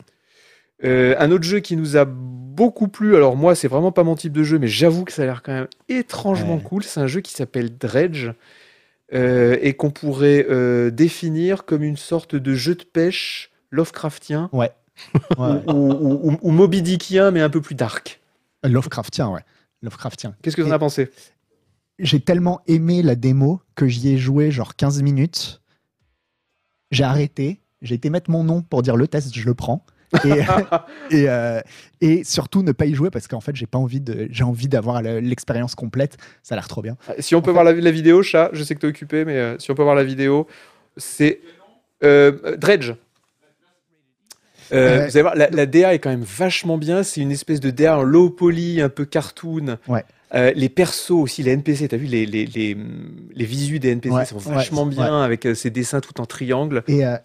Speaker 1: Euh, un autre jeu qui nous a beaucoup plu. Alors moi, c'est vraiment pas mon type de jeu, mais j'avoue que ça a l'air quand même étrangement
Speaker 2: Ouais.
Speaker 1: cool. C'est un jeu qui s'appelle Dredge euh, et qu'on pourrait euh, définir comme une sorte de jeu de pêche Lovecraftien
Speaker 2: ouais, ouais.
Speaker 1: ou, ou- ou- ou Moby Dickien, mais un peu plus dark.
Speaker 2: Lovecraftien, ouais. Lovecraftien.
Speaker 1: Qu'est-ce que t'en
Speaker 2: Et-
Speaker 1: as pensé
Speaker 2: J'ai tellement aimé la démo que j'y ai joué genre 15 minutes. J'ai arrêté. J'ai été mettre mon nom pour dire le test, je le prends. Et, et, euh, et surtout ne pas y jouer parce qu'en fait j'ai pas envie de j'ai envie d'avoir le- l'expérience complète ça a l'air trop bien
Speaker 1: Ah, Si on peut voir la, la vidéo, chat, je sais que t'es occupé, mais euh, si on peut voir la vidéo, c'est euh, euh, Dredge. Euh,
Speaker 2: Euh,
Speaker 1: vous allez voir, la, la DA est quand même vachement bien. C'est une espèce de DA en low poly, un peu cartoon.
Speaker 2: Ouais.
Speaker 1: Euh, les persos aussi, les NPC, t'as vu les, les, les, hum, les visus des NPC
Speaker 2: Ouais,
Speaker 1: sont
Speaker 2: ouais,
Speaker 1: vachement bien avec euh, ces dessins tout en triangle.
Speaker 2: et euh,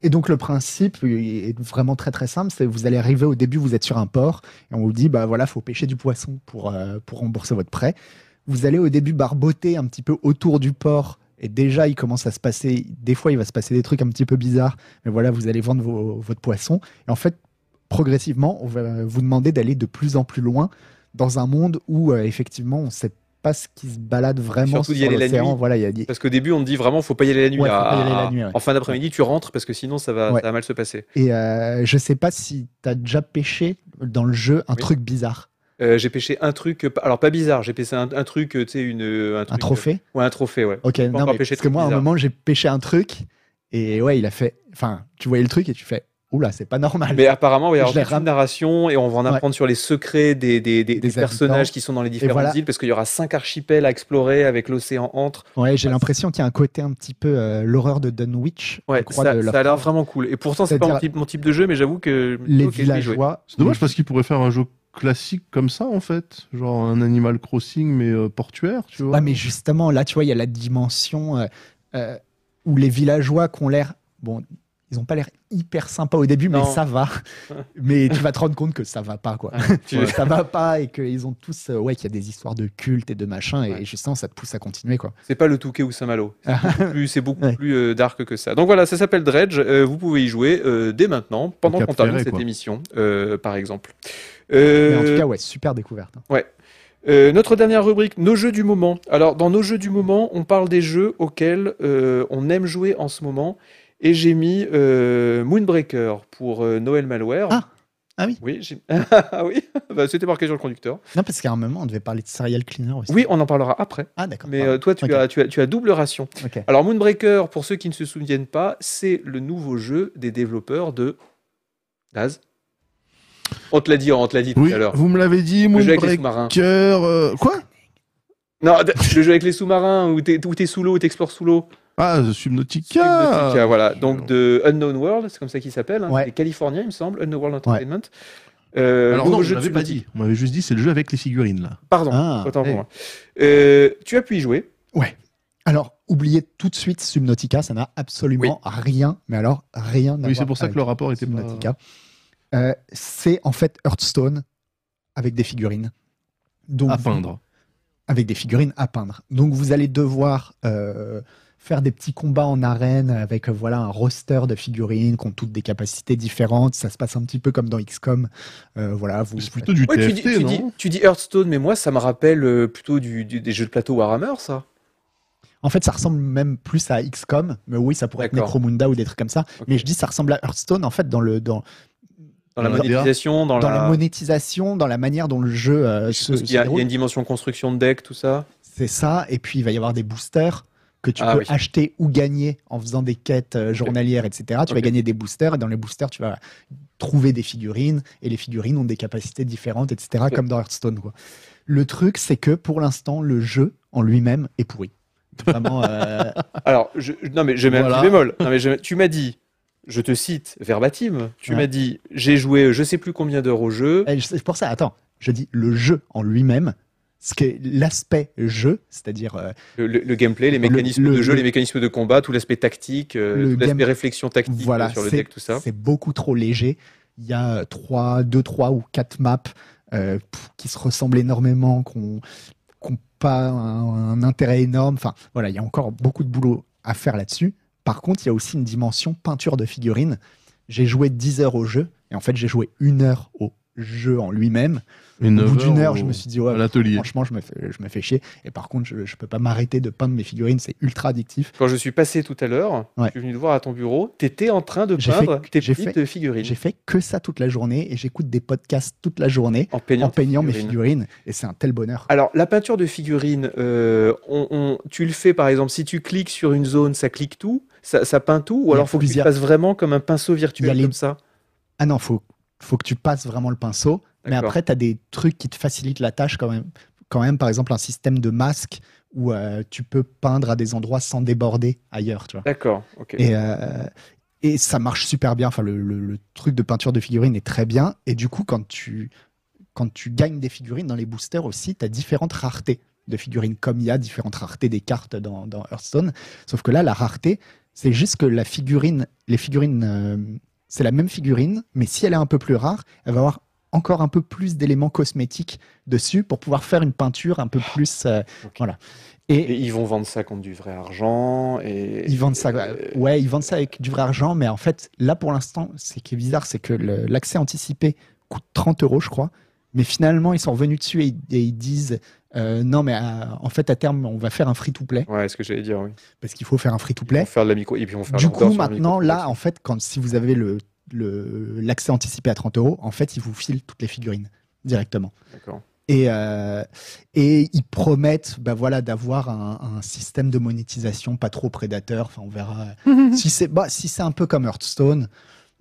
Speaker 2: et donc le principe est vraiment très très simple c'est vous allez arriver au début vous êtes sur un port et on vous dit bah voilà faut pêcher du poisson pour euh, pour rembourser votre prêt vous allez au début barboter un petit peu autour du port et déjà il commence à se passer des fois il va se passer des trucs un petit peu bizarres mais voilà vous allez vendre vos- votre poisson et en fait progressivement on va vous demander d'aller de plus en plus loin dans un monde où euh, effectivement on ne sait pas ce qui se balade vraiment
Speaker 1: Surtout d'y
Speaker 2: sur
Speaker 1: aller la
Speaker 2: l'océan
Speaker 1: nuit.
Speaker 2: voilà il y a des-
Speaker 1: Parce qu'au début, on te dit vraiment, faut pas y aller la nuit.
Speaker 2: Ouais, faut pas y
Speaker 1: Ah,
Speaker 2: aller la nuit, ouais.
Speaker 1: En fin d'après-midi, tu rentres parce que sinon, ça va,
Speaker 2: Ouais.
Speaker 1: ça va mal se passer.
Speaker 2: Et euh, je sais pas si t'as déjà pêché dans le jeu un
Speaker 1: Oui.
Speaker 2: truc bizarre,
Speaker 1: Euh, j'ai pêché un truc, euh, pas- alors pas bizarre, j'ai pêché un, un truc, euh, tu sais, une, euh, un,
Speaker 2: un
Speaker 1: truc,
Speaker 2: trophée.
Speaker 1: euh, Ouais, un trophée, ouais.
Speaker 2: Ok, non,
Speaker 1: encore
Speaker 2: mais
Speaker 1: pêché
Speaker 2: parce
Speaker 1: de
Speaker 2: que
Speaker 1: trucs
Speaker 2: moi, à un
Speaker 1: bizarres.
Speaker 2: moment, j'ai pêché un truc et ouais, il a fait. Enfin, tu voyais le truc et tu fais Oula, c'est pas normal.
Speaker 1: Mais apparemment, il va y avoir
Speaker 2: Ah, Je l'ai
Speaker 1: toute une
Speaker 2: ram-
Speaker 1: narration et on va en
Speaker 2: Ouais.
Speaker 1: apprendre sur les secrets des, des, des-
Speaker 2: Des
Speaker 1: des personnages
Speaker 2: habitants.
Speaker 1: qui sont dans les différentes
Speaker 2: voilà.
Speaker 1: îles, parce qu'il y aura cinq archipels à explorer avec l'océan entre.
Speaker 2: Ouais, j'ai
Speaker 1: Ouais,
Speaker 2: l'impression qu'il y a un côté un petit peu euh, l'horreur de Dunwich. je
Speaker 1: Ouais,
Speaker 2: crois,
Speaker 1: ça, ça
Speaker 2: de
Speaker 1: a
Speaker 2: Lovecraft.
Speaker 1: l'air vraiment cool. Et pourtant, c'est pas mon
Speaker 2: C'est-à-dire-
Speaker 1: type, mon type de jeu, mais j'avoue que je me dis,
Speaker 2: Les
Speaker 1: ok, je vais y jouer.
Speaker 2: villageois.
Speaker 3: C'est
Speaker 1: Mm.
Speaker 3: dommage parce qu'ils pourraient faire un jeu classique comme ça en fait, genre un Animal Crossing mais euh, portuaire, tu vois.
Speaker 2: Ouais, mais justement, là, tu vois, il y a la dimension euh, euh, où les villageois qui ont l'air. Bon, ils ont pas l'air hyper sympas au début,
Speaker 1: Non.
Speaker 2: mais ça va. mais tu vas te rendre compte que ça va pas, quoi.
Speaker 1: Tu-
Speaker 2: Ouais. ça va pas et qu'ils ont tous. euh, ouais, qu'il y a des histoires de culte et de machin, et,
Speaker 1: Ouais.
Speaker 2: justement, ça te pousse à continuer, quoi.
Speaker 1: C'est pas le Touquet ou Saint-Malo. C'est beaucoup plus, c'est beaucoup
Speaker 2: Ah. Ouais.
Speaker 1: plus, euh, dark que ça. Donc voilà, ça s'appelle Dredge. Euh, vous pouvez y jouer euh, dès maintenant, pendant
Speaker 3: Donc,
Speaker 1: qu'on
Speaker 3: après,
Speaker 1: termine cette
Speaker 3: quoi.
Speaker 1: émission, euh, par exemple.
Speaker 2: Mais en
Speaker 1: Euh,
Speaker 2: tout cas, ouais, super découverte. hein.
Speaker 1: Euh, notre dernière rubrique, nos jeux du moment. Alors, dans nos jeux du moment, on parle des jeux auxquels euh, on aime jouer en ce moment. Et j'ai mis euh, Moonbreaker pour euh, Noël Malware.
Speaker 2: Ah. Ah oui.
Speaker 1: Oui, j'ai- ah oui. Bah, c'était marqué sur le conducteur.
Speaker 2: Non, parce qu'à un moment, on devait parler de serial cleaner aussi.
Speaker 1: Oui, on en parlera après.
Speaker 2: Ah, d'accord.
Speaker 1: Mais
Speaker 2: pardon.
Speaker 1: euh, toi, tu,
Speaker 2: Ok.
Speaker 1: as, tu, as, tu as double ration.
Speaker 2: Ok.
Speaker 1: Alors, Moonbreaker, pour ceux qui ne se souviennent pas, c'est le nouveau jeu des développeurs de. Daz On te l'a dit, on te l'a dit tout
Speaker 3: Oui,
Speaker 1: à l'heure.
Speaker 3: vous me l'avez dit,
Speaker 1: Le jeu avec les
Speaker 3: Moonbreaker.
Speaker 1: sous-marins.
Speaker 3: euh, Quoi
Speaker 1: Non, le jeu avec les sous-marins, où t'es où t'es sous l'eau, où t'explores sous l'eau.
Speaker 3: Ah, The Subnautica.
Speaker 1: Subnautica, voilà. Donc de Unknown World, c'est comme ça qu'il s'appelle, hein,
Speaker 2: Ouais.
Speaker 1: des Californiens, il me semble, Unknown World Entertainment. Euh,
Speaker 3: Alors
Speaker 1: nouveau
Speaker 3: non,
Speaker 1: jeu de
Speaker 3: je l'avais pas
Speaker 1: Subnautica.
Speaker 3: dit. On m'avait juste dit c'est le jeu avec les figurines là.
Speaker 1: Pardon,
Speaker 2: Ah,
Speaker 1: autant pour
Speaker 3: oui.
Speaker 1: moi. Euh, tu as pu y jouer.
Speaker 2: Alors, oubliez tout de suite Subnautica, ça n'a absolument rien, mais alors rien à
Speaker 3: Oui, c'est
Speaker 2: voir
Speaker 3: pour ça
Speaker 2: avec
Speaker 3: que le rapport était pas.
Speaker 2: Ah, Subnautica. Euh, c'est en fait Hearthstone avec des figurines. Donc,
Speaker 3: à
Speaker 2: vous-
Speaker 3: peindre.
Speaker 2: avec des figurines à peindre. Donc vous allez devoir euh, faire des petits combats en arène avec euh, voilà un roster de figurines qui ont toutes des capacités différentes. Ça se passe un petit peu comme dans XCOM. Euh, voilà, vous.
Speaker 3: C'est plutôt du
Speaker 1: Ouais, tu, dis,
Speaker 3: TFT,
Speaker 1: tu,
Speaker 3: non
Speaker 1: dis, tu dis Hearthstone, mais moi, ça me rappelle euh, plutôt du, du- des jeux de plateau Warhammer, ça.
Speaker 2: En fait, ça ressemble même plus à XCOM, mais oui, ça pourrait être
Speaker 1: D'accord.
Speaker 2: Necromunda ou des trucs comme ça.
Speaker 1: Ok.
Speaker 2: Mais je dis ça ressemble à Hearthstone en fait dans le dans,
Speaker 1: Dans la
Speaker 3: Dans la DA.
Speaker 1: monétisation, dans,
Speaker 2: dans
Speaker 1: la.
Speaker 2: la monétisation, dans la manière dont le jeu euh,
Speaker 1: Je
Speaker 2: se,
Speaker 1: suppose
Speaker 2: se
Speaker 1: qu'il y a, il y a
Speaker 2: déroule.
Speaker 1: une dimension construction de deck, tout ça.
Speaker 2: C'est ça. Et puis, il va y avoir des boosters que tu
Speaker 1: Ah
Speaker 2: peux
Speaker 1: oui.
Speaker 2: acheter ou gagner en faisant des quêtes euh, journalières, etc. Tu vas
Speaker 1: Ok.
Speaker 2: gagner des boosters et dans les boosters, tu vas trouver des figurines et les figurines ont des capacités différentes, etc.
Speaker 1: Ok.
Speaker 2: Comme dans Hearthstone. quoi. Le truc, c'est que pour l'instant, le jeu en lui-même est pourri. Vraiment, euh,
Speaker 1: Alors, je, je- non, mais je mets un
Speaker 3: Voilà.
Speaker 1: petit bémol. Non, mais je- tu m'as dit, je te cite verbatim, tu
Speaker 2: Ouais.
Speaker 1: m'as dit, j'ai joué je sais plus combien d'heures au jeu.
Speaker 2: eh, c'est pour ça. Attends, je dis le jeu en lui-même ce que l'aspect jeu, c'est-à-dire euh,
Speaker 1: Le, le- le gameplay, les
Speaker 2: Le-
Speaker 1: mécanismes
Speaker 2: le-
Speaker 1: de jeu,
Speaker 2: le-
Speaker 1: les mécanismes de combat, tout l'aspect tactique, euh,
Speaker 2: Le
Speaker 1: tout l'aspect
Speaker 2: game-
Speaker 1: réflexion tactique
Speaker 2: voilà,
Speaker 1: euh, sur le
Speaker 2: c'est-
Speaker 1: deck, tout ça.
Speaker 2: c'est beaucoup trop léger. Il y a 3, 2, 3 ou 4 maps euh, pff, qui se ressemblent énormément, qui n'ont pas un, un intérêt énorme. Enfin, voilà, il y a encore beaucoup de boulot à faire là-dessus. Par contre, il y a aussi une dimension peinture de figurines. J'ai joué 10 heures au jeu, et en fait, j'ai joué une heure au jeu en lui-même.
Speaker 3: Une
Speaker 2: Au bout
Speaker 3: heure
Speaker 2: d'une heure,
Speaker 3: au-
Speaker 2: je me suis dit,
Speaker 3: à
Speaker 2: ouais,
Speaker 3: l'atelier.
Speaker 2: franchement, je me, fais, je me fais chier. Et par contre, je ne peux pas m'arrêter de peindre mes figurines, c'est ultra addictif.
Speaker 1: Quand je suis passé tout à l'heure,
Speaker 2: Ouais.
Speaker 1: je suis venu te voir à ton bureau, t'étais en train de
Speaker 2: J'ai
Speaker 1: peindre
Speaker 2: fait-
Speaker 1: tes
Speaker 2: j'ai
Speaker 1: petites
Speaker 2: fait-
Speaker 1: figurines
Speaker 2: J'ai fait que ça toute la journée, et j'écoute des podcasts toute la journée.
Speaker 1: en peignant,
Speaker 2: en
Speaker 1: tes
Speaker 2: peignant mes
Speaker 1: figurines.
Speaker 2: figurines. Et c'est un tel bonheur.
Speaker 1: Alors, la peinture de figurines, euh, on, on- tu le fais par exemple, si tu cliques sur une zone, ça clique tout, ça, ça peint tout,
Speaker 2: Il y
Speaker 1: ou
Speaker 2: a
Speaker 1: alors faut que tu
Speaker 2: plusieurs-
Speaker 1: fasses vraiment comme un pinceau
Speaker 2: Il y a
Speaker 1: virtuel
Speaker 2: les-
Speaker 1: comme ça
Speaker 2: Ah non, faut, faut que tu passes vraiment le pinceau. Mais
Speaker 1: D'accord.
Speaker 2: après, tu as des trucs qui te facilitent la tâche quand même. Quand même, par exemple, un système de masque où euh, tu peux peindre à des endroits sans déborder ailleurs. Tu vois.
Speaker 1: D'accord, ok.
Speaker 2: Et, euh, et ça marche super bien. Enfin, le, le- le truc de peinture de figurines est très bien. Et du coup, quand tu, quand tu gagnes des figurines dans les boosters aussi, tu as différentes raretés de figurines, comme il y a différentes raretés des cartes dans, dans Hearthstone. Sauf que là, la rareté, c'est juste que la figurine, les figurines, euh, c'est la même figurine, mais si elle est un peu plus rare, elle va avoir encore un peu plus d'éléments cosmétiques dessus pour pouvoir faire une peinture un peu plus. euh,
Speaker 1: Ok.
Speaker 2: Voilà.
Speaker 1: Et ils vont vendre ça contre du vrai argent. Et,
Speaker 2: Ils vendent ça,
Speaker 1: euh,
Speaker 2: ouais, ils vendent ça avec du vrai argent, mais en fait, là pour l'instant, ce qui est bizarre, c'est que le- l'accès anticipé coûte 30 euros, je crois. Mais finalement, ils sont revenus dessus et, ils- et ils disent euh, non, mais euh, en fait, à terme, on va faire un free-to-play
Speaker 1: Ouais, ce que j'allais dire, oui.
Speaker 2: parce qu'il faut faire un
Speaker 1: Ils vont
Speaker 2: free-to-play.
Speaker 1: faire de la micro. Et puis ils vont faire
Speaker 2: Du
Speaker 1: leur beurre
Speaker 2: coup,
Speaker 1: sur la
Speaker 2: maintenant,
Speaker 1: micro-transaction.
Speaker 2: là, en fait, quand si vous avez le le- l'accès anticipé à 30 euros, en fait, ils vous filent toutes les figurines directement.
Speaker 1: D'accord.
Speaker 2: Et, euh, et ils promettent bah voilà, d'avoir un, un système de monétisation pas trop prédateur. Enfin, on verra. si c'est bah, si c'est un peu comme Hearthstone,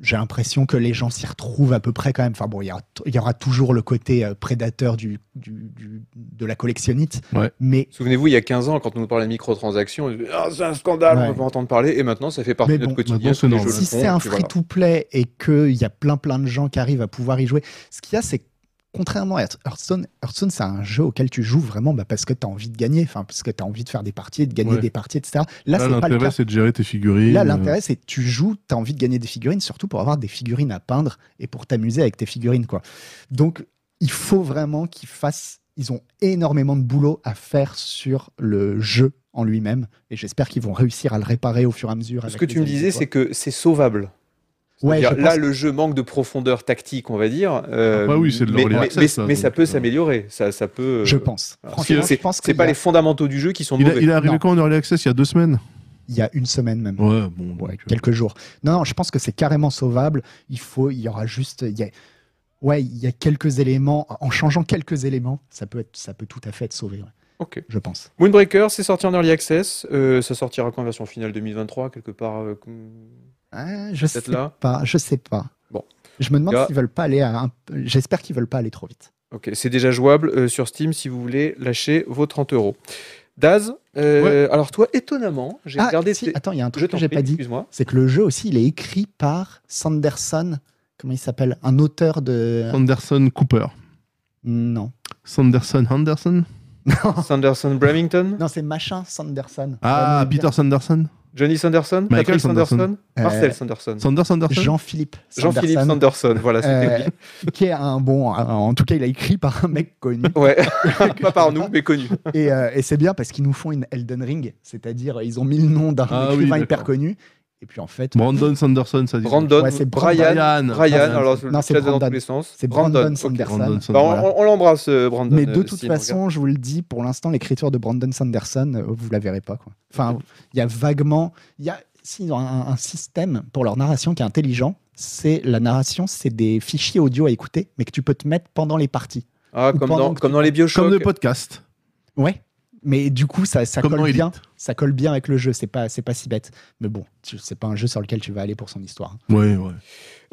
Speaker 2: j'ai l'impression que les gens s'y retrouvent à peu près quand même. Enfin bon, il y, aura t- il y aura toujours le côté euh, prédateur du, du- du- de la collectionnite.
Speaker 3: Ouais.
Speaker 2: Mais
Speaker 1: Souvenez-vous, il y a 15 ans, quand on nous parlait de microtransactions, on disait, Ah, c'est un scandale, on
Speaker 2: Ouais.
Speaker 1: ne peut pas entendre parler. Et maintenant, ça fait partie
Speaker 2: Mais
Speaker 1: de notre
Speaker 2: bon,
Speaker 1: quotidien.
Speaker 3: maintenant,
Speaker 1: tous les
Speaker 3: c'est
Speaker 1: jeux
Speaker 2: si
Speaker 1: le font,
Speaker 2: c'est un
Speaker 1: puis voilà.
Speaker 2: free-to-play et qu'il y a plein plein de gens qui arrivent à pouvoir y jouer, ce qu'il y a, c'est que contrairement à Hearthstone, Hearthstone, c'est un jeu auquel tu joues vraiment bah, parce que tu as envie de gagner, enfin parce que tu as envie de faire des parties, et de gagner
Speaker 3: Ouais.
Speaker 2: des parties, etc. Là,
Speaker 3: Là,
Speaker 2: c'est pas le cas.
Speaker 3: l'intérêt, c'est de gérer tes figurines. euh,
Speaker 2: Là, l'intérêt, c'est que tu joues, tu as envie de gagner des figurines, surtout pour avoir des figurines à peindre et pour t'amuser avec tes figurines. quoi. Donc, il faut vraiment qu'ils fassent. Ils ont énormément de boulot à faire sur le jeu en lui-même. Et j'espère qu'ils vont réussir à le réparer au fur et à mesure.
Speaker 1: Ce que tu me disais, c'est que c'est sauvable.
Speaker 2: Ouais,
Speaker 1: C'est-à-dire,
Speaker 2: je
Speaker 1: là,
Speaker 2: pense- Ah, bah
Speaker 1: le jeu manque de profondeur tactique, on va dire. euh,
Speaker 3: Après, oui, c'est de
Speaker 1: mais,
Speaker 3: l'early
Speaker 1: mais-
Speaker 3: access,
Speaker 1: mais-
Speaker 3: ça,
Speaker 1: mais ça
Speaker 3: donc,
Speaker 1: peut
Speaker 3: euh,
Speaker 1: s'améliorer. Ça, ça peut. euh,
Speaker 2: Je pense.
Speaker 1: voilà.
Speaker 2: Franchement,
Speaker 1: C'est-
Speaker 2: je pense
Speaker 1: C'est
Speaker 2: qu'il
Speaker 1: pas
Speaker 2: y,
Speaker 1: les
Speaker 2: a-
Speaker 1: fondamentaux du jeu qui sont
Speaker 3: Il, a-
Speaker 1: mauvais.
Speaker 3: il est arrivé
Speaker 2: Non.
Speaker 3: quand en Early Access Il y a deux semaines
Speaker 2: il y a une semaine même.
Speaker 3: Ouais, bon. donc,
Speaker 2: Ouais,
Speaker 3: euh,
Speaker 2: quelques jours. Non, non, je pense que c'est carrément sauvable. Il faut, il y aura juste, il y a, ouais, il y a quelques éléments. En changeant quelques éléments, ça peut être, ça peut tout à fait être sauvé. ouais,
Speaker 1: Ok.
Speaker 2: je pense.
Speaker 1: Moonbreaker, c'est sorti en early access. euh, ça sortira quand en version finale 2023, quelque part. euh, comme-
Speaker 2: Ah, je sais
Speaker 1: Peut-être là.
Speaker 2: pas. Je sais pas.
Speaker 1: Bon.
Speaker 2: Je me demande
Speaker 1: Là.
Speaker 2: s'ils veulent pas aller à. un- J'espère qu'ils veulent pas aller trop vite.
Speaker 1: Ok, c'est déjà jouable euh, sur Steam si vous voulez lâcher vos 30 euros. Daz, euh, alors toi, étonnamment, j'ai
Speaker 2: Ah,
Speaker 1: regardé.
Speaker 2: si,
Speaker 1: tes-
Speaker 2: attends, il y a un
Speaker 1: Je
Speaker 2: truc que
Speaker 1: t'en
Speaker 2: j'ai
Speaker 1: prie,
Speaker 2: pas dit.
Speaker 1: Excuse-moi.
Speaker 2: C'est que le jeu aussi, il est écrit par Sanderson. Comment il s'appelle Un auteur de.
Speaker 3: Sanderson Cooper.
Speaker 2: Non.
Speaker 3: Sanderson Anderson
Speaker 1: Sanderson Bramington
Speaker 2: Non, c'est machin Sanderson. Euh,
Speaker 3: Ah,
Speaker 2: Vraiment bien.
Speaker 3: Peter Sanderson
Speaker 1: Johnny Sanderson
Speaker 3: Michael
Speaker 1: Patrick Sanderson,
Speaker 3: Sanderson.
Speaker 2: Euh,
Speaker 1: Marcel Sanderson
Speaker 3: Sander Sanderson
Speaker 2: Jean-Philippe
Speaker 1: Jean-Philippe
Speaker 2: Sanderson.
Speaker 1: Sanderson, voilà, c'était
Speaker 2: Euh, qui est un bon, euh, en tout cas, il a écrit par un mec
Speaker 1: lui.
Speaker 2: connu.
Speaker 1: Ouais, pas par nous, mais connu.
Speaker 2: Et, euh, et c'est bien parce qu'ils nous font une Elden Ring, c'est-à-dire euh, ils ont mis le nom d'un
Speaker 3: Ah oui,
Speaker 2: écrivain
Speaker 3: d'accord.
Speaker 2: hyper connu. Et puis en fait,
Speaker 3: Brandon Sanderson, ça dit.
Speaker 1: Brandon,
Speaker 2: Ouais, c'est
Speaker 1: Brian, Brian,
Speaker 3: Brian.
Speaker 1: alors
Speaker 2: Non,
Speaker 1: c'est
Speaker 2: c'est
Speaker 1: dans tous
Speaker 2: Brandon.
Speaker 1: les sens.
Speaker 2: c'est Brandon,
Speaker 1: ok.
Speaker 2: Sanderson.
Speaker 3: Brandon
Speaker 1: Bah, on-
Speaker 3: Sanderson.
Speaker 1: on on l'embrasse, euh, Brandon.
Speaker 2: Mais de
Speaker 1: euh,
Speaker 2: toute
Speaker 1: si, on regarde.
Speaker 2: façon, je vous le dis, pour l'instant, l'écriture de Brandon Sanderson, euh, vous la verrez pas. Quoi. Enfin, il y a vaguement, il y a si, ils ont un, un système pour leur narration qui est intelligent. C'est la narration, c'est des fichiers audio à écouter, mais que tu peux te mettre pendant les parties.
Speaker 1: Ah,
Speaker 2: ou
Speaker 1: comme
Speaker 2: pendant
Speaker 1: dans,
Speaker 2: que
Speaker 1: comme
Speaker 2: tu-
Speaker 1: dans les Bioshock.
Speaker 3: Comme le podcast.
Speaker 2: Ouais. Mais du coup, ça, ça
Speaker 3: Comme dans
Speaker 2: colle
Speaker 3: Elite.
Speaker 2: bien. Ça colle bien avec le jeu. C'est pas, c'est pas si bête. Mais bon, tu- c'est pas un jeu sur lequel tu vas aller pour son histoire.
Speaker 3: Ouais, ouais.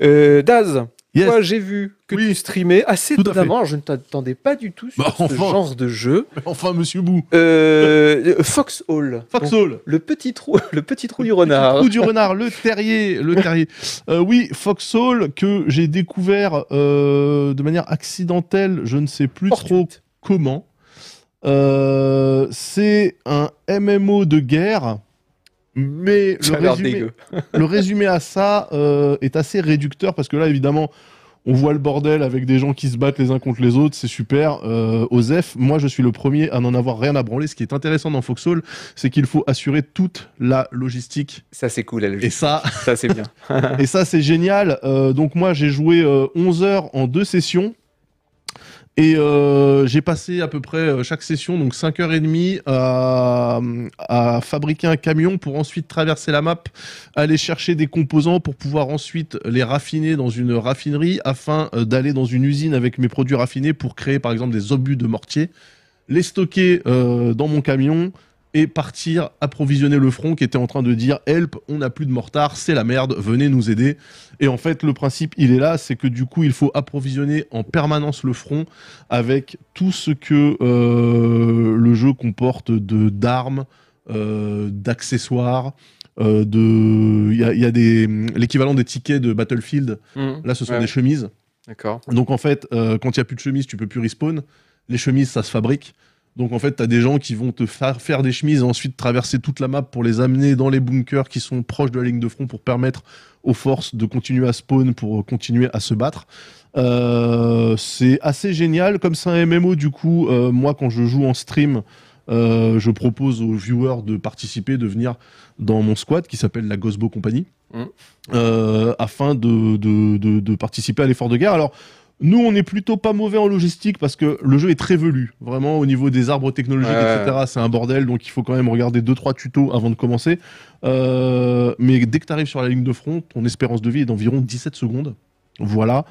Speaker 1: Euh, Daz,
Speaker 3: Yes.
Speaker 1: toi j'ai vu que
Speaker 3: Oui.
Speaker 1: tu streamais assez
Speaker 3: Tout à fait.
Speaker 1: étonnamment, je ne t'attendais pas du tout sur
Speaker 3: Bah,
Speaker 1: ce
Speaker 3: enfin.
Speaker 1: genre de jeu.
Speaker 3: Enfin, monsieur Bou.
Speaker 1: Euh, Foxhole. Donc,
Speaker 3: Foxhole.
Speaker 1: le petit trou, le petit trou du renard.
Speaker 3: Ou du renard, le terrier, le terrier. Euh, oui, Foxhole que j'ai découvert euh, de manière accidentelle, je ne sais plus
Speaker 1: Fortuite.
Speaker 3: trop comment. Euh, c'est un MMO de guerre, mais
Speaker 1: Ça a
Speaker 3: le
Speaker 1: l'air
Speaker 3: résumé,
Speaker 1: dégueu.
Speaker 3: le résumé à ça euh, est assez réducteur parce que là, évidemment, on voit le bordel avec des gens qui se battent les uns contre les autres, c'est super. Euh, Osef, moi, je suis le premier à n'en avoir rien à branler. Ce qui est intéressant dans Foxhole, c'est qu'il faut assurer toute la logistique.
Speaker 1: Ça, c'est cool, la
Speaker 3: Et
Speaker 1: logique.
Speaker 3: ça,
Speaker 1: Ça, c'est bien.
Speaker 3: et ça, c'est génial. Euh, donc, moi, j'ai joué euh, 11 heures en deux sessions. Et euh, j'ai passé à peu près euh, chaque session, donc 5h30, à, à fabriquer un camion pour ensuite traverser la map, aller chercher des composants pour pouvoir ensuite les raffiner dans une raffinerie afin euh, d'aller dans une usine avec mes produits raffinés pour créer par exemple des obus de mortier, les stocker euh, dans mon camion, et partir approvisionner le front qui était en train de dire help, on n'a plus de mortar, c'est la merde, venez nous aider. Et en fait, le principe, il est là, c'est que du coup, il faut approvisionner en permanence le front avec tout ce que euh, le jeu comporte de d'armes, euh, d'accessoires. euh, de, il y a, il y a des l'équivalent des tickets de Battlefield.
Speaker 1: Mhm.
Speaker 3: Là, ce sont
Speaker 1: Ouais.
Speaker 3: des chemises.
Speaker 1: D'accord.
Speaker 3: Donc en fait, euh, quand il n'y a plus de chemise, tu peux plus respawn. Les chemises, ça se fabrique. Donc en fait, t'as des gens qui vont te fa- faire des chemises et ensuite traverser toute la map pour les amener dans les bunkers qui sont proches de la ligne de front pour permettre aux forces de continuer à spawn, pour euh, continuer à se battre. Euh, c'est assez génial. Comme c'est un MMO, du coup, euh, moi, quand je joue en stream, euh, je propose aux viewers de participer, de venir dans mon squad qui s'appelle la Gosbo Company,
Speaker 1: Mhm.
Speaker 3: euh, afin de, de- de- de participer à l'effort de guerre. Alors, nous, on est plutôt pas mauvais en logistique parce que le jeu est très velu. Vraiment, au niveau des arbres technologiques,
Speaker 1: Ouais.
Speaker 3: etc., c'est un bordel. Donc, il faut quand même regarder deux trois tutos avant de commencer. Euh, mais dès que tu arrives sur la ligne de front, ton espérance de vie est d'environ 17 secondes. Voilà.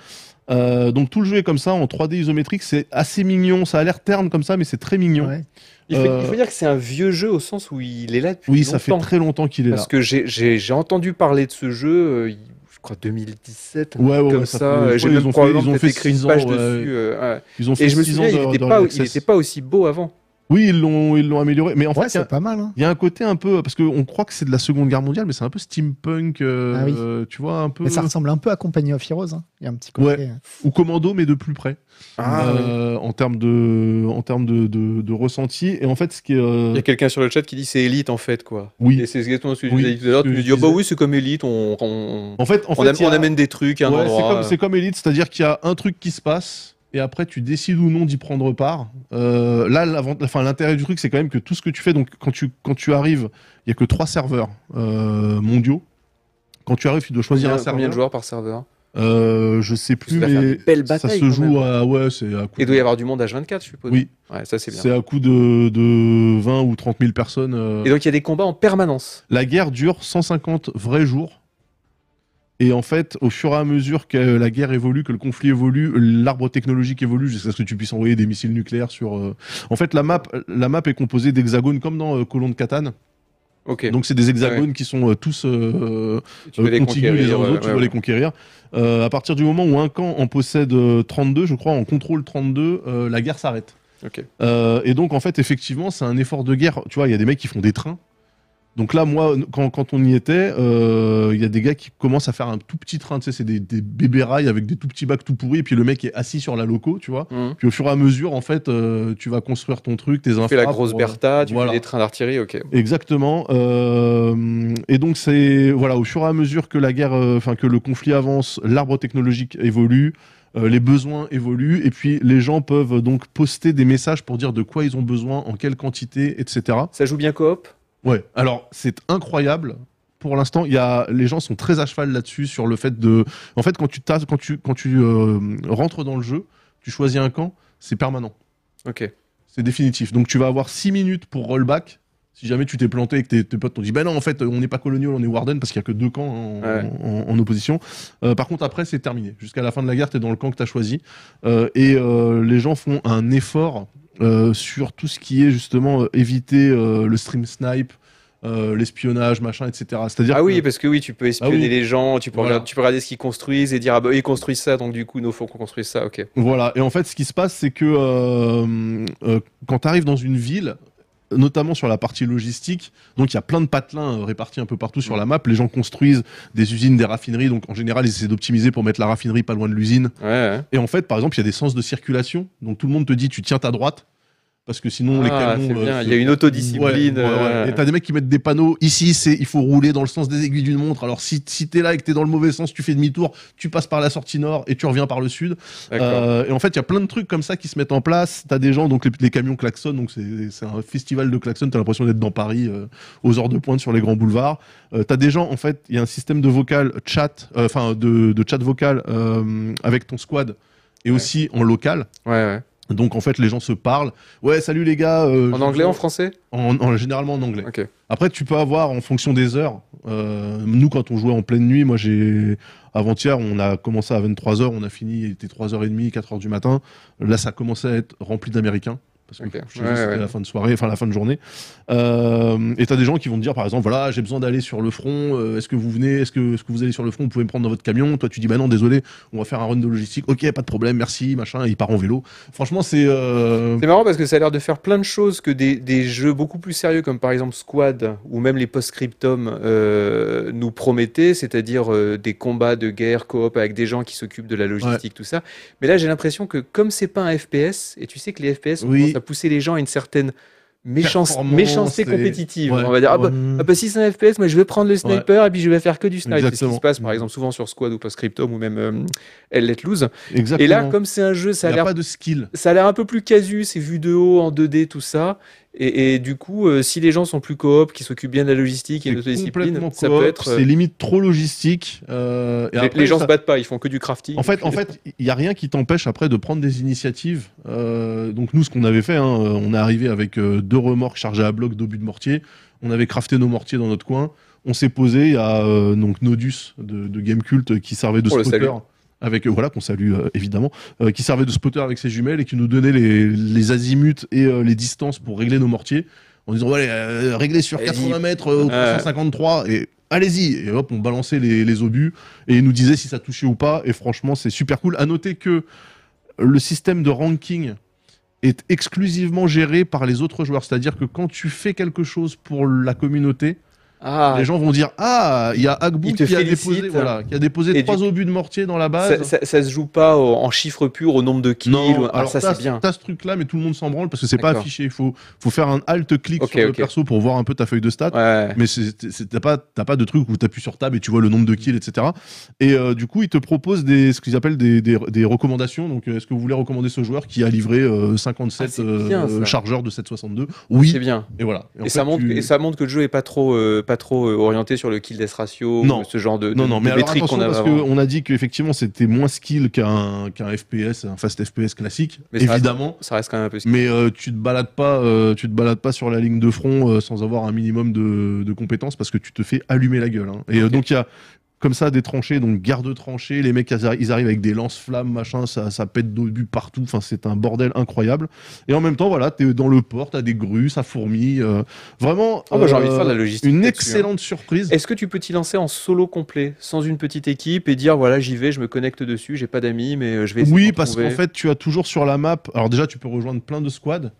Speaker 3: Euh, donc, tout le jeu est comme ça, en 3D isométrique. C'est assez mignon. Ça a l'air terne comme ça, mais c'est très mignon.
Speaker 2: Ouais.
Speaker 1: Il faut, il
Speaker 3: Euh,
Speaker 1: faut dire que c'est un vieux jeu au sens où il est là depuis
Speaker 3: Oui,
Speaker 1: longtemps.
Speaker 3: ça fait très longtemps qu'il est là.
Speaker 1: Parce que j'ai- j'ai j'ai entendu parler de ce jeu, euh, il- je crois 2017, un
Speaker 3: Ouais,
Speaker 1: truc
Speaker 3: ouais,
Speaker 1: comme
Speaker 3: ouais,
Speaker 1: ça.
Speaker 3: ça fait- je
Speaker 1: euh, J'ai
Speaker 3: crois qu'ils
Speaker 1: même
Speaker 3: ont fait-
Speaker 1: probablement
Speaker 3: ils ont
Speaker 1: peut-être
Speaker 3: fait
Speaker 1: écrit une
Speaker 3: six
Speaker 1: page
Speaker 3: ans,
Speaker 1: dessus.
Speaker 3: ouais.
Speaker 1: euh, ouais.
Speaker 3: Ils ont fait
Speaker 1: Et je me
Speaker 3: six
Speaker 1: souviens,
Speaker 3: ans
Speaker 1: il
Speaker 3: d'Early
Speaker 1: n'était pas, il
Speaker 3: Access.
Speaker 1: était pas aussi beau avant.
Speaker 3: Oui, ils l'ont, ils l'ont amélioré. Mais en
Speaker 2: Ouais,
Speaker 3: fait, il y
Speaker 2: c'est
Speaker 3: a-
Speaker 2: pas mal. hein.
Speaker 3: il y, a un côté un peu. Parce qu'on croit que c'est de la Seconde Guerre mondiale, mais c'est un peu steampunk. euh,
Speaker 2: Ah oui.
Speaker 3: euh, Tu vois, un peu.
Speaker 2: Mais ça ressemble un peu à Company of Heroes. hein. Il y a un petit côté. euh,
Speaker 3: Ou Commando, mais de plus près.
Speaker 1: Ah, ouais.
Speaker 3: Euh, En termes de, en termes de, de, de ressenti. Et en fait, ce qui est. euh,
Speaker 1: Il y a quelqu'un sur le chat qui dit c'est élite en fait quoi.
Speaker 3: Oui.
Speaker 1: Et c'est exactement ce que tu
Speaker 3: Oui,
Speaker 1: disais tout à l'heure.
Speaker 3: ce
Speaker 1: Tu
Speaker 3: que
Speaker 1: nous
Speaker 3: je
Speaker 1: dis oh, bah
Speaker 3: disais.
Speaker 1: oui c'est comme élite, on, on,
Speaker 3: En fait, en
Speaker 1: on
Speaker 3: fait,
Speaker 1: am-
Speaker 3: il y a-
Speaker 1: on amène des trucs à un
Speaker 3: Ouais, c'est
Speaker 1: endroit. euh.
Speaker 3: comme, c'est comme Elite, c'est-à-dire qu'il y a un truc qui se passe et après tu décides ou non d'y prendre part. Euh, là, l'avant- enfin, l'intérêt du truc, c'est quand même que tout ce que tu fais, donc quand tu, quand tu arrives, il y a que trois serveurs euh, mondiaux. Quand tu arrives, tu dois choisir
Speaker 1: Combien,
Speaker 3: un
Speaker 1: combien
Speaker 3: serveur.
Speaker 1: de joueurs par serveur
Speaker 3: Euh, je sais plus,
Speaker 1: doit faire
Speaker 3: mais
Speaker 1: une belle
Speaker 3: ça
Speaker 1: bataille,
Speaker 3: se
Speaker 1: quand
Speaker 3: joue
Speaker 1: même.
Speaker 3: à ouais, c'est à
Speaker 1: Et
Speaker 3: coup de-
Speaker 1: doit y avoir du monde à 24 je suppose.
Speaker 3: Oui.
Speaker 1: Ouais, ça c'est bien.
Speaker 3: c'est à coup de, de 20 ou 30 000 personnes. euh,
Speaker 1: Et donc il y a des combats en permanence.
Speaker 3: La guerre dure 150 vrais jours. Et en fait, au fur et à mesure que euh, la guerre évolue, que le conflit évolue, l'arbre technologique évolue jusqu'à ce que tu puisses envoyer des missiles nucléaires sur. euh, En fait, la map, la map est composée d'hexagones comme dans euh, Colon de Catane.
Speaker 1: Ok.
Speaker 3: Donc, c'est des hexagones qui sont euh, tous euh,
Speaker 1: tu peux
Speaker 3: euh,
Speaker 1: les
Speaker 3: contigus
Speaker 1: conquérir.
Speaker 3: les uns aux
Speaker 1: ouais,
Speaker 3: autres, tu
Speaker 1: ouais,
Speaker 3: dois
Speaker 1: ouais.
Speaker 3: les conquérir. Euh, à partir du moment où un camp en possède euh, 32, je crois, en contrôle 32, euh, la guerre s'arrête.
Speaker 1: Ok.
Speaker 3: Euh, et donc, en fait, effectivement, c'est un effort de guerre. Tu vois, il y a des mecs qui font des trains. Donc là, moi, n- quand, quand on y était, euh, il y a des gars qui commencent à faire un tout petit train. Tu sais, c'est des, des bébés rails avec des tout petits bacs tout pourris. Et puis le mec est assis sur la loco, tu vois.
Speaker 1: Mhm.
Speaker 3: Puis au fur et à mesure, en fait, euh, tu vas construire ton truc, tes euh, infos.
Speaker 1: Tu fais la grosse Bertha, tu
Speaker 3: voilà.
Speaker 1: fais des trains d'artillerie, ok.
Speaker 3: Exactement. euh, et donc c'est voilà, au fur et à mesure que la guerre, euh, enfin que le conflit avance, l'arbre technologique évolue, euh, les besoins évoluent, et puis les gens peuvent euh, donc poster des messages pour dire de quoi ils ont besoin, en quelle quantité, etc.
Speaker 1: Ça joue bien coop
Speaker 3: Ouais. Alors c'est incroyable. Pour l'instant, il y a les gens sont très à cheval là-dessus sur le fait de. En fait, quand tu t'as- quand tu quand tu euh, rentres dans le jeu, tu choisis un camp, c'est permanent.
Speaker 1: Ok.
Speaker 3: C'est définitif. Donc tu vas avoir 6 minutes pour rollback. Si jamais tu t'es planté et que tes, tes potes t'ont dit, bah non, en fait, on n'est pas colonial, on est Warden, parce qu'il n'y a que deux camps en,
Speaker 1: Ouais.
Speaker 3: en- en opposition. Euh, par contre, après, c'est terminé. Jusqu'à la fin de la guerre, tu es dans le camp que tu as choisi. Euh, et euh, les gens font un effort euh, sur tout ce qui est justement euh, éviter euh, le stream snipe, euh, l'espionnage, machin, etc. C'est-à-dire
Speaker 1: Ah oui,
Speaker 3: que-
Speaker 1: parce que oui, tu peux espionner
Speaker 3: oui.
Speaker 1: les gens, tu peux,
Speaker 3: Voilà.
Speaker 1: regarder, tu peux regarder ce qu'ils construisent et dire ah bah ils construisent ça, donc du coup nous faut qu'on construise ça, ok.
Speaker 3: Voilà, et en fait, ce qui se passe, c'est que euh, euh, quand tu arrives dans une ville, notamment sur la partie logistique, donc il y a plein de patelins euh, répartis un peu partout sur la map, les gens construisent des usines, des raffineries, donc en général, ils essaient d'optimiser pour mettre la raffinerie pas loin de l'usine.
Speaker 1: Ouais, ouais.
Speaker 3: Et en fait, par exemple, il y a des sens de circulation, donc tout le monde te dit, tu tiens ta droite. parce que sinon les
Speaker 1: Ah,
Speaker 3: canons.
Speaker 1: c'est
Speaker 3: euh,
Speaker 1: bien,
Speaker 3: se-
Speaker 1: Il y a une autodiscipline.
Speaker 3: Ouais, ouais, ouais.
Speaker 1: euh,
Speaker 3: Et t'as des mecs qui mettent des panneaux. Ici, c'est il faut rouler dans le sens des aiguilles d'une montre. Alors si, si t'es là et que t'es dans le mauvais sens, tu fais demi-tour, tu passes par la sortie nord et tu reviens par le sud.
Speaker 1: d'accord.
Speaker 3: Euh, et en fait, il y a plein de trucs comme ça qui se mettent en place. T'as des gens, donc les, les camions klaxonnent, donc c'est c'est un festival de klaxons. T'as l'impression d'être dans Paris euh, aux heures de pointe sur les grands boulevards. Euh, T'as des gens, en fait, il y a un système de vocal chat, euh, enfin de, de chat vocal euh, avec ton squad et
Speaker 1: Ouais.
Speaker 3: aussi en local.
Speaker 1: Ouais, ouais.
Speaker 3: Donc en fait, les gens se parlent. Ouais, salut les gars. euh,
Speaker 1: En
Speaker 3: je-
Speaker 1: anglais, en français
Speaker 3: en- en- généralement en anglais.
Speaker 1: Ok.
Speaker 3: Après, tu peux avoir en fonction des heures. Euh, nous, quand on jouait en pleine nuit, moi, j'ai avant-hier, on a commencé à 23h, on a fini, il était 3h30, 4h du matin. Là, ça commençait à être rempli d'Américains. Parce que
Speaker 1: Ok.
Speaker 3: chez eux,
Speaker 1: Ouais,
Speaker 3: c'était
Speaker 1: ouais.
Speaker 3: la fin de soirée, enfin la fin de journée. Euh, et t'as des gens qui vont te dire, par exemple, voilà, j'ai besoin d'aller sur le front. euh, est-ce que vous venez Est-ce que, est-ce que vous allez sur le front Vous pouvez me prendre dans votre camion Toi, tu dis, bah non, désolé, on va faire un run de logistique. Ok, pas de problème, merci, machin. Et il part en vélo. Franchement, c'est. euh,
Speaker 1: C'est marrant parce que ça a l'air de faire plein de choses que des, des jeux beaucoup plus sérieux comme par exemple Squad ou même les Postscriptum euh, nous promettaient, c'est-à-dire euh, des combats de guerre, coop avec des gens qui s'occupent de la logistique, tout ça. Mais là, j'ai l'impression que comme c'est pas un FPS, et tu sais que les FPS ont
Speaker 3: Oui.
Speaker 1: tendance à pousser les gens à une certaine méchance,
Speaker 3: Performance
Speaker 1: méchanceté
Speaker 3: et-
Speaker 1: compétitive,
Speaker 3: Ouais,
Speaker 1: on va dire. Ah bah,
Speaker 3: ouais.
Speaker 1: ah bah si c'est un FPS, moi je vais prendre le sniper et puis je vais faire que du sniper. C'est ce qui
Speaker 3: Exactement.
Speaker 1: se passe par exemple souvent sur Squad ou Postscriptum ou même euh, Elle Let Loose.
Speaker 3: Exactement.
Speaker 1: Et là, comme c'est un jeu, ça a
Speaker 3: il n'y a
Speaker 1: l'air
Speaker 3: pas de skill.
Speaker 1: ça a l'air un peu plus casu, c'est vu de haut, en 2D, tout ça. Et, et du coup, euh, si les gens sont plus coop, qui s'occupent bien de la logistique et de
Speaker 3: C'est
Speaker 1: l'autodiscipline,
Speaker 3: complètement
Speaker 1: ça
Speaker 3: coop,
Speaker 1: peut être. euh,
Speaker 3: C'est limite trop logistique. euh, et
Speaker 1: les,
Speaker 3: après,
Speaker 1: les gens
Speaker 3: ça-
Speaker 1: se battent pas, ils font que du crafting.
Speaker 3: En fait, en fait, il y a rien qui t'empêche après de prendre des initiatives. Euh, donc nous, ce qu'on avait fait, hein, euh, on est arrivé avec euh, deux remorques chargées à bloc d'obus de mortier. On avait crafté nos mortiers dans notre coin. On s'est posé. Il y a euh, donc Nodus de, de Game Cult qui servait de
Speaker 1: On le
Speaker 3: spotter
Speaker 1: salue.
Speaker 3: avec euh, voilà qu'on salue euh, évidemment, euh, qui servait de spotter avec ses jumelles et qui nous donnait les, les azimuts et euh, les distances pour régler nos mortiers en disant ouais euh, régler sur
Speaker 1: Allez-y.
Speaker 3: 80 mètres euh, au
Speaker 1: Ouais.
Speaker 3: 353 et allez-y et hop on balançait les, les obus et il nous disait si ça touchait ou pas. Et franchement, c'est super cool. À noter que le système de ranking est exclusivement géré par les autres joueurs. C'est-à-dire que quand tu fais quelque chose pour la communauté,
Speaker 1: ah,
Speaker 3: les gens vont dire Ah, il y a Agbou
Speaker 1: Ils te
Speaker 3: qui a,
Speaker 1: félicitent.
Speaker 3: déposé, voilà, qui a déposé
Speaker 1: Et
Speaker 3: trois obus de mortier dans la base.
Speaker 1: ça, ça- ça se joue pas au- en chiffres purs, au nombre de kills. ou- ah,
Speaker 3: alors
Speaker 1: ça
Speaker 3: t'as-
Speaker 1: c'est bien.
Speaker 3: T'as ce truc-là, mais tout le monde s'en branle parce que c'est pas
Speaker 1: D'accord.
Speaker 3: affiché. Il faut, faut faire un alt-clic
Speaker 1: Ok,
Speaker 3: sur le
Speaker 1: ok.
Speaker 3: perso pour voir un peu ta feuille de stats.
Speaker 1: Ouais.
Speaker 3: Mais c'est- c'est- t'as pas, t'as pas de truc où t'appuies sur table et tu vois le nombre de kills, etc. Et euh, du coup, ils te proposent des, ce qu'ils appellent des, des, des recommandations. Donc, euh, est-ce que vous voulez recommander ce joueur qui a livré euh, 57
Speaker 1: Ah, c'est bien,
Speaker 3: euh,
Speaker 1: ça.
Speaker 3: chargeurs de 762 Oui.
Speaker 1: C'est bien.
Speaker 3: Et voilà. en
Speaker 1: Et, ça
Speaker 3: fait,
Speaker 1: montre,
Speaker 3: tu-
Speaker 1: et ça montre que le jeu est pas trop, euh, pas trop euh, orienté sur le kill death ratio,
Speaker 3: Non.
Speaker 1: ou ce genre de, de,
Speaker 3: Non, non,
Speaker 1: de
Speaker 3: mais alors
Speaker 1: métriques
Speaker 3: attention,
Speaker 1: qu'on avait
Speaker 3: parce
Speaker 1: avant.
Speaker 3: qu'on a dit qu'effectivement, c'était moins skill qu'un qu'un FPS, un fast FPS classique,
Speaker 1: Mais ça reste-
Speaker 3: évidemment.
Speaker 1: Ça reste quand même un peu.
Speaker 3: Mais euh, tu te balades pas, euh, tu te balades pas sur la ligne de front euh, sans avoir un minimum de, de compétences parce que tu te fais allumer la gueule. hein. Et euh,
Speaker 1: Ok.
Speaker 3: donc il y a comme ça des tranchées, donc garde tranchées, les mecs ils arri- ils arrivent avec des lance-flammes, machin, ça, ça pète d'obus partout. Enfin c'est un bordel incroyable. Et en même temps voilà, t'es dans le port, t'as des grues, ça fourmille. euh, vraiment.
Speaker 1: Oh, bah, j'ai envie de
Speaker 3: euh,
Speaker 1: faire de la logistique.
Speaker 3: une
Speaker 1: là-dessus, hein.
Speaker 3: excellente surprise.
Speaker 1: Est-ce que tu peux t'y lancer en solo complet, sans une petite équipe, et dire voilà, j'y vais, je me connecte dessus, j'ai pas d'amis, mais euh, je vais essayer
Speaker 3: Oui,
Speaker 1: d'en
Speaker 3: parce
Speaker 1: trouver.
Speaker 3: qu'en fait, tu as toujours sur la map. Alors, déjà, tu peux rejoindre plein de squads.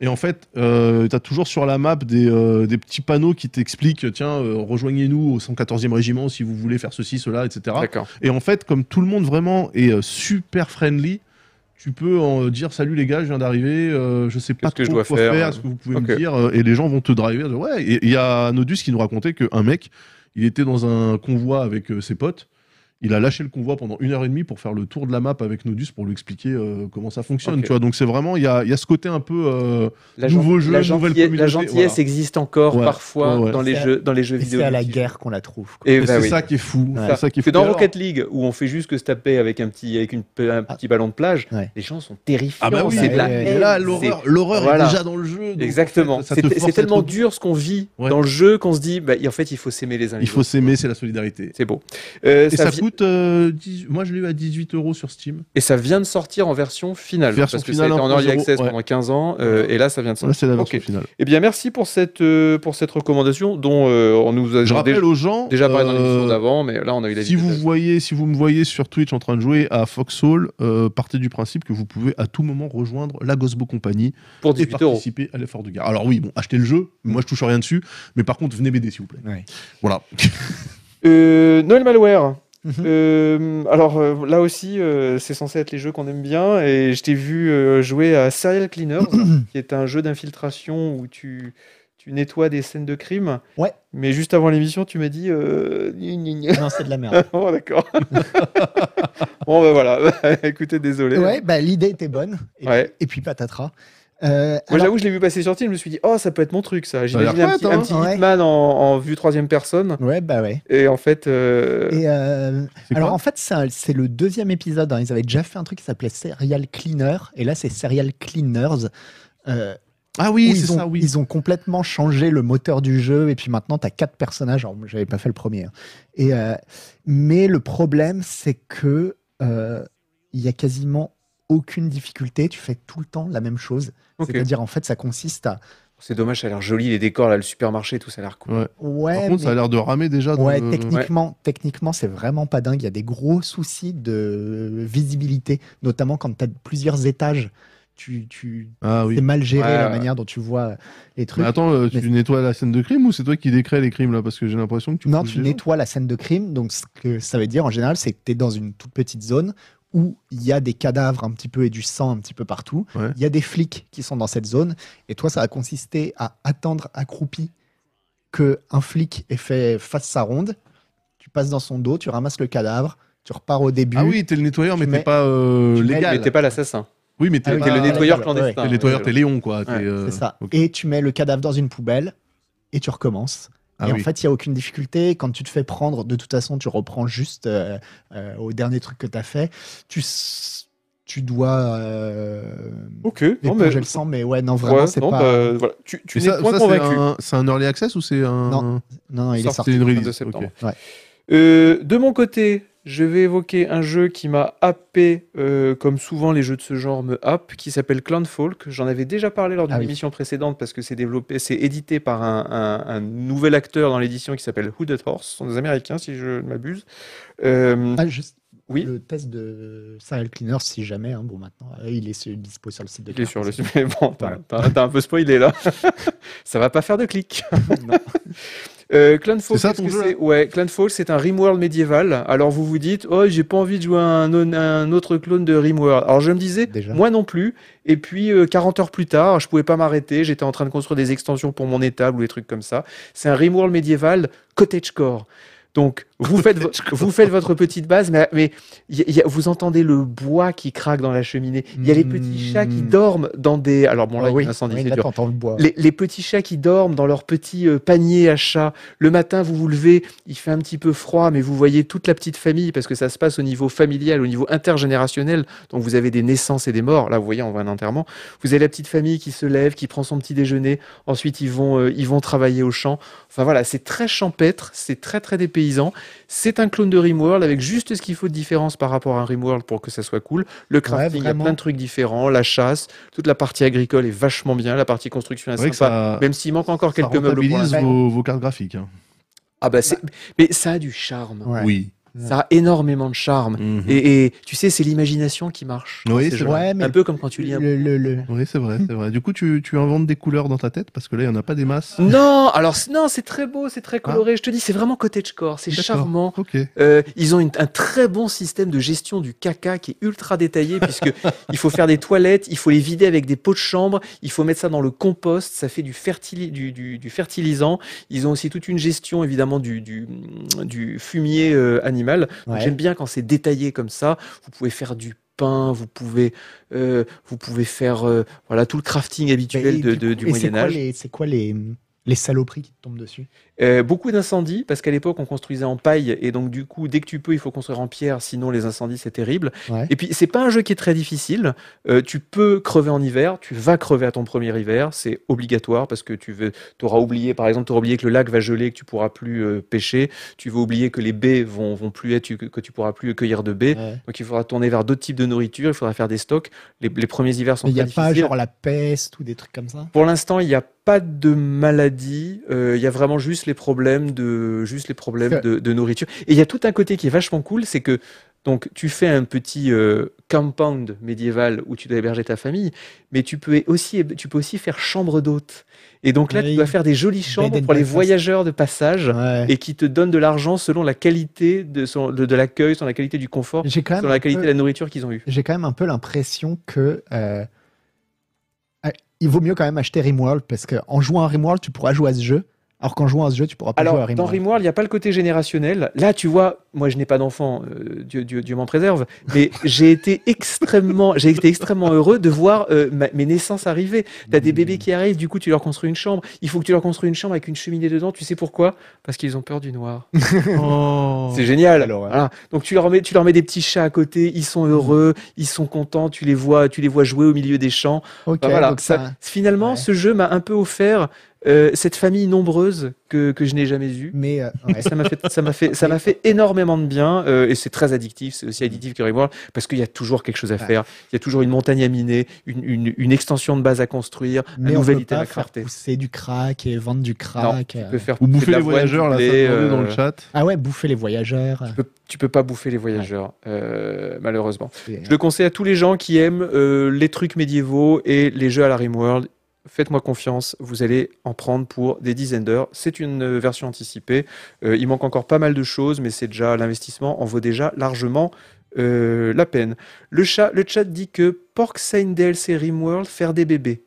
Speaker 3: Et en fait, euh, tu as toujours sur la map des, euh, des petits panneaux qui t'expliquent tiens, euh, rejoignez-nous au 114e régiment si vous voulez faire ceci, cela, etc.
Speaker 1: D'accord.
Speaker 3: Et en fait, comme tout le monde vraiment est euh, super friendly, tu peux en dire salut les gars, je viens d'arriver, euh, je sais
Speaker 1: Qu'est-ce
Speaker 3: pas
Speaker 1: que
Speaker 3: trop
Speaker 1: je dois
Speaker 3: quoi
Speaker 1: faire,
Speaker 3: faire,
Speaker 1: euh,
Speaker 3: est-ce que vous pouvez
Speaker 1: ok.
Speaker 3: me dire euh, Et les gens vont te driver. de, Ouais, Et il y a Nodus qui nous racontait qu'un mec, il était dans un convoi avec euh, ses potes. Il a lâché le convoi pendant une heure et demie pour faire le tour de la map avec Nodus pour lui expliquer euh, comment ça fonctionne.
Speaker 1: Ok.
Speaker 3: Tu vois, donc c'est vraiment il y a, il y a ce côté un peu euh,
Speaker 1: La
Speaker 3: nouveau
Speaker 1: gen-
Speaker 3: jeu,
Speaker 1: la
Speaker 3: nouvelle
Speaker 1: gentillesse, la
Speaker 3: communauté,
Speaker 1: gentillesse
Speaker 3: voilà.
Speaker 1: existe encore
Speaker 3: Ouais,
Speaker 1: parfois
Speaker 3: ouais, ouais.
Speaker 1: dans les
Speaker 2: C'est à-
Speaker 1: jeux, dans les jeux
Speaker 2: Et
Speaker 1: vidéo.
Speaker 2: c'est à la guerre qu'on la trouve. quoi.
Speaker 1: Et,
Speaker 3: et
Speaker 1: bah
Speaker 3: c'est
Speaker 1: oui.
Speaker 3: ça qui est fou.
Speaker 2: Ouais.
Speaker 3: C'est ça qui
Speaker 1: Parce que
Speaker 3: est fou.
Speaker 1: dans
Speaker 3: Et alors-
Speaker 1: Rocket League, où on fait juste que se taper avec un petit, avec une, pe- un
Speaker 2: Ah.
Speaker 1: petit ballon de plage,
Speaker 2: Ouais.
Speaker 1: les gens sont terrifiés.
Speaker 3: Ah bah oui,
Speaker 1: c'est de la
Speaker 2: mais
Speaker 3: et
Speaker 1: haine,
Speaker 3: là
Speaker 1: c'est-
Speaker 3: l'horreur, l'horreur
Speaker 1: Voilà.
Speaker 3: est déjà dans le jeu. donc,
Speaker 1: Exactement.
Speaker 3: en fait, ça te
Speaker 1: c'est
Speaker 3: force
Speaker 1: c'est
Speaker 3: à
Speaker 1: tellement
Speaker 3: être-
Speaker 1: dur ce qu'on vit
Speaker 3: Ouais.
Speaker 1: dans le jeu qu'on se dit, bah, en fait, il faut s'aimer les uns. les
Speaker 3: Il faut
Speaker 1: autres.
Speaker 3: s'aimer, c'est la solidarité.
Speaker 1: C'est beau. Euh,
Speaker 3: Et ça,
Speaker 1: ça vi-
Speaker 3: coûte. euh, 10 Moi, je l'ai eu à 18 euros sur Steam.
Speaker 1: et ça vient de sortir en version finale.
Speaker 3: Version
Speaker 1: parce que
Speaker 3: finale,
Speaker 1: ça a été en early
Speaker 3: 1.0,
Speaker 1: access
Speaker 3: ouais.
Speaker 1: pendant 15 ans, euh, et là, ça vient de sortir.
Speaker 3: Voilà, c'est la version
Speaker 1: Ok.
Speaker 3: finale.
Speaker 1: Eh bien, merci pour cette, euh, pour cette recommandation dont euh, on nous a
Speaker 3: Je rappelle
Speaker 1: déjà,
Speaker 3: aux gens.
Speaker 1: déjà parlé dans l'émission
Speaker 3: euh,
Speaker 1: d'avant, mais là, on a eu la
Speaker 3: Si
Speaker 1: vie
Speaker 3: vous,
Speaker 1: de-
Speaker 3: voyez, si vous me voyez sur Twitch en train de jouer à Foxhole, euh, partez du principe que vous pouvez à tout moment rejoindre la Gosbo Company
Speaker 1: pour
Speaker 3: et
Speaker 1: 18 euros.
Speaker 3: participer à l'effort de guerre. Alors oui, bon, achetez le jeu, moi je touche à rien dessus, mais par contre venez m'aider s'il vous plaît.
Speaker 2: Ouais.
Speaker 3: Voilà.
Speaker 1: Euh, Noël Malware,
Speaker 2: Mhm.
Speaker 1: Euh, alors euh, là aussi, euh, c'est censé être les jeux qu'on aime bien. Et je t'ai vu euh, jouer à Serial Cleaners, qui est un jeu d'infiltration où tu, tu nettoies des scènes de crime.
Speaker 2: Ouais.
Speaker 1: Mais juste avant l'émission, tu m'as dit. euh, gna, gna, gna.
Speaker 2: Non, c'est de la merde.
Speaker 1: Oh, d'accord. bon, ben voilà. Écoutez, désolé.
Speaker 2: ouais, bah, l'idée était bonne. Et,
Speaker 1: Ouais.
Speaker 2: et puis patatras. Euh,
Speaker 1: Moi,
Speaker 2: alors-
Speaker 1: j'avoue, je l'ai vu passer sur Steam, je me suis dit, oh, ça peut être mon truc, ça.
Speaker 3: Ça a l'air
Speaker 1: J'imagine un
Speaker 3: chouette,
Speaker 1: petit, un
Speaker 3: hein.
Speaker 1: petit
Speaker 2: Ouais.
Speaker 1: Hitman en, en vue troisième personne.
Speaker 2: ouais, bah ouais.
Speaker 1: Et en fait, euh,
Speaker 2: Et euh,
Speaker 3: C'est
Speaker 2: alors
Speaker 3: quoi
Speaker 2: en fait, ça, c'est le deuxième épisode. hein. Ils avaient déjà fait un truc qui s'appelait Serial Cleaner, et là c'est Serial Cleaners. Euh,
Speaker 3: Ah
Speaker 2: où
Speaker 3: oui,
Speaker 2: ils,
Speaker 3: c'est
Speaker 2: ont,
Speaker 3: ça, oui.
Speaker 2: ils ont complètement changé le moteur du jeu, et puis maintenant t'as quatre personnages. Alors, moi, j'avais pas fait le premier. hein. Et euh, mais le problème, c'est que euh, il y a quasiment aucune difficulté. Tu fais tout le temps la même chose.
Speaker 1: ok.
Speaker 2: C'est-à-dire en fait, ça consiste à
Speaker 1: c'est dommage, ça a l'air joli, les décors, là, le supermarché, tout, ça a l'air cool.
Speaker 2: ouais.
Speaker 3: Par contre,
Speaker 2: mais-
Speaker 3: ça a l'air de ramer déjà.
Speaker 2: Ouais,
Speaker 3: de-
Speaker 2: techniquement, techniquement, c'est vraiment pas dingue. Il y a des gros soucis de visibilité, notamment quand tu as plusieurs étages. Tu, tu,
Speaker 3: Ah oui.
Speaker 2: C'est mal géré
Speaker 1: Ouais,
Speaker 2: la
Speaker 1: ouais.
Speaker 2: manière dont tu vois les trucs.
Speaker 3: Mais attends, euh, tu
Speaker 2: Mais-
Speaker 3: nettoies la scène de crime ou c'est toi qui décrée les crimes là Parce que j'ai l'impression que tu.
Speaker 2: non,
Speaker 3: pousses
Speaker 2: tu
Speaker 3: les gens.
Speaker 2: nettoies la scène de crime. Donc, ce que ça veut dire en général, c'est que tu es dans une toute petite zone où il y a des cadavres un petit peu et du sang un petit peu partout. Il
Speaker 3: Ouais.
Speaker 2: y a des flics qui sont dans cette zone. Et toi, ça va consister à attendre accroupi que un flic ait fait fasse sa ronde. Tu passes dans son dos, tu ramasses le cadavre, tu repars au début.
Speaker 3: Ah oui, t'es le nettoyeur, mais
Speaker 2: Tu
Speaker 3: t'es
Speaker 2: mets-
Speaker 3: pas euh,
Speaker 2: tu mets-
Speaker 3: légal.
Speaker 1: Mais t'es pas l'assassin.
Speaker 3: Oui, mais t'es
Speaker 2: Ah oui,
Speaker 1: T'es
Speaker 3: pas-
Speaker 1: le
Speaker 2: Ah,
Speaker 1: nettoyeur
Speaker 2: d'accord, ouais.
Speaker 1: clandestin.
Speaker 3: t'es nettoyeur,
Speaker 1: ouais.
Speaker 3: t'es Léon, quoi. t'es,
Speaker 1: Ah, Ouais,
Speaker 3: euh,
Speaker 2: C'est ça.
Speaker 3: ok.
Speaker 2: Et tu mets le cadavre dans une poubelle et tu recommences.
Speaker 3: Ah
Speaker 2: et
Speaker 3: oui.
Speaker 2: en fait, il n'y a aucune difficulté. Quand tu te fais prendre, de toute façon, tu reprends juste euh, euh, au dernier truc que tu as fait. Tu, s- tu dois euh,
Speaker 1: Ok, non mais.
Speaker 2: éponger le sang, mais ouais, non, vraiment,
Speaker 1: Ouais,
Speaker 2: c'est
Speaker 1: non,
Speaker 2: pas.
Speaker 1: bah, voilà. Tu, tu
Speaker 3: Et
Speaker 1: n'es
Speaker 3: ça,
Speaker 1: point
Speaker 3: ça, c'est
Speaker 1: convaincu.
Speaker 3: un, c'est un early access ou c'est un.
Speaker 2: Non, Non, non, il est
Speaker 1: Sorti.
Speaker 2: sorti.
Speaker 3: C'est une
Speaker 1: Le
Speaker 3: release.
Speaker 1: 22 septembre.
Speaker 3: ok.
Speaker 2: Ouais.
Speaker 1: Euh, de mon côté, je vais évoquer un jeu qui m'a happé, euh, comme souvent les jeux de ce genre me happent, qui s'appelle Clanfolk. J'en avais déjà parlé lors d'une
Speaker 2: Ah oui.
Speaker 1: émission précédente parce que c'est développé, c'est édité par un, un- un nouvel acteur dans l'édition qui s'appelle Hooded Horse. Ce sont des Américains, si je ne m'abuse. Euh,
Speaker 2: Ah, juste
Speaker 1: oui.
Speaker 2: le test de Serial Cleaner, si jamais. hein, bon, maintenant, euh, il est sur- dispo sur le site de
Speaker 1: Il est sur le
Speaker 2: Clarence.
Speaker 1: mais bon, t'as
Speaker 2: Voilà.
Speaker 1: t'as- t'as un peu spoilé là. ça va pas faire de clic.
Speaker 2: Non.
Speaker 1: Euh, Clanfall,
Speaker 3: C'est ça,
Speaker 1: qu'est-ce
Speaker 3: ton
Speaker 1: que
Speaker 3: jeu, là
Speaker 1: c'est Ouais, Clanfall, c'est un Rimworld médiéval. Alors vous vous dites, oh, j'ai pas envie de jouer à un, on- un autre clone de Rimworld. Alors je me disais,
Speaker 2: Déjà.
Speaker 1: moi non plus. Et puis euh, 40 heures plus tard, je pouvais pas m'arrêter. J'étais en train de construire des extensions pour mon étable ou des trucs comme ça. C'est un Rimworld médiéval cottagecore. Donc vous faites, vo- vous faites votre petite base, mais, mais y- y a- vous entendez le bois qui craque dans la cheminée. Il y a les petits chats qui
Speaker 2: Mm.
Speaker 1: dorment dans des. Alors bon là,
Speaker 2: Ah
Speaker 1: il y a
Speaker 2: oui,
Speaker 1: un incendie,
Speaker 2: oui,
Speaker 1: c'est
Speaker 2: là,
Speaker 1: dur.
Speaker 2: t'entends le bois.
Speaker 1: Les, les petits chats qui dorment dans leur petit euh, panier à chat. Le matin, vous vous levez, il fait un petit peu froid, mais vous voyez toute la petite famille parce que ça se passe au niveau familial, au niveau intergénérationnel. Donc vous avez des naissances et des morts. Là, vous voyez, on voit un enterrement. Vous avez la petite famille qui se lève, qui prend son petit déjeuner. Ensuite, ils vont, euh, ils vont travailler au champ. Enfin voilà, c'est très champêtre, c'est très très dépaysant. C'est un clone de Rimworld avec juste ce qu'il faut de différence par rapport à un Rimworld pour que ça soit cool. Le crafting, il y a
Speaker 2: vraiment.
Speaker 1: plein de trucs différents, la chasse, toute la partie agricole est vachement bien, la partie construction est
Speaker 3: C'est vrai
Speaker 1: sympa.
Speaker 3: que ça.
Speaker 1: Même s'il manque encore
Speaker 3: ça
Speaker 1: quelques meubles pour
Speaker 3: rentabilise
Speaker 1: l'instant.
Speaker 3: vos, vos cartes graphiques. hein.
Speaker 1: Ah bah c'est- mais ça a du charme.
Speaker 2: Ouais.
Speaker 3: Oui.
Speaker 1: Ça a énormément de charme.
Speaker 3: Mhm.
Speaker 1: Et, et tu sais, c'est l'imagination qui marche.
Speaker 3: Oui,
Speaker 1: dans ces
Speaker 3: c'est
Speaker 1: jeux-là.
Speaker 2: vrai, mais-
Speaker 1: Un peu comme quand tu lis un
Speaker 2: Le- le- le-
Speaker 3: Oui, c'est vrai, c'est vrai. Du coup, tu, tu inventes des couleurs dans ta tête parce que là, il n'y en a pas des masses.
Speaker 1: Non, alors c- non, c'est très beau, c'est très coloré. Je te dis, c'est vraiment cottagecore, c'est
Speaker 3: Ah. D'accord.
Speaker 1: charmant.
Speaker 3: Ok.
Speaker 1: Euh, ils ont une- un très bon système de gestion du caca qui est ultra détaillé puisque il faut faire des toilettes, il faut les vider avec des pots de chambre, il faut mettre ça dans le compost, ça fait du, fertili- du, du- du fertilisant. Ils ont aussi toute une gestion évidemment du, du, du fumier euh, animal. Donc,
Speaker 2: Ouais.
Speaker 1: J'aime bien quand c'est détaillé comme ça. Vous pouvez faire du pain, vous pouvez, euh, vous pouvez faire euh, voilà tout le crafting habituel
Speaker 2: Et
Speaker 1: de-
Speaker 2: du
Speaker 1: de-
Speaker 2: coup-
Speaker 1: du
Speaker 2: et
Speaker 1: Moyen
Speaker 2: c'est quoi
Speaker 1: Âge.
Speaker 2: les- C'est quoi les, euh, les saloperies qui te tombent dessus
Speaker 1: Euh, beaucoup d'incendies, parce qu'à l'époque, on construisait en paille, et donc du coup, dès que tu peux, il faut construire en pierre, sinon les incendies, c'est terrible.
Speaker 2: Ouais.
Speaker 1: Et puis, c'est pas un jeu qui est très difficile. Euh, tu peux crever en hiver, tu vas crever à ton premier hiver, c'est obligatoire, parce que tu veux, auras oublié, par exemple, tu auras oublié que le lac va geler, que tu pourras plus euh, pêcher, tu vas oublier que les baies vont, vont plus être, que tu pourras plus cueillir de baies.
Speaker 2: Ouais.
Speaker 1: Donc, il faudra tourner vers d'autres types de nourriture, il faudra faire des stocks. Les, les premiers hivers sont
Speaker 2: Mais il n'y
Speaker 1: très
Speaker 2: a pas
Speaker 1: difficiles.
Speaker 2: genre la peste ou des trucs comme ça
Speaker 1: Pour l'instant, il n'y a pas de maladie. euh, Il y a vraiment juste les problèmes de, juste les problèmes
Speaker 2: C'est-
Speaker 1: de, de nourriture. Et il y a tout un côté qui est vachement cool, c'est que Donc tu fais un petit euh, compound médiéval où tu dois héberger ta famille, mais tu peux aussi, tu peux aussi faire chambre d'hôte. Et donc là,
Speaker 2: Oui.
Speaker 1: tu dois faire des jolies chambres
Speaker 2: and
Speaker 1: pour les
Speaker 2: breakfast.
Speaker 1: voyageurs de passage
Speaker 2: Ouais.
Speaker 1: et qui te donnent de l'argent selon la qualité de, son- de, de l'accueil, selon la qualité du confort,
Speaker 2: J'ai quand même
Speaker 1: selon la
Speaker 2: un
Speaker 1: qualité
Speaker 2: peu-
Speaker 1: de la nourriture qu'ils ont eue.
Speaker 2: j'ai quand même un peu l'impression que euh, euh, il vaut mieux quand même acheter Rimworld parce qu'en jouant à Rimworld, tu pourras jouer à ce jeu, alors qu'en jouant à ce jeu, tu pourras pas jouer à
Speaker 1: Alors, dans
Speaker 2: Rimworld.
Speaker 1: Rimworld, il n'y a pas le côté générationnel. Là, tu vois, moi, je n'ai pas d'enfant, euh, Dieu, Dieu, Dieu m'en préserve, mais j'ai été extrêmement, j'ai été extrêmement heureux de voir euh, ma- mes naissances arriver. T'as
Speaker 2: Mmh.
Speaker 1: des bébés qui arrivent, du coup, tu leur construis une chambre. Il faut que tu leur construis une chambre avec une cheminée dedans. Tu sais pourquoi Parce qu'ils ont peur du noir.
Speaker 3: Oh.
Speaker 1: C'est génial.
Speaker 2: Alors, ouais. Mmh.
Speaker 1: Voilà. Donc tu leur mets, tu leur mets des petits chats à côté. Ils sont heureux, ils sont contents. Tu les vois, tu les vois jouer au milieu des champs.
Speaker 2: Ok,
Speaker 1: Bah voilà,
Speaker 2: donc
Speaker 1: ça-
Speaker 2: ça-
Speaker 1: finalement,
Speaker 2: ouais.
Speaker 1: ce jeu m'a un peu offert euh, cette famille nombreuse que, que je n'ai jamais eue.
Speaker 2: mais euh, ouais.
Speaker 1: Ça m'a fait, ça m'a fait, ça m'a fait énormément de bien euh, et c'est très addictif. C'est aussi addictif que Rimworld parce qu'il y a toujours quelque chose à
Speaker 2: Ouais.
Speaker 1: faire. Il y a toujours une montagne à miner, une, une, une extension de base à construire,
Speaker 2: mais
Speaker 1: un
Speaker 2: on
Speaker 1: nouvel
Speaker 2: peut
Speaker 1: item
Speaker 2: pas
Speaker 1: à
Speaker 2: faire
Speaker 1: crafter.
Speaker 2: pousser du crack et vendre du
Speaker 1: Non,
Speaker 2: crack.
Speaker 1: tu
Speaker 2: euh.
Speaker 1: peux faire
Speaker 3: Vous
Speaker 1: pousser de
Speaker 3: bouffez les
Speaker 1: l'avoine,
Speaker 3: voyageurs, là,
Speaker 1: tu
Speaker 3: ça
Speaker 1: peux,
Speaker 3: demandait dans le
Speaker 1: euh,
Speaker 3: chat.
Speaker 2: Ah ouais, bouffer les voyageurs. euh,
Speaker 1: Tu peux, tu peux pas bouffer les voyageurs, euh, malheureusement.
Speaker 2: c'est-
Speaker 1: Je le conseille à tous les gens qui aiment euh, les trucs médiévaux et les jeux à la Rimworld. Faites-moi confiance, vous allez en prendre pour des dizaines d'heures. C'est une euh, version anticipée. Euh, il manque encore pas mal de choses, mais c'est déjà l'investissement en vaut déjà largement euh, la peine. Le, chat, le chat dit que Pork Saint DLC Rimworld faire des bébés.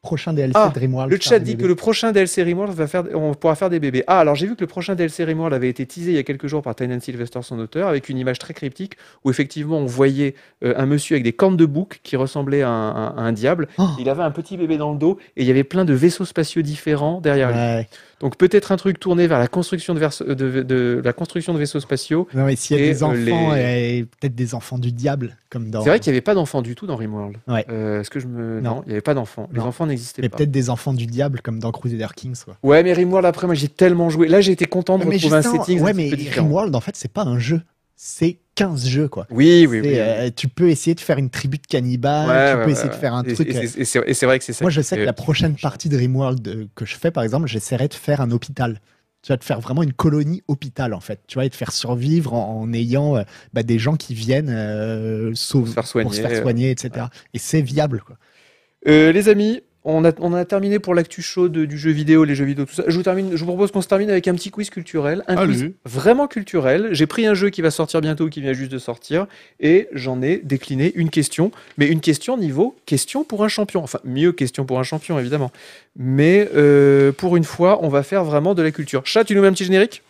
Speaker 2: Prochain DLC
Speaker 1: Ah,
Speaker 2: de Rimworld.
Speaker 1: Le
Speaker 2: faire
Speaker 1: chat
Speaker 2: des
Speaker 1: dit que
Speaker 2: bébés.
Speaker 1: le prochain DLC Rimworld va faire, on pourra faire des bébés. Ah alors j'ai vu que le prochain DLC Rimworld avait été teasé il y a quelques jours par Tynan Sylvester, son auteur, avec une image très cryptique où effectivement on voyait euh, un monsieur avec des cornes de bouc qui ressemblait à un, à un diable.
Speaker 2: Oh.
Speaker 1: Il avait un petit bébé dans le dos et il y avait plein de vaisseaux spatiaux différents derrière lui.
Speaker 2: Ouais.
Speaker 1: Donc peut-être un truc tourné vers la construction de, verse- de- de- de- la construction de vaisseaux spatiaux.
Speaker 2: Non, mais s'il y a
Speaker 1: Et,
Speaker 2: des
Speaker 1: euh,
Speaker 2: enfants,
Speaker 1: les-
Speaker 2: et peut-être des enfants du diable, comme dans.
Speaker 1: C'est vrai qu'il n'y avait pas d'enfants du tout dans Rimworld.
Speaker 2: Ouais.
Speaker 1: Euh, Est-ce que je me
Speaker 2: Non.
Speaker 1: non, il n'y avait pas d'enfants. Les
Speaker 2: Non.
Speaker 1: enfants n'existaient
Speaker 2: mais
Speaker 1: pas.
Speaker 2: peut-être des enfants du diable, comme dans Crusader Kings. Quoi.
Speaker 1: Ouais, mais Rimworld après moi j'ai tellement joué. Là j'ai été content de
Speaker 2: Ah, mais
Speaker 1: retrouver un
Speaker 2: justement,
Speaker 1: setting
Speaker 2: ouais,
Speaker 1: un petit
Speaker 2: mais
Speaker 1: peu différent.
Speaker 2: Rimworld, en fait, c'est pas un jeu. C'est 15 jeux, quoi.
Speaker 1: Oui, oui,
Speaker 2: C'est,
Speaker 1: oui.
Speaker 2: euh, tu peux essayer de faire une tribu de cannibales,
Speaker 1: Ouais,
Speaker 2: tu
Speaker 1: ouais,
Speaker 2: peux
Speaker 1: ouais,
Speaker 2: essayer
Speaker 1: ouais.
Speaker 2: de faire un
Speaker 1: Et-
Speaker 2: truc.
Speaker 1: et
Speaker 2: euh,
Speaker 1: c'est- Et c'est et c'est vrai que c'est ça.
Speaker 2: Moi, je sais que
Speaker 1: euh,
Speaker 2: la prochaine partie de Rimworld euh, que je fais, par exemple, j'essaierai de faire un hôpital. Tu vas te faire vraiment une colonie hôpital, en fait. Tu vois, et de faire survivre en, en ayant euh, bah, des gens qui viennent euh, sauver,
Speaker 1: se faire soigner,
Speaker 2: pour se faire soigner, etc. Et c'est viable, quoi.
Speaker 1: Euh, les amis, on a, on a terminé pour l'actu chaude du jeu vidéo, les jeux vidéo, tout ça. Je vous, termine, je vous propose qu'on se termine avec un petit quiz culturel. Un
Speaker 3: Allez.
Speaker 1: quiz vraiment culturel. J'ai pris un jeu qui va sortir bientôt, qui vient juste de sortir, et j'en ai décliné une question. Mais une question niveau question pour un champion. Enfin, mieux question pour un champion, évidemment. Mais euh, pour une fois, on va faire vraiment de la culture. Chat, tu nous mets un petit générique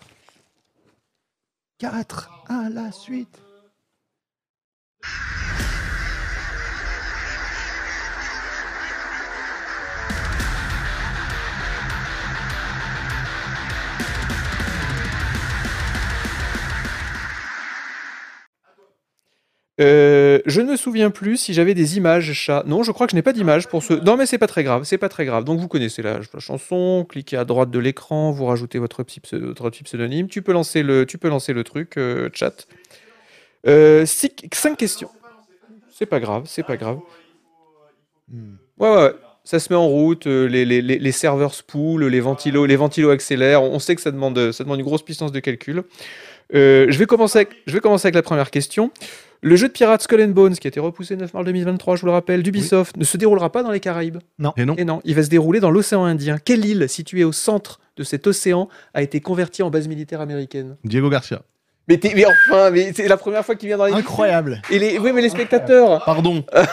Speaker 2: 4 à la suite.
Speaker 1: Euh, je ne me souviens plus si j'avais des images, chat. Non, je crois que je n'ai pas d'image pour ce. Non, mais c'est pas très grave, c'est pas très grave. Donc vous connaissez la, la chanson, cliquez à droite de l'écran, vous rajoutez votre petit, pseudo- votre petit pseudonyme. Tu peux lancer le, tu peux lancer le truc, euh, chat. Euh, six- cinq questions. C'est pas grave, c'est pas grave.
Speaker 2: Hmm.
Speaker 1: Ouais, ouais, ouais. Ça se met en route, euh, les, les, les, les serveurs se poulent, les ventilos, les ventilos accélèrent. On sait que ça demande, ça demande une grosse puissance de calcul. Euh, je, vais commencer avec, je vais commencer avec la première question. Le jeu de pirates Skull and Bones, qui a été repoussé le 9 mars 2023, je vous le rappelle, d'Ubisoft, ne se déroulera pas dans les Caraïbes.
Speaker 3: Et non.
Speaker 1: Et non, il va se dérouler dans l'océan Indien. Quelle île située au centre de cet océan a été convertie en base militaire américaine
Speaker 3: Diego Garcia.
Speaker 1: mais, t'es- mais enfin, mais c'est la première fois qu'il vient dans les.
Speaker 2: Incroyable.
Speaker 1: Et les, oui, mais les spectateurs
Speaker 3: Pardon.
Speaker 1: Ah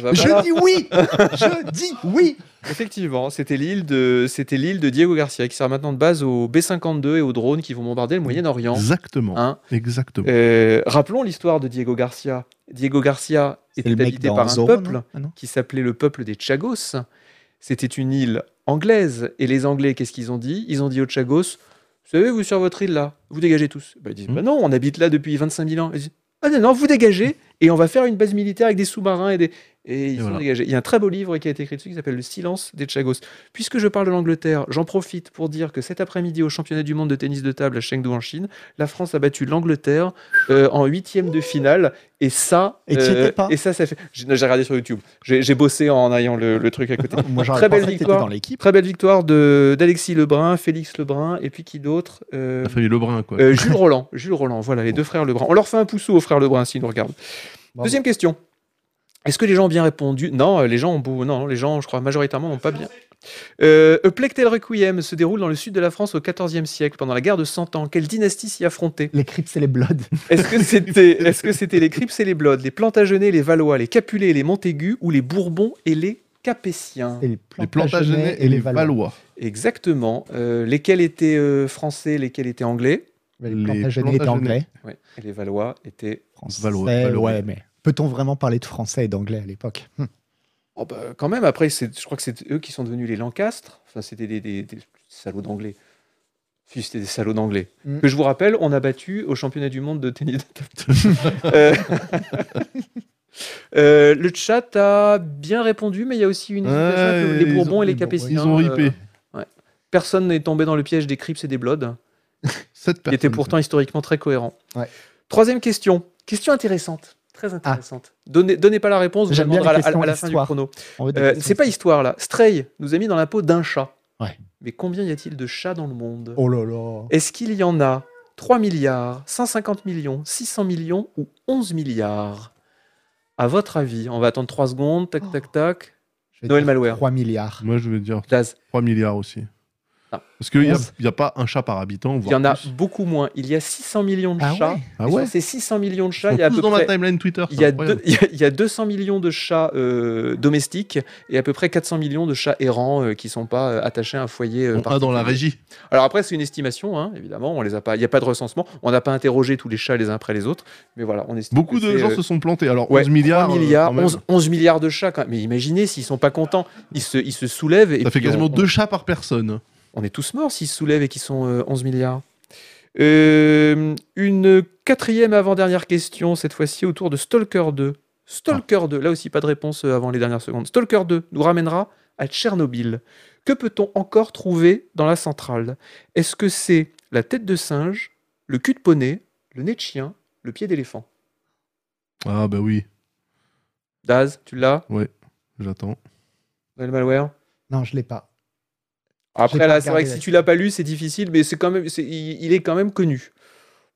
Speaker 1: bah voilà.
Speaker 2: Je dis oui. Je dis oui.
Speaker 1: Effectivement, c'était l'île de c'était l'île de Diego Garcia qui sert maintenant de base aux B-52 et aux drones qui vont bombarder le Moyen-Orient.
Speaker 3: Exactement.
Speaker 1: Hein.
Speaker 3: Exactement.
Speaker 1: Euh, rappelons l'histoire de Diego Garcia. Diego Garcia
Speaker 2: C'est le
Speaker 1: était
Speaker 2: mec
Speaker 1: habité par
Speaker 2: dans
Speaker 1: un
Speaker 2: Zorro,
Speaker 1: peuple hein.
Speaker 2: non Ah non.
Speaker 1: qui s'appelait le peuple des Chagos. C'était une île anglaise et les Anglais, qu'est-ce qu'ils ont dit Ils ont dit aux Chagos "Vous savez, vous sur votre île là, vous dégagez tous." Bah, ils disent
Speaker 3: Hmm.
Speaker 1: "Bah non, on habite là depuis 25 000 ans." Ils disent "Ah non non, vous dégagez et on va faire une base militaire avec des sous-marins et des Et ils sont
Speaker 3: voilà.
Speaker 1: dégagés. Il y a un très beau livre qui a été écrit dessus qui s'appelle Le silence des Chagos. Puisque je parle de l'Angleterre, j'en profite pour dire que cet après-midi au championnat du monde de tennis de table à Chengdu en Chine, la France a battu l'Angleterre euh, en huitième de finale. Et ça, euh,
Speaker 2: Et t'y étais pas
Speaker 1: et ça, ça fait. J'ai j'ai regardé sur YouTube. J'ai j'ai bossé en ayant le, le truc à côté.
Speaker 2: Moi, j'aurais
Speaker 1: Très belle
Speaker 2: pensé que t'étais
Speaker 1: victoire.
Speaker 2: dans l'équipe.
Speaker 1: Très belle victoire de d'Alexis Lebrun, Félix Lebrun, et puis qui d'autre Euh,
Speaker 3: La famille Lebrun, quoi.
Speaker 1: euh, Jules Roland. Jules Roland, voilà, les deux frères Lebrun. On leur fait un pouceau aux frères Lebrun s'ils nous regardent.
Speaker 2: Bravo.
Speaker 1: Deuxième question. Est-ce que les gens ont bien répondu Non, euh, les gens ont beau- Non, les gens, je crois, majoritairement, n'ont pas bien. Euh, A Plague Tale Requiem se déroule dans le sud de la France au XIVe siècle, pendant la guerre de Cent Ans. Quelle dynastie s'y affrontait
Speaker 2: Les Crips et les Bloods.
Speaker 1: Est-ce que c'était est -ce c'était les Crips et les Bloods, les Plantagenets, les Valois, les Capulets et les Montaigu, ou les Bourbons et les Capétiens
Speaker 2: Et les
Speaker 3: Les Plantagenets et les Valois.
Speaker 1: Exactement. Euh, lesquels étaient euh, français, lesquels étaient anglais
Speaker 2: Mais
Speaker 3: Les
Speaker 2: Les Plantagenets étaient
Speaker 3: Plantagenets.
Speaker 2: anglais.
Speaker 1: Ouais. Et les Valois étaient
Speaker 2: Français,
Speaker 3: Valois, Valois.
Speaker 2: ouais, mais peut-on vraiment parler de français et d'anglais à l'époque Hum.
Speaker 1: Oh bah, quand même, après, c'est- je crois que c'est eux qui sont devenus les Lancastres. Enfin, c'était des, des- des salauds d'anglais. Si, c'était des salauds d'anglais.
Speaker 2: Mm.
Speaker 1: Que je vous rappelle, on a battu au championnat du monde de tennis de table. Euh, euh, le chat a bien répondu, mais il y a aussi une hésitation
Speaker 3: Ouais,
Speaker 1: avec le- les
Speaker 3: ils
Speaker 1: Bourbons
Speaker 3: ont-
Speaker 1: et les
Speaker 2: les Bourbons,
Speaker 1: Capétiens.
Speaker 3: Ils ont
Speaker 1: euh,
Speaker 3: ripé.
Speaker 1: personne n'est tombé dans le piège des Crips et des Bloods,
Speaker 3: Sept
Speaker 1: qui étaient
Speaker 3: personnes.
Speaker 1: pourtant historiquement très cohérents.
Speaker 2: Ouais. Ah.
Speaker 1: Troisième question. Question intéressante. Très intéressante. Donnez, donnez pas la réponse, vous
Speaker 2: J'aime
Speaker 1: demandera à,
Speaker 2: bien les
Speaker 1: la- à la- à la
Speaker 2: questions
Speaker 1: fin du
Speaker 2: histoire.
Speaker 1: chrono.
Speaker 2: On veut des
Speaker 1: Euh,
Speaker 2: questions
Speaker 1: c'est pas histoire là. Stray nous a mis dans la peau d'un chat.
Speaker 2: Ouais.
Speaker 1: Mais combien y a-t-il de chats dans le monde
Speaker 2: Oh là là.
Speaker 1: Est-ce qu'il y en a 3 milliards, 150 millions, 600 millions ou 11 milliards À votre avis, on va attendre 3 secondes, tac tac tac.
Speaker 2: Je vais
Speaker 1: Noël
Speaker 2: dire
Speaker 1: Malware.
Speaker 2: 3 milliards.
Speaker 3: Moi, je vais dire
Speaker 1: Daz,
Speaker 3: 3 milliards aussi.
Speaker 1: Ah.
Speaker 3: Parce qu'il n'y a,
Speaker 2: Onze.
Speaker 3: y a pas un chat par habitant.
Speaker 1: il
Speaker 3: voire
Speaker 1: y en a
Speaker 3: plus.
Speaker 1: beaucoup moins. Il y a 600 millions de
Speaker 2: Ah
Speaker 1: chats.
Speaker 2: ouais
Speaker 3: Ah
Speaker 1: Et
Speaker 3: ouais
Speaker 1: Sur ces 600 millions de
Speaker 3: Ils
Speaker 1: chats,
Speaker 3: sont
Speaker 1: il y a à
Speaker 3: tous
Speaker 1: peu
Speaker 3: dans
Speaker 1: près-
Speaker 3: la timeline Twitter.
Speaker 1: il
Speaker 3: c'est
Speaker 1: y, a deux-
Speaker 3: incroyable.
Speaker 1: il y a- il y a 200 millions de chats euh, domestiques et à peu près 400 millions de chats errants euh, qui sont pas euh, attachés à un foyer. euh,
Speaker 3: On a dans la
Speaker 1: particulier.
Speaker 3: régie.
Speaker 1: Alors après, c'est une estimation, hein, évidemment. On les a pas. Il n'y a pas de recensement. On n'a pas interrogé tous les chats les uns après les autres. Mais voilà, on estime.
Speaker 3: Beaucoup
Speaker 1: que
Speaker 3: de
Speaker 1: c'est,
Speaker 3: gens
Speaker 1: euh,
Speaker 3: se sont plantés. Alors,
Speaker 1: ouais,
Speaker 3: 11 milliards.
Speaker 1: 3
Speaker 3: euh,
Speaker 1: milliards,
Speaker 3: quand même.
Speaker 1: 11, 11 milliards de chats. Quand même. Mais imaginez s'ils sont pas contents, ils se, ils se soulèvent. Et
Speaker 3: Ça fait
Speaker 1: puis on-
Speaker 3: quasiment
Speaker 1: on,
Speaker 3: deux chats par personne.
Speaker 1: On est tous morts s'ils se soulèvent et qu'ils sont euh, 11 milliards. Euh, une quatrième avant-dernière question, cette fois-ci autour de Stalker 2. Stalker 2, là aussi pas de réponse euh, avant les dernières secondes. Stalker 2 nous ramènera à Tchernobyl. Que peut-on encore trouver dans la centrale Est-ce que c'est la tête de singe, le cul de poney, le nez de chien, le pied d'éléphant
Speaker 3: Ah, bah oui,
Speaker 1: Daz, tu l'as
Speaker 3: j'attends.
Speaker 1: Noël Malware
Speaker 2: Non, je l'ai pas.
Speaker 1: Après,
Speaker 2: pas
Speaker 1: là, c'est vrai
Speaker 2: regardé
Speaker 1: que si
Speaker 2: la
Speaker 1: tu l'as pas lu, c'est difficile, mais c'est quand même, c'est- il, il est quand même connu.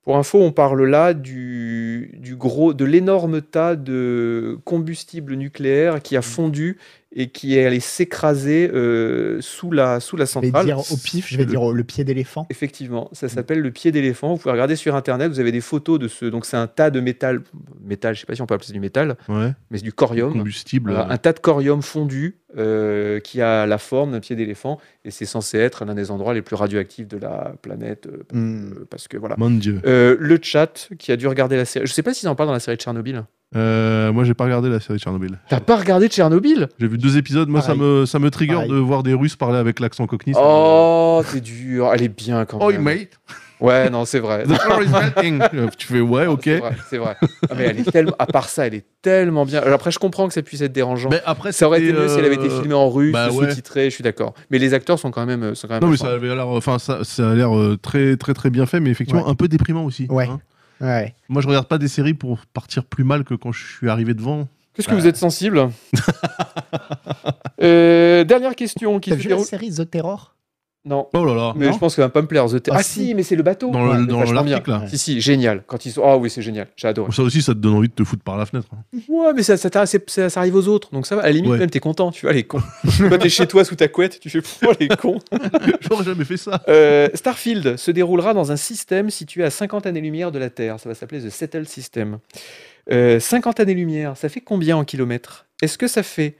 Speaker 1: Pour info, on parle là du, du gros, de l'énorme tas de combustible nucléaire
Speaker 2: Mm.
Speaker 1: qui a fondu et qui est allé s'écraser euh, sous la sous la
Speaker 2: Je vais
Speaker 1: centrale.
Speaker 2: dire au pif, je vais
Speaker 3: Le-
Speaker 2: dire Mm. au- le pied d'éléphant.
Speaker 1: Effectivement, ça s'appelle le pied d'éléphant. Vous pouvez regarder sur internet, vous avez des photos de ce. Donc c'est un tas de métal, métal, je sais pas si on peut appeler ça du métal,
Speaker 3: Ouais.
Speaker 1: mais c'est du corium.
Speaker 3: Combustible.
Speaker 1: Voilà, un tas de corium fondu euh, qui a la forme d'un pied d'éléphant et c'est censé être l'un des endroits les plus radioactifs de la planète euh,
Speaker 2: Hmm.
Speaker 1: euh, parce que voilà.
Speaker 3: Mon Dieu.
Speaker 1: Euh, le chat qui a dû regarder la série, je sais pas s'ils en parlent dans la série de Tchernobyl.
Speaker 3: Euh, moi, j'ai pas regardé la série Tchernobyl.
Speaker 1: T'as pas regardé Tchernobyl
Speaker 3: J'ai vu deux épisodes. Moi, ça
Speaker 2: Pareil.
Speaker 3: me, ça me trigger
Speaker 2: Pareil.
Speaker 3: de voir des Russes parler avec l'accent cockney. ça me-
Speaker 1: Oh, t'es dur. Elle est bien quand
Speaker 3: Oi,
Speaker 1: même.
Speaker 3: mate,
Speaker 1: Ouais, non, c'est vrai.
Speaker 3: the floor is melting. tu fais ouais, ok.
Speaker 1: C'est vrai, c'est vrai. Ah, mais elle est tellement. À part ça, elle est tellement bien. Alors après, je comprends que ça puisse être dérangeant.
Speaker 3: Mais après,
Speaker 1: ça aurait été
Speaker 3: c'était,
Speaker 1: mieux si elle avait été
Speaker 3: euh,
Speaker 1: filmée en russe,
Speaker 3: bah ouais.
Speaker 1: sous-titrée. Je suis d'accord. Mais les acteurs sont quand même. Sont quand même
Speaker 3: Non, mais
Speaker 1: forts.
Speaker 3: ça avait l'air. Enfin, ça, ça a l'air euh, très, très, très bien fait, mais effectivement, un peu déprimant aussi.
Speaker 2: Ouais.
Speaker 3: hein.
Speaker 2: Ouais.
Speaker 3: Moi, je regarde pas des séries pour partir plus mal que quand je suis arrivé devant.
Speaker 1: Qu'est-ce que vous êtes sensible Euh, Dernière question qui
Speaker 2: T'as
Speaker 1: se
Speaker 2: vu la
Speaker 1: déroule.
Speaker 2: série The Terror
Speaker 1: Non,
Speaker 3: Oh là là.
Speaker 1: mais
Speaker 2: Non
Speaker 1: je pense que ça va pas me plaire. The Te-
Speaker 2: Ah,
Speaker 1: Ah
Speaker 2: si.
Speaker 1: si, mais c'est le bateau.
Speaker 3: Dans
Speaker 1: Ouais,
Speaker 3: le-
Speaker 1: mais
Speaker 3: dans
Speaker 1: vachement
Speaker 3: l'article, là.
Speaker 1: bien. Si, si, génial. Quand ils sont. Ah oui, c'est génial. J'ai adoré.
Speaker 3: Ça aussi, ça te donne envie de te foutre par la fenêtre. hein.
Speaker 1: Ouais, mais ça, ça, t'arrive- c'est- ça- ça arrive aux autres. Donc ça va. À la limite,
Speaker 3: Ouais.
Speaker 1: même, t'es content. Tu vois, les cons. Quand t'es chez toi sous ta couette, tu fais. Oh, les cons.
Speaker 3: J'aurais jamais fait ça.
Speaker 1: Euh, Starfield se déroulera dans un système situé à 50 années-lumière de la Terre. Ça va s'appeler The Settle System. Euh, 50 années-lumière, ça fait combien en kilomètres Est-ce que ça fait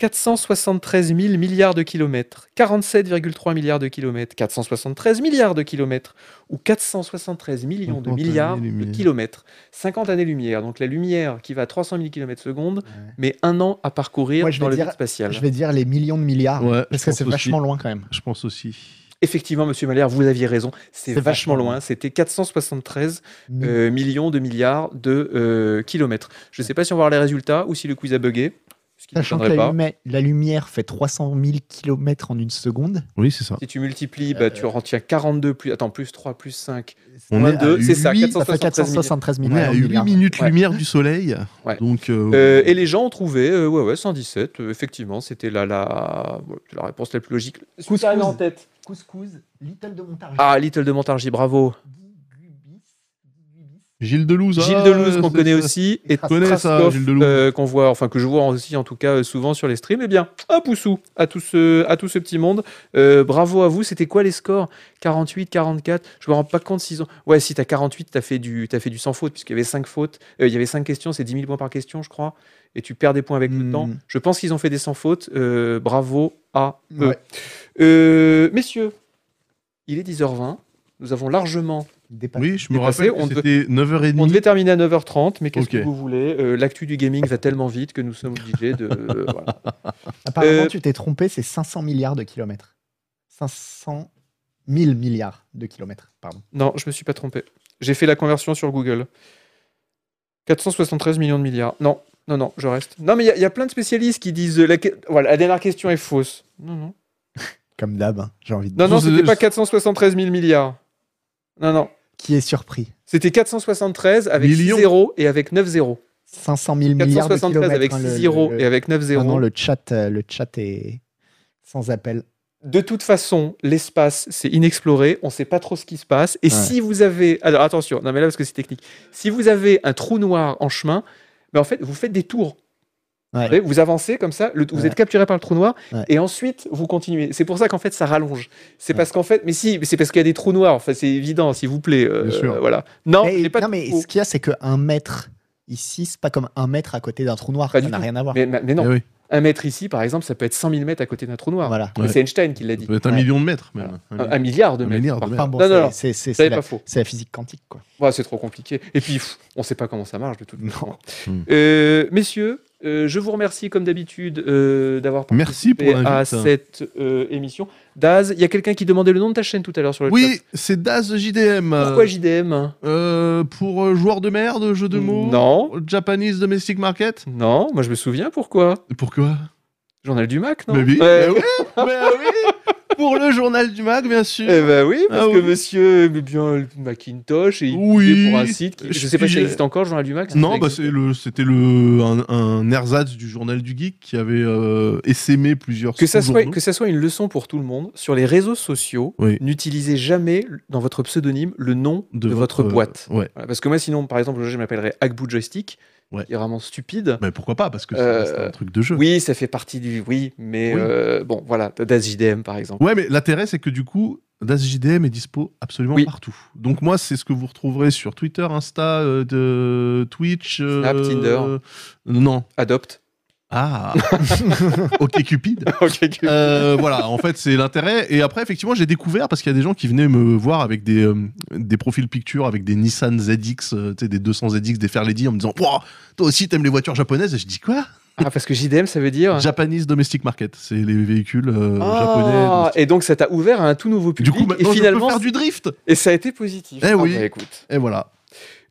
Speaker 1: 473 000 milliards de kilomètres, 47,3 milliards de kilomètres, 473 milliards de kilomètres ou 473 millions de
Speaker 3: 50
Speaker 1: milliards de
Speaker 3: années-lumière.
Speaker 1: kilomètres 50 années-lumière, donc la lumière qui va à 300 000 km secondes,
Speaker 2: Ouais.
Speaker 1: mais un an à parcourir
Speaker 2: Moi, je vais
Speaker 1: dans le
Speaker 2: dire-
Speaker 1: vide spatial.
Speaker 2: Je vais dire les millions de milliards.
Speaker 3: Ouais, je
Speaker 2: Ah, parce que
Speaker 3: pense
Speaker 2: c'est
Speaker 3: aussi.
Speaker 2: vachement loin quand même.
Speaker 3: Je pense aussi.
Speaker 1: Effectivement, Monsieur Malher, vous aviez raison, c'est
Speaker 2: C'est
Speaker 1: vachement
Speaker 2: vachement
Speaker 1: loin,
Speaker 2: loin.
Speaker 1: c'était 473 euh, millions de milliards de euh, kilomètres. Je ne sais pas si on va voir les résultats ou si le quiz a bugué. Ce qui ne
Speaker 2: Sachant que
Speaker 1: m'étonnerait
Speaker 2: la,
Speaker 1: pas.
Speaker 2: lumè- la lumière fait 300 000 km en une seconde.
Speaker 3: Oui, c'est ça.
Speaker 1: Si tu multiplies, bah, tu en tiens 42 plus. Attends, plus 3, plus 5.
Speaker 3: On
Speaker 1: moins
Speaker 2: Euh,
Speaker 3: est à
Speaker 1: deux, c'est ça,
Speaker 3: huit-
Speaker 2: Ça fait 473
Speaker 3: On
Speaker 2: 000
Speaker 3: est à 8 minutes
Speaker 1: Ouais.
Speaker 3: lumière du soleil.
Speaker 1: Ouais.
Speaker 3: Donc, euh,
Speaker 1: Euh, et les gens ont trouvé, euh, ouais, ouais, 117. euh, effectivement, c'était la, la... ouais, c'est la réponse la plus logique. Est-ce que t'as
Speaker 2: Couscous.
Speaker 1: en tête.
Speaker 2: Couscous, Little de Montargis,
Speaker 1: Ah, Little de Montargis, bravo.
Speaker 3: Gilles Delouze.
Speaker 1: Gilles
Speaker 3: ah,
Speaker 1: Delouze, qu'on
Speaker 3: c'est
Speaker 1: connaît
Speaker 3: ça.
Speaker 1: aussi. Et
Speaker 2: Je
Speaker 3: connais ça,
Speaker 1: Traskov,
Speaker 3: Gilles Delouze.
Speaker 1: euh, qu'on voit, enfin, que je vois aussi, en tout cas, euh, souvent sur les streams. Eh bien, un poussou à tout ce, à tout ce petit monde. Euh, bravo à vous. C'était quoi les scores 48, 44 Je me rends pas compte s'ils ont. Ouais, si t'as 48, t'as fait, du- t'as fait du sans faute, puisqu'il y avait 5 fautes. Euh, il y avait 5 questions, c'est 10 000 points par question, je crois. Et tu perds des points avec le
Speaker 2: Hmm.
Speaker 1: temps. Je pense qu'ils ont fait des sans fautes. Euh, bravo à eux.
Speaker 2: Ouais.
Speaker 1: Euh, messieurs, il est 10h20. Nous avons largement.
Speaker 3: Oui, je
Speaker 1: Dépassé,
Speaker 3: me rappelle,
Speaker 1: on
Speaker 3: que
Speaker 1: te-
Speaker 3: c'était 9h30.
Speaker 1: On devait terminer à 9h30, mais qu'est-ce
Speaker 3: Ok.
Speaker 1: que vous voulez Euh, L'actu du gaming va tellement vite que nous sommes obligés de. euh, voilà.
Speaker 2: Apparemment,
Speaker 1: Euh,
Speaker 2: tu t'es trompé, c'est 500 milliards de kilomètres. 500 000 milliards de kilomètres, pardon.
Speaker 1: Non, je me suis pas trompé. J'ai fait la conversion sur Google. 473 millions de milliards. Non, non, non, je reste. Non, mais il y a- il y, a plein de spécialistes qui disent. euh, La... que- Voilà, la dernière question est fausse. Non, non.
Speaker 2: Comme d'hab, hein, j'ai envie de
Speaker 1: Non,
Speaker 2: dire.
Speaker 1: non,
Speaker 3: Je-
Speaker 1: c'était pas 473 000 milliards. Non, non.
Speaker 2: Qui est surpris
Speaker 1: C'était 473 avec
Speaker 3: Millions.
Speaker 1: 6 zéros et avec 9 zéros.
Speaker 2: 500 000 milliards de
Speaker 1: 473
Speaker 2: kilomètres.
Speaker 1: avec
Speaker 2: hein,
Speaker 1: 6
Speaker 2: le- le-
Speaker 1: zéros
Speaker 2: le-
Speaker 1: et avec 9
Speaker 2: Non,
Speaker 1: zéros.
Speaker 2: non, le chat, euh, le chat est sans appel.
Speaker 1: De toute façon, l'espace, c'est inexploré, on ne sait pas trop ce qui se passe. Et
Speaker 2: Ouais.
Speaker 1: si vous avez. Alors attention, non mais là parce que c'est technique. Si vous avez un trou noir en chemin, mais en fait, vous faites des tours.
Speaker 2: Ouais.
Speaker 1: Vous, voyez, vous avancez comme ça, le- vous
Speaker 2: Ouais.
Speaker 1: êtes capturé par le trou noir,
Speaker 2: Ouais.
Speaker 1: et ensuite vous continuez. C'est pour ça qu'en fait ça rallonge. C'est
Speaker 2: Ouais.
Speaker 1: parce qu'en fait, mais si, mais c'est parce qu'il y a des trous noirs. Enfin, c'est évident, s'il vous plaît. euh,
Speaker 3: Bien sûr.
Speaker 1: Voilà. Non,
Speaker 2: Mais-
Speaker 1: j'ai pas
Speaker 2: non,
Speaker 1: de
Speaker 2: mais
Speaker 1: trou.
Speaker 2: ce qu'il y a, c'est qu'un mètre ici, c'est pas comme un mètre à côté d'un trou noir.
Speaker 1: Pas
Speaker 2: ça
Speaker 1: du
Speaker 2: n'a
Speaker 1: tout.
Speaker 2: rien à voir.
Speaker 1: Mais, mais- mais
Speaker 3: Eh
Speaker 1: non,
Speaker 3: oui,
Speaker 1: un mètre ici, par exemple, ça peut être 100 000 mètres à côté d'un trou noir.
Speaker 2: Voilà.
Speaker 1: Mais
Speaker 3: Ouais.
Speaker 1: C'est Einstein qui l'a dit.
Speaker 3: ça doit être un
Speaker 2: Ouais.
Speaker 3: million de mètres, même.
Speaker 1: Voilà.
Speaker 3: Un
Speaker 1: Un,
Speaker 3: million-
Speaker 1: un milliard de
Speaker 3: un
Speaker 1: mètres.
Speaker 3: milliard de
Speaker 1: par-
Speaker 3: mètres.
Speaker 2: Enfin bon,
Speaker 1: Non, non,
Speaker 2: c'est-
Speaker 1: non.
Speaker 2: c'est- c'est
Speaker 1: Ça
Speaker 2: c'est
Speaker 1: n'est
Speaker 2: la,
Speaker 1: pas faux.
Speaker 2: c'est la physique quantique, quoi.
Speaker 1: Ouais, c'est trop compliqué. Et puis, pff, on ne sait pas comment ça marche de toute façon.
Speaker 3: Mm.
Speaker 1: Euh, messieurs, euh, je vous remercie comme d'habitude euh, d'avoir
Speaker 3: Merci pour
Speaker 1: participé à
Speaker 3: l'invite.
Speaker 1: cette euh, émission. Daz, il y a quelqu'un qui demandait le nom de ta chaîne tout à l'heure sur le
Speaker 3: Oui, c'est Daz JDM.
Speaker 1: chat. Pourquoi JDM
Speaker 3: Euh, Pour euh, joueur de merde, jeu de mots
Speaker 1: Hmm. Non,
Speaker 3: Japanese Domestic Market
Speaker 1: non, moi je me souviens pourquoi.
Speaker 3: Pourquoi
Speaker 1: Journal du Mac, non
Speaker 3: Mais oui,
Speaker 1: Ouais.
Speaker 3: mais oui, mais oui. Pour le journal du Mac, bien sûr.
Speaker 1: Eh ben oui, parce
Speaker 3: Ah
Speaker 1: que
Speaker 3: oui.
Speaker 1: monsieur aimait bien le Macintosh et il
Speaker 3: Oui.
Speaker 1: payait pour un site. Qui, je
Speaker 3: Je
Speaker 1: sais pas si ça
Speaker 3: suis-
Speaker 1: existe encore, le Journal du Mac. ça
Speaker 3: Non, bah,
Speaker 1: existe.
Speaker 3: c'est le- c'était le, un, un ersatz du journal du geek qui avait euh, essaimé plusieurs
Speaker 1: Que ça, soit,
Speaker 3: sous-journaux.
Speaker 1: que ça soit une leçon pour tout le monde, sur les réseaux sociaux,
Speaker 3: Oui.
Speaker 1: n'utilisez jamais dans votre pseudonyme le nom de, votre,
Speaker 3: euh,
Speaker 1: boîte.
Speaker 3: ouais.
Speaker 1: Voilà, parce que moi, sinon, par exemple, je m'appellerais Agbu Joystick,
Speaker 3: Ouais. Bah,
Speaker 1: qui est vraiment stupide.
Speaker 3: Mais pourquoi pas Parce que
Speaker 1: Euh,
Speaker 3: c'est un truc de jeu.
Speaker 1: Oui, ça fait partie du. Oui, mais
Speaker 3: Oui.
Speaker 1: euh, bon, voilà, DasJDM par exemple.
Speaker 3: Ouais, mais l'intérêt, c'est que du coup, Das JDM est dispo absolument
Speaker 1: Oui.
Speaker 3: partout. Donc, moi, c'est ce que vous retrouverez sur Twitter, Insta, euh, de Twitch. euh,
Speaker 1: Snap, Tinder.
Speaker 3: Non.
Speaker 1: Adopte.
Speaker 3: Ah Ok, Cupid.
Speaker 1: ok, ok.
Speaker 3: Euh, voilà, en fait, c'est l'intérêt. Et après, effectivement, j'ai découvert parce qu'il y a des gens qui venaient me voir avec des, euh, des profils pictures, avec des Nissan ZX, euh, tu sais, des 200 ZX, des Fairlady, en me disant Wow, Toi aussi, t'aimes les voitures japonaises Et je dis Quoi
Speaker 1: Ah, parce que JDM, ça veut dire.
Speaker 3: Japanese Domestic Market. C'est les véhicules euh, japonais.
Speaker 1: Ah,
Speaker 3: domestiques.
Speaker 1: et donc ça t'a ouvert à un tout nouveau
Speaker 3: Du
Speaker 1: public.
Speaker 3: coup, maintenant,
Speaker 1: et finalement,
Speaker 3: je peux faire du drift.
Speaker 1: et ça a été positif.
Speaker 3: Eh
Speaker 1: Ah,
Speaker 3: oui.
Speaker 1: bah, écoute.
Speaker 3: Et voilà.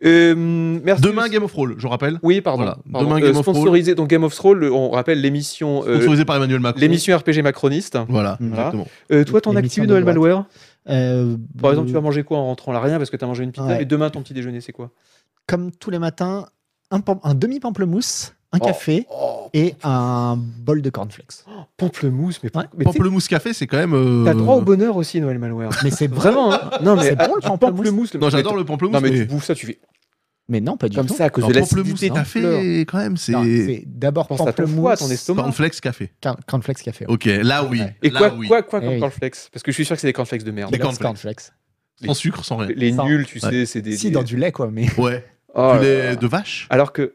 Speaker 1: Euh, merci.
Speaker 3: Demain,
Speaker 1: aussi-
Speaker 3: Game of Roll, je rappelle.
Speaker 1: Oui, pardon.
Speaker 3: Voilà.
Speaker 1: pardon.
Speaker 3: Demain,
Speaker 1: Euh,
Speaker 3: Game of Thrones.
Speaker 1: sponsorisé, donc Game of Thrones, le- on rappelle l'émission, euh,
Speaker 3: Autorisé par Emmanuel Macron.
Speaker 1: l'émission RPG Macroniste.
Speaker 3: Voilà,
Speaker 2: Voilà.
Speaker 3: exactement.
Speaker 1: Euh, toi, ton
Speaker 2: L'émission
Speaker 1: actu,
Speaker 2: de
Speaker 1: Noël
Speaker 2: droite.
Speaker 1: Malware
Speaker 2: Euh,
Speaker 1: Par exemple, tu
Speaker 2: euh,
Speaker 1: vas manger quoi en rentrant là Rien, parce que tu as mangé une pizza.
Speaker 2: Ouais.
Speaker 1: Et demain, ton petit déjeuner, c'est quoi
Speaker 2: Comme tous les matins, un, pam- un demi-pamplemousse, un
Speaker 1: Oh.
Speaker 2: café
Speaker 1: Oh,
Speaker 2: et un bol de cornflakes.
Speaker 1: pamplemousse, mais,
Speaker 2: Ouais.
Speaker 1: mais t'sais,
Speaker 3: Pamplemousse Café, c'est quand même. euh,
Speaker 1: t'as droit au bonheur aussi, Noël Malware.
Speaker 2: Mais c'est vraiment.
Speaker 1: Vraiment, hein. Non, mais
Speaker 2: C'est bon, le
Speaker 1: un
Speaker 2: pamplemousse.
Speaker 1: le-
Speaker 3: Non, j'adore
Speaker 1: mais-
Speaker 3: le pamplemousse.
Speaker 1: Non, mais tu
Speaker 3: mais...
Speaker 1: bouffes ça, tu fais
Speaker 2: Mais non, pas du
Speaker 1: comme
Speaker 2: tout.
Speaker 1: ça à cause
Speaker 3: Non,
Speaker 1: de
Speaker 3: pamplemousse
Speaker 1: l'acidité de fleur.
Speaker 3: café, quand même,
Speaker 2: Non,
Speaker 3: c'est.
Speaker 2: c'est D'abord
Speaker 1: Pense à ton foie,
Speaker 2: pamplemousse,
Speaker 1: ton estomac.
Speaker 3: Cornflakes Café.
Speaker 2: corn- cornflakes café.
Speaker 3: Ok, là oui.
Speaker 2: Ouais.
Speaker 1: Et
Speaker 3: là,
Speaker 1: quoi,
Speaker 3: oui.
Speaker 1: quoi, quoi
Speaker 2: Eh
Speaker 1: comme
Speaker 2: oui.
Speaker 1: cornflakes Parce que je suis sûr que c'est des cornflakes de merde.
Speaker 3: Des
Speaker 2: Kellogg's
Speaker 3: cornflakes. Sans sucre, sans rien.
Speaker 1: Les
Speaker 2: Sans-
Speaker 1: nuls, tu
Speaker 3: Ouais.
Speaker 1: sais, c'est des.
Speaker 2: Si,
Speaker 1: des-
Speaker 2: dans du lait, quoi. Mais
Speaker 3: Ouais.
Speaker 1: Oh
Speaker 3: du
Speaker 1: là
Speaker 3: lait
Speaker 1: là.
Speaker 3: de vache.
Speaker 1: Alors que,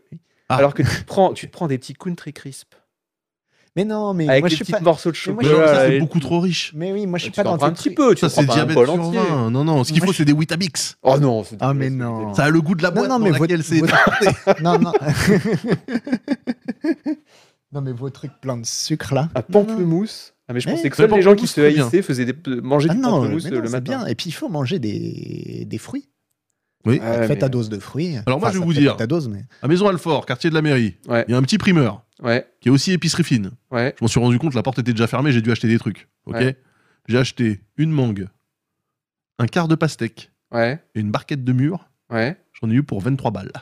Speaker 3: Ah.
Speaker 1: alors que tu, te prends, tu te prends des petits country crisp
Speaker 2: mais non, mais
Speaker 1: avec
Speaker 2: moi, je
Speaker 1: des
Speaker 2: suis
Speaker 1: petits
Speaker 2: pas.
Speaker 1: morceaux de
Speaker 2: Mais moi,
Speaker 1: chocolat.
Speaker 3: Mais non,
Speaker 2: je-
Speaker 3: ça,
Speaker 1: là,
Speaker 3: c'est
Speaker 1: et-
Speaker 3: beaucoup trop riche.
Speaker 2: Mais oui, moi, je suis
Speaker 1: Tu
Speaker 2: pas
Speaker 1: t'en
Speaker 2: dans
Speaker 1: prends
Speaker 2: tes
Speaker 1: un petit
Speaker 2: trucs.
Speaker 1: peu, tu
Speaker 3: Ça,
Speaker 1: te prends
Speaker 3: c'est
Speaker 1: pas un
Speaker 3: diabète
Speaker 1: bol
Speaker 3: sur
Speaker 1: entier.
Speaker 3: 20. Non, non, ce qu'il
Speaker 2: Moi,
Speaker 3: faut,
Speaker 2: je-
Speaker 3: c'est des Weetabix.
Speaker 1: Oh non, c'est
Speaker 2: Ah, mais
Speaker 1: dégueulasse,
Speaker 2: non.
Speaker 1: évidemment.
Speaker 3: Ça a le goût de la
Speaker 1: hein,
Speaker 2: Non,
Speaker 3: boîte
Speaker 2: non, mais
Speaker 3: dans
Speaker 2: vos-
Speaker 3: laquelle c'est.
Speaker 2: vos- non, non. non, mais vos trucs pleins de sucre là.
Speaker 1: Un pamplemousse. Ah, mais je
Speaker 2: Eh,
Speaker 1: pensais que
Speaker 3: le
Speaker 1: seuls les gens qui
Speaker 3: pamplemousse,
Speaker 1: se
Speaker 3: très bien.
Speaker 1: haïssaient faisaient des, mangeaient
Speaker 2: Ah
Speaker 1: du
Speaker 2: non,
Speaker 1: pamplemousse
Speaker 2: mais
Speaker 1: euh,
Speaker 2: non,
Speaker 1: le
Speaker 2: c'est
Speaker 1: matin.
Speaker 2: bien. Et puis il faut manger des, des fruits.
Speaker 3: Oui.
Speaker 1: Ouais,
Speaker 2: Faites
Speaker 1: Ah, mais-
Speaker 2: ta dose de fruits.
Speaker 3: Alors moi, je vais
Speaker 2: ça
Speaker 3: vous
Speaker 2: fait
Speaker 3: dire.
Speaker 2: pas Ta dose, mais
Speaker 3: À Maison Ah, Alfort, quartier de la mairie.
Speaker 1: Ouais.
Speaker 3: Il y a un petit primeur.
Speaker 1: Ouais,
Speaker 3: qui est aussi épicerie fine.
Speaker 1: ouais.
Speaker 3: Je m'en suis rendu compte, la porte était déjà fermée, j'ai dû acheter des trucs. Ok
Speaker 1: Ouais.
Speaker 3: J'ai acheté une mangue, un quart de pastèque
Speaker 1: Ouais,
Speaker 3: et une barquette de mûre.
Speaker 1: ouais.
Speaker 3: J'en ai eu pour 23 balles.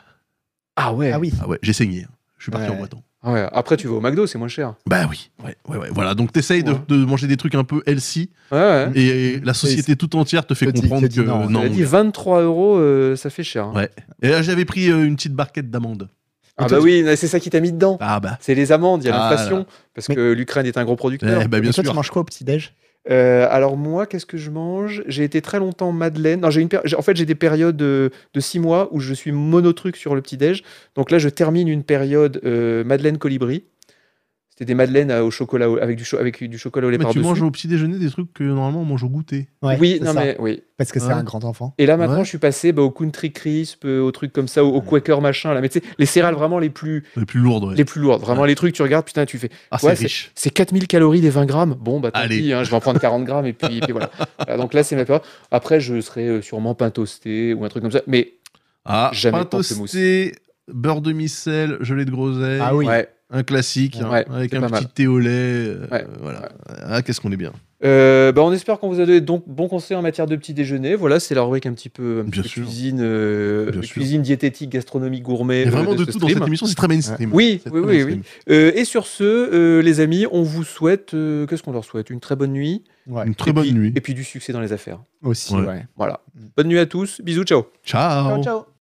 Speaker 1: Ah ouais.
Speaker 2: Ah oui.
Speaker 3: Ah ouais, j'ai saigné. Je suis parti
Speaker 2: Ouais.
Speaker 3: en boitant.
Speaker 1: Ah ouais. Après, tu vas au McDo, c'est moins cher.
Speaker 3: Bah oui, ouais, ouais, ouais. Voilà, donc t'essayes de,
Speaker 1: Ouais. Hein
Speaker 3: de manger des trucs un peu healthy
Speaker 1: Ouais, ouais.
Speaker 3: et la société tout entière te fait
Speaker 2: Te dit-
Speaker 3: comprendre
Speaker 2: te dit
Speaker 3: que
Speaker 2: non.
Speaker 3: non.
Speaker 1: Elle a
Speaker 3: mon
Speaker 1: dit
Speaker 3: gars.
Speaker 1: 23 euros, euh, ça fait cher. hein.
Speaker 3: Ouais. Et là, j'avais pris euh, une petite barquette d'amandes.
Speaker 1: Ah
Speaker 2: Et
Speaker 1: bah
Speaker 2: toi,
Speaker 1: oui, mais c'est ça qui t'a mis dedans.
Speaker 3: Ah bah.
Speaker 1: C'est les amendes, il y a
Speaker 3: Ah
Speaker 1: l'inflation,
Speaker 3: là.
Speaker 1: parce
Speaker 2: Mais-
Speaker 1: que l'Ukraine est un gros producteur.
Speaker 3: Eh bah, bien
Speaker 2: Et toi,
Speaker 3: sûr.
Speaker 2: tu manges quoi au petit-déj
Speaker 1: Euh, alors moi, qu'est-ce que je mange J'ai été très longtemps madeleine. Non, j'ai une péri- j'ai- en fait, j'ai des périodes euh, de 6 mois où je suis monotruc sur le petit-déj. Donc là, je termine une période euh, madeleine colibri. C'était des madeleines à- au chocolat au- avec du, cho- avec du chocolat au lait
Speaker 3: Mais tu
Speaker 1: par-dessus.
Speaker 3: manges au petit déjeuner des trucs que normalement on mange au goûter.
Speaker 2: Ouais,
Speaker 1: oui,
Speaker 2: c'est
Speaker 1: non
Speaker 2: ça.
Speaker 1: mais oui.
Speaker 2: Parce que c'est
Speaker 3: Ouais.
Speaker 2: un grand enfant.
Speaker 1: Et là maintenant,
Speaker 3: Ouais.
Speaker 1: je suis passé bah, au country crisp, euh, aux trucs comme ça, au, au quaker machin. Là, mais tu sais, les céréales vraiment les plus
Speaker 3: Les plus lourdes, ouais.
Speaker 1: les plus lourdes. Vraiment les trucs, tu regardes, putain, tu fais.
Speaker 3: Ah, c'est
Speaker 1: Ouais,
Speaker 3: riche.
Speaker 1: C'est 4000 calories des 20 grammes. Bon, bah tant
Speaker 3: Allez.
Speaker 1: pis, hein, je vais en prendre 40 grammes et puis, et puis voilà. Voilà, Donc là, c'est ma peur. Après, je serai euh, sûrement pain toasté ou un truc comme ça. Mais
Speaker 3: Ah,
Speaker 1: Jamais
Speaker 3: pain
Speaker 1: de pamplemousse.
Speaker 3: toasté, beurre de micelle, gelée de groseille.
Speaker 2: Ah oui.
Speaker 1: ouais.
Speaker 3: Un classique, hein,
Speaker 1: Ouais,
Speaker 3: avec
Speaker 1: c'est
Speaker 3: un
Speaker 1: pas
Speaker 3: petit
Speaker 1: mal.
Speaker 3: thé au lait. euh,
Speaker 1: Ouais,
Speaker 3: Voilà. Ah, qu'est-ce qu'on est bien.
Speaker 1: Euh, bah, on espère qu'on vous a donné donc bons conseils en matière de petit déjeuner. Voilà, c'est la rubrique un petit peu, un petit
Speaker 3: Bien
Speaker 1: peu
Speaker 3: sûr.
Speaker 1: cuisine, euh,
Speaker 3: Bien sûr.
Speaker 1: cuisine diététique, gastronomie, gourmet.
Speaker 3: Il y a vraiment
Speaker 1: euh,
Speaker 3: de
Speaker 1: ce
Speaker 3: tout dans
Speaker 1: stream.
Speaker 3: cette émission, c'est très mainstream.
Speaker 1: Oui,
Speaker 3: C'est
Speaker 1: oui,
Speaker 3: très
Speaker 1: oui,
Speaker 3: mainstream.
Speaker 1: Euh, et sur ce, euh, les amis, on vous souhaite, euh, qu'est-ce qu'on leur souhaite Une très bonne nuit.
Speaker 2: Ouais.
Speaker 3: Une très
Speaker 1: Et
Speaker 3: bonne
Speaker 1: puis-
Speaker 3: nuit.
Speaker 1: Et puis du succès dans les affaires.
Speaker 2: Aussi,
Speaker 3: Ouais.
Speaker 2: ouais.
Speaker 1: Voilà.
Speaker 2: Mm.
Speaker 1: Bonne nuit à tous. Bisous, ciao.
Speaker 2: Ciao, ciao.